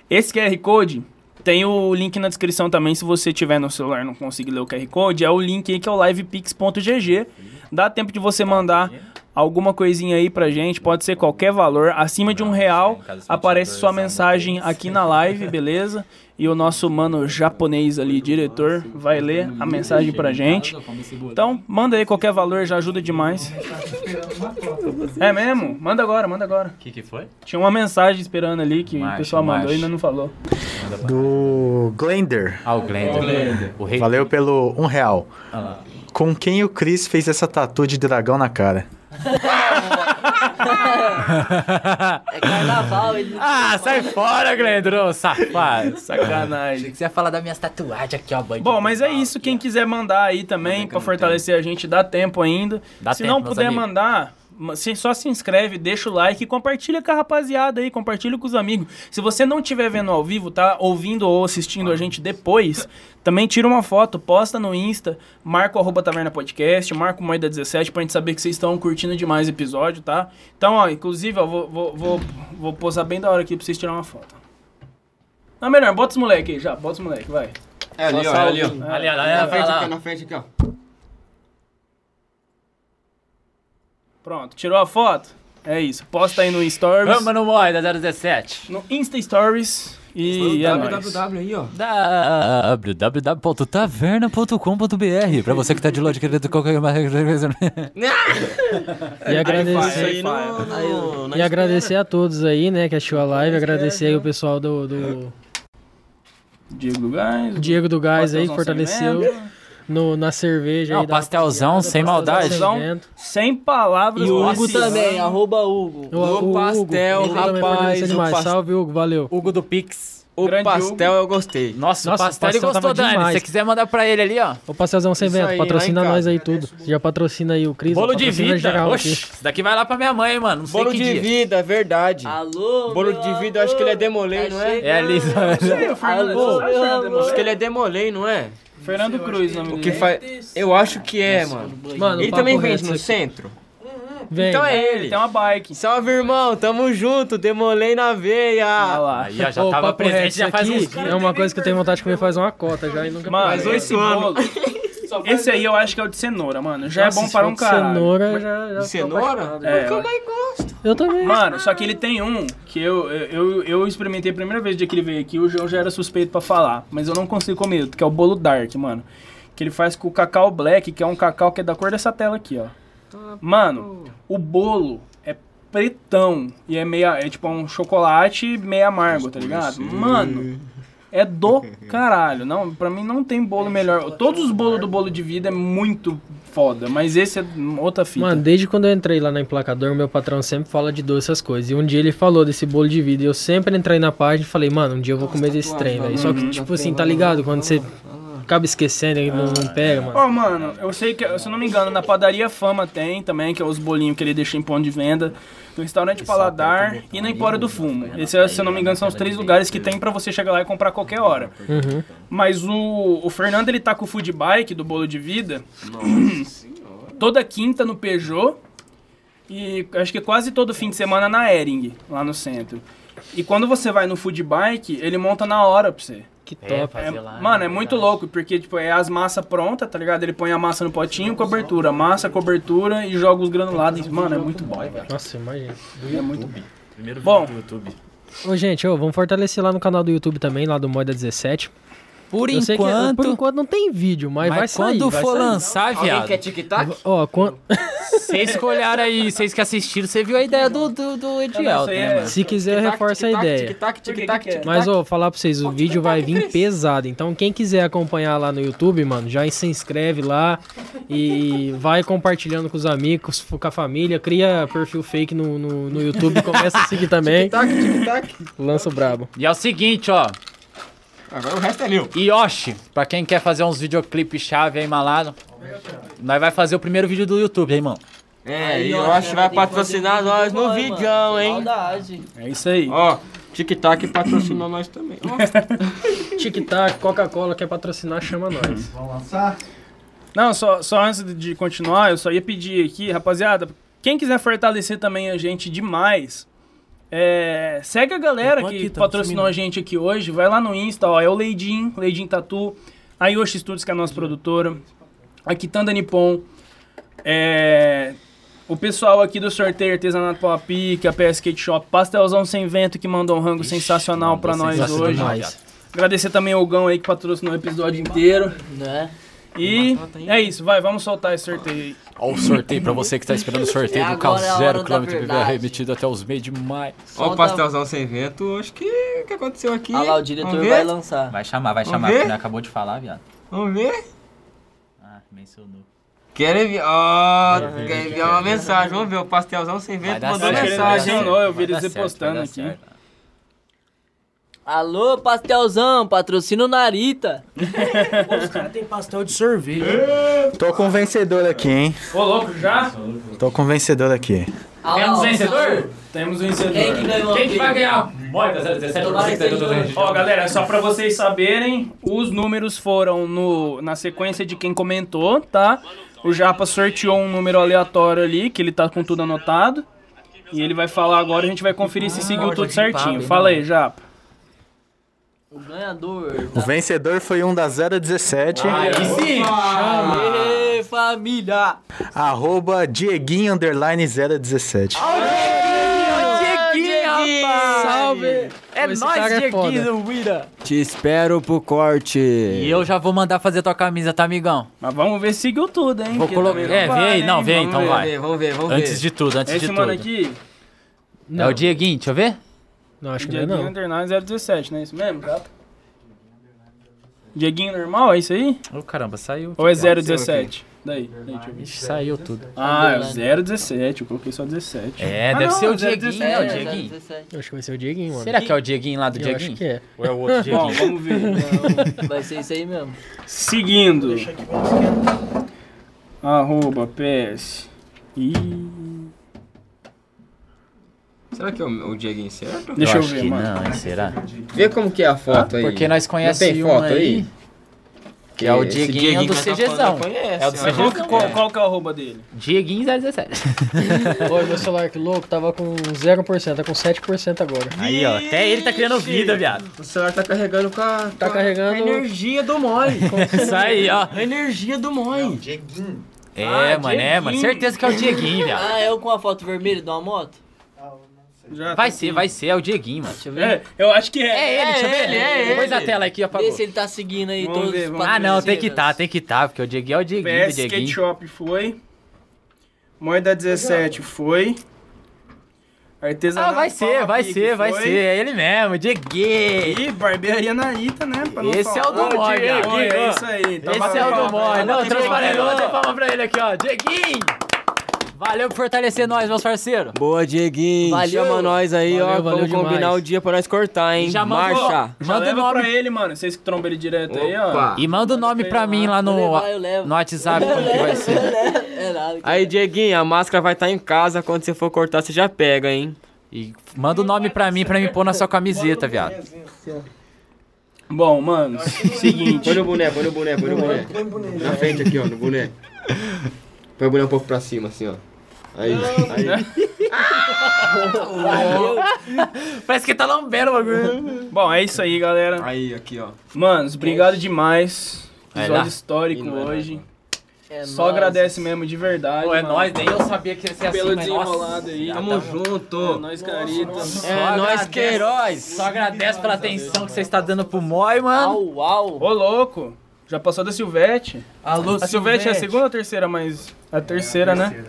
Speaker 1: Esse QR Code tem o link na descrição também, se você tiver no celular e não conseguir ler o QR Code, é o link aí que é o livepix.gg. Dá tempo de você mandar alguma coisinha aí pra gente, pode ser qualquer valor, acima de um real, aparece sua mensagem aqui na live, beleza? E o nosso mano japonês ali, diretor, vai ler a mensagem pra gente. Então, manda aí qualquer valor, já ajuda demais. É mesmo? Manda agora, manda agora.
Speaker 28: O que, que foi?
Speaker 1: Tinha uma mensagem esperando ali que o
Speaker 28: Macho,
Speaker 1: pessoal mandou
Speaker 28: macho.
Speaker 1: e ainda não falou.
Speaker 11: Do Glender.
Speaker 5: Ah, o Glender.
Speaker 1: O Glender.
Speaker 5: O rei.
Speaker 11: Valeu pelo um real.
Speaker 5: Ah lá.
Speaker 11: Com quem o Chris fez essa tatu de dragão na cara?
Speaker 6: É carnaval, ele.
Speaker 5: Ah, sai fora, Glendron, safado.
Speaker 1: Sacanagem.
Speaker 5: Achei que você ia falar das minhas tatuagens aqui, ó, bandido.
Speaker 1: Bom, mas é isso.
Speaker 5: né?
Speaker 1: Quem quiser mandar aí também pra fortalecer a gente, dá tempo ainda.
Speaker 5: Dá
Speaker 1: se
Speaker 5: tempo,
Speaker 1: não
Speaker 5: meus
Speaker 1: puder
Speaker 5: amigos.
Speaker 1: mandar, ma- se- só se inscreve, deixa o like e compartilha com a rapaziada aí, compartilha com os amigos. Se você não estiver vendo ao vivo, tá ouvindo ou assistindo a gente depois, também tira uma foto, posta no Insta, marca o arroba taverna podcast, marca o Moeda17 pra gente saber que vocês estão curtindo demais o episódio, tá? Então, ó, inclusive, ó, vou, vou, vou, vou posar bem da hora aqui pra vocês tirarem uma foto. Não, melhor, bota os moleque aí já, bota os moleque, vai.
Speaker 29: É ali, ó, é ali, ó.
Speaker 1: um.
Speaker 5: Ah,
Speaker 28: Ali, ali,
Speaker 29: na
Speaker 28: ali,
Speaker 29: frente
Speaker 28: lá.
Speaker 29: aqui, na frente aqui, ó.
Speaker 1: Pronto, tirou a foto? É isso. Posta aí no Stories.
Speaker 28: Vamos no Moi da 017.
Speaker 1: No Insta Stories. E é nóis.
Speaker 29: www aí, ó.
Speaker 19: www.taverna.com.br Pra você que tá de longe querendo qualquer coisa.
Speaker 13: E agradecer,
Speaker 19: Aí no-
Speaker 13: e agradecer a todos aí, né, que achou a live. Agradecer aí o pessoal do. do-
Speaker 1: Diego do Gás.
Speaker 13: Diego do Gás aí, que
Speaker 1: Pastelzão sem
Speaker 13: fortaleceu no, na cerveja
Speaker 5: Não,
Speaker 13: aí. da-
Speaker 5: pastelzão sem maldade.
Speaker 13: Pastelzão
Speaker 1: sem palavras.
Speaker 13: E o Hugo
Speaker 6: também, arroba Hugo.
Speaker 13: O, o
Speaker 10: pastel,
Speaker 13: Hugo, ele também
Speaker 10: rapaz,
Speaker 13: fortaleceu
Speaker 10: o
Speaker 13: demais.
Speaker 10: pas-
Speaker 13: Salve, Hugo, valeu.
Speaker 5: Hugo do Pix.
Speaker 10: O
Speaker 13: Grande
Speaker 10: pastel eu gostei.
Speaker 5: Nossa, o pastel ele gostou, Dani. Se você quiser mandar pra ele ali, ó.
Speaker 13: O pastelzão sem
Speaker 5: Isso
Speaker 13: vento,
Speaker 5: aí,
Speaker 13: patrocina
Speaker 5: lá em
Speaker 13: nós aí
Speaker 10: né,
Speaker 13: tudo. Você já patrocina aí o Cris.
Speaker 5: Bolo de
Speaker 13: patrocina
Speaker 5: vida.
Speaker 13: geral
Speaker 5: Oxi,
Speaker 13: aqui.
Speaker 5: isso daqui vai lá pra minha mãe, hein, mano. Não sei
Speaker 10: Bolo
Speaker 5: que
Speaker 10: de
Speaker 5: dia.
Speaker 10: vida, verdade.
Speaker 6: Alô, tá
Speaker 10: Bolo de vida, eu acho que ele é demolei, não é?
Speaker 5: É ali.
Speaker 10: Alô,
Speaker 1: meu amor.
Speaker 10: Acho que ele é demolei, não é?
Speaker 1: Fernando Cruz, o nome
Speaker 10: O
Speaker 1: dele.
Speaker 10: que faz. Eu acho que é, mano.
Speaker 1: Mano,
Speaker 10: ele
Speaker 1: papo
Speaker 10: também
Speaker 1: reto
Speaker 10: vende no
Speaker 1: isso aqui.
Speaker 10: centro?
Speaker 13: Vem.
Speaker 10: Então é ele.
Speaker 1: Tem uma bike.
Speaker 10: Salve, irmão. Tamo junto. Demolei na veia.
Speaker 13: Tá
Speaker 5: Aí, ó,
Speaker 13: Ô, papo reto, isso aqui É uma coisa que eu tenho vontade de comer faz uma cota já e nunca
Speaker 1: Mano,
Speaker 13: mais
Speaker 1: esse bolo. Esse aí eu acho que é o de cenoura, mano. Já
Speaker 13: Nossa,
Speaker 1: é bom
Speaker 13: se
Speaker 1: para
Speaker 13: for
Speaker 1: um
Speaker 13: de
Speaker 1: cara.
Speaker 13: cenoura, já- já
Speaker 10: De cenoura?
Speaker 1: É,
Speaker 10: Nunca
Speaker 1: mano.
Speaker 10: mais gosto.
Speaker 13: Eu também.
Speaker 1: Mano, só que ele tem um que eu, eu, eu- eu experimentei a primeira vez de que ele veio aqui. O João já era suspeito pra falar, mas eu não consigo comer, que é o bolo dark, mano. Que ele faz com o cacau black, que é um cacau que é da cor dessa tela aqui, ó. Mano, o bolo é pretão e é meia, é tipo um chocolate meio amargo, tá ligado? Mano, é do caralho. Não, para mim não tem bolo melhor. Todos os bolos do bolo de vida é muito foda, mas esse é outra fita.
Speaker 13: Mano, desde quando eu entrei lá na Emplacador, meu patrão sempre fala de doce essas coisas. E um dia ele falou desse bolo de vida. E eu sempre entrei na página e falei, mano, um dia eu vou comer desse trem, velho. Só que, tipo assim, tá ligado? Quando você acaba esquecendo e não, não pega, mano.
Speaker 1: Ó, mano, eu sei que, se eu não me engano, na padaria Fama tem também, que é os bolinhos que ele deixa em ponto de venda. No restaurante Paladar e na Empório do Fumo. Esse, é, se eu não me engano, são os três lugares que tem pra você chegar lá e comprar a qualquer hora.
Speaker 13: Uhum.
Speaker 1: Mas o, o Fernando, ele tá com o food bike do bolo de vida. <clears throat> toda quinta no Peugeot. E acho que quase todo fim de semana na Ering, lá no centro. E quando você vai no food bike, ele monta na hora pra você.
Speaker 13: Que top.
Speaker 28: É, fazer lá.
Speaker 1: Mano, é muito louco, porque tipo, é as massas prontas, tá ligado? Ele põe a massa no potinho, cobertura, massa, cobertura e joga os granulados. Mano, é muito bom, velho.
Speaker 13: Nossa, imagina.
Speaker 1: É muito bom. Bom,
Speaker 13: Ô, gente, ô, vamos fortalecer lá no canal do YouTube também, lá do Moda 17.
Speaker 5: Por
Speaker 13: Eu sei que- é-
Speaker 5: enquanto-
Speaker 13: por enquanto não tem vídeo, mas,
Speaker 5: Mas
Speaker 13: vai sair.
Speaker 5: quando
Speaker 13: vai
Speaker 5: for
Speaker 13: sair.
Speaker 5: lançar, viado.
Speaker 10: tic-tac?
Speaker 13: Ó, quando...
Speaker 5: Vocês que <laughs> olharam aí, vocês que assistiram, você viu a ideia do, do, do Ediel,
Speaker 1: é
Speaker 5: né, mano?
Speaker 28: é
Speaker 13: Se quiser, reforça a ideia.
Speaker 10: Tic-tac, tic-tac, tic-tac.
Speaker 13: Mas, ó, falar pra vocês, o vídeo vai vir pesado. Então, quem quiser acompanhar lá no YouTube, mano, já se inscreve lá e vai compartilhando com os amigos, com a família. Cria perfil fake no, no, no YouTube, começa a seguir também. Lança o brabo.
Speaker 5: E é o seguinte, ó.
Speaker 10: Agora o resto é meu.
Speaker 5: Yoshi, pra quem quer fazer uns videoclipes chave aí malado, nós vai fazer o primeiro vídeo do YouTube, hein, irmão?
Speaker 10: É, e eu acho que vai patrocinar nós no vidão, hein?
Speaker 6: Saudade.
Speaker 1: É isso aí.
Speaker 10: Ó, tic-tac patrocinou nós também. <laughs>
Speaker 13: Tic-tac, Coca-Cola quer patrocinar, chama nós.
Speaker 20: Vão lançar?
Speaker 1: Não, só, só antes de- de continuar, eu só ia pedir aqui, rapaziada, quem quiser fortalecer também a gente demais, é, segue a galera
Speaker 5: Eu tô
Speaker 1: que
Speaker 5: aqui, tá,
Speaker 1: patrocinou
Speaker 5: sumindo.
Speaker 1: a gente aqui hoje, vai lá no Insta, ó, é o Leidin, Leidin Tatu, a Yoshi Studios, que é a nossa produtora, a Kitanda Nippon, é, o pessoal aqui do sorteio Artesanato Pau a Pique, a PS Skate Shop, Pastelzão Sem Vento, que mandou um rango sensacional pra nós
Speaker 13: sensacional,
Speaker 1: hoje.
Speaker 13: viado.
Speaker 1: Agradecer também ao Gão aí que patrocinou o episódio inteiro.
Speaker 6: Né?
Speaker 1: E é isso, vai, vamos soltar esse sorteio aí.
Speaker 5: Ó, o sorteio pra você que tá esperando o sorteio
Speaker 10: <laughs>
Speaker 6: É
Speaker 5: do carro
Speaker 6: agora a hora
Speaker 5: zero
Speaker 6: da
Speaker 5: quilômetro que vai
Speaker 6: verdade.
Speaker 5: remetido até os meios de maio.
Speaker 10: Ó, o pastelzão sem vento, acho que o que aconteceu aqui.
Speaker 6: Olha lá, o
Speaker 10: Vamos
Speaker 6: diretor
Speaker 10: ver?
Speaker 6: vai lançar.
Speaker 28: Vai chamar, vai
Speaker 10: Vamos
Speaker 28: chamar.
Speaker 10: ver?
Speaker 28: porque ele acabou de falar, viado.
Speaker 10: Vamos ver?
Speaker 28: Ah, mencionou.
Speaker 10: Querem enviar. Ó, quer enviar uma mensagem. Vamos ver, o pastelzão sem vento mandou
Speaker 1: certo, vai
Speaker 10: mensagem.
Speaker 1: dar
Speaker 10: hein?
Speaker 1: certo. Eu vi eles repostando aqui.
Speaker 6: Alô, pastelzão, patrocina o Narita.
Speaker 4: Os caras têm pastel de sorvete.
Speaker 11: Tô com um vencedor aqui, hein?
Speaker 1: Ô, louco, já?
Speaker 11: Tô com um vencedor aqui.
Speaker 5: um
Speaker 1: Temos vencedor? Temos um vencedor.
Speaker 6: Quem É que ganhou
Speaker 1: Quem que
Speaker 6: aqui?
Speaker 1: vai ganhar?
Speaker 5: Moeda 017,
Speaker 6: Tomara que seja
Speaker 1: Ó, galera, só pra vocês saberem, os números foram no, na sequência de quem comentou, tá? O Japa sorteou um número aleatório ali, que ele tá com tudo anotado. Ah, E ele vai falar agora, a gente vai conferir se seguiu tudo certinho. Fala aí, Japa.
Speaker 6: O ganhador.
Speaker 11: O vencedor foi um da 017.
Speaker 5: Ah,
Speaker 6: Aí sim!
Speaker 11: Chama.
Speaker 6: Aê, família!
Speaker 11: Arroba Dieguinho underline 017.
Speaker 6: Salve!
Speaker 30: É
Speaker 6: Esse
Speaker 30: nóis,
Speaker 6: cara é
Speaker 30: Dieguinho
Speaker 6: foda.
Speaker 30: do Wira.
Speaker 10: Te espero pro corte.
Speaker 5: E eu já vou mandar fazer tua camisa, tá, amigão?
Speaker 1: Mas vamos ver se seguiu tudo, hein?
Speaker 5: Vou
Speaker 1: que
Speaker 5: colocar.
Speaker 1: também
Speaker 5: É, vem
Speaker 1: vale,
Speaker 5: aí, não,
Speaker 1: hein?
Speaker 5: vem
Speaker 1: Vamos
Speaker 5: então
Speaker 1: ver.
Speaker 5: vai.
Speaker 10: vamos ver, vamos
Speaker 5: antes
Speaker 1: ver.
Speaker 5: de tudo, antes
Speaker 1: Esse
Speaker 5: de
Speaker 1: mano
Speaker 5: tudo.
Speaker 1: aqui,
Speaker 5: É o Dieguinho, deixa eu ver?
Speaker 13: Não, acho que
Speaker 1: Dieguinho
Speaker 13: não é não.
Speaker 1: Underline 017, não é isso mesmo? Dieguinho normal, é isso aí?
Speaker 5: Ô caramba, saiu.
Speaker 1: Ou é
Speaker 5: Aqui, ó.
Speaker 1: 017? Daí, daí, deixa eu ver.
Speaker 5: Saiu tudo.
Speaker 1: Ah, é o 017, eu coloquei só 17.
Speaker 5: É,
Speaker 1: Ah,
Speaker 5: deve
Speaker 1: não,
Speaker 5: ser o
Speaker 1: 017.
Speaker 5: Dieguinho, é o Dieguinho.
Speaker 13: Eu acho que vai ser o Dieguinho, mano.
Speaker 5: Será que é o Dieguinho lá do
Speaker 13: Eu
Speaker 5: Dieguinho?
Speaker 13: acho que é.
Speaker 5: Ou é o outro Dieguinho?
Speaker 1: Bom, vamos ver. então.
Speaker 6: Vai ser isso aí mesmo.
Speaker 1: Seguindo. Arroba PS. Ih.
Speaker 10: Será que é o, o Dieguinho certo?
Speaker 1: Deixa eu, ver, mano.
Speaker 5: Não, hein, será?
Speaker 10: Vê como que é a foto aí.
Speaker 5: Porque nós
Speaker 10: Não
Speaker 5: conhecemos
Speaker 10: tem
Speaker 5: um
Speaker 10: foto
Speaker 5: aí. Que é o
Speaker 10: Esse
Speaker 5: Dieguinho, é o do
Speaker 10: que nós tá
Speaker 5: CGzão.
Speaker 10: falando, conhece,
Speaker 5: É o do
Speaker 10: ó.
Speaker 1: Mas qual,
Speaker 5: CGzão.
Speaker 1: qual, qual que é o arroba dele?
Speaker 5: Dieguinho 017.
Speaker 13: Olha, meu celular que louco, tava com 0%, tá com 7% agora.
Speaker 5: Aí, ó. Até ele tá criando vida, viado. <laughs>
Speaker 10: O celular tá carregando com a,
Speaker 13: Tá carregando-
Speaker 10: com a energia do Moi.
Speaker 5: Isso aí, ó.
Speaker 10: A energia do Moi.
Speaker 6: Dieguinho.
Speaker 5: É,
Speaker 6: Ah,
Speaker 5: mano, é, mano. Certeza que é o Dieguinho,
Speaker 6: <laughs>
Speaker 5: viado.
Speaker 6: Ah, é o com a foto vermelha de uma moto?
Speaker 5: Vai ser, vai ser, é o Dieguinho, mano.
Speaker 6: Deixa eu ver.
Speaker 1: eu acho que é.
Speaker 5: É ele, deixa eu ver ele, é ele. Pôs na tela aqui, apagou.
Speaker 6: Vê se ele tá seguindo aí
Speaker 1: Vamos
Speaker 6: todos
Speaker 1: ver,
Speaker 6: os
Speaker 1: vamos
Speaker 5: Ah, não, tem que
Speaker 6: patrocínios.
Speaker 5: tá, tem que tá, porque o Dieguinho é o Dieguinho do
Speaker 1: PS Skate
Speaker 5: Dieguinho.
Speaker 1: Shop foi. Moeda 17 foi. Artesanato
Speaker 5: Ah, vai ser,
Speaker 1: Fala
Speaker 5: vai
Speaker 1: Pique
Speaker 5: ser, vai
Speaker 1: foi.
Speaker 5: ser. É ele mesmo, Dieguinho.
Speaker 1: E barbearia Narita, né? pra não
Speaker 5: Esse é o
Speaker 1: falar.
Speaker 5: do
Speaker 1: Ô,
Speaker 5: Mor,
Speaker 1: Dieguinho,
Speaker 5: ó.
Speaker 1: É isso aí. então
Speaker 5: Esse
Speaker 1: valeu,
Speaker 5: é o do
Speaker 1: palma.
Speaker 5: Mor. Não,
Speaker 1: Valeu,
Speaker 5: transparente,
Speaker 1: Dieguinho.
Speaker 5: outra palma pra ele aqui, ó. Dieguinho! Valeu por fortalecer nós, meus parceiros.
Speaker 10: Boa, Dieguinho.
Speaker 5: Valeu.
Speaker 10: Chama nós aí,
Speaker 5: Valeu,
Speaker 10: ó.
Speaker 5: valeu
Speaker 10: Vamos combinar
Speaker 5: demais.
Speaker 10: o dia pra nós cortar, hein?
Speaker 5: E já manda-
Speaker 10: Marcha.
Speaker 1: Já
Speaker 5: Manda o
Speaker 1: leva
Speaker 5: nome.
Speaker 1: pra ele, mano. Vocês que trombam ele direto aí, ó.
Speaker 10: Opa.
Speaker 5: E manda o nome pra mim lá no, no WhatsApp, como que vai ser.
Speaker 6: É nada.
Speaker 10: Aí, Dieguinho, a máscara vai estar em casa. Quando você for cortar, você já pega, hein?
Speaker 5: E manda o nome pra mim, pra me pôr na sua camiseta, viado.
Speaker 1: Bom, mano, seguinte.
Speaker 10: Põe no boné, põe no boné, põe no boné. né? Na frente aqui, ó, no boné. Põe o boné um pouco pra cima, assim, ó. Aí, aí.
Speaker 5: Parece que tá lambendo o bagulho.
Speaker 1: Bom, é isso aí, galera.
Speaker 10: Aí, aqui, ó.
Speaker 1: Manos, obrigado demais.
Speaker 5: Vai lá.
Speaker 1: Episódio histórico
Speaker 10: Ih, não é
Speaker 1: hoje.
Speaker 6: É
Speaker 1: Só
Speaker 6: nóis.
Speaker 1: agradece mesmo de verdade.
Speaker 5: Pô, é
Speaker 1: mano.
Speaker 5: nóis, nem eu sabia que ia ser assim,
Speaker 1: Pelo
Speaker 5: mas nossa.
Speaker 1: desenrolado aí.
Speaker 10: Tamo junto.
Speaker 1: É nóis, Carita.
Speaker 5: Só
Speaker 10: É nóis,
Speaker 5: agradece-
Speaker 10: Queiroz.
Speaker 5: Só agradece pela atenção que você está dando pro Moi, mano.
Speaker 6: Au, au.
Speaker 1: Ô, louco. Já passou da Silvete.
Speaker 6: Alô,
Speaker 1: A Silvete é a segunda ou a terceira mais... A terceira, né?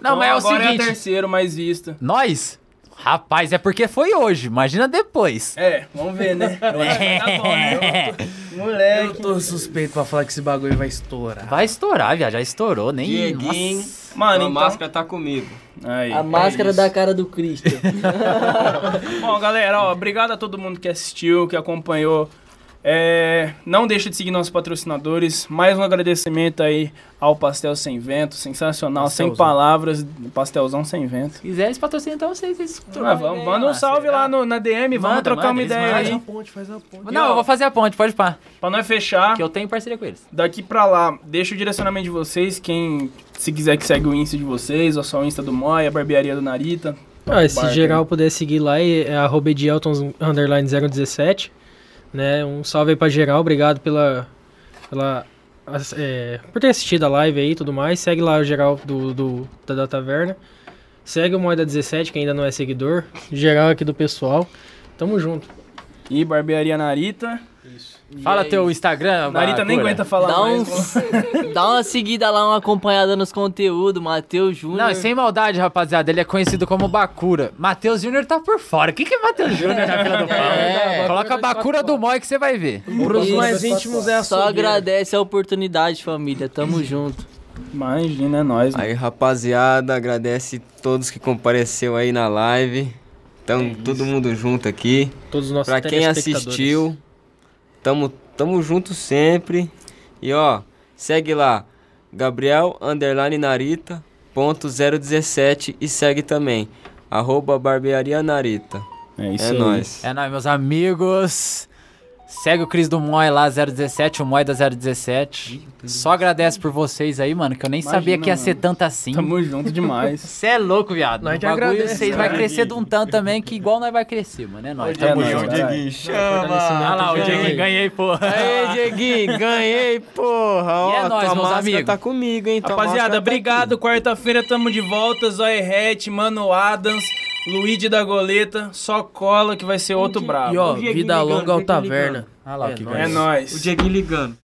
Speaker 5: Não, mas é o
Speaker 1: Então agora
Speaker 5: seguinte.
Speaker 1: é a terceira mais vista.
Speaker 5: Nós? Rapaz, é porque foi hoje. Imagina depois.
Speaker 1: É, vamos ver,
Speaker 5: <laughs>
Speaker 1: né? Eu acho que tá bom, né? Eu- Moleque.
Speaker 31: Eu tô suspeito pra falar que esse bagulho vai estourar.
Speaker 5: Vai estourar, viado. Já estourou, nem.
Speaker 10: Dieguinho.
Speaker 5: Nossa.
Speaker 1: Mano,
Speaker 10: a
Speaker 1: então...
Speaker 10: máscara tá comigo.
Speaker 1: Aí,
Speaker 6: A máscara
Speaker 1: é
Speaker 6: da cara do Cristo.
Speaker 1: Bom, galera, ó, obrigado a todo mundo que assistiu, que acompanhou. É, não deixa de seguir nossos patrocinadores. Mais um agradecimento aí ao Pastel Sem Vento, sensacional, sem
Speaker 31: Pastelzão.
Speaker 1: palavras, pastelzão sem vento.
Speaker 5: Se quiser, eles patrocinam então vocês. vocês
Speaker 1: Ah,
Speaker 5: trocam
Speaker 1: vamos,
Speaker 5: ideia
Speaker 1: manda um
Speaker 5: lá,
Speaker 1: salve
Speaker 5: será?
Speaker 1: lá no- na DM, vamos
Speaker 5: Manda,
Speaker 1: trocar
Speaker 5: manda,
Speaker 1: uma
Speaker 5: eles
Speaker 1: ideia
Speaker 5: mandam.
Speaker 1: aí.
Speaker 31: ponte, faz a ponte.
Speaker 5: Não, eu vou fazer a ponte, pode pá.
Speaker 1: Pra nós fechar,
Speaker 5: Que eu tenho parceria com eles.
Speaker 1: daqui pra lá, deixa o direcionamento de vocês, quem se quiser que segue o Insta de vocês, ou só o Insta do Moia, a barbearia do Narita.
Speaker 10: um
Speaker 13: Ah, se
Speaker 1: Barca.
Speaker 13: geral puder seguir lá, é é arroba edieltons underline 017. Né? Um salve aí pra geral, obrigado pela. pela as- é, por ter assistido a live aí e tudo mais. Segue lá o geral do, do- da, da Taverna. Segue o Moeda17, que ainda não é seguidor. Geral aqui do pessoal. Tamo junto.
Speaker 1: E barbearia Narita.
Speaker 5: Fala teu Instagram,
Speaker 1: Narita nem
Speaker 5: Baracura.
Speaker 1: aguenta falar
Speaker 6: Dá, um,
Speaker 1: mais. né? vamos-
Speaker 6: <laughs> dá uma seguida lá, uma acompanhada nos conteúdos, Matheus Júnior.
Speaker 5: Não, sem maldade, rapaziada. Ele é conhecido como Bakura. Matheus Júnior tá por fora. O que, que é Matheus Júnior na fila do pau?
Speaker 13: É,
Speaker 5: Coloca a Bakura do Moi que você vai ver.
Speaker 31: Pros
Speaker 6: Isso.
Speaker 31: mais íntimos é a
Speaker 6: Só agradece a oportunidade, família.
Speaker 31: <laughs>
Speaker 6: Tamo junto.
Speaker 1: Imagina, é nóis. mano.
Speaker 10: Aí, rapaziada, agradece todos que compareceu aí na live. Tamo todo mundo junto aqui.
Speaker 13: Todos os É nossos
Speaker 10: Pra quem
Speaker 13: telespectadores.
Speaker 10: assistiu, tamo, tamo junto sempre. E ó, segue lá, Gabriel underline Narita ponto 017 e segue também, arroba barbearia Narita.
Speaker 1: É
Speaker 10: é nóis.
Speaker 5: É nóis, meus amigos. Segue o Cris do Moi lá, 017, o Moi da 017. Só agradece por vocês aí, mano, que eu nem sabia que ia ser tanto assim.
Speaker 1: Tamo junto demais.
Speaker 5: <laughs> Você é louco, viado.
Speaker 1: Nós
Speaker 5: o
Speaker 1: que
Speaker 5: bagulho,
Speaker 1: agradece,
Speaker 5: vocês vai
Speaker 1: cara.
Speaker 5: crescer de um tanto também, que igual nós vai crescer, mano. É nóis.
Speaker 1: É nóis, caralho.
Speaker 5: Olha lá, o Dieguinho ganhei, porra.
Speaker 32: Aê, Dieguinho, ganhei, porra. Ó,
Speaker 1: E é nóis,
Speaker 32: tua
Speaker 1: meus
Speaker 32: máscara
Speaker 1: amigos.
Speaker 32: tá comigo, hein? Tua
Speaker 1: Rapaziada,
Speaker 32: máscara tá
Speaker 1: obrigado. Quarta-feira tamo de volta. Zoe Rett, Mano Adams, Luigi da Goleta. Só cola que vai ser outro brabo.
Speaker 5: é
Speaker 33: E ó, vida longa ao taverna.
Speaker 1: Tá É nóis.
Speaker 33: Dieguinho ligando.